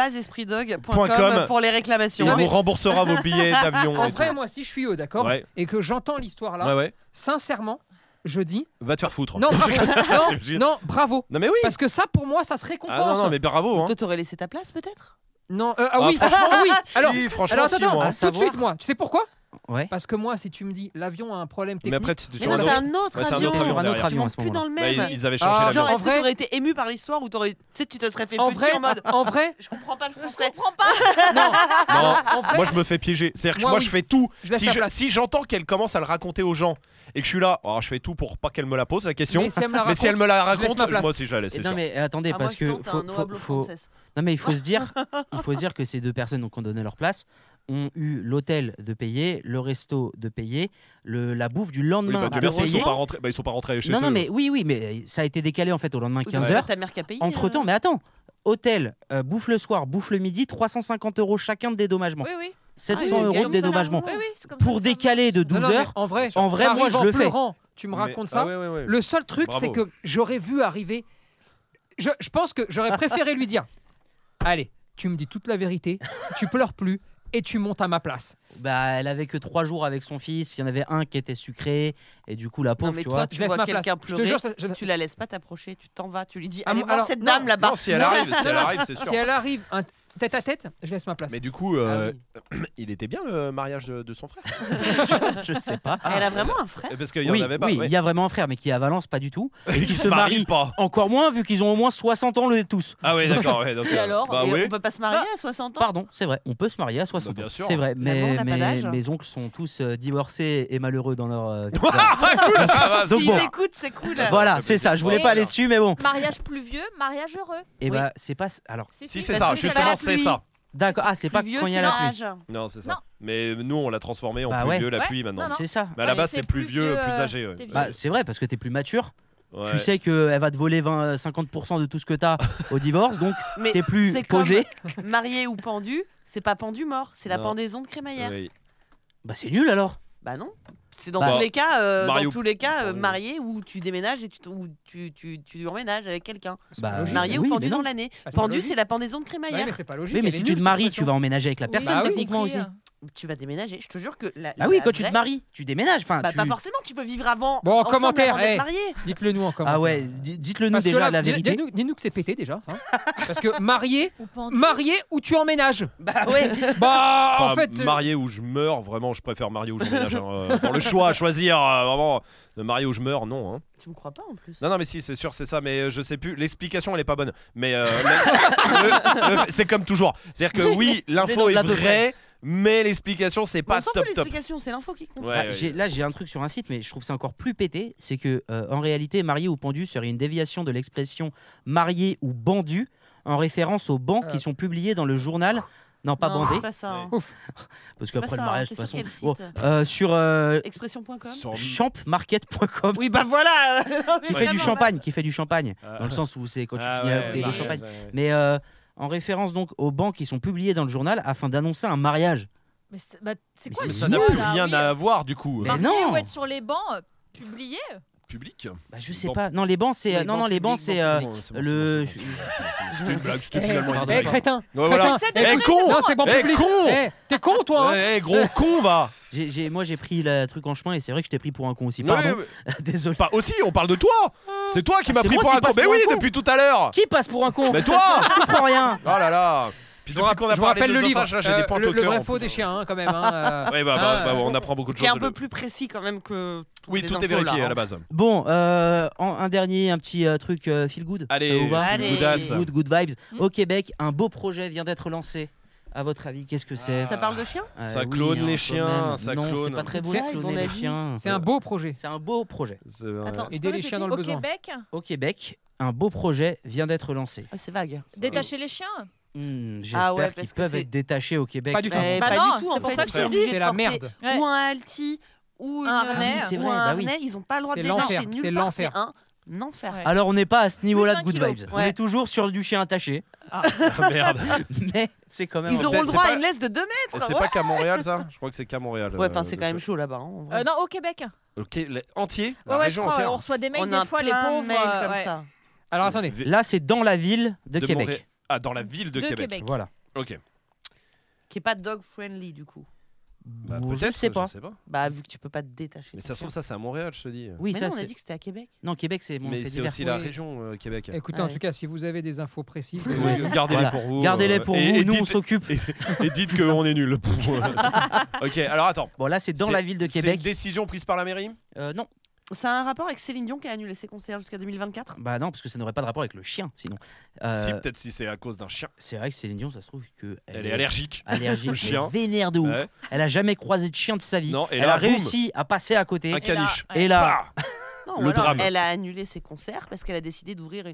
[SPEAKER 3] Point com.
[SPEAKER 8] Magid.espritdog.com pour les réclamations.
[SPEAKER 3] Et on
[SPEAKER 5] Non, mais-
[SPEAKER 3] vous remboursera vos billets d'avion.
[SPEAKER 5] En
[SPEAKER 3] et
[SPEAKER 5] vrai,
[SPEAKER 3] tout.
[SPEAKER 5] moi aussi, je suis eux, d'accord
[SPEAKER 3] Ouais.
[SPEAKER 5] Et que j'entends l'histoire là,
[SPEAKER 3] Ouais, Oh, ouais.
[SPEAKER 5] sincèrement, je dis
[SPEAKER 3] Va te faire foutre.
[SPEAKER 5] non, bravo, non,
[SPEAKER 3] J'imagine.
[SPEAKER 5] non, bravo,
[SPEAKER 3] Non, mais oui.
[SPEAKER 5] parce que ça, pour moi, ça se récompense.
[SPEAKER 3] Ah non, non, mais bravo. Hein.
[SPEAKER 8] Toi, t'aurais laissé ta place peut-être
[SPEAKER 5] Non, euh, ah,
[SPEAKER 3] Ah,
[SPEAKER 5] oui,
[SPEAKER 3] franchement,
[SPEAKER 5] oui.
[SPEAKER 3] Si,
[SPEAKER 5] Alors,
[SPEAKER 3] franchement,
[SPEAKER 5] alors
[SPEAKER 3] si, hein.
[SPEAKER 5] attends, Ah,
[SPEAKER 3] moi.
[SPEAKER 1] À
[SPEAKER 5] tout de
[SPEAKER 1] savoir-
[SPEAKER 5] suite, moi, tu sais pourquoi
[SPEAKER 1] Ouais.
[SPEAKER 5] Parce que moi, si tu me dis l'avion a un problème
[SPEAKER 3] Mais
[SPEAKER 5] technique,
[SPEAKER 3] après, tu- tu
[SPEAKER 8] Mais
[SPEAKER 3] sur
[SPEAKER 8] non,
[SPEAKER 3] un
[SPEAKER 8] c'est
[SPEAKER 3] autre-
[SPEAKER 8] un autre
[SPEAKER 3] Ouais, c'est un
[SPEAKER 8] avion.
[SPEAKER 3] autre avion
[SPEAKER 1] Un autre
[SPEAKER 3] derrière.
[SPEAKER 8] Tu
[SPEAKER 1] avion à
[SPEAKER 8] montes
[SPEAKER 1] ce
[SPEAKER 8] plus dans
[SPEAKER 1] moment-là.
[SPEAKER 8] le
[SPEAKER 3] Bah,
[SPEAKER 8] même.
[SPEAKER 3] ils, ils avaient changé
[SPEAKER 5] Ah,
[SPEAKER 3] l'avion.
[SPEAKER 8] Genre,
[SPEAKER 5] en
[SPEAKER 8] est-ce
[SPEAKER 5] vrai-
[SPEAKER 8] que t'aurais été ému par l'histoire ou t'aurais, tu sais, tu te serais fait
[SPEAKER 5] en
[SPEAKER 8] petit
[SPEAKER 5] vrai,
[SPEAKER 8] en mode
[SPEAKER 5] en vrai,
[SPEAKER 8] Je comprends pas le
[SPEAKER 4] Je
[SPEAKER 8] français.
[SPEAKER 4] comprends pas.
[SPEAKER 5] non,
[SPEAKER 3] Non,
[SPEAKER 5] en vrai,
[SPEAKER 3] moi je me fais piéger. C'est-à-dire que
[SPEAKER 5] Moi,
[SPEAKER 3] moi,
[SPEAKER 5] oui.
[SPEAKER 3] je fais tout.
[SPEAKER 5] Je laisse
[SPEAKER 3] si
[SPEAKER 5] la
[SPEAKER 3] je-
[SPEAKER 5] place.
[SPEAKER 3] si j'entends qu'elle commence à le raconter aux gens et que je suis là, alors je fais tout pour pas qu'elle me la pose la question.
[SPEAKER 5] mais si elle me la
[SPEAKER 3] Mais si elle
[SPEAKER 5] raconte,
[SPEAKER 3] me la
[SPEAKER 5] je laisse
[SPEAKER 3] raconte,
[SPEAKER 5] ma place.
[SPEAKER 3] moi aussi je la laisse.
[SPEAKER 1] Et
[SPEAKER 3] c'est
[SPEAKER 1] non
[SPEAKER 3] sûr.
[SPEAKER 1] mais attendez
[SPEAKER 8] Ah, moi,
[SPEAKER 1] parce
[SPEAKER 8] je
[SPEAKER 1] que
[SPEAKER 8] tente
[SPEAKER 1] faut,
[SPEAKER 8] un
[SPEAKER 1] faut-
[SPEAKER 8] noble
[SPEAKER 1] faut-
[SPEAKER 8] français.
[SPEAKER 1] non mais il faut se dire il faut se dire que ces deux personnes donc, qui ont donné leur place ont eu l'hôtel de payer, le resto de payer, le, la bouffe du
[SPEAKER 3] Oui,
[SPEAKER 1] lendemain
[SPEAKER 3] bah, Dieu
[SPEAKER 1] de
[SPEAKER 3] merci, ils
[SPEAKER 1] payer.
[SPEAKER 3] sont pas rentrés. Bah, ils sont pas rentrés chez
[SPEAKER 1] non non
[SPEAKER 3] eux. bah,
[SPEAKER 1] mais oui oui mais ça a été décalé en fait au lendemain
[SPEAKER 8] Ou
[SPEAKER 1] 15
[SPEAKER 8] c'est pas
[SPEAKER 1] h
[SPEAKER 3] hein.
[SPEAKER 8] ta mère qui a payé,
[SPEAKER 1] Entre temps
[SPEAKER 8] euh.
[SPEAKER 1] mais attends hôtel, euh, bouffe le soir, bouffe le midi, 350 euros chacun de dédommagement.
[SPEAKER 4] Oui, oui.
[SPEAKER 8] Ah,
[SPEAKER 1] 700 euros de
[SPEAKER 8] oui, comme ça, là,
[SPEAKER 1] dédommagement.
[SPEAKER 4] oui, oui c'est comme
[SPEAKER 1] Pour
[SPEAKER 4] ça, ça
[SPEAKER 1] décaler de
[SPEAKER 4] marche.
[SPEAKER 1] 12
[SPEAKER 5] Non, non, mais
[SPEAKER 1] heures,
[SPEAKER 5] en vrai,
[SPEAKER 1] en vrai, moi,
[SPEAKER 5] t'arrives
[SPEAKER 1] je
[SPEAKER 5] en
[SPEAKER 1] le fais.
[SPEAKER 5] pleurant, Tu me racontes ça. Le seul truc,
[SPEAKER 3] ah Bravo.
[SPEAKER 5] c'est que j'aurais vu arriver. Je, je pense que j'aurais préféré lui dire Allez, tu me dis toute la vérité, tu pleures plus et tu montes à ma place.
[SPEAKER 1] bah, elle avait que 3 jours avec son fils. Il y en avait un qui était sucré. Et du coup, la pauvre,
[SPEAKER 8] Non, mais
[SPEAKER 1] tu
[SPEAKER 8] toi,
[SPEAKER 1] vois.
[SPEAKER 8] tu
[SPEAKER 5] Je laisse
[SPEAKER 8] vois
[SPEAKER 5] ma place.
[SPEAKER 8] quelqu'un
[SPEAKER 5] Je te
[SPEAKER 8] pleurer,
[SPEAKER 5] jure, je- je-
[SPEAKER 8] tu la laisses pas t'approcher, tu t'en vas, tu lui dis
[SPEAKER 5] Ah,
[SPEAKER 8] Allez
[SPEAKER 5] bon,
[SPEAKER 8] voir
[SPEAKER 5] alors,
[SPEAKER 8] cette
[SPEAKER 5] non,
[SPEAKER 8] dame là-bas.
[SPEAKER 3] Non, si elle arrive, si elle arrive, c'est sûr.
[SPEAKER 5] si elle arrive un tête à tête, je laisse ma place.
[SPEAKER 3] Mais du coup, euh, il était bien le mariage de, de son frère
[SPEAKER 1] je sais pas.
[SPEAKER 8] Elle a vraiment un frère
[SPEAKER 3] Parce qu'il y
[SPEAKER 1] oui,
[SPEAKER 3] en avait pas.
[SPEAKER 1] oui,
[SPEAKER 3] ouais.
[SPEAKER 1] il y a vraiment un frère, mais qui est à Valence, pas du tout.
[SPEAKER 3] Et
[SPEAKER 1] qui se marie.
[SPEAKER 3] pas.
[SPEAKER 1] Encore moins, vu qu'ils ont au moins 60 ans les tous.
[SPEAKER 3] Ah oui, d'accord. ouais, donc,
[SPEAKER 4] Et
[SPEAKER 3] euh,
[SPEAKER 4] alors
[SPEAKER 3] bah,
[SPEAKER 8] Et
[SPEAKER 3] oui.
[SPEAKER 8] On peut pas se marier à 60 ans
[SPEAKER 1] Pardon, c'est vrai, on peut se marier à 60
[SPEAKER 3] Bah, bien
[SPEAKER 1] ans.
[SPEAKER 3] sûr.
[SPEAKER 1] C'est vrai, mais,
[SPEAKER 8] on n'a pas
[SPEAKER 1] mais-
[SPEAKER 8] d'âge.
[SPEAKER 1] mes oncles sont tous euh, divorcés et malheureux dans leur euh, vie.
[SPEAKER 3] Ah, cool. Ah, bah,
[SPEAKER 1] Donc
[SPEAKER 8] S'ils
[SPEAKER 1] bon.
[SPEAKER 8] écoutent, c'est cool.
[SPEAKER 1] voilà, c'est ça, je voulais
[SPEAKER 4] Et-
[SPEAKER 1] pas aller dessus, mais bon.
[SPEAKER 4] Mariage pluvieux, mariage heureux.
[SPEAKER 1] Et
[SPEAKER 8] Oui.
[SPEAKER 1] bah, c'est pas. Alors,
[SPEAKER 4] Si,
[SPEAKER 3] Si,
[SPEAKER 4] si.
[SPEAKER 3] c'est ça,
[SPEAKER 8] parce que c'est la
[SPEAKER 3] justement, c'est
[SPEAKER 8] pluie.
[SPEAKER 3] ça.
[SPEAKER 1] d'accord, ah, c'est pas
[SPEAKER 8] Plus vieux,
[SPEAKER 1] quand il y a
[SPEAKER 8] c'est
[SPEAKER 1] la
[SPEAKER 8] leur
[SPEAKER 1] pluie.
[SPEAKER 8] âge.
[SPEAKER 3] Non, c'est ça.
[SPEAKER 4] Non.
[SPEAKER 3] Mais nous, on l'a transformé en
[SPEAKER 1] Bah
[SPEAKER 3] plus
[SPEAKER 1] ouais.
[SPEAKER 3] vieux la
[SPEAKER 4] Ouais.
[SPEAKER 3] pluie maintenant.
[SPEAKER 4] Non, non.
[SPEAKER 1] C'est ça.
[SPEAKER 3] Mais à la
[SPEAKER 4] Ouais,
[SPEAKER 3] base,
[SPEAKER 4] c'est
[SPEAKER 3] c'est plus
[SPEAKER 4] plus
[SPEAKER 3] vieux,
[SPEAKER 4] vieux,
[SPEAKER 3] plus
[SPEAKER 4] euh,
[SPEAKER 3] âgé. ouais.
[SPEAKER 4] t'es vieux.
[SPEAKER 1] Bah, c'est vrai, parce que t'es plus mature.
[SPEAKER 3] Ouais.
[SPEAKER 1] Tu sais qu'elle va te voler 20, 50% de tout ce que t'as au divorce, donc
[SPEAKER 8] Mais
[SPEAKER 1] t'es plus
[SPEAKER 8] c'est comme-
[SPEAKER 1] posé.
[SPEAKER 8] marié ou pendu, c'est pas pendu mort, c'est la
[SPEAKER 3] Non.
[SPEAKER 8] pendaison de crémaillère.
[SPEAKER 3] Oui.
[SPEAKER 1] Bah, c'est nul alors.
[SPEAKER 8] Bah non. C'est dans
[SPEAKER 3] Bah,
[SPEAKER 8] tous les cas, euh,
[SPEAKER 3] marié ou-
[SPEAKER 8] dans tous les cas, euh,
[SPEAKER 3] Ouais.
[SPEAKER 8] marié ou tu déménages et tu, t- ou tu, tu, tu emménages avec quelqu'un.
[SPEAKER 5] C'est
[SPEAKER 1] bah,
[SPEAKER 5] pas logique.
[SPEAKER 8] Marié
[SPEAKER 1] oui,
[SPEAKER 8] ou pendu
[SPEAKER 1] mais non.
[SPEAKER 8] dans l'année.
[SPEAKER 5] Bah, c'est pas
[SPEAKER 8] pendu,
[SPEAKER 5] logique.
[SPEAKER 8] c'est la pendaison de
[SPEAKER 5] Ouais,
[SPEAKER 8] crémaillère.
[SPEAKER 5] mais c'est pas logique.
[SPEAKER 1] Oui, mais
[SPEAKER 5] elle est
[SPEAKER 1] si tu
[SPEAKER 5] nulle,
[SPEAKER 1] te
[SPEAKER 5] cette
[SPEAKER 1] maries, tu
[SPEAKER 5] expression.
[SPEAKER 1] vas emménager avec la
[SPEAKER 4] Oui,
[SPEAKER 1] personne
[SPEAKER 5] Bah oui,
[SPEAKER 1] techniquement aussi.
[SPEAKER 4] compris, hein.
[SPEAKER 8] Tu vas déménager. Je te jure que. La,
[SPEAKER 1] Ah oui,
[SPEAKER 8] la
[SPEAKER 1] quand tu te
[SPEAKER 8] vraie-
[SPEAKER 1] maries, tu déménages. Enfin,
[SPEAKER 8] Bah
[SPEAKER 1] tu-
[SPEAKER 8] pas forcément. Tu peux vivre avant.
[SPEAKER 5] Bon, en
[SPEAKER 8] ensemble
[SPEAKER 5] commentaire,
[SPEAKER 8] avant d'être
[SPEAKER 1] eh
[SPEAKER 5] hey.
[SPEAKER 8] marié.
[SPEAKER 5] Dites-le nous en commentaire.
[SPEAKER 1] Ah ouais, di- dites-le nous
[SPEAKER 5] Parce que
[SPEAKER 1] déjà
[SPEAKER 5] là,
[SPEAKER 1] la
[SPEAKER 5] dis-
[SPEAKER 1] vérité.
[SPEAKER 5] Dis-nous dis-nous que c'est pété déjà. hein. Parce que marié,
[SPEAKER 4] euh, Ou pendu.
[SPEAKER 5] marié ou tu emménages.
[SPEAKER 1] Bah ouais.
[SPEAKER 5] Bah,
[SPEAKER 3] Enfin,
[SPEAKER 5] en fait. euh,
[SPEAKER 3] marié où je meurs, vraiment, je préfère marié où je ménage. Dans hein, euh, le choix, à choisir euh, vraiment de marié où je meurs, non. hein.
[SPEAKER 8] Tu me crois pas en plus.
[SPEAKER 3] Non, non, mais si, c'est sûr, c'est ça, mais euh, je sais plus. L'explication, elle est pas bonne. Mais euh, le- le- le- c'est comme toujours. C'est-à-dire que oui,
[SPEAKER 1] dans
[SPEAKER 3] l'info
[SPEAKER 1] le
[SPEAKER 3] est
[SPEAKER 1] plat de
[SPEAKER 3] vraie, mais l'explication, c'est
[SPEAKER 1] Bah,
[SPEAKER 8] Mais
[SPEAKER 3] pas
[SPEAKER 8] on s'en
[SPEAKER 3] top
[SPEAKER 8] fout de
[SPEAKER 3] top.
[SPEAKER 8] l'explication, c'est l'info qui compte.
[SPEAKER 3] Ouais,
[SPEAKER 1] Ah,
[SPEAKER 3] ouais.
[SPEAKER 1] j'ai- là, j'ai un truc sur un site, mais je trouve ça encore plus pété. C'est que, euh, en réalité, marié ou pendu serait une déviation de l'expression marié ou bandu en référence aux bancs
[SPEAKER 5] Euh.
[SPEAKER 1] qui sont publiés dans le journal. Non, pas
[SPEAKER 8] Non,
[SPEAKER 1] bandé,
[SPEAKER 8] c'est Pas ça. hein.
[SPEAKER 1] parce qu'après
[SPEAKER 8] pas
[SPEAKER 1] le
[SPEAKER 8] ça, hein,
[SPEAKER 1] mariage, de
[SPEAKER 8] c'est
[SPEAKER 1] toute façon.
[SPEAKER 8] sur quel
[SPEAKER 1] Bon,
[SPEAKER 8] site
[SPEAKER 1] euh, sur euh,
[SPEAKER 8] Expression.com.
[SPEAKER 3] Sur-
[SPEAKER 1] champmarket.com.
[SPEAKER 8] Oui, bah voilà.
[SPEAKER 1] Qui fait du champagne, qui fait du champagne,
[SPEAKER 5] Euh.
[SPEAKER 3] Ah.
[SPEAKER 1] dans le sens où c'est quand tu
[SPEAKER 3] Ah
[SPEAKER 1] finis la
[SPEAKER 3] ouais,
[SPEAKER 1] bouteille de
[SPEAKER 3] marié,
[SPEAKER 1] champagne.
[SPEAKER 3] ouais, ouais.
[SPEAKER 1] Mais euh, en référence donc aux bancs qui sont publiés dans le journal afin d'annoncer un mariage.
[SPEAKER 4] Mais c'est bah, c'est
[SPEAKER 1] Mais
[SPEAKER 4] quoi
[SPEAKER 1] c'est-
[SPEAKER 4] le
[SPEAKER 3] Ça
[SPEAKER 1] Nul,
[SPEAKER 3] n'a
[SPEAKER 4] jeu,
[SPEAKER 3] plus
[SPEAKER 4] là,
[SPEAKER 3] rien
[SPEAKER 4] oui.
[SPEAKER 3] à voir du coup.
[SPEAKER 1] Mais
[SPEAKER 4] Marquer
[SPEAKER 1] non.
[SPEAKER 4] ou être sur les bancs, euh, publié.
[SPEAKER 3] Public
[SPEAKER 1] Bah, je sais
[SPEAKER 3] Bancs.
[SPEAKER 1] pas. Non, les bancs, c'est.
[SPEAKER 8] Les
[SPEAKER 1] non, non,
[SPEAKER 8] bancs
[SPEAKER 1] les bancs,
[SPEAKER 8] publics,
[SPEAKER 1] c'est.
[SPEAKER 8] bancs
[SPEAKER 1] euh,
[SPEAKER 3] C'est bon, c'est bon,
[SPEAKER 1] le-
[SPEAKER 3] c'est bon, c'est bon, c'est bon, c'est bon. C'était une blague, c'était
[SPEAKER 5] Eh,
[SPEAKER 3] finalement une
[SPEAKER 5] eh,
[SPEAKER 3] blague.
[SPEAKER 5] crétin,
[SPEAKER 3] Ouais,
[SPEAKER 5] crétin.
[SPEAKER 3] voilà.
[SPEAKER 4] J'essaie de
[SPEAKER 3] Eh
[SPEAKER 4] trouver-
[SPEAKER 3] con
[SPEAKER 5] Non, c'est bon
[SPEAKER 3] Eh,
[SPEAKER 5] public.
[SPEAKER 3] con
[SPEAKER 5] Eh, T'es con, toi. hein.
[SPEAKER 3] Eh, eh, gros con va
[SPEAKER 1] J'ai, j'ai- moi j'ai pris le truc en chemin et c'est vrai que je t'ai pris pour un con aussi.
[SPEAKER 3] Ouais,
[SPEAKER 1] Pardon,
[SPEAKER 3] ouais.
[SPEAKER 1] désolé.
[SPEAKER 3] Pas bah, aussi, on parle de toi C'est toi qui
[SPEAKER 1] Ah,
[SPEAKER 3] m'as
[SPEAKER 1] c'est
[SPEAKER 3] pris
[SPEAKER 1] moi
[SPEAKER 3] pour
[SPEAKER 1] qui
[SPEAKER 3] un con
[SPEAKER 1] passe
[SPEAKER 3] Mais
[SPEAKER 1] pour un
[SPEAKER 3] oui,
[SPEAKER 1] con.
[SPEAKER 3] depuis tout à l'heure
[SPEAKER 1] Qui passe pour un con
[SPEAKER 3] Mais toi
[SPEAKER 1] Je comprends rien.
[SPEAKER 3] Oh là là Puis
[SPEAKER 5] Je
[SPEAKER 3] depuis
[SPEAKER 5] vous,
[SPEAKER 3] qu'on a
[SPEAKER 5] je vous
[SPEAKER 3] parlé
[SPEAKER 5] rappelle
[SPEAKER 3] de
[SPEAKER 5] le livre,
[SPEAKER 3] l'œsophage, là, j'ai
[SPEAKER 5] euh,
[SPEAKER 3] des points
[SPEAKER 5] le,
[SPEAKER 3] au
[SPEAKER 5] le
[SPEAKER 3] cœur,
[SPEAKER 5] vrai
[SPEAKER 3] en
[SPEAKER 5] faux
[SPEAKER 3] plus.
[SPEAKER 5] des chiens hein, quand même. hein, euh.
[SPEAKER 3] Ouais, bah, bah,
[SPEAKER 5] Ah,
[SPEAKER 3] bah,
[SPEAKER 5] euh,
[SPEAKER 3] on apprend beaucoup de
[SPEAKER 8] Qui est
[SPEAKER 3] choses.
[SPEAKER 8] un
[SPEAKER 3] de
[SPEAKER 8] peu
[SPEAKER 3] le-
[SPEAKER 8] plus précis quand même que. toutes
[SPEAKER 3] Oui,
[SPEAKER 8] les
[SPEAKER 3] tout
[SPEAKER 8] infos,
[SPEAKER 3] est vérifié
[SPEAKER 8] là,
[SPEAKER 3] à
[SPEAKER 8] hein.
[SPEAKER 3] la base.
[SPEAKER 1] Bon, euh, en- un dernier, un petit euh, truc euh, feel good.
[SPEAKER 3] Allez,
[SPEAKER 1] Ça vous va
[SPEAKER 8] Allez.
[SPEAKER 3] Goudas.
[SPEAKER 1] Good, good vibes.
[SPEAKER 4] Mm.
[SPEAKER 1] Au Québec, un beau projet vient d'être lancé. À votre avis, qu'est-ce que c'est
[SPEAKER 8] Ah, Ça parle de chien
[SPEAKER 1] Euh,
[SPEAKER 3] Ça
[SPEAKER 1] oui,
[SPEAKER 3] clone
[SPEAKER 1] hein,
[SPEAKER 3] les
[SPEAKER 1] quand
[SPEAKER 3] chiens,
[SPEAKER 1] même.
[SPEAKER 3] ça
[SPEAKER 1] non, c'est
[SPEAKER 3] clone.
[SPEAKER 1] pas très beau de
[SPEAKER 5] C'est-
[SPEAKER 1] cloner
[SPEAKER 8] ils en
[SPEAKER 1] les
[SPEAKER 8] ont dit.
[SPEAKER 1] chiens.
[SPEAKER 5] C'est un beau projet.
[SPEAKER 1] C'est un beau projet.
[SPEAKER 3] C'est vrai.
[SPEAKER 8] Attends, tu
[SPEAKER 5] Aider
[SPEAKER 8] peux
[SPEAKER 5] les chiens dans
[SPEAKER 8] répéter
[SPEAKER 5] le
[SPEAKER 4] Au
[SPEAKER 5] besoin.
[SPEAKER 4] Québec,
[SPEAKER 1] Au Québec, un beau projet vient d'être lancé.
[SPEAKER 8] Ah, C'est vague.
[SPEAKER 4] détacher les chiens.
[SPEAKER 1] Hmm, J'espère
[SPEAKER 8] Ah ouais, parce
[SPEAKER 1] qu'ils
[SPEAKER 8] que
[SPEAKER 1] peuvent
[SPEAKER 8] c'est-
[SPEAKER 1] être détachés au Québec.
[SPEAKER 5] Pas du tout.
[SPEAKER 8] Mais
[SPEAKER 4] Bah
[SPEAKER 8] pas
[SPEAKER 4] non,
[SPEAKER 8] du tout, en
[SPEAKER 4] c'est pour
[SPEAKER 8] fait.
[SPEAKER 4] ça que je te
[SPEAKER 8] Ils sont
[SPEAKER 4] dis.
[SPEAKER 8] obligés de
[SPEAKER 5] C'est la
[SPEAKER 8] porter
[SPEAKER 5] merde.
[SPEAKER 4] Ouais.
[SPEAKER 8] Ou un halti, ou une-
[SPEAKER 4] Un harnais.
[SPEAKER 1] Ah oui, c'est
[SPEAKER 8] ou
[SPEAKER 1] vrai,
[SPEAKER 8] un
[SPEAKER 1] bah oui.
[SPEAKER 8] harnais. Ils n'ont pas le droit de
[SPEAKER 5] C'est l'enfer,
[SPEAKER 8] dégager nulle
[SPEAKER 5] c'est
[SPEAKER 8] part,
[SPEAKER 5] l'enfer.
[SPEAKER 8] C'est un enfer.
[SPEAKER 4] Ouais. Euh,
[SPEAKER 1] Alors on n'est pas à ce niveau-là de
[SPEAKER 4] Plus
[SPEAKER 1] Good
[SPEAKER 4] de 20
[SPEAKER 1] Vibes.
[SPEAKER 4] kilos.
[SPEAKER 1] On
[SPEAKER 8] Ouais.
[SPEAKER 1] est toujours sur du chien attaché,
[SPEAKER 3] Merde.
[SPEAKER 1] mais c'est quand même.
[SPEAKER 8] Ils
[SPEAKER 1] un
[SPEAKER 8] auront le
[SPEAKER 3] c'est
[SPEAKER 8] droit à
[SPEAKER 3] pas-
[SPEAKER 8] une laisse de 2
[SPEAKER 3] Et
[SPEAKER 8] mètres.
[SPEAKER 3] C'est
[SPEAKER 8] ouais.
[SPEAKER 3] pas qu'à Montréal, ça Je crois que c'est qu'à Montréal.
[SPEAKER 8] Ouais,
[SPEAKER 3] euh,
[SPEAKER 8] enfin, c'est
[SPEAKER 3] de
[SPEAKER 8] quand même
[SPEAKER 3] ça.
[SPEAKER 8] chaud là-bas. hein, en vrai.
[SPEAKER 4] Euh, non, au Québec.
[SPEAKER 3] Ok, les- entier
[SPEAKER 4] Ouais,
[SPEAKER 3] La
[SPEAKER 4] ouais, je
[SPEAKER 3] région
[SPEAKER 4] crois,
[SPEAKER 3] entière
[SPEAKER 4] on reçoit des mails
[SPEAKER 8] On a
[SPEAKER 4] des fois, les
[SPEAKER 8] plein
[SPEAKER 4] pauvres.
[SPEAKER 8] de mails
[SPEAKER 4] euh,
[SPEAKER 8] comme
[SPEAKER 4] ouais.
[SPEAKER 8] ça.
[SPEAKER 5] Alors attendez.
[SPEAKER 1] peu- Là, c'est dans la ville de,
[SPEAKER 3] De
[SPEAKER 1] Québec.
[SPEAKER 3] Montréal. Ah, dans la ville de
[SPEAKER 4] De
[SPEAKER 3] Québec.
[SPEAKER 4] Québec.
[SPEAKER 1] Voilà.
[SPEAKER 3] Ok.
[SPEAKER 8] Qui est pas dog friendly du coup.
[SPEAKER 3] Bah,
[SPEAKER 1] Bon, je
[SPEAKER 3] peut-être,
[SPEAKER 1] sais pas.
[SPEAKER 3] Je sais pas.
[SPEAKER 8] Bah, vu que tu peux pas te détacher.
[SPEAKER 3] Mais
[SPEAKER 8] de
[SPEAKER 3] ça se
[SPEAKER 8] ton
[SPEAKER 3] trouve, ça, c'est à Montréal, je te dis.
[SPEAKER 1] Oui,
[SPEAKER 8] chien. Mais
[SPEAKER 1] ça
[SPEAKER 8] non, on a
[SPEAKER 1] c'est.
[SPEAKER 8] dit que c'était à Québec.
[SPEAKER 1] Non, Québec, c'est mon
[SPEAKER 3] Mais
[SPEAKER 1] fait
[SPEAKER 3] c'est
[SPEAKER 1] divers.
[SPEAKER 3] aussi la
[SPEAKER 5] Oui.
[SPEAKER 3] région euh, Québec.
[SPEAKER 5] Écoutez, en tout cas, si vous avez des infos précises,
[SPEAKER 3] Oui,
[SPEAKER 5] euh,
[SPEAKER 3] Gardez-les
[SPEAKER 1] Voilà.
[SPEAKER 3] pour vous.
[SPEAKER 1] Gardez-les
[SPEAKER 3] euh,
[SPEAKER 1] pour
[SPEAKER 3] et-
[SPEAKER 1] vous,
[SPEAKER 3] et
[SPEAKER 1] nous on
[SPEAKER 3] dites-
[SPEAKER 1] s'occupe.
[SPEAKER 3] Et dites qu'on est nuls. ok, alors attends.
[SPEAKER 1] Bon, là, c'est dans
[SPEAKER 3] C'est-
[SPEAKER 1] la ville de
[SPEAKER 3] C'est une
[SPEAKER 1] Québec.
[SPEAKER 3] décision prise par la mairie
[SPEAKER 1] Euh, non,
[SPEAKER 8] Ça a un rapport avec Céline Dion qui a annulé ses concerts jusqu'à 2024.
[SPEAKER 1] bah non, parce que ça n'aurait pas de rapport avec le chien, sinon. Euh,
[SPEAKER 3] Si, peut-être si c'est à cause d'un chien.
[SPEAKER 1] c'est vrai que Céline Dion, ça se trouve que
[SPEAKER 3] Elle est allergique.
[SPEAKER 1] allergique,
[SPEAKER 3] Au chien.
[SPEAKER 1] elle est vénère de ouf.
[SPEAKER 3] Ouais.
[SPEAKER 1] Elle a jamais croisé de chien de sa vie.
[SPEAKER 3] Non, et
[SPEAKER 1] elle
[SPEAKER 3] là,
[SPEAKER 1] a
[SPEAKER 3] boum.
[SPEAKER 1] réussi à passer à côté.
[SPEAKER 3] Un
[SPEAKER 4] Et là,
[SPEAKER 3] caniche.
[SPEAKER 4] ouais.
[SPEAKER 1] Et là,
[SPEAKER 3] Pah
[SPEAKER 8] Non,
[SPEAKER 3] Le
[SPEAKER 8] ou alors,
[SPEAKER 3] drame.
[SPEAKER 8] elle a annulé ses concerts parce qu'elle a décidé d'ouvrir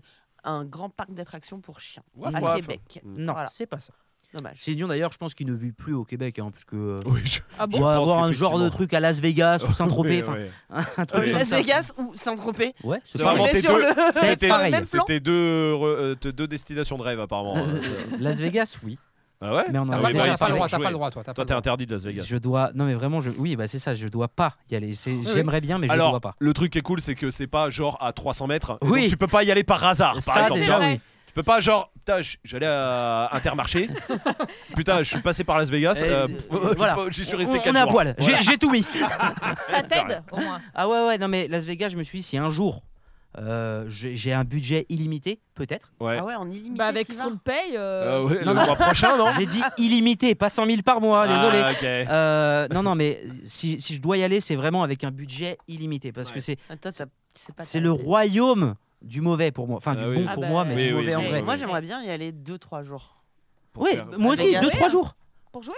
[SPEAKER 8] un grand parc d'attractions pour chiens
[SPEAKER 3] Waf,
[SPEAKER 8] à
[SPEAKER 3] waf.
[SPEAKER 8] Québec.
[SPEAKER 1] non,
[SPEAKER 8] Voilà.
[SPEAKER 1] c'est pas ça.
[SPEAKER 8] Dommage.
[SPEAKER 1] Céline Dion, d'ailleurs, je pense qu'il ne vit plus au Québec, hein, parce que euh,
[SPEAKER 3] Oui, je-
[SPEAKER 4] Ah
[SPEAKER 1] on
[SPEAKER 4] bon
[SPEAKER 1] va
[SPEAKER 3] pense
[SPEAKER 1] avoir un genre de
[SPEAKER 3] qu'effectivement.
[SPEAKER 1] truc à Las Vegas ou Saint-Tropez,
[SPEAKER 3] Ouais,
[SPEAKER 1] enfin,
[SPEAKER 3] ouais.
[SPEAKER 1] un truc
[SPEAKER 3] Oui.
[SPEAKER 1] comme
[SPEAKER 8] Euh, Las
[SPEAKER 1] ça.
[SPEAKER 8] Vegas ou Saint-Tropez
[SPEAKER 1] Ouais, c'est
[SPEAKER 3] C'est
[SPEAKER 1] pareil.
[SPEAKER 3] vraiment tes
[SPEAKER 8] Mais sur
[SPEAKER 3] deux-
[SPEAKER 8] le-
[SPEAKER 1] C'est
[SPEAKER 3] c'était-
[SPEAKER 1] pareil.
[SPEAKER 8] même plan.
[SPEAKER 3] C'était deux, euh, euh, te- deux destinations de rêve apparemment. Euh,
[SPEAKER 1] Las Vegas, oui.
[SPEAKER 3] ah ouais
[SPEAKER 1] Mais on en
[SPEAKER 5] T'as
[SPEAKER 1] Ah
[SPEAKER 5] pas,
[SPEAKER 1] oui,
[SPEAKER 5] déjà
[SPEAKER 1] bah,
[SPEAKER 5] pas
[SPEAKER 1] c'est
[SPEAKER 5] le droit,
[SPEAKER 1] vrai,
[SPEAKER 5] t'as pas le droit, toi. t'as pas
[SPEAKER 3] Toi
[SPEAKER 5] le
[SPEAKER 3] t'es
[SPEAKER 5] droit.
[SPEAKER 3] interdit de Las Vegas.
[SPEAKER 1] Je dois. Non, mais vraiment, je... oui, bah c'est ça, je dois pas y aller. C'est-
[SPEAKER 5] oui.
[SPEAKER 1] J'aimerais bien, mais je
[SPEAKER 3] Alors
[SPEAKER 1] dois pas.
[SPEAKER 3] le truc qui est cool c'est que c'est pas genre à 300 mètres. et
[SPEAKER 1] Oui.
[SPEAKER 3] donc tu peux pas y aller par hasard.
[SPEAKER 1] Ça,
[SPEAKER 3] ah, par exemple,
[SPEAKER 1] déjà,
[SPEAKER 3] tu vois.
[SPEAKER 1] oui.
[SPEAKER 3] Tu peux pas genre putain, j- j'allais à Intermarché. putain je suis passé par Las Vegas.
[SPEAKER 1] Euh,
[SPEAKER 3] euh,
[SPEAKER 1] euh, voilà.
[SPEAKER 3] J'y suis
[SPEAKER 1] On,
[SPEAKER 3] resté
[SPEAKER 1] on
[SPEAKER 3] quatre
[SPEAKER 1] est à
[SPEAKER 3] jours.
[SPEAKER 1] poil, J'ai-
[SPEAKER 3] Voilà.
[SPEAKER 1] j'ai tout mis.
[SPEAKER 4] Ça t'aide au moins.
[SPEAKER 1] Ah ouais, ouais, non, mais Las Vegas, je me suis dit, si un jour euh, j'ai j'ai un budget illimité, peut-être.
[SPEAKER 3] Ouais.
[SPEAKER 8] Ah ouais, en illimité.
[SPEAKER 4] Bah avec
[SPEAKER 8] t'y
[SPEAKER 4] ce
[SPEAKER 8] vas
[SPEAKER 4] qu'on te paye. euh,
[SPEAKER 3] Euh, ouais,
[SPEAKER 1] Non,
[SPEAKER 3] le mois prochain non
[SPEAKER 1] J'ai dit illimité, pas 100 000 par mois, désolé.
[SPEAKER 3] Ah, ok.
[SPEAKER 1] Euh, non, non, mais si, si je dois y aller, c'est vraiment avec un budget illimité. Parce que
[SPEAKER 3] Ouais.
[SPEAKER 1] c'est
[SPEAKER 8] Ah, toi, t'as- c'est pas
[SPEAKER 1] c'est
[SPEAKER 8] ta-
[SPEAKER 1] le royaume du mauvais pour moi. Enfin, du
[SPEAKER 3] Ah oui.
[SPEAKER 1] bon
[SPEAKER 4] Ah
[SPEAKER 1] pour
[SPEAKER 4] bah,
[SPEAKER 1] moi, mais
[SPEAKER 3] oui,
[SPEAKER 1] du
[SPEAKER 3] oui,
[SPEAKER 1] mauvais en
[SPEAKER 3] oui,
[SPEAKER 1] vrai.
[SPEAKER 3] oui.
[SPEAKER 8] Moi, j'aimerais bien y aller 2-3 jours.
[SPEAKER 1] Oui,
[SPEAKER 3] Pour faire-
[SPEAKER 1] moi aussi,
[SPEAKER 8] Ah,
[SPEAKER 1] 2-3 jours.
[SPEAKER 4] Pour jouer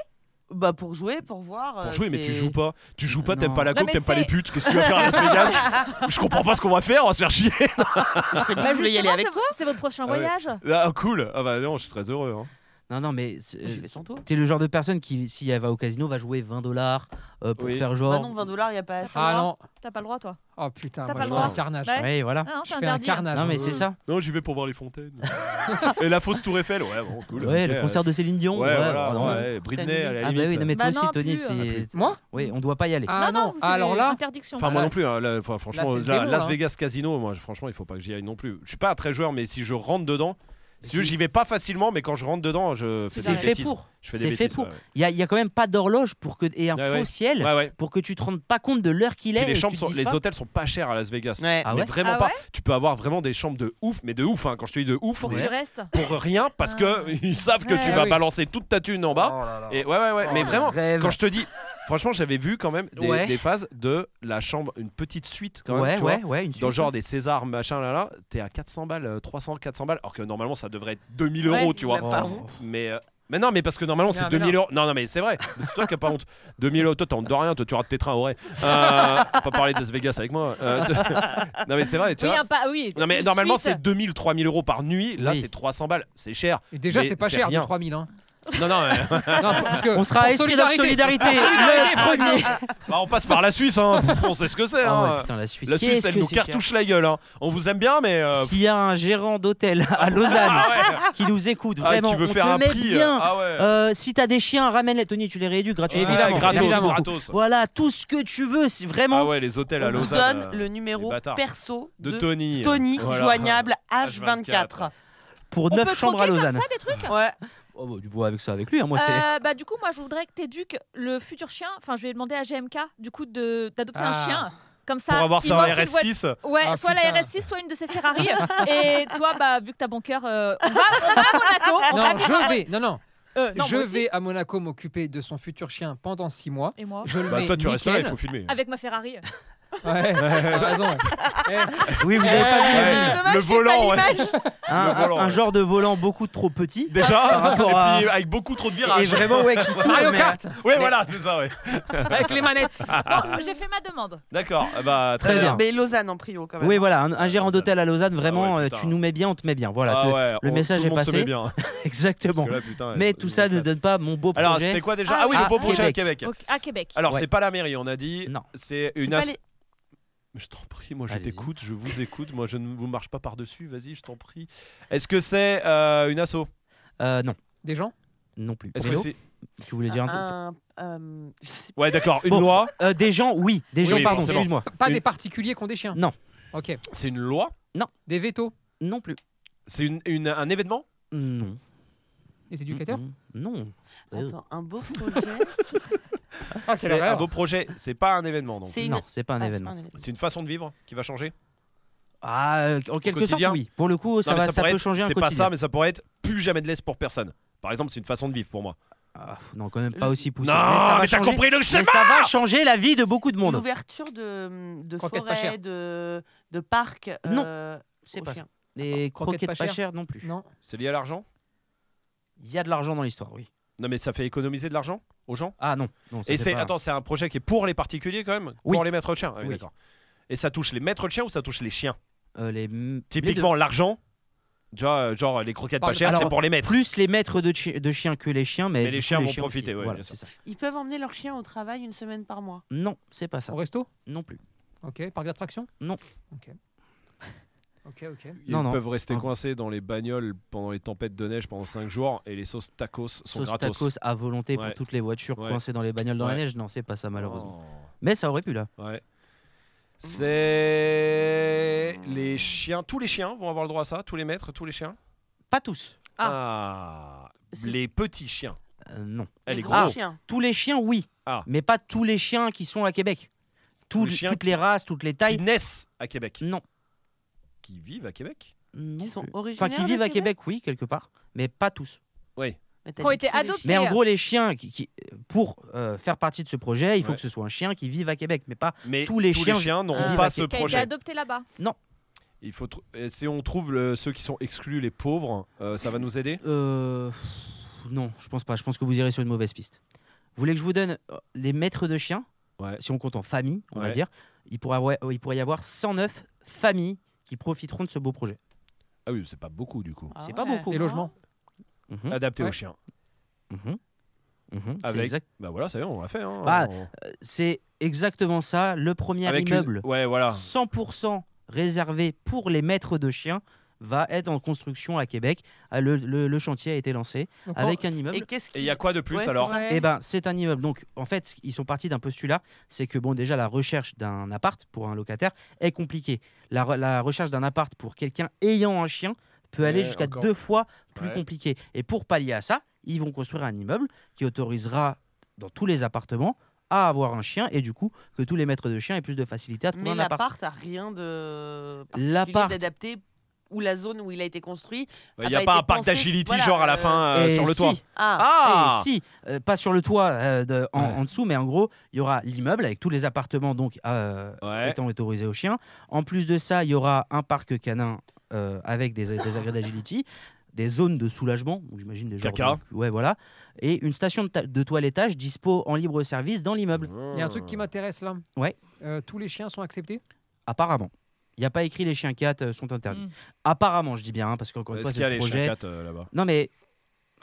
[SPEAKER 8] Bah pour jouer, pour voir. euh,
[SPEAKER 3] Pour jouer, mais
[SPEAKER 8] c'est-
[SPEAKER 3] tu joues pas. Tu joues pas, t'aimes
[SPEAKER 1] Non.
[SPEAKER 3] pas la
[SPEAKER 4] Non,
[SPEAKER 3] coke,
[SPEAKER 4] mais
[SPEAKER 3] t'aimes pas
[SPEAKER 4] c'est-
[SPEAKER 3] les putes. Qu'est-ce que tu vas faire à Las Vegas Je comprends pas ce qu'on va faire, on va se faire chier.
[SPEAKER 8] Je
[SPEAKER 4] Bah,
[SPEAKER 8] voulais y aller
[SPEAKER 4] justement,
[SPEAKER 8] avec
[SPEAKER 4] c'est-
[SPEAKER 8] toi.
[SPEAKER 4] C'est votre prochain
[SPEAKER 3] Ah ouais.
[SPEAKER 4] voyage.
[SPEAKER 3] Ah, cool. Ah bah non, je suis très heureux. hein.
[SPEAKER 1] Non, non, mais c'est- euh,
[SPEAKER 8] Je vais sans toi.
[SPEAKER 1] t'es le genre de personne qui, si elle va au casino, va jouer 20 dollars euh, pour
[SPEAKER 3] Oui.
[SPEAKER 1] faire
[SPEAKER 8] Bah
[SPEAKER 1] genre.
[SPEAKER 8] non, 20 dollars, y a pas assez.
[SPEAKER 5] Ah non,
[SPEAKER 4] T'as pas le droit, toi.
[SPEAKER 5] oh putain,
[SPEAKER 4] T'as
[SPEAKER 5] moi
[SPEAKER 4] pas
[SPEAKER 5] je
[SPEAKER 4] le
[SPEAKER 5] fais un
[SPEAKER 4] droit.
[SPEAKER 5] carnage.
[SPEAKER 4] Ouais.
[SPEAKER 1] Ouais, voilà.
[SPEAKER 4] Ah non,
[SPEAKER 5] Je
[SPEAKER 4] t'es
[SPEAKER 5] fais un
[SPEAKER 4] interdit. hein.
[SPEAKER 5] carnage.
[SPEAKER 1] Non, mais
[SPEAKER 5] moi.
[SPEAKER 1] c'est ça.
[SPEAKER 3] Non, j'y vais pour voir les fontaines. Et la fausse Tour Eiffel, ouais, bon, cool.
[SPEAKER 1] ouais,
[SPEAKER 3] ok,
[SPEAKER 1] le concert de Céline
[SPEAKER 3] euh,
[SPEAKER 1] Dion.
[SPEAKER 3] Ouais, voilà,
[SPEAKER 1] bah non.
[SPEAKER 3] ouais, Britney, à la
[SPEAKER 1] Ah bah
[SPEAKER 3] limite. Ah,
[SPEAKER 1] oui, non, mais toi
[SPEAKER 4] Bah
[SPEAKER 1] aussi,
[SPEAKER 4] non,
[SPEAKER 1] Tony,
[SPEAKER 4] plus, euh.
[SPEAKER 1] c'est.
[SPEAKER 5] Moi
[SPEAKER 1] Oui, on doit pas y aller.
[SPEAKER 5] Ah non,
[SPEAKER 4] vous- c'est
[SPEAKER 5] alors là,
[SPEAKER 4] Interdiction.
[SPEAKER 3] Enfin, moi
[SPEAKER 5] Là,
[SPEAKER 3] non plus, hein, là, enfin, franchement,
[SPEAKER 5] là, c'est le
[SPEAKER 3] là,
[SPEAKER 5] démo,
[SPEAKER 3] Las
[SPEAKER 5] hein.
[SPEAKER 3] Vegas Casino, moi, je- franchement, il faut pas que j'y aille non plus. Je suis pas un très joueur, mais si je rentre dedans, si j'y vais pas facilement, mais quand je rentre dedans, je fais
[SPEAKER 1] C'est
[SPEAKER 3] des
[SPEAKER 1] fait
[SPEAKER 3] bêtises.
[SPEAKER 1] pour.
[SPEAKER 3] Je fais
[SPEAKER 1] C'est
[SPEAKER 3] des
[SPEAKER 1] fait
[SPEAKER 3] bêtises.
[SPEAKER 1] pour.
[SPEAKER 3] ouais, ouais.
[SPEAKER 1] Il y, a- il y a quand même pas d'horloge pour que et un
[SPEAKER 3] Ouais,
[SPEAKER 1] faux
[SPEAKER 3] ouais.
[SPEAKER 1] ciel
[SPEAKER 3] Ouais, ouais.
[SPEAKER 1] pour que tu te rendes pas compte de l'heure qu'il est.
[SPEAKER 3] Puis les
[SPEAKER 1] et que
[SPEAKER 3] chambres
[SPEAKER 1] tu te
[SPEAKER 3] sont-
[SPEAKER 1] dises
[SPEAKER 3] les
[SPEAKER 1] pas-
[SPEAKER 3] hôtels sont pas chers à Las Vegas.
[SPEAKER 8] Ouais.
[SPEAKER 1] Ah
[SPEAKER 3] mais
[SPEAKER 1] ouais
[SPEAKER 3] vraiment
[SPEAKER 4] Ah
[SPEAKER 3] pas.
[SPEAKER 4] ouais
[SPEAKER 3] Tu peux avoir vraiment des chambres de ouf, mais de ouf. hein. Quand je te dis de ouf,
[SPEAKER 4] Faut que
[SPEAKER 3] des-
[SPEAKER 4] tu restes.
[SPEAKER 3] pour rien parce que ils savent que
[SPEAKER 4] Ouais.
[SPEAKER 3] tu
[SPEAKER 5] Ah
[SPEAKER 3] vas
[SPEAKER 5] oui.
[SPEAKER 3] balancer toute ta thune en bas. Et ouais, ouais, ouais. mais vraiment,
[SPEAKER 1] Rêve.
[SPEAKER 3] quand je te dis, franchement, j'avais vu quand même des,
[SPEAKER 1] Ouais.
[SPEAKER 3] des phases de la chambre, une petite suite quand même.
[SPEAKER 1] ouais,
[SPEAKER 3] tu vois.
[SPEAKER 1] ouais, ouais, une
[SPEAKER 3] Dans
[SPEAKER 1] suite.
[SPEAKER 3] genre des Césars, machin, là, là, t'es à 400 balles, euh, 300, 400 balles, alors que normalement ça devrait être 2000 euros,
[SPEAKER 8] Ouais,
[SPEAKER 3] tu vois.
[SPEAKER 8] bah, pas honte.
[SPEAKER 3] Mais, euh, mais non, mais parce que normalement c'est
[SPEAKER 5] Non, mais
[SPEAKER 3] 2000 euros. Non, non, mais c'est vrai, Mais c'est toi qui as pas honte. 2000 euros, toi t'as honte de rien, toi tu rates tes trains, ouais. Euh, pas parler de Las Vegas avec moi. Euh, t- non, mais c'est vrai, tu
[SPEAKER 4] Oui,
[SPEAKER 3] vois.
[SPEAKER 4] un pas. Oui.
[SPEAKER 3] Non, mais
[SPEAKER 4] une
[SPEAKER 3] normalement
[SPEAKER 4] suite.
[SPEAKER 3] c'est 2000, 3000 euros par nuit, là
[SPEAKER 1] Oui.
[SPEAKER 3] c'est 300 balles, c'est cher.
[SPEAKER 5] Et déjà,
[SPEAKER 3] Mais
[SPEAKER 5] c'est pas
[SPEAKER 3] c'est
[SPEAKER 5] cher, de
[SPEAKER 3] rien.
[SPEAKER 5] 3000. Hein.
[SPEAKER 3] Non, non, mais-
[SPEAKER 5] Non, parce que
[SPEAKER 1] On sera à
[SPEAKER 5] pour
[SPEAKER 1] esprit d'or solidarité. le premier.
[SPEAKER 3] Bah, on passe par la Suisse, hein. on sait ce que c'est.
[SPEAKER 1] Ah
[SPEAKER 3] hein.
[SPEAKER 1] ouais, putain, la Suisse.
[SPEAKER 3] la Suisse,
[SPEAKER 1] qu'est-ce
[SPEAKER 3] elle
[SPEAKER 1] que
[SPEAKER 3] nous
[SPEAKER 1] c'est cher.
[SPEAKER 3] cartouche la gueule. hein. On vous aime bien, mais. euh,
[SPEAKER 1] S'il y a un gérant d'hôtel à Lausanne
[SPEAKER 3] ah ouais.
[SPEAKER 1] qui nous écoute,
[SPEAKER 3] Ah,
[SPEAKER 1] vraiment,
[SPEAKER 3] qui veut
[SPEAKER 1] on
[SPEAKER 3] faire
[SPEAKER 1] te
[SPEAKER 3] un
[SPEAKER 1] met
[SPEAKER 3] prix. euh,
[SPEAKER 1] bien.
[SPEAKER 3] Ah ouais.
[SPEAKER 1] Euh, si t'as des chiens, ramène-les. Tony, tu les rééduques gratuitement.
[SPEAKER 3] Ouais,
[SPEAKER 5] évidemment,
[SPEAKER 3] gratos,
[SPEAKER 5] évidemment.
[SPEAKER 3] gratos.
[SPEAKER 1] Voilà, tout ce que tu veux, c'est
[SPEAKER 3] Ah
[SPEAKER 1] vraiment.
[SPEAKER 3] ouais, les hôtels à
[SPEAKER 8] On vous
[SPEAKER 3] Lausanne.
[SPEAKER 8] donne
[SPEAKER 3] euh,
[SPEAKER 8] le numéro
[SPEAKER 3] les bâtards.
[SPEAKER 8] perso
[SPEAKER 3] de,
[SPEAKER 8] de,
[SPEAKER 3] Tony.
[SPEAKER 8] Tony,
[SPEAKER 3] Voilà.
[SPEAKER 8] joignable
[SPEAKER 3] H24.
[SPEAKER 8] H24.
[SPEAKER 1] Pour
[SPEAKER 4] On peut
[SPEAKER 1] 9 chambres à
[SPEAKER 4] croquer
[SPEAKER 1] Lausanne.
[SPEAKER 4] Comme ça, des trucs.
[SPEAKER 8] Ouais.
[SPEAKER 1] Oh, bah, tu vois avec ça avec lui, hein, moi c'est.
[SPEAKER 4] Euh, bah, du coup, moi, je voudrais que t'éduques le futur chien. Enfin, je vais demander à GMK, du coup, de- d'adopter un
[SPEAKER 5] Ah.
[SPEAKER 4] chien. Comme ça,
[SPEAKER 3] Pour avoir
[SPEAKER 4] il
[SPEAKER 3] ça en
[SPEAKER 4] m'offre une voiture-
[SPEAKER 3] RS6.
[SPEAKER 4] Ouais,
[SPEAKER 5] Ah,
[SPEAKER 4] soit
[SPEAKER 5] putain.
[SPEAKER 4] la RS6, soit une de ses Ferrari. et toi, bah, vu que t'as bon cœur, euh, on, va, on va à Monaco. on va
[SPEAKER 5] Non,
[SPEAKER 4] vivre-
[SPEAKER 5] je vais, non, non,
[SPEAKER 4] Euh, non,
[SPEAKER 5] je
[SPEAKER 4] moi aussi.
[SPEAKER 5] vais à Monaco m'occuper de son futur chien pendant 6 mois.
[SPEAKER 4] Et moi
[SPEAKER 5] Je le
[SPEAKER 3] Bah,
[SPEAKER 5] mets
[SPEAKER 3] toi, tu restes là, il
[SPEAKER 5] nickel.
[SPEAKER 3] faut filmer.
[SPEAKER 4] Avec ma Ferrari.
[SPEAKER 5] Ouais, t'as raison. Eh,
[SPEAKER 1] Euh, Oui, vous avez pas vu la
[SPEAKER 3] Ouais,
[SPEAKER 1] mine.
[SPEAKER 8] Dommage,
[SPEAKER 3] le
[SPEAKER 8] j'ai pas
[SPEAKER 3] volant, ouais.
[SPEAKER 8] l'image.
[SPEAKER 1] un,
[SPEAKER 3] Le
[SPEAKER 1] un-
[SPEAKER 3] volant,
[SPEAKER 1] un
[SPEAKER 3] ouais.
[SPEAKER 1] genre de volant beaucoup trop petit. Par
[SPEAKER 3] Déjà, et
[SPEAKER 1] rapport à-
[SPEAKER 3] puis avec beaucoup trop de
[SPEAKER 1] Et
[SPEAKER 3] virages.
[SPEAKER 1] vraiment, ouais, qui tourne,
[SPEAKER 5] Mario
[SPEAKER 1] mais-
[SPEAKER 5] Kart
[SPEAKER 3] Ouais, voilà, c'est ça, ouais.
[SPEAKER 5] avec les manettes.
[SPEAKER 4] Bon, j'ai fait ma demande.
[SPEAKER 3] D'accord, ah bah très
[SPEAKER 1] Très
[SPEAKER 3] bien.
[SPEAKER 1] bien.
[SPEAKER 8] Mais Lausanne en prio quand même.
[SPEAKER 1] Oui, voilà, un, un gérant
[SPEAKER 3] Lausanne.
[SPEAKER 1] d'hôtel à Lausanne, vraiment,
[SPEAKER 3] Ah ouais,
[SPEAKER 1] euh,
[SPEAKER 3] putain.
[SPEAKER 1] tu nous mets bien, on te met bien. Voilà,
[SPEAKER 3] Ah
[SPEAKER 1] te-
[SPEAKER 3] ouais,
[SPEAKER 1] le
[SPEAKER 3] on-
[SPEAKER 1] message
[SPEAKER 3] tout
[SPEAKER 1] est
[SPEAKER 3] monde se
[SPEAKER 1] passé.
[SPEAKER 3] met bien.
[SPEAKER 1] exactement.
[SPEAKER 3] Parce que là, putain,
[SPEAKER 1] Mais
[SPEAKER 3] ouais,
[SPEAKER 1] tout ça ne donne pas mon beau projet.
[SPEAKER 3] Alors, c'était quoi déjà Ah oui,
[SPEAKER 1] Ah,
[SPEAKER 3] le beau projet à
[SPEAKER 1] Québec.
[SPEAKER 3] Québec.
[SPEAKER 4] Ok, à Québec.
[SPEAKER 3] Alors,
[SPEAKER 1] Ouais.
[SPEAKER 3] c'est pas la mairie, on a dit.
[SPEAKER 1] Non.
[SPEAKER 3] C'est
[SPEAKER 8] C'est
[SPEAKER 3] une
[SPEAKER 8] pas
[SPEAKER 3] as-
[SPEAKER 8] les-
[SPEAKER 3] Mais Je t'en prie, moi je
[SPEAKER 1] Allez-y.
[SPEAKER 3] t'écoute, je vous écoute, moi je ne vous marche pas par-dessus, vas-y, je t'en prie. Est-ce que c'est euh, une asso
[SPEAKER 1] Euh, Non,
[SPEAKER 5] Des gens
[SPEAKER 1] non plus.
[SPEAKER 3] Est-ce que
[SPEAKER 1] Bruno,
[SPEAKER 3] c'est
[SPEAKER 1] tu voulais dire un truc
[SPEAKER 8] Un- euh, je sais
[SPEAKER 3] Ouais, d'accord, une
[SPEAKER 1] Bon.
[SPEAKER 3] loi,
[SPEAKER 1] Euh, Des gens, oui. Des gens,
[SPEAKER 3] Oui,
[SPEAKER 1] pardon,
[SPEAKER 3] forcément.
[SPEAKER 1] excuse-moi.
[SPEAKER 5] Pas
[SPEAKER 3] Une-
[SPEAKER 5] des particuliers qui ont des chiens
[SPEAKER 1] Non.
[SPEAKER 5] Ok.
[SPEAKER 3] c'est une loi,
[SPEAKER 5] Des vétos
[SPEAKER 1] Non plus.
[SPEAKER 3] c'est une, une- un événement
[SPEAKER 1] Non.
[SPEAKER 5] Des éducateurs
[SPEAKER 1] Mm, mm, Non.
[SPEAKER 8] pas. Attends, un beau projet.
[SPEAKER 5] Ah, quel
[SPEAKER 3] C'est un
[SPEAKER 5] horreur.
[SPEAKER 3] beau projet, c'est pas un événement donc.
[SPEAKER 8] C'est une.
[SPEAKER 1] Non, c'est pas un
[SPEAKER 8] Ah, c'est
[SPEAKER 1] événement.
[SPEAKER 8] pas un événement.
[SPEAKER 3] C'est une façon de vivre qui va changer
[SPEAKER 1] Ah, euh, en quelque sorte,
[SPEAKER 3] quotidien
[SPEAKER 1] oui. Pour le coup, ça,
[SPEAKER 3] Non,
[SPEAKER 1] va,
[SPEAKER 3] mais
[SPEAKER 1] ça,
[SPEAKER 3] pourrait
[SPEAKER 1] peut
[SPEAKER 3] être-
[SPEAKER 1] changer un
[SPEAKER 3] C'est pas ça,
[SPEAKER 1] quotidien.
[SPEAKER 3] mais ça pourrait être plus jamais de laisse pour personne. Par exemple, c'est une façon de vivre pour moi.
[SPEAKER 1] Ah, pff, non, quand même pas aussi poussé.
[SPEAKER 3] non,
[SPEAKER 1] mais ça va
[SPEAKER 3] mais t'as
[SPEAKER 1] changer-
[SPEAKER 3] compris le
[SPEAKER 1] mais
[SPEAKER 3] schéma
[SPEAKER 1] ça va changer la vie de beaucoup de monde.
[SPEAKER 8] L'ouverture de, hum, de
[SPEAKER 5] Croquettes pas
[SPEAKER 8] forêts,
[SPEAKER 5] chères.
[SPEAKER 8] de, de parcs.
[SPEAKER 1] Non,
[SPEAKER 8] euh,
[SPEAKER 1] c'est
[SPEAKER 8] aux
[SPEAKER 1] pas ça.
[SPEAKER 8] chiens.
[SPEAKER 1] Les
[SPEAKER 5] Croquettes
[SPEAKER 1] croquettes
[SPEAKER 5] pas
[SPEAKER 1] pas
[SPEAKER 5] chères.
[SPEAKER 1] chères non plus.
[SPEAKER 5] Non.
[SPEAKER 3] C'est lié à l'argent
[SPEAKER 1] Il y a de l'argent dans l'histoire, oui.
[SPEAKER 3] Non, mais ça fait économiser de l'argent aux gens
[SPEAKER 1] Ah non. non ça
[SPEAKER 3] Et
[SPEAKER 1] fait
[SPEAKER 3] c'est
[SPEAKER 1] pas-
[SPEAKER 3] attends, c'est un projet qui est pour les particuliers quand même,
[SPEAKER 1] Oui.
[SPEAKER 3] pour les maîtres de chiens. Ah oui,
[SPEAKER 1] Oui.
[SPEAKER 3] d'accord. Et ça touche les maîtres de chiens ou ça touche les chiens
[SPEAKER 1] Euh, les... les deux.
[SPEAKER 3] Typiquement l'argent, Tu vois, euh, genre les croquettes
[SPEAKER 5] Par-
[SPEAKER 3] pas chères,
[SPEAKER 5] alors-
[SPEAKER 3] c'est pour les maîtres.
[SPEAKER 1] Plus les maîtres de, chi- de chiens que les chiens, mais,
[SPEAKER 3] Mais
[SPEAKER 1] du
[SPEAKER 3] les
[SPEAKER 1] coup,
[SPEAKER 3] chiens vont
[SPEAKER 1] aussi.
[SPEAKER 3] profiter, ouais,
[SPEAKER 1] Voilà,
[SPEAKER 3] bien
[SPEAKER 1] c'est ça.
[SPEAKER 8] Ils peuvent emmener leur chien au travail une semaine par mois.
[SPEAKER 1] Non, c'est pas ça.
[SPEAKER 5] Au resto
[SPEAKER 1] Non plus.
[SPEAKER 5] Ok. Parc d'attraction
[SPEAKER 1] Non.
[SPEAKER 5] Ok. Ok, ok.
[SPEAKER 3] Ils
[SPEAKER 1] Non, non.
[SPEAKER 3] peuvent rester
[SPEAKER 1] Ah.
[SPEAKER 3] coincés dans les bagnoles pendant les tempêtes de neige pendant 5 jours et les sauces tacos sont
[SPEAKER 1] Sauce
[SPEAKER 3] gratos.
[SPEAKER 1] tacos à volonté pour
[SPEAKER 3] Ouais.
[SPEAKER 1] toutes les voitures
[SPEAKER 3] Ouais.
[SPEAKER 1] coincées dans les bagnoles dans la
[SPEAKER 3] Ouais.
[SPEAKER 1] neige. Non, c'est pas ça malheureusement. Mais ça aurait pu là.
[SPEAKER 3] Oh, Ouais. C'est les chiens, tous les chiens vont avoir le droit à ça, tous les maîtres, tous les chiens.
[SPEAKER 1] Pas tous.
[SPEAKER 3] Ah, les petits chiens. Eh,
[SPEAKER 1] Euh, non.
[SPEAKER 3] Elle
[SPEAKER 8] Les
[SPEAKER 3] est
[SPEAKER 8] gros
[SPEAKER 3] grosse.
[SPEAKER 8] chiens.
[SPEAKER 1] Tous les chiens, oui.
[SPEAKER 3] Ah.
[SPEAKER 1] Mais pas tous les chiens qui sont à Québec. Tous
[SPEAKER 3] les
[SPEAKER 1] les-
[SPEAKER 3] chiens
[SPEAKER 1] toutes les races, toutes les tailles.
[SPEAKER 3] Qui naissent à Québec,
[SPEAKER 1] Non.
[SPEAKER 3] qui vivent à Québec.
[SPEAKER 1] non
[SPEAKER 8] Qui sont
[SPEAKER 1] plus.
[SPEAKER 8] originaires.
[SPEAKER 1] Enfin, qui
[SPEAKER 8] de
[SPEAKER 1] vivent à Québec, oui, quelque part. Mais pas tous.
[SPEAKER 8] Mais t'as
[SPEAKER 4] Qui ont
[SPEAKER 8] dit hein.
[SPEAKER 4] été
[SPEAKER 8] tous les
[SPEAKER 4] adoptés.
[SPEAKER 8] chiens.
[SPEAKER 1] Mais en
[SPEAKER 4] D'ailleurs.
[SPEAKER 1] gros, les chiens, qui, qui- pour euh, faire partie de ce projet, il faut
[SPEAKER 3] Ouais.
[SPEAKER 1] que ce soit un chien qui vive à Québec, mais pas.
[SPEAKER 3] Mais
[SPEAKER 1] Tous les chiens
[SPEAKER 3] n'auront
[SPEAKER 1] vivent
[SPEAKER 3] pas
[SPEAKER 1] à
[SPEAKER 3] ce
[SPEAKER 4] qui a été
[SPEAKER 3] projet.
[SPEAKER 4] adopté là-bas.
[SPEAKER 3] Il faut tr- et si on trouve le- ceux qui sont exclus, les pauvres, euh, ça va nous aider.
[SPEAKER 1] Euh, non, je pense pas. Je pense que vous irez sur une mauvaise piste. Vous voulez que je vous donne euh, les maîtres de chiens
[SPEAKER 3] Ouais.
[SPEAKER 1] Si on compte en famille, on
[SPEAKER 3] Ouais.
[SPEAKER 1] va dire, il pourrait, avoir- euh, il pourrait y avoir 109 familles qui profiteront de ce beau projet.
[SPEAKER 3] Ah oui, c'est pas beaucoup du coup.
[SPEAKER 8] Ah
[SPEAKER 1] c'est pas
[SPEAKER 8] ouais.
[SPEAKER 1] beaucoup.
[SPEAKER 5] Et logements
[SPEAKER 1] Mhm,
[SPEAKER 3] Adapté
[SPEAKER 5] Ouais.
[SPEAKER 3] aux chiens.
[SPEAKER 1] mhm, mhm, c'est
[SPEAKER 3] Avec-
[SPEAKER 1] exact-
[SPEAKER 3] Bah voilà, ça y est, on l'a fait. Hein,
[SPEAKER 1] Bah,
[SPEAKER 3] On-
[SPEAKER 1] C'est exactement ça. Le premier
[SPEAKER 3] Avec une- Ah.
[SPEAKER 1] immeuble
[SPEAKER 3] Ouais, voilà.
[SPEAKER 1] 100% réservé pour les maîtres de chiens va être en construction à Québec. Ah, Le, le- le chantier a été lancé
[SPEAKER 5] Donc, en-
[SPEAKER 1] avec un immeuble.
[SPEAKER 8] Et qu'est-ce
[SPEAKER 3] Et
[SPEAKER 8] qu'il
[SPEAKER 3] il y a quoi de plus
[SPEAKER 8] Ouais, c'est
[SPEAKER 3] alors
[SPEAKER 8] ça.
[SPEAKER 5] Ouais.
[SPEAKER 1] Eh ben, c'est un immeuble. Donc, en fait, ils sont partis d'un postulat, c'est que bon, déjà la recherche d'un appart pour un locataire est compliquée. La, re- la recherche d'un appart pour quelqu'un ayant un chien peut aller
[SPEAKER 3] Ouais,
[SPEAKER 1] jusqu'à
[SPEAKER 3] encore.
[SPEAKER 1] deux fois plus
[SPEAKER 3] Ouais.
[SPEAKER 1] compliqué. Et pour pallier à ça, ils vont construire un immeuble qui autorisera dans tous les appartements à avoir un chien et du coup que tous les maîtres de chiens aient plus de facilité à trouver
[SPEAKER 8] Mais
[SPEAKER 1] un appart.
[SPEAKER 8] l'appart a rien de
[SPEAKER 1] L'appart.
[SPEAKER 8] particulier d'adapté ou la zone où il a été construit.
[SPEAKER 3] Il
[SPEAKER 8] a
[SPEAKER 3] n'y a
[SPEAKER 8] pas
[SPEAKER 3] pas
[SPEAKER 8] été
[SPEAKER 3] un parc
[SPEAKER 8] pensé,
[SPEAKER 3] d'agility
[SPEAKER 8] voilà,
[SPEAKER 3] genre à la
[SPEAKER 8] euh,
[SPEAKER 3] fin euh,
[SPEAKER 1] Et
[SPEAKER 3] sur le
[SPEAKER 1] si,
[SPEAKER 3] toit.
[SPEAKER 8] Ah,
[SPEAKER 3] Ah
[SPEAKER 1] Eh, si, euh, pas sur le toit euh, de- en,
[SPEAKER 3] Ouais.
[SPEAKER 1] en dessous, mais en gros, il y aura l'immeuble avec tous les appartements donc euh,
[SPEAKER 3] Ouais.
[SPEAKER 1] étant autorisés aux chiens. En plus de ça, il y aura un parc canin euh, avec des, des agrès d'agility, des zones de soulagement, donc j'imagine des genres
[SPEAKER 3] Caca.
[SPEAKER 1] de- ouais, voilà, et une station de, ta- de toilettage dispo en libre service dans l'immeuble,
[SPEAKER 5] Il y a
[SPEAKER 3] Mmh.
[SPEAKER 5] un truc qui m'intéresse là.
[SPEAKER 1] Ouais.
[SPEAKER 5] Euh, tous les chiens sont acceptés
[SPEAKER 1] apparemment. Il n'y a pas écrit les chiens 4 sont interdits.
[SPEAKER 5] Mm.
[SPEAKER 1] Apparemment, je dis bien, hein, parce qu'encore une
[SPEAKER 3] Est-ce
[SPEAKER 1] fois,
[SPEAKER 3] qu'il y a
[SPEAKER 1] c'est le
[SPEAKER 3] les
[SPEAKER 1] projet.
[SPEAKER 3] chiens quatre, euh, là-bas
[SPEAKER 1] Non, mais.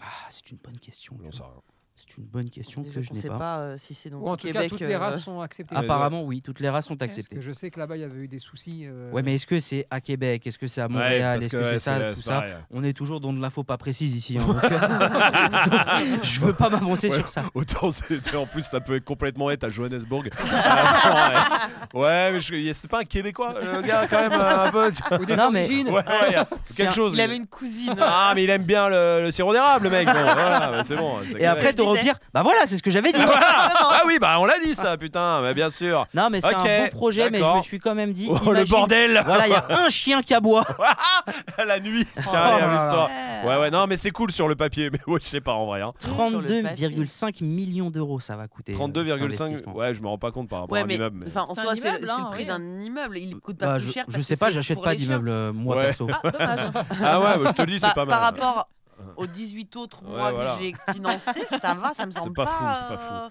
[SPEAKER 1] Ah, c'est une bonne question.
[SPEAKER 3] J'en sais rien.
[SPEAKER 1] C'est une bonne question
[SPEAKER 8] Déjà
[SPEAKER 1] que je
[SPEAKER 8] qu'on
[SPEAKER 1] n'ai
[SPEAKER 8] sait
[SPEAKER 1] pas.
[SPEAKER 8] pas euh, si c'est dans
[SPEAKER 5] Ou en
[SPEAKER 8] tout
[SPEAKER 5] tout cas,
[SPEAKER 8] Québec,
[SPEAKER 5] toutes les
[SPEAKER 8] euh,
[SPEAKER 5] races sont acceptées.
[SPEAKER 3] Ah,
[SPEAKER 1] Apparemment, oui, toutes les races sont
[SPEAKER 5] Parce
[SPEAKER 1] acceptées.
[SPEAKER 5] que je sais que là-bas, il y avait eu des soucis. euh,
[SPEAKER 1] Ouais, mais est-ce que c'est à Québec Est-ce que c'est à
[SPEAKER 3] Ouais,
[SPEAKER 1] Montréal
[SPEAKER 3] parce
[SPEAKER 1] Est-ce que,
[SPEAKER 3] ouais,
[SPEAKER 1] c'est ça, tout
[SPEAKER 3] c'est
[SPEAKER 1] ça
[SPEAKER 3] pareil.
[SPEAKER 1] On est toujours dans de l'info pas précise ici. hein, donc- euh, donc, je veux pas m'avancer
[SPEAKER 3] Ouais.
[SPEAKER 1] sur ça.
[SPEAKER 3] Autant c'est- en plus ça peut complètement être à Johannesburg. ouais. Ouais, mais je- c'est pas un Québécois le gars quand même euh, un peu. tu-
[SPEAKER 5] Ou des
[SPEAKER 1] Non, mais-
[SPEAKER 5] origines.
[SPEAKER 3] Ouais, ouais, il y a
[SPEAKER 1] C'est un-
[SPEAKER 3] quelque chose.
[SPEAKER 8] Il avait une cousine.
[SPEAKER 3] Ah mais il aime bien le, le sirop d'érable le mec. Bon, voilà, bah, c'est bon. c'est
[SPEAKER 1] Et après,
[SPEAKER 8] que
[SPEAKER 1] te
[SPEAKER 8] je disais.
[SPEAKER 1] dire, bah voilà, c'est ce que j'avais dit.
[SPEAKER 3] Ah oui, bah on l'a dit ça, putain, mais bien sûr.
[SPEAKER 1] non, mais c'est
[SPEAKER 3] Ok,
[SPEAKER 1] un bon projet, mais je
[SPEAKER 3] d'accord.
[SPEAKER 1] me suis quand même dit.
[SPEAKER 3] Oh le
[SPEAKER 1] imagine-
[SPEAKER 3] bordel
[SPEAKER 1] Voilà, il y a un chien qui aboie.
[SPEAKER 3] la nuit. Tiens,
[SPEAKER 1] Oh là
[SPEAKER 3] allez,
[SPEAKER 1] là.
[SPEAKER 3] amuse-toi. Ouais, ouais, non, mais c'est cool sur le papier, mais ouais, je sais pas en vrai. hein.
[SPEAKER 8] Sur le papier.
[SPEAKER 1] 32,5 millions d'euros, ça va coûter. euh, cet
[SPEAKER 3] 32,5.
[SPEAKER 1] investissement.
[SPEAKER 3] Ouais, je me rends pas compte par rapport
[SPEAKER 8] Ouais,
[SPEAKER 3] à un
[SPEAKER 8] mais
[SPEAKER 3] immeuble. mais-
[SPEAKER 8] enfin, en
[SPEAKER 4] C'est un
[SPEAKER 8] soi, c'est le,
[SPEAKER 4] immeuble,
[SPEAKER 8] c'est le
[SPEAKER 4] hein,
[SPEAKER 8] prix
[SPEAKER 4] ouais.
[SPEAKER 8] d'un immeuble. Il coûte pas
[SPEAKER 1] Bah,
[SPEAKER 8] plus
[SPEAKER 1] je,
[SPEAKER 8] cher.
[SPEAKER 1] je
[SPEAKER 8] parce que
[SPEAKER 1] sais pas,
[SPEAKER 8] c'est
[SPEAKER 1] j'achète
[SPEAKER 8] pour
[SPEAKER 1] pas
[SPEAKER 8] les chiens.
[SPEAKER 1] d'immeuble, euh, moi
[SPEAKER 3] Ouais.
[SPEAKER 1] perso.
[SPEAKER 4] Ah, dommage.
[SPEAKER 3] Ah ouais, bah, je te le dis, c'est
[SPEAKER 8] Par-
[SPEAKER 3] pas mal.
[SPEAKER 8] Par rapport aux 18 autres
[SPEAKER 3] Ouais,
[SPEAKER 8] mois
[SPEAKER 3] voilà.
[SPEAKER 8] que j'ai financés, ça va, ça me semble
[SPEAKER 3] pas
[SPEAKER 8] pas.
[SPEAKER 3] fou, c'est pas fou.
[SPEAKER 8] euh,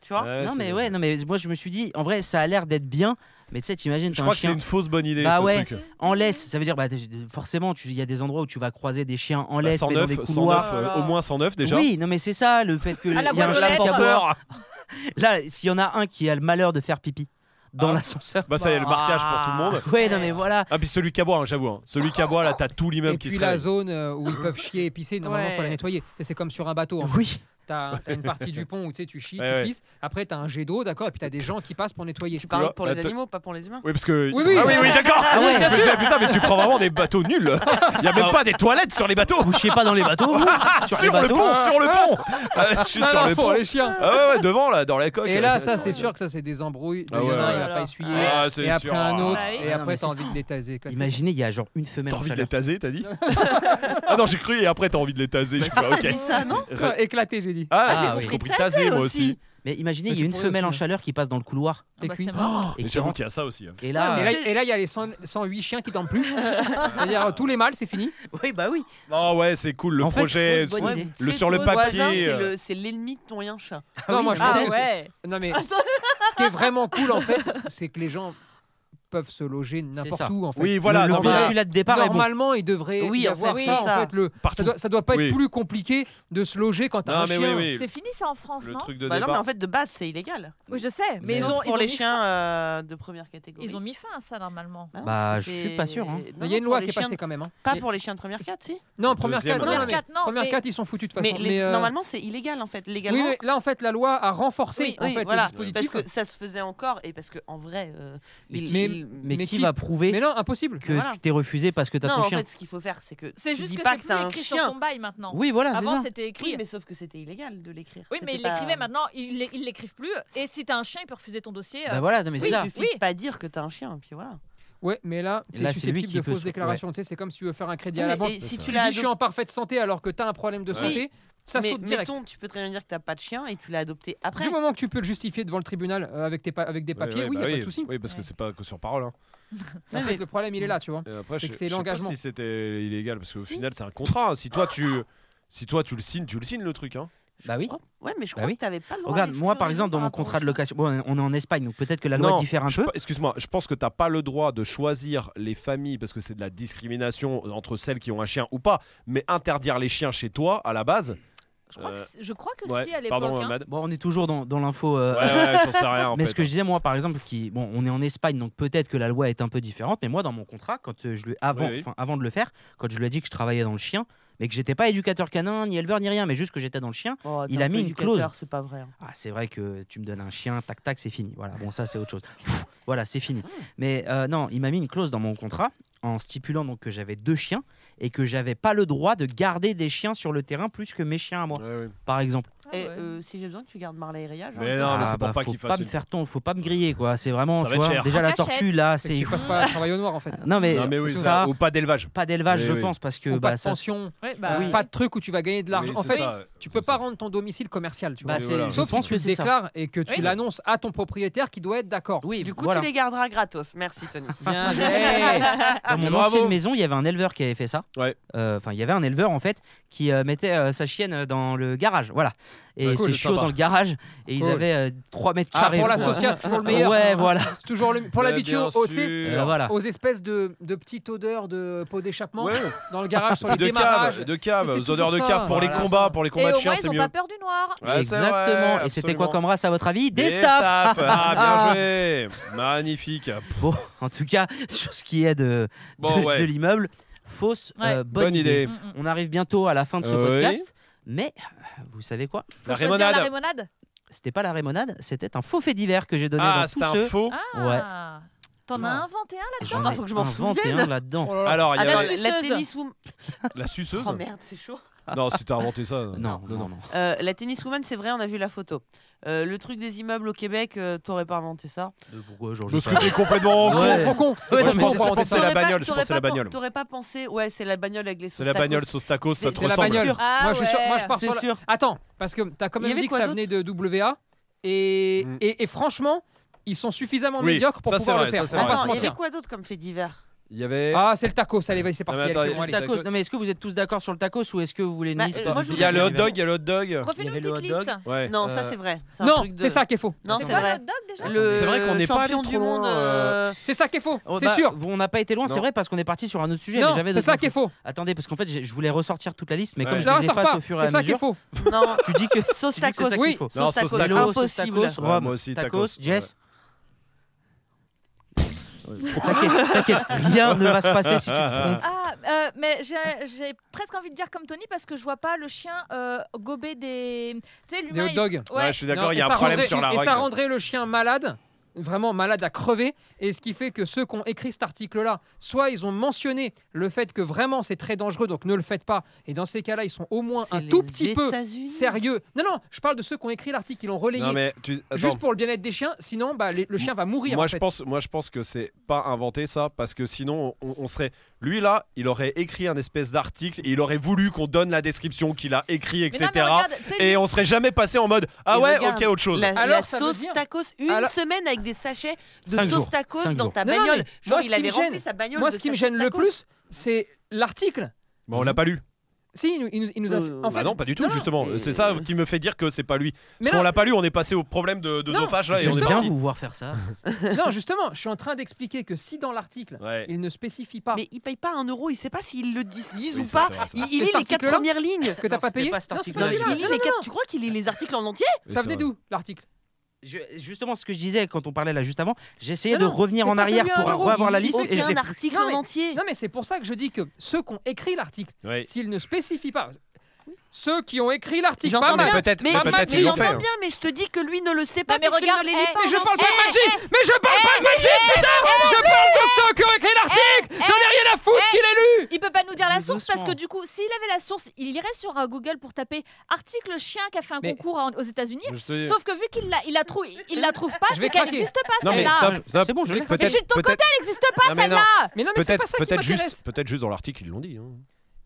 [SPEAKER 8] Tu vois
[SPEAKER 3] Ouais,
[SPEAKER 1] Ah, non,
[SPEAKER 3] c'est-
[SPEAKER 1] mais ouais, non, mais moi je me suis dit, en vrai, ça a l'air d'être bien, mais tu sais, t'imagines,
[SPEAKER 3] Je
[SPEAKER 1] t'as
[SPEAKER 3] crois
[SPEAKER 1] un
[SPEAKER 3] que c'est
[SPEAKER 1] chien
[SPEAKER 3] une fausse bonne idée
[SPEAKER 1] Bah
[SPEAKER 3] ce
[SPEAKER 1] ouais.
[SPEAKER 3] truc.
[SPEAKER 1] en laisse. Ça veut dire, bah, t'es- forcément, tu- il y a des endroits où tu vas croiser des chiens
[SPEAKER 3] Bah,
[SPEAKER 1] en laisse, mais dans des
[SPEAKER 3] 109,
[SPEAKER 1] couloirs.
[SPEAKER 3] 109, euh, au moins 109 déjà.
[SPEAKER 1] Oui, non, mais c'est ça, le fait que.
[SPEAKER 4] À la
[SPEAKER 1] il y a
[SPEAKER 4] boîte
[SPEAKER 1] un
[SPEAKER 4] aux
[SPEAKER 1] chien qui
[SPEAKER 4] lettres.
[SPEAKER 1] aboie.
[SPEAKER 3] l'ascenseur.
[SPEAKER 1] Là, s'il y en a un qui a le malheur de faire pipi dans
[SPEAKER 3] Ah.
[SPEAKER 1] l'ascenseur.
[SPEAKER 3] Bah ça y est, le marquage pour tout le monde.
[SPEAKER 1] Ouais, non, mais voilà.
[SPEAKER 3] Ah puis celui qui aboie, hein, j'avoue. hein. Celui qui aboie, là, t'as tout
[SPEAKER 5] Et
[SPEAKER 3] l'immeuble qui
[SPEAKER 5] puis
[SPEAKER 3] se
[SPEAKER 5] la
[SPEAKER 3] réveille.
[SPEAKER 5] zone euh, où ils peuvent chier et pisser, normalement, il faut la
[SPEAKER 4] Ouais.
[SPEAKER 5] nettoyer. Tu sais, C'est comme sur un bateau. en fait.
[SPEAKER 1] Oui,
[SPEAKER 5] T'as t'as une partie du pont où tu sais, tu chies,
[SPEAKER 3] Ouais,
[SPEAKER 5] tu
[SPEAKER 3] ouais.
[SPEAKER 5] pisses. Après, t'as un jet d'eau, d'accord Et puis t'as des gens qui passent pour nettoyer.
[SPEAKER 8] Tu parles pour les
[SPEAKER 3] Attends.
[SPEAKER 8] animaux, pas pour les humains.
[SPEAKER 3] Ah, Oui parce que
[SPEAKER 5] Oui, oui.
[SPEAKER 3] ah oui oui d'accord.
[SPEAKER 1] Ah ouais, bien
[SPEAKER 3] Mais putain, putain, mais tu prends vraiment des bateaux nuls. Il y a même pas des toilettes sur les bateaux.
[SPEAKER 1] vous chiez pas dans les bateaux, vous Sur les
[SPEAKER 3] le
[SPEAKER 1] bateaux
[SPEAKER 3] pont, sur le pont. Ah, Je suis
[SPEAKER 5] Non,
[SPEAKER 3] sur
[SPEAKER 5] non,
[SPEAKER 3] le
[SPEAKER 5] pour
[SPEAKER 3] pont.
[SPEAKER 5] les chiens.
[SPEAKER 3] Ah ouais, ouais, devant là, dans la coque.
[SPEAKER 5] Et là, ça, c'est sûr que ça, c'est des embrouilles. De
[SPEAKER 3] Ah
[SPEAKER 5] il y en a
[SPEAKER 3] ouais,
[SPEAKER 5] un,
[SPEAKER 3] ouais.
[SPEAKER 5] il va pas essuyer.
[SPEAKER 3] Ah, bah c'est
[SPEAKER 5] et après
[SPEAKER 3] sûr.
[SPEAKER 5] un autre.
[SPEAKER 4] Ah oui.
[SPEAKER 5] Et
[SPEAKER 1] Ah non, mais
[SPEAKER 5] après,
[SPEAKER 1] c'est-
[SPEAKER 5] t'as envie de détaser.
[SPEAKER 1] Imaginez, il y a genre une femelle
[SPEAKER 3] T'as
[SPEAKER 1] en
[SPEAKER 3] envie de les
[SPEAKER 1] chaleur.
[SPEAKER 3] taser, t'as dit Ah non, j'ai cru et après t'as envie de les taser. Je fais,
[SPEAKER 8] T'as dit
[SPEAKER 3] ok.
[SPEAKER 8] Ah, ça, non
[SPEAKER 5] Éclaté, j'ai dit.
[SPEAKER 3] Ah,
[SPEAKER 1] Ah, oui.
[SPEAKER 3] j'ai compris
[SPEAKER 8] Taser
[SPEAKER 3] taser moi
[SPEAKER 8] aussi.
[SPEAKER 3] aussi.
[SPEAKER 1] Mais imaginez,
[SPEAKER 5] Mais
[SPEAKER 1] il y
[SPEAKER 5] tu
[SPEAKER 1] a une
[SPEAKER 5] pourrais
[SPEAKER 1] femèle en
[SPEAKER 5] aussi, hein.
[SPEAKER 1] chaleur qui passe dans le couloir
[SPEAKER 5] T'es
[SPEAKER 4] bah,
[SPEAKER 5] cuit.
[SPEAKER 4] c'est mort.
[SPEAKER 1] et
[SPEAKER 3] Mais
[SPEAKER 1] qui
[SPEAKER 3] J'avoue
[SPEAKER 1] rentre.
[SPEAKER 3] qu'il y a ça aussi. hein.
[SPEAKER 1] Et
[SPEAKER 5] Et là,
[SPEAKER 1] là, euh,
[SPEAKER 5] et là, il y a les 100 108 chiens qui dorment plus. C'est-à-dire, euh, tous les mâles, c'est fini.
[SPEAKER 1] oui, bah oui.
[SPEAKER 3] Non, ouais, c'est cool le
[SPEAKER 1] En fait,
[SPEAKER 3] projet.
[SPEAKER 1] fausse bonne
[SPEAKER 3] sous-
[SPEAKER 1] idée.
[SPEAKER 3] Le
[SPEAKER 8] C'est
[SPEAKER 3] sur le
[SPEAKER 8] ton
[SPEAKER 3] papier.
[SPEAKER 8] voisin, c'est
[SPEAKER 3] euh,
[SPEAKER 8] le- C'est l'ennemi de ton rien chat.
[SPEAKER 5] Non, moi, je
[SPEAKER 4] Ah
[SPEAKER 5] pense que c'est-
[SPEAKER 4] ouais.
[SPEAKER 5] Non, mais ce qui est vraiment cool, en fait, c'est que les gens peuvent se loger n'importe
[SPEAKER 1] ça.
[SPEAKER 5] où en fait.
[SPEAKER 3] Oui, voilà.
[SPEAKER 1] le
[SPEAKER 3] non, mais-
[SPEAKER 5] normal.
[SPEAKER 1] postulat de départ est bon.
[SPEAKER 5] Normalement, il devrait
[SPEAKER 8] Oui,
[SPEAKER 5] y
[SPEAKER 8] en
[SPEAKER 5] avoir
[SPEAKER 8] fait,
[SPEAKER 5] ça,
[SPEAKER 8] oui,
[SPEAKER 5] en
[SPEAKER 8] ça.
[SPEAKER 5] fait. Le... Ça,
[SPEAKER 3] Partout.
[SPEAKER 5] doit, ça doit pas
[SPEAKER 3] Oui.
[SPEAKER 5] être plus compliqué de se loger quand t'as
[SPEAKER 3] Non,
[SPEAKER 5] un
[SPEAKER 3] mais
[SPEAKER 5] chien.
[SPEAKER 3] oui, oui.
[SPEAKER 4] C'est fini ça en France,
[SPEAKER 3] Le
[SPEAKER 4] non
[SPEAKER 3] truc de
[SPEAKER 8] Bah non, mais
[SPEAKER 3] départ.
[SPEAKER 8] en fait, de base, c'est illégal.
[SPEAKER 4] Oui, je sais, mais
[SPEAKER 8] Mais
[SPEAKER 4] ils ont, ils
[SPEAKER 8] pour
[SPEAKER 4] ont
[SPEAKER 8] les
[SPEAKER 4] mis
[SPEAKER 8] chiens euh, de première
[SPEAKER 4] fin-
[SPEAKER 8] catégorie.
[SPEAKER 4] ils ont mis fin à ça normalement.
[SPEAKER 8] non,
[SPEAKER 1] Bah,
[SPEAKER 8] parce que
[SPEAKER 1] je suis
[SPEAKER 8] c'est-
[SPEAKER 1] pas sûr, hein.
[SPEAKER 8] Non,
[SPEAKER 5] Mais il y a une
[SPEAKER 8] non, pour
[SPEAKER 5] loi
[SPEAKER 8] les
[SPEAKER 5] qui est passée
[SPEAKER 8] chiens-
[SPEAKER 5] quand même. hein.
[SPEAKER 8] Pas
[SPEAKER 5] Et-
[SPEAKER 8] pour les chiens de première carte, si
[SPEAKER 5] Non, première
[SPEAKER 3] Deuxième,
[SPEAKER 5] carte,
[SPEAKER 4] Première
[SPEAKER 5] non, mais-
[SPEAKER 4] carte, non,
[SPEAKER 5] première
[SPEAKER 4] mais-
[SPEAKER 5] carte, ils s'en foutus de toute
[SPEAKER 8] Mais,
[SPEAKER 5] façon.
[SPEAKER 8] les-
[SPEAKER 5] mais, euh,
[SPEAKER 8] normalement, c'est illégal en fait.
[SPEAKER 5] oui,
[SPEAKER 8] Légalement,
[SPEAKER 5] oui, là, en fait, la loi a renforcé
[SPEAKER 4] Oui,
[SPEAKER 5] en
[SPEAKER 8] oui,
[SPEAKER 5] fait,
[SPEAKER 8] voilà.
[SPEAKER 5] le dispositif.
[SPEAKER 8] parce que ça se faisait encore et parce que en vrai, euh,
[SPEAKER 1] Mais
[SPEAKER 8] il-
[SPEAKER 5] qui-
[SPEAKER 8] il-
[SPEAKER 1] Mais,
[SPEAKER 5] Mais
[SPEAKER 1] qui,
[SPEAKER 5] qui-
[SPEAKER 1] va prouver
[SPEAKER 5] Mais non, impossible.
[SPEAKER 1] que
[SPEAKER 8] voilà.
[SPEAKER 1] tu t'es refusé parce que t'as
[SPEAKER 8] non,
[SPEAKER 1] ton
[SPEAKER 8] en
[SPEAKER 1] chien
[SPEAKER 8] fait, ce qu'il faut faire, c'est que
[SPEAKER 4] C'est
[SPEAKER 8] tu
[SPEAKER 4] juste
[SPEAKER 8] dis
[SPEAKER 4] que
[SPEAKER 8] pas
[SPEAKER 4] c'est
[SPEAKER 8] que
[SPEAKER 4] plus
[SPEAKER 8] t'as un
[SPEAKER 4] écrit sur
[SPEAKER 8] chien.
[SPEAKER 4] ton bail maintenant.
[SPEAKER 1] Oui, voilà, c'est ça.
[SPEAKER 4] Avant c'était écrit.
[SPEAKER 8] Oui, mais sauf que c'était illégal de l'écrire.
[SPEAKER 4] Oui, mais
[SPEAKER 8] C'était
[SPEAKER 4] ils
[SPEAKER 8] pas-
[SPEAKER 4] l'écrivaient maintenant, ils l'é- ils l'écrivent plus. Et si t'as un chien, ils peuvent refuser ton dossier. euh,
[SPEAKER 1] Bah voilà, non, mais
[SPEAKER 8] Il
[SPEAKER 1] c'est ça.
[SPEAKER 8] suffit
[SPEAKER 4] Oui.
[SPEAKER 8] de pas dire que t'as un chien, et puis voilà.
[SPEAKER 5] Ouais, mais là, t'es
[SPEAKER 1] Là, c'est lui
[SPEAKER 5] susceptible
[SPEAKER 1] qui
[SPEAKER 5] de
[SPEAKER 1] peut
[SPEAKER 5] fausses
[SPEAKER 1] se-
[SPEAKER 5] déclarations. tu sais, C'est comme si tu veux faire un crédit à
[SPEAKER 8] Oui,
[SPEAKER 5] la
[SPEAKER 8] mais-
[SPEAKER 5] banque.
[SPEAKER 8] et si
[SPEAKER 3] ça.
[SPEAKER 8] tu
[SPEAKER 5] Tu dis,
[SPEAKER 8] l'as
[SPEAKER 5] je suis en parfaite santé alors que t'as un problème de
[SPEAKER 3] Oui.
[SPEAKER 5] santé, ça
[SPEAKER 8] mais
[SPEAKER 5] saute direct.
[SPEAKER 8] mettons, tu peux très bien dire que t'as pas de chien et tu l'as adopté après.
[SPEAKER 5] Du moment que tu peux le justifier devant le tribunal euh, avec, tes pa- avec des
[SPEAKER 3] Oui,
[SPEAKER 5] papiers, oui,
[SPEAKER 3] bah
[SPEAKER 5] y a pas de souci.
[SPEAKER 3] Oui, parce que
[SPEAKER 4] Ouais.
[SPEAKER 3] c'est pas que sur parole. hein.
[SPEAKER 5] En
[SPEAKER 8] Oui,
[SPEAKER 5] fait,
[SPEAKER 8] mais-
[SPEAKER 5] le problème, il est là, tu vois.
[SPEAKER 3] Et après,
[SPEAKER 5] C'est
[SPEAKER 3] je-
[SPEAKER 5] que c'est
[SPEAKER 3] je sais pas
[SPEAKER 5] l'engagement.
[SPEAKER 3] Si c'était illégal, parce qu'au final, c'est un contrat. Si toi, tu. Si toi tu le signes, tu le signes le truc. Hein.
[SPEAKER 1] Bah oui.
[SPEAKER 8] Je crois- Ouais, mais je
[SPEAKER 1] Bah
[SPEAKER 8] crois
[SPEAKER 1] oui.
[SPEAKER 8] que t'avais pas le droit.
[SPEAKER 1] Regarde, moi
[SPEAKER 8] d'exclure
[SPEAKER 1] par
[SPEAKER 8] les gens
[SPEAKER 1] exemple, dans mon
[SPEAKER 8] rapport au
[SPEAKER 1] contrat de
[SPEAKER 8] chien.
[SPEAKER 1] location, bon, on est en Espagne, donc peut-être que la loi
[SPEAKER 3] Non,
[SPEAKER 1] diffère un
[SPEAKER 3] je
[SPEAKER 1] peu.
[SPEAKER 3] pe- Excuse-moi, je pense que t'as pas le droit de choisir les familles parce que c'est de la discrimination entre celles qui ont un chien ou pas. Mais interdire les chiens chez toi à la base.
[SPEAKER 4] Je crois que,
[SPEAKER 3] Euh,
[SPEAKER 4] c'est- je crois que
[SPEAKER 3] ouais,
[SPEAKER 4] si à l'époque.
[SPEAKER 3] pardon,
[SPEAKER 4] hein.
[SPEAKER 3] Mad.
[SPEAKER 1] Bon, on est toujours dans, dans l'info. euh,
[SPEAKER 3] Ouais, ouais, j'en sais rien en
[SPEAKER 1] mais
[SPEAKER 3] fait. hein.
[SPEAKER 1] ce que je disais, moi par exemple, qui, bon, on est en Espagne, donc peut-être que la loi est un peu différente, mais moi dans mon contrat, quand euh, je lui, avant,
[SPEAKER 3] Oui, oui.
[SPEAKER 1] enfin, avant de le faire, quand je lui ai dit que je travaillais dans le chien, mais que j'étais pas éducateur canin, ni éleveur, ni rien, mais juste que j'étais dans le chien,
[SPEAKER 8] Oh, t'es
[SPEAKER 1] Il
[SPEAKER 8] un
[SPEAKER 1] a
[SPEAKER 8] peu
[SPEAKER 1] mis une
[SPEAKER 8] éducateur,
[SPEAKER 1] clause.
[SPEAKER 8] C'est pas vrai. hein.
[SPEAKER 1] Ah, c'est vrai que tu me donnes un chien, tac tac, c'est fini. Voilà, bon, ça c'est autre chose. voilà, c'est fini.
[SPEAKER 5] Ah.
[SPEAKER 1] Mais euh, non, il m'a mis une clause dans mon contrat en stipulant donc que j'avais deux chiens et que j'avais pas le droit de garder des chiens sur le terrain plus que mes chiens à moi,
[SPEAKER 3] Ouais, ouais.
[SPEAKER 1] par exemple.
[SPEAKER 4] Ah
[SPEAKER 8] Et
[SPEAKER 4] ouais.
[SPEAKER 8] euh, si j'ai besoin que tu gardes Marley et hein. Raya, genre,
[SPEAKER 3] Mais non, mais
[SPEAKER 1] Ah,
[SPEAKER 3] c'est pour
[SPEAKER 1] bah,
[SPEAKER 3] pas
[SPEAKER 1] faut
[SPEAKER 3] qu'il fasse
[SPEAKER 1] me
[SPEAKER 3] une
[SPEAKER 1] faire ton, faut pas me griller quoi. C'est vraiment,
[SPEAKER 3] Ça
[SPEAKER 1] tu
[SPEAKER 3] va être
[SPEAKER 1] vois,
[SPEAKER 3] cher.
[SPEAKER 1] déjà
[SPEAKER 4] En
[SPEAKER 1] la
[SPEAKER 4] cachette.
[SPEAKER 1] tortue là,
[SPEAKER 5] C'est que
[SPEAKER 1] c'est
[SPEAKER 5] tu fasses pas travail au noir, en fait.
[SPEAKER 1] non mais,
[SPEAKER 3] Non, mais oui,
[SPEAKER 1] ça,
[SPEAKER 3] ça, ou pas d'élevage.
[SPEAKER 1] pas d'élevage,
[SPEAKER 3] Oui,
[SPEAKER 1] je
[SPEAKER 3] oui.
[SPEAKER 1] pense parce que
[SPEAKER 5] Ou
[SPEAKER 1] bah,
[SPEAKER 5] pas de
[SPEAKER 1] ça,
[SPEAKER 5] pension,
[SPEAKER 4] Ouais, bah,
[SPEAKER 1] Ah Oui.
[SPEAKER 5] pas de truc où tu vas gagner de l'argent.
[SPEAKER 3] Oui,
[SPEAKER 5] En
[SPEAKER 3] c'est
[SPEAKER 5] fait,
[SPEAKER 3] ça,
[SPEAKER 5] tu
[SPEAKER 3] c'est
[SPEAKER 5] peux
[SPEAKER 3] ça.
[SPEAKER 5] pas rendre ton domicile commercial, tu vois.
[SPEAKER 1] bah,
[SPEAKER 3] Oui,
[SPEAKER 1] c'est-
[SPEAKER 3] voilà.
[SPEAKER 1] je
[SPEAKER 5] Sauf si
[SPEAKER 1] pense
[SPEAKER 5] tu
[SPEAKER 1] que
[SPEAKER 5] le
[SPEAKER 1] c'est ça.
[SPEAKER 5] déclares et que tu
[SPEAKER 4] Oui.
[SPEAKER 5] l'annonces à ton propriétaire qui doit être d'accord.
[SPEAKER 1] Oui,
[SPEAKER 8] du coup,
[SPEAKER 1] voilà.
[SPEAKER 8] tu les garderas gratos. Merci,
[SPEAKER 3] Ah,
[SPEAKER 8] Tony.
[SPEAKER 5] Bien joué. Ah,
[SPEAKER 1] Dans mon
[SPEAKER 3] Bravo.
[SPEAKER 1] ancienne maison, il y avait un éleveur qui avait fait ça.
[SPEAKER 3] Ouais.
[SPEAKER 1] Euh, Enfin, il y avait un éleveur en fait qui euh, mettait euh, sa chienne euh, dans le garage. Voilà. Et
[SPEAKER 3] Ouais, cool,
[SPEAKER 1] c'est chaud
[SPEAKER 3] sympa.
[SPEAKER 1] dans le garage. Et ils
[SPEAKER 5] Cool.
[SPEAKER 1] avaient euh, 3 mètres
[SPEAKER 5] Ah,
[SPEAKER 1] carrés.
[SPEAKER 5] pour
[SPEAKER 1] Voilà.
[SPEAKER 5] l'association, c'est toujours le meilleur.
[SPEAKER 1] Ouais, voilà.
[SPEAKER 5] C'est toujours le pour
[SPEAKER 3] Mais
[SPEAKER 5] l'habitude
[SPEAKER 3] bien
[SPEAKER 5] aux, tu sais,
[SPEAKER 1] Euh,
[SPEAKER 3] sûr.
[SPEAKER 1] voilà.
[SPEAKER 5] aux espèces de, de petites odeurs de peau d'échappement
[SPEAKER 3] Ouais.
[SPEAKER 5] dans le garage sur les
[SPEAKER 3] de
[SPEAKER 5] démarrages.
[SPEAKER 3] cave, de cave,
[SPEAKER 5] C'est- c'est
[SPEAKER 3] aux odeurs de
[SPEAKER 5] toujours
[SPEAKER 3] cave
[SPEAKER 5] ça.
[SPEAKER 3] pour les
[SPEAKER 5] Voilà.
[SPEAKER 3] combats, pour les
[SPEAKER 4] Et
[SPEAKER 3] combats de
[SPEAKER 4] au moins,
[SPEAKER 3] chiens,
[SPEAKER 4] ils
[SPEAKER 3] c'est
[SPEAKER 4] ont
[SPEAKER 3] mieux.
[SPEAKER 4] pas peur du noir.
[SPEAKER 3] Ouais, c'est vrai,
[SPEAKER 1] Exactement. et c'était quoi
[SPEAKER 3] absolument.
[SPEAKER 1] comme race à votre avis Des, staffs
[SPEAKER 3] staffs. Ah, bien joué Magnifique
[SPEAKER 1] Bon, en tout cas, sur ce qui est de,
[SPEAKER 3] Bon,
[SPEAKER 1] de,
[SPEAKER 3] ouais.
[SPEAKER 1] de l'immeuble, fausse
[SPEAKER 4] Ouais.
[SPEAKER 1] euh, bonne,
[SPEAKER 3] Bonne
[SPEAKER 1] idée.
[SPEAKER 3] idée.
[SPEAKER 4] Mm, mm.
[SPEAKER 1] On arrive bientôt à la fin de ce
[SPEAKER 3] Euh, oui.
[SPEAKER 1] podcast. Mais euh, vous savez quoi
[SPEAKER 4] Faut
[SPEAKER 3] La
[SPEAKER 4] choisir
[SPEAKER 3] rémonade
[SPEAKER 4] La rémonade.
[SPEAKER 1] C'était pas la rémonade, c'était un faux fait divers que j'ai donné
[SPEAKER 3] Ah,
[SPEAKER 1] dans
[SPEAKER 3] c'est
[SPEAKER 1] tout
[SPEAKER 3] un
[SPEAKER 1] ce.
[SPEAKER 3] faux
[SPEAKER 4] Ah. T'en as
[SPEAKER 5] Non.
[SPEAKER 4] inventé un là
[SPEAKER 1] J'en
[SPEAKER 8] Ah,
[SPEAKER 1] ai
[SPEAKER 8] faut que je m'en
[SPEAKER 1] inventé
[SPEAKER 8] souvienne.
[SPEAKER 1] un là-dedans.
[SPEAKER 5] Oh là là.
[SPEAKER 3] Alors, il y
[SPEAKER 8] Ah,
[SPEAKER 3] a
[SPEAKER 4] la
[SPEAKER 8] la,
[SPEAKER 3] la,
[SPEAKER 4] suceuse.
[SPEAKER 8] la tenniswoman.
[SPEAKER 3] la suceuse
[SPEAKER 8] Oh merde, c'est chaud.
[SPEAKER 3] Non, si t'as inventé ça.
[SPEAKER 1] Non, non, non. non.
[SPEAKER 8] Euh, la tenniswoman, c'est vrai, on a vu la photo. Euh, le truc des immeubles au Québec, euh, t'aurais pas inventé ça.
[SPEAKER 1] Pourquoi, genre,
[SPEAKER 3] Parce que t'es complètement con.
[SPEAKER 5] Trop
[SPEAKER 1] Ah, Ouais.
[SPEAKER 5] con, trop con.
[SPEAKER 1] Ouais,
[SPEAKER 5] Trop
[SPEAKER 1] non, mais
[SPEAKER 5] con
[SPEAKER 1] c'est-
[SPEAKER 5] pour
[SPEAKER 3] je
[SPEAKER 5] inventer
[SPEAKER 3] pense
[SPEAKER 5] ça.
[SPEAKER 3] que c'est la
[SPEAKER 8] T'aurais pas-
[SPEAKER 3] bagnole, je
[SPEAKER 8] t'aurais
[SPEAKER 3] pense que c'est
[SPEAKER 8] pas
[SPEAKER 3] la
[SPEAKER 8] pen-
[SPEAKER 3] bagnole.
[SPEAKER 8] T'aurais pas pensé, ouais, c'est la bagnole avec les sauces
[SPEAKER 3] C'est la
[SPEAKER 8] tacos.
[SPEAKER 3] bagnole sauce tacos, ça
[SPEAKER 8] C'est-
[SPEAKER 3] te
[SPEAKER 5] C'est la
[SPEAKER 3] ressemble.
[SPEAKER 5] bagnole.
[SPEAKER 4] Ah
[SPEAKER 5] moi, je, suis sur-
[SPEAKER 4] ouais.
[SPEAKER 5] moi, je pars sur
[SPEAKER 8] C'est
[SPEAKER 5] la-
[SPEAKER 8] sûr.
[SPEAKER 5] Attends, parce que t'as quand
[SPEAKER 8] Il y
[SPEAKER 5] même
[SPEAKER 8] avait
[SPEAKER 5] dit que
[SPEAKER 8] quoi
[SPEAKER 5] ça venait de WA. Et,
[SPEAKER 3] Mm.
[SPEAKER 5] et, et franchement, ils sont suffisamment
[SPEAKER 3] Oui,
[SPEAKER 5] médiocres pour
[SPEAKER 3] ça, c'est
[SPEAKER 5] pouvoir le
[SPEAKER 3] vrai,
[SPEAKER 5] faire.
[SPEAKER 3] ça, c'est
[SPEAKER 5] on va
[SPEAKER 3] vrai.
[SPEAKER 5] pas se
[SPEAKER 8] Attends, il y avait
[SPEAKER 5] mentir.
[SPEAKER 8] quoi d'autre comme fait divers
[SPEAKER 3] Il y avait.
[SPEAKER 5] Ah, c'est le taco, allez, vas-y, c'est parti.
[SPEAKER 3] Ah, mais
[SPEAKER 5] allez,
[SPEAKER 3] attends,
[SPEAKER 5] c'est bon,
[SPEAKER 3] il-
[SPEAKER 5] allez.
[SPEAKER 1] Tacos. Non mais est-ce que vous êtes tous d'accord sur le tacos ou est-ce que vous voulez une
[SPEAKER 8] Bah,
[SPEAKER 1] liste
[SPEAKER 8] euh, moi, je
[SPEAKER 3] Il y a le hot
[SPEAKER 8] voulais-
[SPEAKER 3] dog, il y a le hot dog.
[SPEAKER 1] Il
[SPEAKER 4] Refais-nous
[SPEAKER 1] y avait
[SPEAKER 4] une
[SPEAKER 1] le
[SPEAKER 4] petite
[SPEAKER 1] hot dog.
[SPEAKER 4] liste.
[SPEAKER 3] Ouais.
[SPEAKER 1] Euh,
[SPEAKER 8] Non, ça c'est vrai. un
[SPEAKER 5] Non,
[SPEAKER 8] truc de-
[SPEAKER 5] c'est ça qui est faux.
[SPEAKER 8] Non,
[SPEAKER 4] C'est
[SPEAKER 8] c'est
[SPEAKER 4] quoi le
[SPEAKER 8] vrai.
[SPEAKER 4] hot dog déjà
[SPEAKER 8] Le
[SPEAKER 3] C'est vrai qu'on n'est pas allé
[SPEAKER 8] champion
[SPEAKER 3] trop
[SPEAKER 8] du
[SPEAKER 3] loin,
[SPEAKER 8] monde,
[SPEAKER 3] euh,
[SPEAKER 8] euh,
[SPEAKER 5] C'est ça qui est faux,
[SPEAKER 1] Oh,
[SPEAKER 5] c'est
[SPEAKER 1] bah,
[SPEAKER 5] sûr.
[SPEAKER 1] vous- On n'a pas été loin, c'est
[SPEAKER 3] Non.
[SPEAKER 1] vrai, parce qu'on est parti sur un autre sujet. mais
[SPEAKER 5] Non,
[SPEAKER 1] j'avais
[SPEAKER 5] c'est ça
[SPEAKER 1] d'autres
[SPEAKER 5] qui est
[SPEAKER 1] trucs.
[SPEAKER 5] faux.
[SPEAKER 1] Attendez, parce qu'en fait, j'ai- je voulais ressortir toute la liste, mais
[SPEAKER 3] Ouais.
[SPEAKER 1] comme
[SPEAKER 5] Je
[SPEAKER 1] je
[SPEAKER 5] la
[SPEAKER 1] les
[SPEAKER 5] ressors
[SPEAKER 1] efface
[SPEAKER 5] pas.
[SPEAKER 1] au fur et
[SPEAKER 5] C'est
[SPEAKER 1] à
[SPEAKER 5] ça qui est
[SPEAKER 1] mesure,
[SPEAKER 5] faux.
[SPEAKER 8] euh, Non,
[SPEAKER 1] tu dis que
[SPEAKER 8] sauce
[SPEAKER 1] tu dis que c'est
[SPEAKER 8] tacos.
[SPEAKER 1] ça qu'il
[SPEAKER 5] Oui.
[SPEAKER 1] faut.
[SPEAKER 3] Non,
[SPEAKER 8] Sauce
[SPEAKER 3] sauce
[SPEAKER 8] tacos,
[SPEAKER 3] tacos.
[SPEAKER 8] impossible.
[SPEAKER 1] Tacos, Rome,
[SPEAKER 3] moi aussi,
[SPEAKER 1] tacos,
[SPEAKER 3] tacos,
[SPEAKER 1] Jess. T'inquiète, t'inquiète, rien ne va se passer si tu te trompes.
[SPEAKER 4] Ah, euh, mais j'ai j'ai presque envie de dire comme Tony parce que je vois pas le chien euh, gober des. Tu sais,
[SPEAKER 5] Des
[SPEAKER 4] l'humain.
[SPEAKER 5] hot
[SPEAKER 4] il-
[SPEAKER 5] dogs.
[SPEAKER 3] Ouais,
[SPEAKER 4] Ouais.
[SPEAKER 3] je suis d'accord,
[SPEAKER 5] Non,
[SPEAKER 3] il y
[SPEAKER 5] et
[SPEAKER 3] a un
[SPEAKER 5] ça
[SPEAKER 3] problème
[SPEAKER 5] rendrait-
[SPEAKER 3] sur la
[SPEAKER 5] Et ça
[SPEAKER 3] règle.
[SPEAKER 5] rendrait le chien malade, vraiment malade à crever. Et ce qui fait que ceux qui ont écrit cet article-là, soit ils ont mentionné le fait que vraiment c'est très dangereux, donc ne le faites pas. Et dans ces cas-là, ils sont au moins
[SPEAKER 8] c'est
[SPEAKER 5] un
[SPEAKER 8] les
[SPEAKER 5] tout petit peu
[SPEAKER 8] États-Unis.
[SPEAKER 5] sérieux. Non, non, je parle de ceux qui ont écrit l'article, ils l'ont relayé.
[SPEAKER 3] Non, mais tu. attends.
[SPEAKER 5] Juste pour le bien-être des chiens, sinon bah, les- le chien va mourir.
[SPEAKER 3] Moi
[SPEAKER 5] en
[SPEAKER 3] je,
[SPEAKER 5] fait.
[SPEAKER 3] pense, moi je pense que c'est pas inventé ça parce que sinon on, on serait lui là il aurait écrit un espèce d'article et il aurait voulu qu'on donne la description qu'il a écrit
[SPEAKER 4] Mais
[SPEAKER 3] etc
[SPEAKER 4] non, mais regarde, tu sais,
[SPEAKER 3] et on serait jamais passé en mode ah
[SPEAKER 8] Et
[SPEAKER 3] ouais
[SPEAKER 8] regarde,
[SPEAKER 3] ok autre chose
[SPEAKER 8] La, la
[SPEAKER 5] Alors, ça veut
[SPEAKER 8] sauce
[SPEAKER 5] dire-
[SPEAKER 8] tacos, une
[SPEAKER 5] Alors-
[SPEAKER 8] semaine avec des sachets de
[SPEAKER 1] Cinq
[SPEAKER 8] sauce
[SPEAKER 1] jours.
[SPEAKER 8] tacos
[SPEAKER 1] Cinq
[SPEAKER 8] dans
[SPEAKER 1] jours.
[SPEAKER 8] ta
[SPEAKER 5] Non, non,
[SPEAKER 8] bagnole.
[SPEAKER 5] mais
[SPEAKER 8] Genre,
[SPEAKER 5] moi, ce
[SPEAKER 8] il
[SPEAKER 5] qui
[SPEAKER 8] avait
[SPEAKER 5] me
[SPEAKER 8] rempli
[SPEAKER 5] gêne-
[SPEAKER 8] sa bagnole
[SPEAKER 5] Moi,
[SPEAKER 8] de
[SPEAKER 5] ce qui me
[SPEAKER 8] sachets de
[SPEAKER 5] gêne le
[SPEAKER 8] tacos.
[SPEAKER 5] plus, c'est l'article.
[SPEAKER 3] Bah, on l'a pas lu
[SPEAKER 5] Si, il nous, il nous- il nous a. fait-
[SPEAKER 8] Euh,
[SPEAKER 5] en
[SPEAKER 3] Bah
[SPEAKER 5] fait,
[SPEAKER 3] non, pas du tout,
[SPEAKER 5] non, non.
[SPEAKER 3] justement.
[SPEAKER 8] Et-
[SPEAKER 3] C'est ça qui me fait dire que c'est pas lui.
[SPEAKER 5] Mais
[SPEAKER 3] Parce
[SPEAKER 5] non.
[SPEAKER 3] qu'on l'a pas lu, on est passé au problème de- d'œsophage là et on est
[SPEAKER 1] J'aime bien
[SPEAKER 3] parti.
[SPEAKER 1] vous voir faire ça.
[SPEAKER 5] non, justement, je suis en train d'expliquer que si dans l'article,
[SPEAKER 3] Ouais.
[SPEAKER 5] il ne spécifie pas
[SPEAKER 8] Mais il paye pas un euro, il sait pas s'ils le disent, disent
[SPEAKER 3] Oui,
[SPEAKER 8] ou
[SPEAKER 3] c'est
[SPEAKER 8] pas.
[SPEAKER 3] vrai, c'est vrai.
[SPEAKER 8] il il
[SPEAKER 5] Et cet
[SPEAKER 8] lit les quatre
[SPEAKER 5] article-là
[SPEAKER 8] premières lignes.
[SPEAKER 5] que t'as
[SPEAKER 1] Non,
[SPEAKER 5] pas
[SPEAKER 1] c'était
[SPEAKER 5] payé,
[SPEAKER 1] pas cet
[SPEAKER 5] non, c'est pas
[SPEAKER 1] article-là.
[SPEAKER 5] celui-là.
[SPEAKER 8] Non, mais il lit
[SPEAKER 5] Non,
[SPEAKER 8] les
[SPEAKER 5] non,
[SPEAKER 8] quatre.
[SPEAKER 5] non.
[SPEAKER 8] Tu crois qu'il lit les articles en entier
[SPEAKER 5] Ça venait d'où l'article
[SPEAKER 1] Je- justement, ce que je disais quand on parlait là juste avant, j'essayais
[SPEAKER 5] Ah Non,
[SPEAKER 1] de
[SPEAKER 5] non,
[SPEAKER 1] revenir
[SPEAKER 5] c'est
[SPEAKER 1] en
[SPEAKER 5] pas
[SPEAKER 1] arrière
[SPEAKER 5] celui à
[SPEAKER 1] pour
[SPEAKER 5] un euro,
[SPEAKER 1] revoir la
[SPEAKER 5] il-
[SPEAKER 1] liste. et je
[SPEAKER 8] Aucun
[SPEAKER 1] l'ai-
[SPEAKER 8] article
[SPEAKER 5] Non,
[SPEAKER 8] en
[SPEAKER 5] mais-
[SPEAKER 8] entier.
[SPEAKER 5] Non, mais c'est pour ça que je dis que ceux qui ont écrit l'article,
[SPEAKER 3] Ouais.
[SPEAKER 5] s'ils ne spécifient pas, ceux qui ont écrit l'article,
[SPEAKER 8] J'entends
[SPEAKER 5] pas
[SPEAKER 8] bien.
[SPEAKER 5] mal.
[SPEAKER 3] peut-être,
[SPEAKER 8] Mais,
[SPEAKER 5] pas
[SPEAKER 8] mais
[SPEAKER 5] mal,
[SPEAKER 3] peut-être
[SPEAKER 5] mais
[SPEAKER 3] ils l'ont
[SPEAKER 8] j'entends
[SPEAKER 3] fait.
[SPEAKER 8] bien, mais je te dis que lui ne le sait pas
[SPEAKER 4] Non, mais
[SPEAKER 8] puisqu'il
[SPEAKER 4] regarde,
[SPEAKER 8] ne les lit
[SPEAKER 4] eh,
[SPEAKER 8] pas.
[SPEAKER 5] Mais je
[SPEAKER 8] en
[SPEAKER 5] parle pas
[SPEAKER 8] entier. eh.
[SPEAKER 5] de Magic Mais je parle pas de Magic, putain Je parle de ceux qui ont écrit
[SPEAKER 8] Eh,
[SPEAKER 5] l'article J'en ai rien à foutre
[SPEAKER 4] eh.
[SPEAKER 5] qu'il ait lu
[SPEAKER 4] Il peut pas nous dire la
[SPEAKER 1] Mais
[SPEAKER 4] source parce
[SPEAKER 1] doucement.
[SPEAKER 4] que du coup, s'il avait la source, il irait sur euh, Google pour taper article chien qui a fait un
[SPEAKER 5] Mais-
[SPEAKER 4] concours en- aux États-Unis.
[SPEAKER 9] Je te dis-
[SPEAKER 4] Sauf que vu qu'il la, il la, trou- il la trouve pas,
[SPEAKER 5] Je vais
[SPEAKER 4] c'est qu'elle
[SPEAKER 5] claquer.
[SPEAKER 4] n'existe pas
[SPEAKER 3] Non mais
[SPEAKER 4] celle-là. Ah.
[SPEAKER 3] stop, stop.
[SPEAKER 1] C'est bon, je l'ai.
[SPEAKER 4] Mais je suis de ton
[SPEAKER 3] peut-être-
[SPEAKER 4] côté, elle n'existe pas
[SPEAKER 3] Non, mais non.
[SPEAKER 4] celle-là
[SPEAKER 5] Mais non, mais c'est pas
[SPEAKER 3] Peut-être,
[SPEAKER 5] ça qui
[SPEAKER 3] peut-être
[SPEAKER 5] m'intéresse
[SPEAKER 3] juste, peut-être juste dans l'article ils l'ont dit. hein.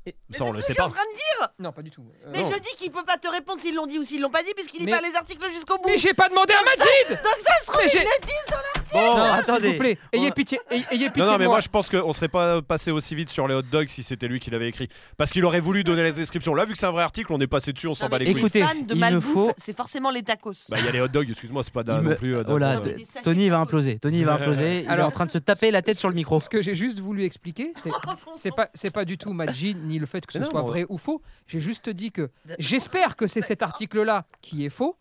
[SPEAKER 5] Et-
[SPEAKER 3] Ça on
[SPEAKER 8] C'est
[SPEAKER 3] le
[SPEAKER 8] ce
[SPEAKER 3] sait
[SPEAKER 8] que je suis en
[SPEAKER 3] pas.
[SPEAKER 8] train de dire.
[SPEAKER 5] Non, pas du tout. Euh,
[SPEAKER 8] Mais
[SPEAKER 3] Non.
[SPEAKER 8] je dis qu'il peut pas te répondre s'ils l'ont dit ou s'ils l'ont pas dit puisqu'il lit
[SPEAKER 5] Mais-
[SPEAKER 8] pas les articles jusqu'au bout.
[SPEAKER 5] Mais j'ai pas demandé à Majid
[SPEAKER 8] Donc ça se trouve,
[SPEAKER 5] Mais
[SPEAKER 8] ils
[SPEAKER 5] j'ai-
[SPEAKER 8] le disent.
[SPEAKER 3] Bon,
[SPEAKER 5] Non,
[SPEAKER 1] Oh, attendez.
[SPEAKER 5] s'il vous plaît, ayez
[SPEAKER 1] On-
[SPEAKER 5] pitié, ayez, ayez pitié
[SPEAKER 3] Non, non,
[SPEAKER 5] de
[SPEAKER 3] mais moi je pense qu'on serait pas passé aussi vite sur les hot dogs si c'était lui qui l'avait écrit. Parce qu'il aurait voulu donner la description. Là, vu que c'est un vrai article, on est passé dessus, on s'en
[SPEAKER 8] Non,
[SPEAKER 3] bat
[SPEAKER 8] mais
[SPEAKER 3] les couilles.
[SPEAKER 1] Écoutez,
[SPEAKER 8] les fans de
[SPEAKER 1] il me
[SPEAKER 8] malbouffe,
[SPEAKER 1] faut-
[SPEAKER 8] c'est forcément les tacos.
[SPEAKER 3] Bah, il y a les hot dogs, excuse-moi, c'est pas d'un-
[SPEAKER 1] Il me-
[SPEAKER 3] non plus. euh, d'un-
[SPEAKER 1] Oh là,
[SPEAKER 3] ouais.
[SPEAKER 1] t- Tony va imploser. Tony va imploser. Il est
[SPEAKER 5] Alors-
[SPEAKER 1] en train de se taper la tête sur le micro.
[SPEAKER 5] Ce que j'ai juste voulu expliquer, c'est c'est pas c'est pas du tout Majid ni le fait que ce
[SPEAKER 3] Mais non,
[SPEAKER 5] soit
[SPEAKER 3] mais on-
[SPEAKER 5] vrai ou faux. J'ai juste dit que j'espère que c'est cet article-là qui est faux.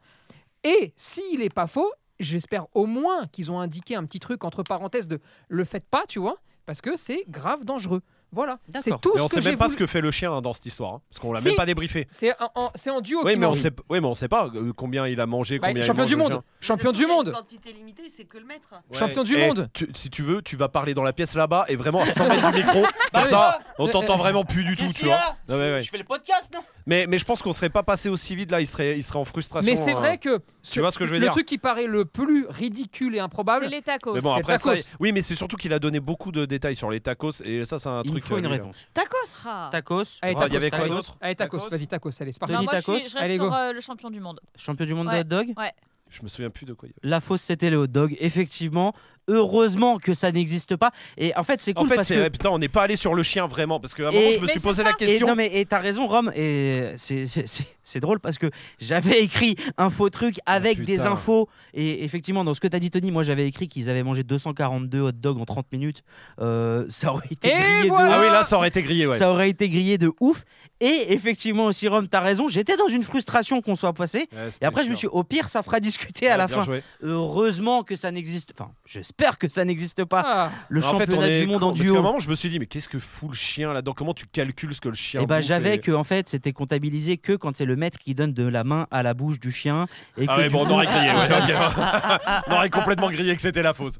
[SPEAKER 5] Et s'il est pas faux, j'espère au moins qu'ils ont indiqué un petit truc entre parenthèses de le faites pas, tu vois, parce que c'est grave dangereux. Voilà, c'est tout
[SPEAKER 3] Mais
[SPEAKER 5] ce
[SPEAKER 3] on
[SPEAKER 5] que
[SPEAKER 3] sait
[SPEAKER 5] j'ai
[SPEAKER 3] même pas
[SPEAKER 5] voulu.
[SPEAKER 3] ce que fait le chien hein, dans cette histoire. hein, parce qu'on l'a
[SPEAKER 5] Si.
[SPEAKER 3] même pas débriefé.
[SPEAKER 5] C'est en, en- c'est en duo.
[SPEAKER 3] Oui
[SPEAKER 5] qu'ils
[SPEAKER 3] mais, on
[SPEAKER 5] m'ont dit.
[SPEAKER 3] sait, oui, mais on sait pas euh, combien il a mangé,
[SPEAKER 5] Bah,
[SPEAKER 3] combien il
[SPEAKER 5] champion
[SPEAKER 3] mange
[SPEAKER 5] du
[SPEAKER 3] le
[SPEAKER 5] monde,
[SPEAKER 3] chien.
[SPEAKER 5] champion du monde.
[SPEAKER 8] Quand il limitée, c'est que le maître.
[SPEAKER 5] Champion du
[SPEAKER 3] Eh,
[SPEAKER 5] monde.
[SPEAKER 3] tu- si tu veux, tu vas parler dans la pièce là-bas et vraiment à 100 mètres du
[SPEAKER 5] Bah
[SPEAKER 3] micro. Comme ça, on t'entend vraiment plus du tout, tu vois. Non, mais, ouais.
[SPEAKER 7] fais le podcast, non
[SPEAKER 3] mais, mais je pense qu'on serait pas passé aussi vite là, il serait, il serait en frustration.
[SPEAKER 5] Mais c'est
[SPEAKER 3] hein.
[SPEAKER 5] vrai que ce-
[SPEAKER 3] vois ce que je veux
[SPEAKER 5] le
[SPEAKER 3] dire
[SPEAKER 5] truc qui paraît le plus ridicule et improbable,
[SPEAKER 4] C'est les tacos.
[SPEAKER 3] Mais bon,
[SPEAKER 5] c'est
[SPEAKER 3] après ça,
[SPEAKER 5] tacos.
[SPEAKER 3] oui, mais c'est surtout qu'il a donné beaucoup de détails sur les tacos et ça, c'est un
[SPEAKER 1] Il me
[SPEAKER 3] truc.
[SPEAKER 1] faut
[SPEAKER 3] euh,
[SPEAKER 1] une
[SPEAKER 3] lui, là.
[SPEAKER 1] réponse.
[SPEAKER 8] Tacos
[SPEAKER 4] Ah.
[SPEAKER 1] Tacos.
[SPEAKER 5] Allez,
[SPEAKER 3] Ah, il y avait quoi
[SPEAKER 1] Tacos.
[SPEAKER 3] d'autre
[SPEAKER 5] Allez, tacos,
[SPEAKER 3] Tacos.
[SPEAKER 5] vas-y, tacos, allez, c'est parti.
[SPEAKER 4] Non,
[SPEAKER 1] Denis
[SPEAKER 4] moi, je, suis-
[SPEAKER 1] Tacos.
[SPEAKER 4] je reste
[SPEAKER 5] Allez, go.
[SPEAKER 4] sur euh, le champion du monde.
[SPEAKER 1] Champion du monde
[SPEAKER 4] Ouais.
[SPEAKER 1] de hot dog.
[SPEAKER 3] Je me souviens plus de quoi. il y avait.
[SPEAKER 1] La fausse, c'était les hot dogs. Effectivement, heureusement que ça n'existe pas. Et en fait, c'est cool
[SPEAKER 3] En fait,
[SPEAKER 1] parce
[SPEAKER 3] c'est
[SPEAKER 1] que
[SPEAKER 3] ouais, putain, on n'est pas allé sur le chien vraiment parce qu'à un
[SPEAKER 1] Et-
[SPEAKER 3] moment, je me
[SPEAKER 4] Mais
[SPEAKER 3] suis
[SPEAKER 4] c'est
[SPEAKER 3] posé la
[SPEAKER 4] ça.
[SPEAKER 1] Et
[SPEAKER 3] question.
[SPEAKER 1] non mais et t'as raison Rome et c'est- c'est c'est- c'est drôle parce que j'avais écrit un faux truc avec
[SPEAKER 3] Ah, putain.
[SPEAKER 1] des infos et effectivement dans ce que t'as dit Tony moi j'avais écrit qu'ils avaient mangé 242 hot dogs en 30 minutes Euh, ça aurait été
[SPEAKER 5] Et
[SPEAKER 1] grillé
[SPEAKER 5] voilà.
[SPEAKER 3] Ah
[SPEAKER 1] de
[SPEAKER 3] oui,
[SPEAKER 1] ouf.
[SPEAKER 3] là, ça aurait été grillé, ouais.
[SPEAKER 1] ça aurait été grillé de ouf et effectivement aussi Rome t'as raison j'étais dans une frustration qu'on soit passé
[SPEAKER 3] Ouais, c'était
[SPEAKER 1] et après je me
[SPEAKER 3] sûr.
[SPEAKER 1] suis au pire ça fera discuter à
[SPEAKER 3] Ouais,
[SPEAKER 1] la
[SPEAKER 3] bien
[SPEAKER 1] fin
[SPEAKER 3] joué.
[SPEAKER 1] heureusement que ça n'existe enfin j'espère que ça n'existe pas
[SPEAKER 5] Ah,
[SPEAKER 1] le
[SPEAKER 3] En fait, on
[SPEAKER 1] championnat
[SPEAKER 3] est
[SPEAKER 1] du monde
[SPEAKER 3] con,
[SPEAKER 1] en
[SPEAKER 3] parce qu'à un
[SPEAKER 1] duo
[SPEAKER 3] moment, je me suis dit, mais qu'est-ce que fout le chien là-dedans Comment tu calcules ce que le chien
[SPEAKER 1] Et bah
[SPEAKER 3] bouffe
[SPEAKER 1] j'avais
[SPEAKER 3] et-
[SPEAKER 1] que en fait c'était comptabilisé que quand c'est le maître qui donne de la main à la bouche du chien et
[SPEAKER 3] Ah
[SPEAKER 1] que
[SPEAKER 3] ouais,
[SPEAKER 1] du
[SPEAKER 3] bon, on
[SPEAKER 1] coup-
[SPEAKER 3] aurait grillé. ouais, ok. on aurait complètement grillé que c'était la fausse.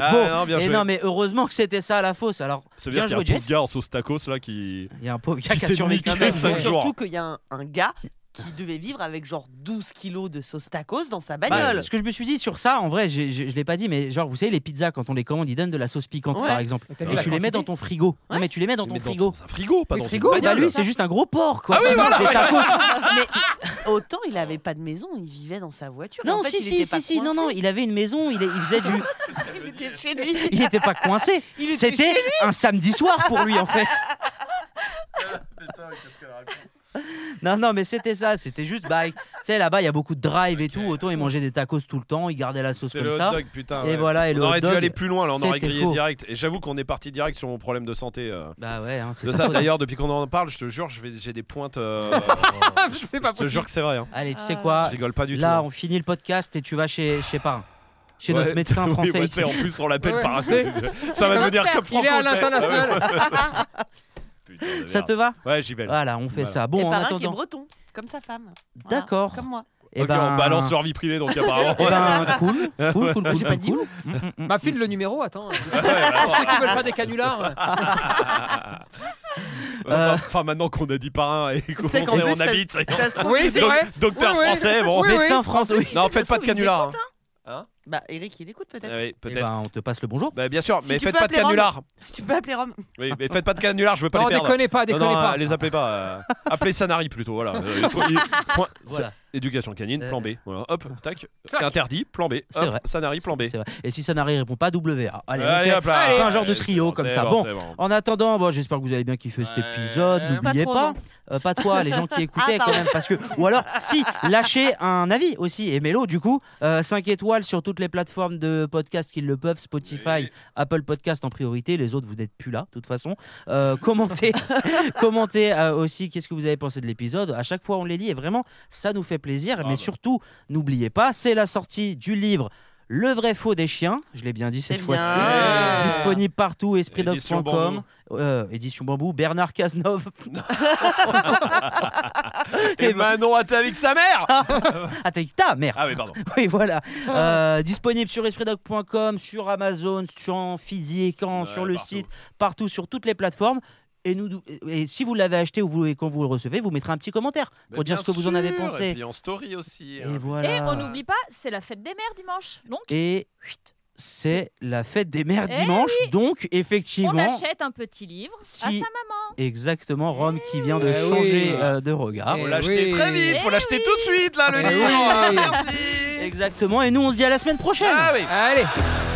[SPEAKER 3] Ah,
[SPEAKER 1] Bon,
[SPEAKER 3] non, bien
[SPEAKER 1] et
[SPEAKER 3] joué.
[SPEAKER 1] non mais heureusement que c'était ça à la fausse. Alors
[SPEAKER 3] Ça veut
[SPEAKER 1] bien
[SPEAKER 3] dire qu'il y a
[SPEAKER 1] joué
[SPEAKER 3] un pauvre
[SPEAKER 1] Jess.
[SPEAKER 3] gars en sauce tacos là qui.
[SPEAKER 1] Il y a un pauvre gars
[SPEAKER 3] qui
[SPEAKER 1] qui a
[SPEAKER 3] s'est
[SPEAKER 1] survécu.
[SPEAKER 3] niqué
[SPEAKER 1] à
[SPEAKER 3] sa
[SPEAKER 1] ça.
[SPEAKER 3] cinq jours.
[SPEAKER 8] Surtout qu'il y a un, un gars qui devait vivre avec genre 12 kilos de sauce tacos dans sa
[SPEAKER 1] Bah,
[SPEAKER 8] bagnole.
[SPEAKER 1] ce que je me suis dit sur ça, en vrai, j'ai- j'ai- je l'ai pas dit, mais genre, vous savez, les pizzas, quand on les commande, ils donnent de la sauce piquante,
[SPEAKER 8] Ouais.
[SPEAKER 1] par exemple.
[SPEAKER 5] T'as
[SPEAKER 1] Et tu
[SPEAKER 5] vu la
[SPEAKER 1] les mets
[SPEAKER 5] quantité
[SPEAKER 1] dans ton frigo. Non, mais tu les mets dans ton
[SPEAKER 3] Mais
[SPEAKER 1] frigo.
[SPEAKER 3] un frigo, Ah pas
[SPEAKER 5] Mais
[SPEAKER 3] dans
[SPEAKER 5] frigo,
[SPEAKER 3] une
[SPEAKER 1] Bah,
[SPEAKER 5] bagnole.
[SPEAKER 1] lui,
[SPEAKER 3] bagnole.
[SPEAKER 1] c'est juste un gros porc, quoi. Des tacos.
[SPEAKER 8] Autant il avait pas de maison, il vivait dans sa voiture. Et
[SPEAKER 1] Non,
[SPEAKER 8] en fait,
[SPEAKER 1] si,
[SPEAKER 8] il
[SPEAKER 1] si,
[SPEAKER 8] était pas
[SPEAKER 1] si, si. Non,
[SPEAKER 8] coincé.
[SPEAKER 1] non, il avait une maison, il, est- il faisait du.
[SPEAKER 8] Il était chez lui.
[SPEAKER 1] Il était pas coincé.
[SPEAKER 8] Il était
[SPEAKER 1] C'était un samedi soir pour lui, en fait. Non, non, mais c'était ça. C'était juste, bah, tu sais, là-bas, il y a beaucoup de drive et tout. Autant ils mangeaient des tacos tout le temps, ils gardaient la sauce
[SPEAKER 3] C'est
[SPEAKER 1] comme
[SPEAKER 3] le
[SPEAKER 1] ça.
[SPEAKER 3] hot dog, putain.
[SPEAKER 1] Et
[SPEAKER 3] ouais.
[SPEAKER 1] voilà, et
[SPEAKER 3] on
[SPEAKER 1] le
[SPEAKER 3] aurait
[SPEAKER 1] hot
[SPEAKER 3] dû
[SPEAKER 1] dog,
[SPEAKER 3] aller plus loin, là, on aurait
[SPEAKER 1] c'était
[SPEAKER 3] grillé
[SPEAKER 1] faux.
[SPEAKER 3] direct. Et j'avoue qu'on est parti direct sur mon problème de santé. euh,
[SPEAKER 1] Bah ouais, hein, c'est
[SPEAKER 3] De
[SPEAKER 1] pas
[SPEAKER 3] ça,
[SPEAKER 1] faux.
[SPEAKER 3] d'ailleurs, depuis qu'on en parle, je te jure, je vais- j'ai des pointes. euh,
[SPEAKER 5] c'est pas
[SPEAKER 3] je te
[SPEAKER 5] possible.
[SPEAKER 3] jure que c'est vrai. hein.
[SPEAKER 1] Allez, tu sais
[SPEAKER 4] Ah.
[SPEAKER 3] Je
[SPEAKER 1] quoi
[SPEAKER 3] rigole pas du tout.
[SPEAKER 1] Là,
[SPEAKER 3] hein.
[SPEAKER 1] on finit le podcast et tu vas chez, chez Parrain. Chez
[SPEAKER 3] Ouais,
[SPEAKER 1] notre médecin
[SPEAKER 3] oui,
[SPEAKER 1] français.
[SPEAKER 3] bah,
[SPEAKER 1] ici.
[SPEAKER 3] c'est- en plus, on l'appelle
[SPEAKER 5] Ouais.
[SPEAKER 3] par Ça va
[SPEAKER 4] Il
[SPEAKER 3] devenir
[SPEAKER 4] est
[SPEAKER 3] comme
[SPEAKER 5] Il
[SPEAKER 3] Franco. tu
[SPEAKER 5] est à
[SPEAKER 3] sais.
[SPEAKER 5] l'international.
[SPEAKER 3] Putain de
[SPEAKER 1] Ça
[SPEAKER 3] merde.
[SPEAKER 1] te Ah, va
[SPEAKER 3] Ouais, j'y vais. là.
[SPEAKER 1] Voilà, on fait
[SPEAKER 3] Voilà.
[SPEAKER 1] ça.
[SPEAKER 8] Et
[SPEAKER 1] Bon, en
[SPEAKER 8] par un qui est
[SPEAKER 1] attendant.
[SPEAKER 8] breton, comme sa femme,
[SPEAKER 4] Voilà.
[SPEAKER 1] D'accord.
[SPEAKER 8] comme moi.
[SPEAKER 1] Et
[SPEAKER 3] Ok,
[SPEAKER 1] ben,
[SPEAKER 3] on balance leur vie privée, donc apparemment.
[SPEAKER 1] eh ben, cool, cool, cool, cool,
[SPEAKER 8] J'ai
[SPEAKER 1] cool,
[SPEAKER 8] pas dit
[SPEAKER 1] cool. Mm, mm, mm.
[SPEAKER 5] Ma file le numéro, attends.
[SPEAKER 3] Ouais, ouais,
[SPEAKER 5] Pour ceux qui veulent faire des canulars.
[SPEAKER 1] Euh.
[SPEAKER 3] Enfin, maintenant qu'on a dit parrain et qu'on
[SPEAKER 8] Tu sais
[SPEAKER 3] sait
[SPEAKER 8] qu'en
[SPEAKER 3] on
[SPEAKER 8] plus, ça-
[SPEAKER 3] habite, ça y est.
[SPEAKER 8] Ça se trouve,
[SPEAKER 5] Oui,
[SPEAKER 8] il-
[SPEAKER 5] c'est
[SPEAKER 3] Doc-
[SPEAKER 5] vrai.
[SPEAKER 3] docteur
[SPEAKER 5] Oui, oui.
[SPEAKER 3] français, bon.
[SPEAKER 5] Oui, oui.
[SPEAKER 1] Médecin français.
[SPEAKER 3] Non,
[SPEAKER 8] ça
[SPEAKER 3] faites
[SPEAKER 8] se
[SPEAKER 3] pas
[SPEAKER 8] trouve,
[SPEAKER 3] de
[SPEAKER 8] ils
[SPEAKER 3] canular. Ah
[SPEAKER 8] écoutent,
[SPEAKER 3] Hein
[SPEAKER 8] Bah Eric, il écoute peut-être.
[SPEAKER 3] Oui,
[SPEAKER 1] Eh
[SPEAKER 3] peut-être.
[SPEAKER 1] ben, on te passe le bonjour.
[SPEAKER 3] Bah, bien sûr,
[SPEAKER 8] Si
[SPEAKER 3] mais
[SPEAKER 8] tu
[SPEAKER 3] faites
[SPEAKER 8] peux
[SPEAKER 3] pas de
[SPEAKER 8] appeler Rome.
[SPEAKER 3] canular.
[SPEAKER 8] Si tu peux appeler Rome.
[SPEAKER 3] Oui, mais faites pas de canular, je veux pas
[SPEAKER 5] Non,
[SPEAKER 3] les perdre.
[SPEAKER 5] déconnez pas,
[SPEAKER 3] Non,
[SPEAKER 5] déconnez
[SPEAKER 3] non,
[SPEAKER 5] pas.
[SPEAKER 3] les appelez pas. euh, appelez Sanari plutôt, voilà. Euh, il faut- il- point-
[SPEAKER 1] Voilà.
[SPEAKER 3] éducation canine,
[SPEAKER 1] Euh.
[SPEAKER 3] plan B. Voilà, hop, tac,
[SPEAKER 5] Clac.
[SPEAKER 3] interdit, plan B.
[SPEAKER 1] C'est vrai.
[SPEAKER 3] Hop, Sanari, plan B.
[SPEAKER 1] C'est vrai. Et si Sanari répond pas, WA. Allez, on fait-
[SPEAKER 3] hop là.
[SPEAKER 1] fait un genre de
[SPEAKER 3] Allez, c'est
[SPEAKER 1] trio
[SPEAKER 3] bon,
[SPEAKER 1] comme
[SPEAKER 3] c'est
[SPEAKER 1] ça. Bon.
[SPEAKER 3] c'est bon.
[SPEAKER 1] En attendant, bon, j'espère que vous avez bien kiffé cet
[SPEAKER 3] Ouais.
[SPEAKER 1] épisode. N'oubliez
[SPEAKER 8] trop,
[SPEAKER 1] pas,
[SPEAKER 8] non.
[SPEAKER 1] euh, pas toi, les gens qui écoutaient quand
[SPEAKER 8] Ah, pardon.
[SPEAKER 1] même, parce que ou alors si lâchez un avis aussi. Et Mélo, du coup, 5 étoiles sur toutes les plateformes de podcast qui le peuvent, Spotify, Apple Podcast en priorité. Les autres, vous n'êtes plus là, de toute façon. Euh, commentez, commentez euh, aussi qu'est-ce que vous avez pensé de l'épisode. À chaque fois, on les lit et vraiment, ça nous fait plaisir. Mais
[SPEAKER 3] bah.
[SPEAKER 1] surtout, n'oubliez pas, c'est la sortie du livre. Le vrai faux des chiens, je l'ai bien dit cette
[SPEAKER 8] C'est
[SPEAKER 1] fois-ci.
[SPEAKER 8] bien.
[SPEAKER 1] Disponible partout,
[SPEAKER 3] Édition
[SPEAKER 1] espritdoc.com.
[SPEAKER 3] Bambou.
[SPEAKER 1] Euh, édition Bambou, Bernard Cazeneuve.
[SPEAKER 3] Et Manon a avec sa mère
[SPEAKER 1] Eh ben, Ah, t'as dit ta mère
[SPEAKER 3] Ah oui, pardon.
[SPEAKER 1] Oui, voilà. Euh, disponible sur espritdoc.com, sur Amazon, sur en physique, en-
[SPEAKER 3] Ouais,
[SPEAKER 1] sur le
[SPEAKER 3] partout.
[SPEAKER 1] site, partout, sur toutes les plateformes. Et, nous, et si vous l'avez acheté ou vous, et quand vous le recevez, vous mettrez un petit commentaire pour
[SPEAKER 3] Mais
[SPEAKER 1] dire
[SPEAKER 3] bien
[SPEAKER 1] ce que vous en avez
[SPEAKER 3] sûr, Et
[SPEAKER 1] pensé.
[SPEAKER 3] puis en story aussi.
[SPEAKER 1] Et,
[SPEAKER 3] hein.
[SPEAKER 1] voilà.
[SPEAKER 4] Et on n'oublie pas, c'est la fête des mères dimanche. Donc,
[SPEAKER 1] Et c'est la fête des mères
[SPEAKER 4] Eh
[SPEAKER 1] dimanche, donc
[SPEAKER 4] on
[SPEAKER 1] effectivement,
[SPEAKER 4] achète un petit livre
[SPEAKER 1] Si-
[SPEAKER 4] à sa maman.
[SPEAKER 1] exactement Rome qui vient de
[SPEAKER 5] Eh oui.
[SPEAKER 1] changer euh, de regard.
[SPEAKER 5] Eh
[SPEAKER 3] Faut l'acheter
[SPEAKER 5] oui.
[SPEAKER 3] très vite, faut
[SPEAKER 4] Eh
[SPEAKER 3] l'acheter tout de suite là le
[SPEAKER 5] Eh
[SPEAKER 3] livre.
[SPEAKER 5] oui.
[SPEAKER 3] Merci.
[SPEAKER 1] Exactement. Et nous, on se dit à la semaine prochaine.
[SPEAKER 3] Ah oui.
[SPEAKER 5] Allez